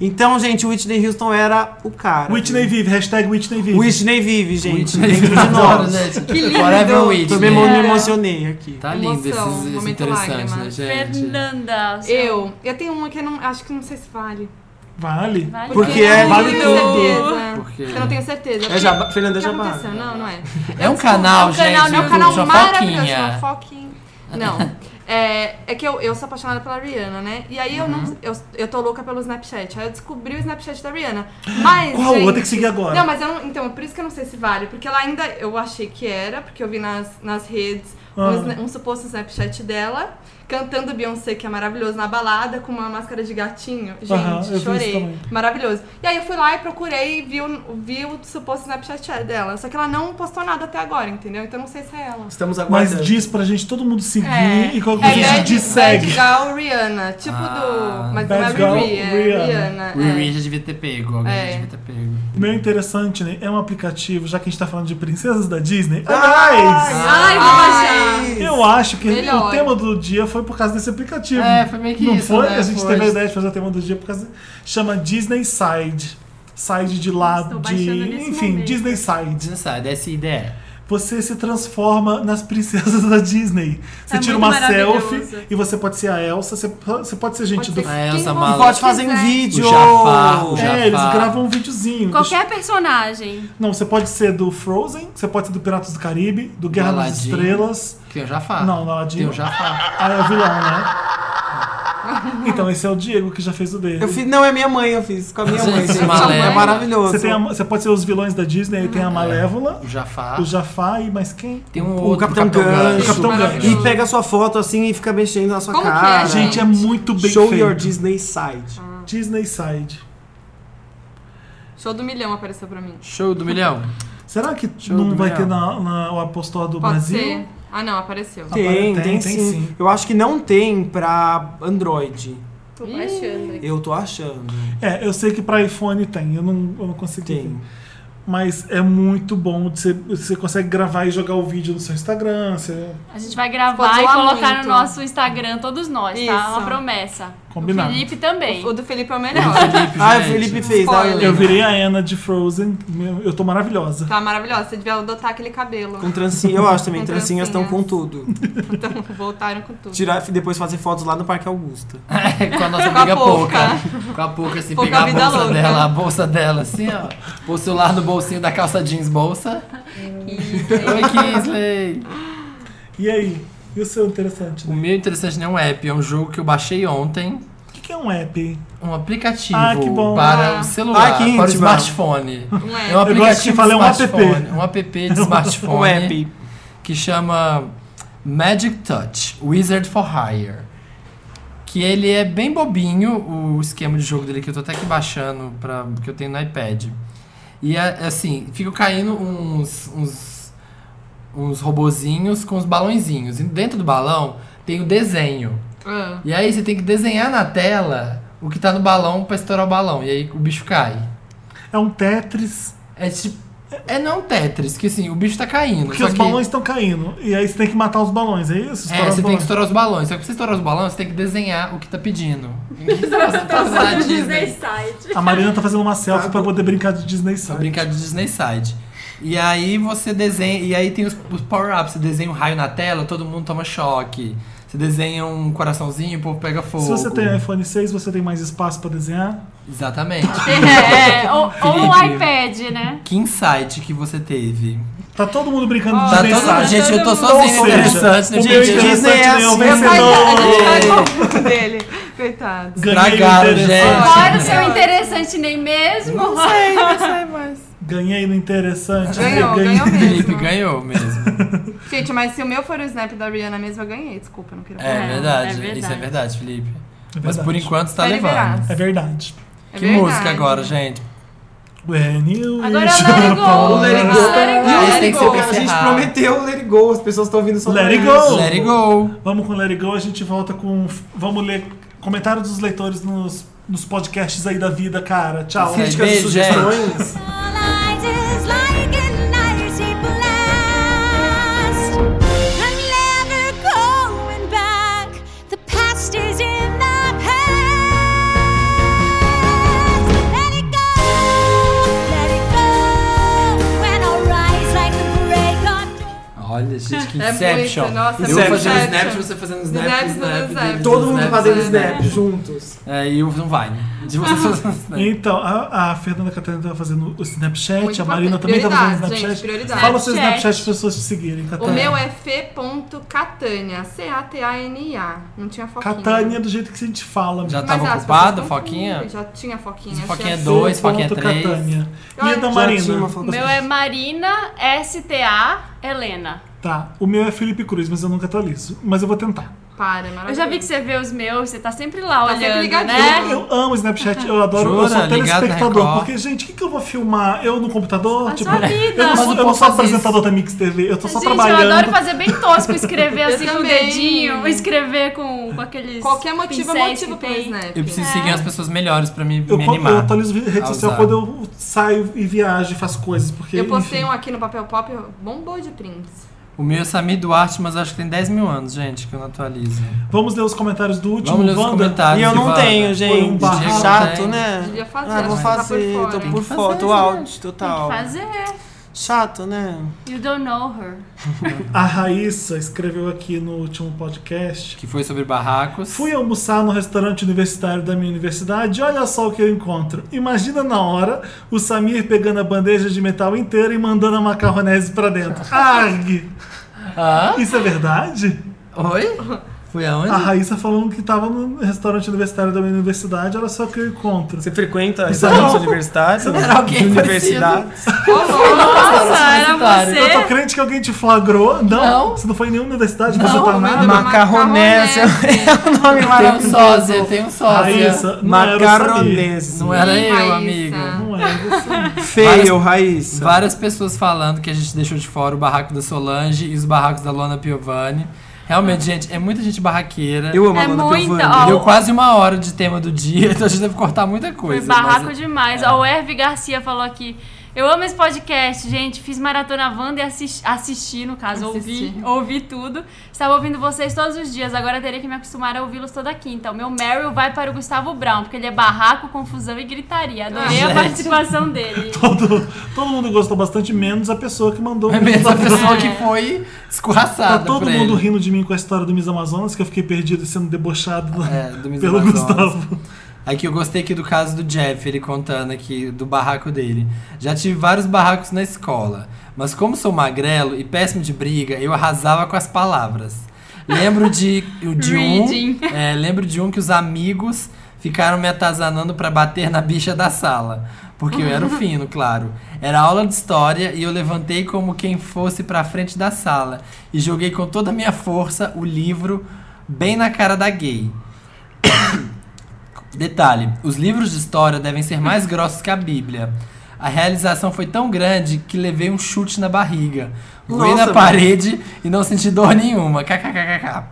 Speaker 3: Então, gente, Whitney Houston era o cara. né?
Speaker 1: Whitney vive, hashtag Whitney vive.
Speaker 3: Whitney vive, gente.
Speaker 2: Whitney,
Speaker 3: Dentro de
Speaker 2: adoro,
Speaker 3: nós.
Speaker 2: né,
Speaker 3: É.
Speaker 2: gente. Que lindo. Forever Whitney.
Speaker 3: Também me emocionei aqui.
Speaker 2: Tá lindo
Speaker 4: Emoção,
Speaker 2: esses, esses
Speaker 4: momento
Speaker 2: interessantes,
Speaker 4: lágrima.
Speaker 2: né, gente?
Speaker 5: Fernanda. seu-
Speaker 4: Eu, eu tenho uma que eu não, acho que não sei se vale.
Speaker 1: Vale.
Speaker 5: Vale.
Speaker 3: Porque
Speaker 4: eu
Speaker 3: é-
Speaker 4: não
Speaker 1: vale
Speaker 4: tenho
Speaker 1: tudo.
Speaker 4: certeza.
Speaker 2: Porque-
Speaker 4: Eu não tenho certeza.
Speaker 3: É Jabá- Fernanda
Speaker 4: O que
Speaker 3: Jabá.
Speaker 4: aconteceu? Não, não é.
Speaker 2: É um canal,
Speaker 4: É um
Speaker 2: gente.
Speaker 4: canal, não, é um
Speaker 2: YouTube,
Speaker 4: canal
Speaker 2: chama
Speaker 4: maravilhoso,
Speaker 2: Foquinha.
Speaker 4: chama Foquinha. Não.
Speaker 2: (laughs)
Speaker 4: É, é que eu, eu sou apaixonada pela Rihanna, né? E aí eu
Speaker 2: Uhum.
Speaker 4: não. Eu, eu tô louca pelo Snapchat. Aí eu descobri o Snapchat da Rihanna. Mas.
Speaker 1: Qual?
Speaker 4: gente,
Speaker 1: Vou ter que seguir agora.
Speaker 4: Não, mas eu não. Então, por isso que eu não sei se vale. Porque ela ainda. Eu achei que era, porque eu vi nas, nas redes um
Speaker 1: Ah.
Speaker 4: sna- um, suposto Snapchat dela. Cantando Beyoncé, que é maravilhoso, na balada, com uma máscara de gatinho. Gente,
Speaker 1: Aham, eu vi isso
Speaker 4: chorei.
Speaker 1: também.
Speaker 4: Maravilhoso. E aí eu fui lá e procurei e vi o, vi o suposto Snapchat dela. Só que ela não postou nada até agora, entendeu? Então não sei se é ela.
Speaker 3: Estamos
Speaker 1: Mas
Speaker 3: aguardando.
Speaker 1: diz pra gente todo mundo seguir e qualquer
Speaker 4: é
Speaker 1: coisa a gente
Speaker 4: bad,
Speaker 1: diz segue.
Speaker 4: Bad Gal Rihanna. Tipo
Speaker 2: Ah.
Speaker 4: do. Mas
Speaker 1: Bad
Speaker 4: não
Speaker 1: Gal
Speaker 4: é Riri, é
Speaker 1: Rihanna.
Speaker 4: Rihanna.
Speaker 2: O Riri
Speaker 4: é.
Speaker 2: já devia ter pego. Alguém
Speaker 4: É.
Speaker 2: já devia ter pego.
Speaker 1: O meu interessante, né? É um aplicativo, já que a gente tá falando de princesas da Disney. Aliás,
Speaker 4: Ai, vou baixar.
Speaker 1: eu acho que
Speaker 4: Melhor.
Speaker 1: o tema do dia foi por causa desse aplicativo.
Speaker 2: É, foi meio que
Speaker 1: Não
Speaker 2: isso,
Speaker 1: foi?
Speaker 2: né?
Speaker 1: A gente
Speaker 2: Foi.
Speaker 1: teve a ideia de fazer o tema do dia por causa. Chama Disney Side. Side de lado,
Speaker 5: Estou
Speaker 1: de.
Speaker 5: baixando nesse
Speaker 1: Enfim,
Speaker 5: momento.
Speaker 1: Disney Side.
Speaker 2: Desnecessário, dessa é ideia.
Speaker 1: Você se transforma nas princesas da Disney. Você
Speaker 5: É
Speaker 1: tira
Speaker 5: muito
Speaker 1: uma
Speaker 5: maravilhoso.
Speaker 1: selfie e você pode ser a Elsa, você, você pode ser gente
Speaker 4: Pode
Speaker 1: do
Speaker 4: ser
Speaker 2: Ah, essa
Speaker 4: quem
Speaker 2: mala.
Speaker 3: Pode fazer um
Speaker 4: quiser.
Speaker 3: vídeo.
Speaker 2: O Jafar, o
Speaker 1: É, eles
Speaker 2: Jafar.
Speaker 1: gravam um videozinho.
Speaker 5: Qualquer personagem.
Speaker 1: Não, você pode ser do Frozen, você pode ser do Piratas do Caribe, do Guerra
Speaker 2: Do
Speaker 1: nas
Speaker 2: Aladdin.
Speaker 1: Estrelas.
Speaker 2: Tem o Jafar.
Speaker 1: Não, não, Aladdin.
Speaker 3: um-
Speaker 2: Tem o Jafar.
Speaker 1: Ah, é o vilão,
Speaker 5: (laughs)
Speaker 1: né? Então, esse é o Diego que já fez o dele.
Speaker 3: Eu fiz, não, é minha mãe, eu fiz com a minha
Speaker 2: Gente,
Speaker 3: mãe. gente.
Speaker 2: malévola.
Speaker 3: É maravilhoso.
Speaker 1: Você, tem a- você pode ser os vilões da Disney, aí tem a Malévola,
Speaker 2: O Jafar.
Speaker 1: o Jafar e mais quem?
Speaker 2: Tem um
Speaker 3: O
Speaker 2: outro,
Speaker 3: Capitão Gancho.
Speaker 2: Gancho.
Speaker 1: O Capitão Gancho.
Speaker 3: E pega a sua foto assim e fica mexendo na sua
Speaker 4: Como que é, Ah,
Speaker 3: cara.
Speaker 1: Gente, é muito bem
Speaker 3: Show
Speaker 1: feito.
Speaker 3: your Disney side.
Speaker 1: Disney Side.
Speaker 4: Show do milhão apareceu pra mim.
Speaker 2: Show do
Speaker 3: (laughs)
Speaker 2: milhão.
Speaker 1: Será que
Speaker 2: Show do
Speaker 1: não vai
Speaker 2: milhão.
Speaker 1: ter na, na- o apostol do
Speaker 4: Pode
Speaker 1: Brasil?
Speaker 4: ser. Ah, não, apareceu.
Speaker 3: Tem, tem,
Speaker 1: tem, tem
Speaker 3: sim.
Speaker 1: sim.
Speaker 3: Eu acho que não tem pra Android.
Speaker 4: Tô baixando aqui.
Speaker 3: Eu tô achando.
Speaker 1: É, eu sei que pra iPhone tem, eu não, eu não consegui.
Speaker 3: Tem.
Speaker 1: ver. Mas é muito bom, de você, você consegue gravar e jogar o vídeo no seu Instagram, você
Speaker 5: A gente vai
Speaker 4: Pode
Speaker 5: gravar e
Speaker 4: zoar
Speaker 5: colocar
Speaker 4: muito.
Speaker 5: no nosso Instagram, todos nós, tá?
Speaker 4: Isso.
Speaker 5: Uma promessa.
Speaker 1: Combinado.
Speaker 5: O Felipe também.
Speaker 4: O do Felipe é o melhor.
Speaker 3: Ah, o
Speaker 2: gente.
Speaker 3: Felipe fez. Ah,
Speaker 4: Spoiler.
Speaker 3: eu
Speaker 1: Eu
Speaker 3: lembro.
Speaker 1: virei a Ana de Frozen, meu- eu tô maravilhosa.
Speaker 4: Tá maravilhoso. Você devia adotar aquele
Speaker 3: (laughs)
Speaker 4: cabelo.
Speaker 3: Com trancinha. Eu acho também,
Speaker 4: Com
Speaker 3: trancinhas estão com
Speaker 4: trancinhas.
Speaker 3: tudo.
Speaker 4: Então voltaram com tudo.
Speaker 3: Tirar e depois fazer fotos lá no Parque Augusta.
Speaker 2: É, Com a nossa
Speaker 4: Com a
Speaker 2: amiga pouca.
Speaker 4: Pouca.
Speaker 2: Com a pouca, assim,
Speaker 4: Pouca
Speaker 2: pegar a
Speaker 4: vida
Speaker 2: bolsa
Speaker 4: louca.
Speaker 2: dela, a bolsa dela, assim, ó. Pôr o celular no bolsinho da calça jeans bolsa. Oi, Kinsley.
Speaker 1: E aí? E o seu interessante?
Speaker 2: O
Speaker 1: né?
Speaker 2: meu interessante não é um app, é um jogo que eu baixei ontem.
Speaker 1: O que que é um app?
Speaker 2: Um aplicativo
Speaker 1: Ah, que bom.
Speaker 2: para
Speaker 4: Ah.
Speaker 2: o celular,
Speaker 3: Ah, que
Speaker 2: para o
Speaker 3: íntima.
Speaker 2: smartphone.
Speaker 4: Não
Speaker 2: É um
Speaker 4: é?
Speaker 1: Eu gosto que
Speaker 2: aplicativo
Speaker 1: fala, é um
Speaker 2: de smartphone. Um app de smartphone.
Speaker 3: Um app.
Speaker 2: que chama Magic Touch Wizard for Hire. Que ele é bem bobinho, o esquema de jogo dele, que eu tô até aqui baixando, pra, que eu tenho no iPad. E é, assim, ficam caindo uns, uns, uns robozinhos com os balãozinhos. E dentro do balão tem o desenho.
Speaker 4: Ah.
Speaker 2: E aí você tem que desenhar na tela o que tá no balão pra estourar o balão. E aí o bicho cai.
Speaker 1: É um Tetris,
Speaker 2: É tipo. É não Tetris, que assim, o bicho tá caindo.
Speaker 1: porque
Speaker 2: só
Speaker 1: os
Speaker 2: que-
Speaker 1: balões estão caindo. E aí você tem que matar os balões, é isso?
Speaker 2: É,
Speaker 1: Estourar os
Speaker 2: você tem que
Speaker 1: balões.
Speaker 2: estourar os balões. Só que pra você estourar os balões, você tem que desenhar o que tá (laughs) pedindo. Você tá usando a Disney.
Speaker 5: site.
Speaker 1: A Marina tá fazendo uma selfie pra poder brincar de Disney
Speaker 2: Pra
Speaker 1: Side.
Speaker 2: brincar de Disney Side. E aí você desenha. E aí tem os, os power-ups. Você desenha um raio na tela, todo mundo toma choque. Você Você desenha um coraçãozinho e o povo pega fogo.
Speaker 1: Se você tem iPhone 6, você tem mais espaço pra desenhar?
Speaker 2: Exatamente.
Speaker 5: É, ou, ou o
Speaker 2: Felipe.
Speaker 5: iPad, né?
Speaker 2: que insight que você teve?
Speaker 1: Tá todo mundo brincando de
Speaker 2: Tá todo
Speaker 1: mensagem.
Speaker 2: mundo, gente, eu tô
Speaker 5: Ou
Speaker 2: sozinho
Speaker 1: seja,
Speaker 2: interessante, né,
Speaker 1: o meu
Speaker 2: gente?
Speaker 1: interessante
Speaker 3: Disney é
Speaker 1: não é o
Speaker 3: assim,
Speaker 4: Coitado,
Speaker 1: vencedor.
Speaker 4: a gente tá confuso dele. Coitado.
Speaker 1: Ganhei
Speaker 2: Estragaram,
Speaker 1: no interessante.
Speaker 5: Qual era o seu interessante nem mesmo?
Speaker 4: Não sei mais.
Speaker 1: Ganhei no interessante.
Speaker 4: Ganhou,
Speaker 1: ganhei-
Speaker 4: ganhou
Speaker 2: Felipe
Speaker 4: mesmo.
Speaker 2: ganhou é mesmo.
Speaker 4: Gente, mas se o meu for o snap da Rihanna mesmo, eu ganhei. Desculpa, eu não queria
Speaker 2: É,
Speaker 4: falar.
Speaker 5: É,
Speaker 2: verdade.
Speaker 5: é verdade.
Speaker 2: Isso é verdade, Felipe.
Speaker 1: É
Speaker 2: Mas
Speaker 1: verdade.
Speaker 2: por enquanto tá
Speaker 4: Tá liberado.
Speaker 2: levando.
Speaker 1: É verdade.
Speaker 4: É
Speaker 2: que
Speaker 4: verdade.
Speaker 2: música agora, gente?
Speaker 1: When you
Speaker 5: Agora é
Speaker 1: reach
Speaker 5: Let It
Speaker 1: the
Speaker 5: Go.
Speaker 1: pole.
Speaker 5: Let It Go. Let It Go.
Speaker 2: Isso tem que ser
Speaker 3: Cara, a gente
Speaker 2: encerrar.
Speaker 3: prometeu Let It Go, as pessoas estão ouvindo só
Speaker 1: Let
Speaker 3: pra
Speaker 1: It
Speaker 3: isso.
Speaker 1: Go.
Speaker 2: Let it go.
Speaker 1: Vamos com Let It Go, a gente volta com. Vamos ler comentários dos leitores nos, nos podcasts aí da vida, cara. Tchau.
Speaker 2: Isso aí,
Speaker 3: Críticas e
Speaker 2: beijo, gente.
Speaker 3: sugestões.
Speaker 8: All I dislike and I hate blast. I'm never going back. The past is in the past. Let it go, let it go. When I rise like the break of dawn.
Speaker 2: Olha, gente, que
Speaker 4: (laughs) É
Speaker 2: Inception.
Speaker 4: muito, nossa,
Speaker 2: eu
Speaker 3: Inception.
Speaker 2: fazendo
Speaker 4: Inception.
Speaker 2: snap, você fazendo snap,
Speaker 4: Snaps,
Speaker 2: snap,
Speaker 4: snaps,
Speaker 2: dele,
Speaker 3: Todo mundo
Speaker 2: snap,
Speaker 3: fazendo
Speaker 2: snap.
Speaker 3: snap juntos.
Speaker 2: É, e o não vai. De vocês fazendo snap.
Speaker 1: Então, a, a Fernanda Catarina tá fazendo o Snapchat,
Speaker 4: É. Muito
Speaker 1: a Marina também
Speaker 4: importante.
Speaker 1: tá fazendo o
Speaker 4: Prioridade,
Speaker 1: Snapchat.
Speaker 4: gente, prioridade.
Speaker 1: Fala o seu
Speaker 5: Snapchat.
Speaker 1: Snapchat para pessoas te seguirem,
Speaker 4: O
Speaker 1: Catarina.
Speaker 4: meu é fe.catania. C-A-T-A-N-I-A. Não tinha foquinha.
Speaker 1: Catânia, é do jeito que a gente fala.
Speaker 2: Já
Speaker 4: Mas
Speaker 2: tava
Speaker 4: as pessoas
Speaker 2: ocupado,
Speaker 4: confundem,
Speaker 2: Foquinha?
Speaker 4: Já tinha foquinha.
Speaker 2: Foquinha
Speaker 4: tinha
Speaker 2: é
Speaker 4: fe-
Speaker 2: doido. dois, Foquinha
Speaker 1: Ponto
Speaker 2: três.
Speaker 1: Catânia. E
Speaker 4: Ai,
Speaker 1: a da
Speaker 4: já
Speaker 1: Marina?
Speaker 3: foto-
Speaker 5: O meu é Marina STA Helena.
Speaker 1: Tá, o meu é Felipe Cruz, mas eu nunca atualizo. Mas eu vou tentar.
Speaker 4: Para, é maravilhoso.
Speaker 5: Eu já vi que você vê os meus, você tá sempre lá
Speaker 4: Tá
Speaker 5: olhando,
Speaker 4: sempre ligadinho.
Speaker 1: Eu,
Speaker 5: né?
Speaker 1: eu amo Snapchat, eu adoro,
Speaker 2: Jura?
Speaker 1: eu sou
Speaker 2: Ligado na
Speaker 1: telespectador.
Speaker 2: Record.
Speaker 1: Porque, gente, o que, que eu vou filmar? Eu no computador? tipo,
Speaker 5: A sua vida.
Speaker 1: Eu não
Speaker 5: Mas
Speaker 1: sou,
Speaker 2: o
Speaker 1: eu não
Speaker 2: povo
Speaker 1: sou
Speaker 2: faz
Speaker 1: apresentador da Mix TV, eu tô só
Speaker 5: Gente,
Speaker 1: trabalhando.
Speaker 5: eu adoro fazer bem tosco,
Speaker 4: (laughs)
Speaker 5: escrever
Speaker 4: Eu
Speaker 5: assim com o
Speaker 4: também.
Speaker 5: dedinho, escrever com, com aqueles.
Speaker 4: Qualquer motivo é
Speaker 5: pincéis
Speaker 4: motivo
Speaker 5: que
Speaker 4: pra
Speaker 5: tem.
Speaker 4: Snap.
Speaker 2: Eu preciso seguir as pessoas melhores pra me,
Speaker 1: Eu,
Speaker 2: me
Speaker 1: co-
Speaker 2: animar. Tá
Speaker 1: eu atualizo rede
Speaker 2: a
Speaker 1: social
Speaker 2: usar.
Speaker 1: quando eu saio e viajo e faço coisas. Porque,
Speaker 4: Eu postei
Speaker 1: enfim.
Speaker 4: um aqui no papel pop, bombou de prints.
Speaker 2: O meu é Samir Duarte, mas acho que tem 10 mil anos, gente, que eu não atualizo.
Speaker 1: Vamos ler os comentários do último,
Speaker 2: Vamos ler os
Speaker 1: Wanda?
Speaker 2: comentários.
Speaker 3: E eu
Speaker 2: que
Speaker 3: não
Speaker 2: vai.
Speaker 3: tenho, gente.
Speaker 1: um barraco.
Speaker 3: Chato,
Speaker 2: Tem.
Speaker 3: né?
Speaker 4: Devia fazer,
Speaker 3: Ah, vou
Speaker 4: acho que tá por
Speaker 3: fazer.
Speaker 4: fora.
Speaker 3: Tô
Speaker 4: Tem
Speaker 3: por
Speaker 2: que fazer,
Speaker 3: foto,
Speaker 2: né?
Speaker 3: out,
Speaker 5: Tem que
Speaker 3: total.
Speaker 5: fazer.
Speaker 3: Chato, né?
Speaker 5: You don't know her.
Speaker 1: A Raíssa escreveu aqui no último podcast.
Speaker 2: Que foi sobre barracos.
Speaker 1: Fui almoçar no restaurante universitário da minha universidade e olha só o que eu encontro. Imagina na hora o Samir pegando a bandeja de metal inteira e mandando a macarronese pra
Speaker 2: (laughs)
Speaker 1: dentro. Arg!
Speaker 2: Hã?
Speaker 1: Isso é verdade?
Speaker 4: (laughs)
Speaker 2: Oi? Fui aonde?
Speaker 1: A Raíssa falando que tava no restaurante universitário da minha universidade, olha só o que eu encontro.
Speaker 3: Você frequenta restaurantes universitários?
Speaker 2: Era alguém
Speaker 3: de universidade?
Speaker 5: Nossa, era
Speaker 2: Claro.
Speaker 1: Eu tô
Speaker 5: você.
Speaker 1: crente que alguém te flagrou. Não,
Speaker 2: Não.
Speaker 1: você não foi em nenhuma universidade, você tá nada.
Speaker 3: Macarronese. (laughs) É um nome
Speaker 2: Tem um
Speaker 3: maravilhoso.
Speaker 2: sósia, tem um sósia.
Speaker 1: Raíssa, não era o Samir.
Speaker 3: Macarronese.
Speaker 2: Não é. era eu,
Speaker 4: Raíssa.
Speaker 2: amigo.
Speaker 1: Não é, assim, era o Samir.
Speaker 3: Fail, Raíssa.
Speaker 2: Várias pessoas falando que a gente deixou de fora o barraco da Solange e os barracos da Lona Piovani. Realmente, gente, é muita gente barraqueira.
Speaker 3: Eu amo
Speaker 5: É
Speaker 3: a Lana
Speaker 5: muita,
Speaker 3: Piovani.
Speaker 5: ó.
Speaker 2: Deu quase uma hora de tema do dia, (laughs) então a gente deve cortar muita
Speaker 5: Foi
Speaker 2: coisa.
Speaker 5: barraco
Speaker 2: mas- é.
Speaker 5: demais. Ó, O Herve Garcia falou aqui. Eu amo esse podcast, gente. Fiz maratona Wanda e assisti, assisti no caso,
Speaker 4: Assisti.
Speaker 5: ouvi, ouvi tudo. Estava ouvindo vocês todos os dias, agora terei que me acostumar a ouvi-los toda quinta. O meu Meryl vai para o Gustavo Brown, porque ele é barraco, confusão e gritaria. Adorei
Speaker 2: Ah,
Speaker 5: a
Speaker 2: gente.
Speaker 5: participação dele.
Speaker 1: (laughs) Todo, todo mundo gostou bastante, menos a pessoa
Speaker 2: (laughs)
Speaker 1: que mandou.
Speaker 2: É mesmo a pessoa
Speaker 5: É.
Speaker 2: que foi escorraçada.
Speaker 1: Tá todo
Speaker 2: por
Speaker 1: mundo
Speaker 2: ele.
Speaker 1: rindo de mim com a história do Miss Amazonas, que eu fiquei perdido e sendo debochado (laughs)
Speaker 2: É, do Miss
Speaker 1: pelo
Speaker 2: Amazonas.
Speaker 1: Gustavo.
Speaker 2: Aqui É eu gostei aqui do caso do Jeff, ele contando aqui do barraco dele. Já tive vários barracos na escola, mas como sou magrelo e péssimo de briga, eu arrasava com as palavras. Lembro de, de
Speaker 5: Reading.
Speaker 2: um, é, lembro de um que os amigos ficaram me atazanando pra bater na bicha da sala, porque eu era o fino, claro. Era aula de história e eu levantei como quem fosse pra frente da sala e joguei com toda a minha força o livro bem na cara da gay. Detalhe: os livros de história devem ser mais grossos que a Bíblia. A realização foi tão grande que levei um chute na barriga, voei
Speaker 3: Nossa,
Speaker 2: na parede e não senti dor nenhuma. KKKKK.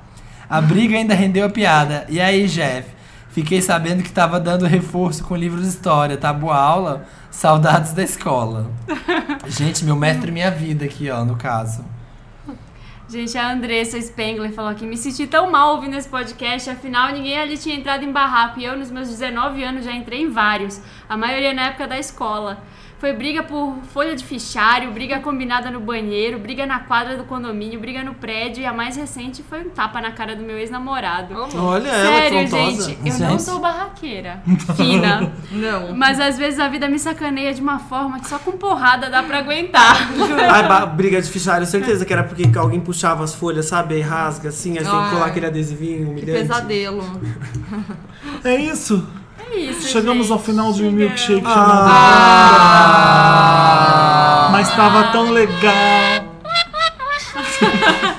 Speaker 2: A briga ainda rendeu a piada. E aí, Jeff? Fiquei sabendo que tava dando reforço com livros de história, tá? Boa aula, saudades da escola. Gente, meu mestre e minha vida aqui, ó, no caso.
Speaker 5: Gente, a Andressa Spengler falou aqui: me senti tão mal ouvindo esse podcast, afinal ninguém ali tinha entrado em barraco e eu, nos meus 19 anos, já entrei em vários, a maioria na época da escola. Foi briga por folha de fichário, briga combinada no banheiro, briga na quadra do condomínio, briga no prédio e a mais recente foi um tapa na cara do meu ex-namorado.
Speaker 3: Olha ela,
Speaker 1: é
Speaker 5: Sério,
Speaker 3: que frontosa.
Speaker 5: gente, eu não sou barraqueira.
Speaker 1: (laughs)
Speaker 5: Fina.
Speaker 4: Não.
Speaker 5: Mas às vezes a vida me sacaneia de uma forma que só com porrada dá pra aguentar.
Speaker 9: Ai, Ah, ba- briga de fichário, certeza que era porque alguém puxava as folhas, sabe? Aí rasga assim, aí tem
Speaker 5: Ah.
Speaker 9: que
Speaker 4: Ai.
Speaker 9: colar aquele adesivinho
Speaker 4: Que
Speaker 9: humilhante.
Speaker 4: pesadelo.
Speaker 1: É isso.
Speaker 5: É isso,
Speaker 1: Chegamos
Speaker 5: gente.
Speaker 1: ao final de um
Speaker 5: Chegamos.
Speaker 1: milkshake
Speaker 3: Ah.
Speaker 1: chamado.
Speaker 9: Ah.
Speaker 5: Ah.
Speaker 1: Mas tava tão legal.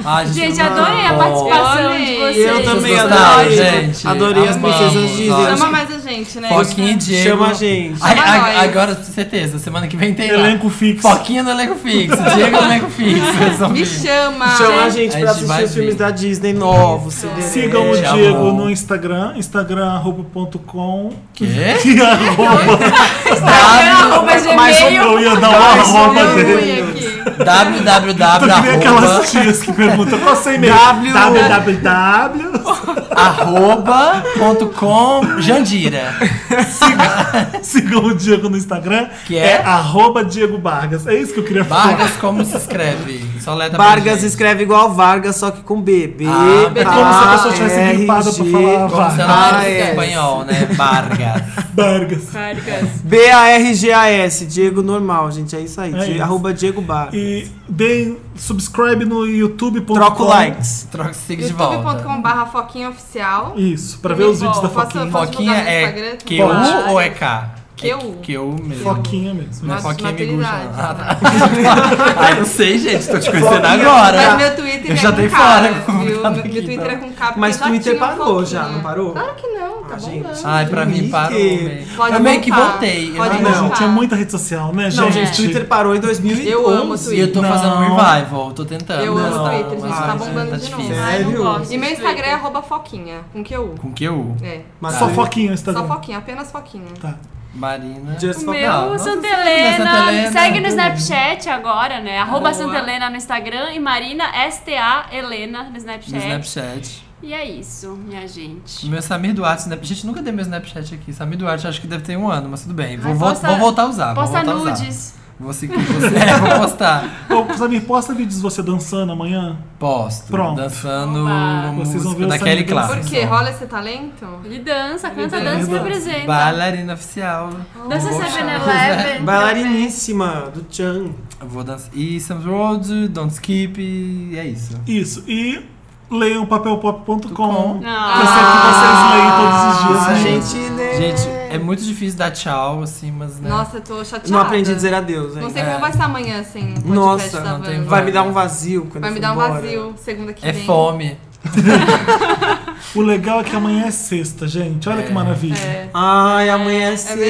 Speaker 2: Ai,
Speaker 5: Gente,
Speaker 2: foi muito
Speaker 5: adorei a
Speaker 2: bom.
Speaker 4: Eu
Speaker 5: participação de
Speaker 4: amei.
Speaker 5: vocês.
Speaker 9: Eu também
Speaker 2: gostaram,
Speaker 9: adorei.
Speaker 2: gente?
Speaker 9: Adorei as
Speaker 2: Amamos,
Speaker 9: princesas Disney.
Speaker 2: nós.
Speaker 4: Chama mais a gente, né?
Speaker 2: Foquinha e Diego.
Speaker 9: Chama a gente.
Speaker 2: Ai,
Speaker 4: Chama
Speaker 2: ai,
Speaker 4: nós.
Speaker 2: agora, certeza, semana que vem tem lá.
Speaker 1: Elenco fixo.
Speaker 2: Foquinha no elenco fixo, Diego no elenco fixo.
Speaker 4: (laughs)
Speaker 2: Vocês vão
Speaker 4: Me
Speaker 2: ver.
Speaker 4: chama.
Speaker 5: Ah,
Speaker 9: Chama a gente
Speaker 2: A
Speaker 9: pra
Speaker 2: gente
Speaker 9: assistir
Speaker 2: vai
Speaker 9: os
Speaker 2: ver.
Speaker 9: filmes da Disney novos. Cinderela.
Speaker 1: Sigam o
Speaker 2: É,
Speaker 1: Diego
Speaker 2: amor.
Speaker 1: no Instagram, instagram.com.
Speaker 2: Quê?
Speaker 1: (laughs) Que arroba.
Speaker 5: Arroba
Speaker 2: (laughs)
Speaker 1: Mas
Speaker 2: um
Speaker 5: gmail.
Speaker 1: eu ia dar uma
Speaker 4: um
Speaker 1: arroba
Speaker 4: Eu
Speaker 1: dele.
Speaker 4: fui aqui.
Speaker 1: Tu que nem
Speaker 2: www.arroba.com.br
Speaker 1: aquelas tias que perguntam qual seu e-mail.
Speaker 9: W.
Speaker 1: www.
Speaker 2: Jandira.
Speaker 1: (laughs) Sigam o Diego no Instagram,
Speaker 2: Que é?
Speaker 1: arroba Diego Bargas. É isso que eu queria falar.
Speaker 2: Vargas, como se escreve? Só letra pra
Speaker 9: Vargas
Speaker 2: gente.
Speaker 9: escreve igual Vargas, só que com B. B.
Speaker 2: Ah,
Speaker 1: É como se a pessoa tivesse
Speaker 9: A-
Speaker 1: gripada pra
Speaker 9: R-
Speaker 1: falar
Speaker 2: Como se ela fosse
Speaker 1: Vargas.
Speaker 9: Vargas.
Speaker 2: espanhol, né? Vargas.
Speaker 1: Vargas.
Speaker 5: Vargas.
Speaker 9: B-A-R-G-A-S. Diego normal, gente. É isso aí.
Speaker 1: É
Speaker 9: Diego-
Speaker 1: isso.
Speaker 9: Arroba Diego Vargas.
Speaker 1: E deem, subscribe no youtube.com.
Speaker 9: Troca o likes.
Speaker 2: Troca siga de volta.
Speaker 4: youtube.com.br Foquinha Oficial.
Speaker 1: Isso, pra ver os
Speaker 4: Bom,
Speaker 1: vídeos da
Speaker 4: posso-
Speaker 1: Foquinha.
Speaker 4: posso
Speaker 2: Foquinha
Speaker 4: divulgar no
Speaker 2: é
Speaker 4: Instagram?
Speaker 2: Q-U
Speaker 4: Pode.
Speaker 2: ou é K?
Speaker 4: Q-U.
Speaker 2: Q-U mesmo.
Speaker 1: Foquinha mesmo.
Speaker 2: Não é
Speaker 4: Nossa,
Speaker 2: Foquinha Miguxa.
Speaker 4: maturidade.
Speaker 2: (laughs) Ai, não sei, gente. Tô te conhecendo agora.
Speaker 4: Mas meu Twitter
Speaker 2: Eu
Speaker 4: é
Speaker 2: já
Speaker 4: com
Speaker 2: dei
Speaker 4: K,
Speaker 2: fora com o
Speaker 4: viu?
Speaker 2: K
Speaker 4: Meu
Speaker 2: daqui,
Speaker 4: Twitter é
Speaker 2: então.
Speaker 4: com K, porque
Speaker 9: Mas
Speaker 4: já
Speaker 9: Twitter
Speaker 4: tinha um
Speaker 9: parou já,
Speaker 4: pouquinho.
Speaker 9: não parou?
Speaker 4: Claro que não, tá
Speaker 9: gente.
Speaker 4: bombando.
Speaker 2: Ai, pra mim parou.
Speaker 9: Mickey.
Speaker 2: velho.
Speaker 4: Pode
Speaker 2: Eu meio que
Speaker 4: voltar.
Speaker 2: voltei. Eu
Speaker 4: Pode
Speaker 1: Não,
Speaker 2: não-
Speaker 4: voltar.
Speaker 1: gente, é muita rede social, né, gente?
Speaker 9: Não, gente, o Twitter parou em 2011.
Speaker 4: Eu amo o
Speaker 2: E eu tô
Speaker 1: Não.
Speaker 2: fazendo um revival, tô tentando.
Speaker 4: Eu amo o
Speaker 2: mas
Speaker 4: Twitter,
Speaker 2: tá
Speaker 4: gente, tá
Speaker 2: difícil,
Speaker 4: bombando
Speaker 2: tá
Speaker 4: de novo.
Speaker 2: difícil.
Speaker 4: Ai, não
Speaker 9: Sério?
Speaker 4: gosto. E meu
Speaker 5: de
Speaker 4: Instagram é
Speaker 5: Twitter.
Speaker 4: arroba foquinha, com Q.
Speaker 2: Com Q-U.
Speaker 4: É,
Speaker 9: Mas
Speaker 1: Só Foquinha no
Speaker 4: só
Speaker 1: Instagram.
Speaker 4: foquinha, apenas foquinha.
Speaker 1: Tá.
Speaker 2: Marina.
Speaker 9: Just
Speaker 5: é O
Speaker 9: for-
Speaker 2: Não,
Speaker 5: meu,
Speaker 2: não sei
Speaker 5: Santa
Speaker 2: se é Santa
Speaker 5: Helena.
Speaker 2: Helena.
Speaker 5: Segue no Snapchat agora, né? Arroba
Speaker 4: Boa.
Speaker 5: Santa Helena no Instagram e Marina STA Helena no Snapchat.
Speaker 2: No Snapchat.
Speaker 5: E é isso, minha gente.
Speaker 2: O meu Samir Duarte. Snap... Gente, nunca dei meu Snapchat aqui. Samir Duarte, acho que deve ter um ano, mas tudo bem. Vou,
Speaker 5: Ai,
Speaker 2: vol-
Speaker 5: posta-
Speaker 2: vou voltar a usar.
Speaker 5: Posta
Speaker 2: vou Ah, voltar A usar.
Speaker 5: nudes.
Speaker 2: Vou seguir você. É, vou postar.
Speaker 1: Ô, Samir, posta vídeos de você dançando amanhã?
Speaker 2: Posto.
Speaker 1: Pronto.
Speaker 2: Dançando
Speaker 5: Oba.
Speaker 1: Vocês vão
Speaker 2: música
Speaker 1: ver o
Speaker 2: da
Speaker 1: Samir
Speaker 2: Kelly Clarkson.
Speaker 9: Ah.
Speaker 1: dançando.
Speaker 4: Por quê? Rola esse talento?
Speaker 5: Ele dança, canta,
Speaker 4: Ele
Speaker 5: dança e
Speaker 1: dança.
Speaker 5: representa.
Speaker 2: Bailarina oficial.
Speaker 5: Dança
Speaker 2: Vou
Speaker 3: (laughs)
Speaker 5: 7-Eleven.
Speaker 4: é
Speaker 9: Bailariníssima do Chan.
Speaker 2: Eu vou dançar. E Sam Road, Don't Skip. E é isso.
Speaker 1: Isso. E leiam papelpop.com.
Speaker 5: Não.
Speaker 1: Eu sei que vocês leem todos os dias,
Speaker 9: Ah,
Speaker 1: né?
Speaker 9: gente, né?
Speaker 2: Gente, é muito difícil dar tchau, assim, mas né.
Speaker 4: Nossa, eu tô chateada.
Speaker 9: É. Não aprendi a dizer adeus, hein?
Speaker 4: Não sei
Speaker 2: É.
Speaker 4: como vai ser amanhã, assim. o podcast
Speaker 9: Nossa,
Speaker 4: da
Speaker 2: não tem
Speaker 4: Wanda.
Speaker 9: Vai me dar um vazio quando
Speaker 4: Vai
Speaker 9: eu
Speaker 4: me
Speaker 9: for
Speaker 4: dar um
Speaker 9: embora.
Speaker 4: vazio, segunda que
Speaker 2: É
Speaker 4: vem.
Speaker 2: fome.
Speaker 1: O legal é que amanhã é sexta, gente. Olha que maravilha.
Speaker 4: É.
Speaker 9: Ai, amanhã é
Speaker 4: verdade.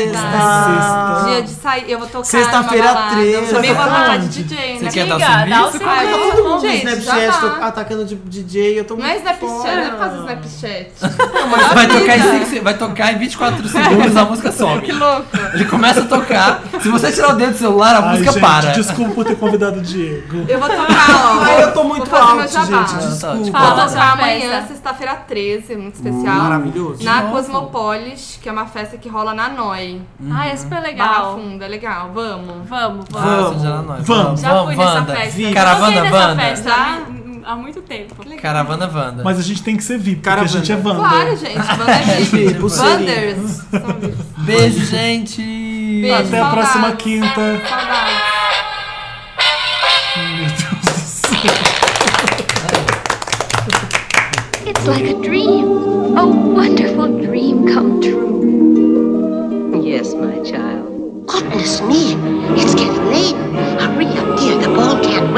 Speaker 9: sexta.
Speaker 4: Dia de sair, eu vou tocar
Speaker 9: Sexta-feira
Speaker 4: numa balada.
Speaker 9: 13.
Speaker 4: Também vou tocar de
Speaker 1: Onde?
Speaker 4: DJ,
Speaker 2: Você
Speaker 4: né?
Speaker 2: quer dar o
Speaker 5: Amiga, dá o
Speaker 2: serviço?
Speaker 5: seu
Speaker 4: Ah, eu tô falando,
Speaker 9: No
Speaker 4: gente, já
Speaker 9: Snapchat, tô
Speaker 4: tá.
Speaker 9: atacando de DJ, eu tô
Speaker 4: Não
Speaker 9: muito
Speaker 4: é Snapchat,
Speaker 9: fora.
Speaker 4: não é fazer
Speaker 9: (laughs)
Speaker 4: Snapchat.
Speaker 2: Vai tocar, em cinco se- vai tocar em 24 segundos, a música some.
Speaker 4: Que louco.
Speaker 2: Ele começa a tocar. Se você tirar o dedo do celular, a
Speaker 1: Ai,
Speaker 2: música
Speaker 1: gente,
Speaker 2: para.
Speaker 1: desculpa por ter convidado o Diego.
Speaker 4: Eu vou tocar, ó.
Speaker 9: Ai, eu tô muito
Speaker 4: vou fazer meu
Speaker 9: alto,
Speaker 4: jabá.
Speaker 9: gente, desculpa.
Speaker 4: Vou
Speaker 5: Fala.
Speaker 4: tocar
Speaker 5: Festa.
Speaker 4: amanhã, sexta-feira 13, muito especial.
Speaker 9: Maravilhoso.
Speaker 4: na
Speaker 2: novo.
Speaker 4: Cosmopolis, que é uma festa que rola na Noi.
Speaker 5: Ai, é super
Speaker 4: Barra
Speaker 5: legal.
Speaker 4: Funda, legal. Vamos.
Speaker 5: Vamos, vamos.
Speaker 2: Ah, você já não é nóis.
Speaker 1: Vamos.
Speaker 5: Já fui nessa
Speaker 2: Wanda.
Speaker 5: festa.
Speaker 2: Vi.
Speaker 5: Eu
Speaker 2: Caravana
Speaker 5: toquei nessa
Speaker 2: Wanda.
Speaker 5: festa
Speaker 4: Já?
Speaker 5: há- há muito tempo.
Speaker 2: Caravana Wanda.
Speaker 1: Mas a gente tem que ser VIP, porque a
Speaker 9: Caravana.
Speaker 1: gente é Wanda.
Speaker 4: Claro, gente. Wander
Speaker 9: Pulseirinha.
Speaker 4: Wanders. São eles.
Speaker 2: Beijo, gente.
Speaker 4: Beijo.
Speaker 1: Até a
Speaker 4: Saudades.
Speaker 1: próxima quinta.
Speaker 4: Saudades.
Speaker 8: It's like a dream, a wonderful dream come true.
Speaker 11: Yes, my child.
Speaker 8: Goodness me, it's getting late. Hurry up, dear, the ball can't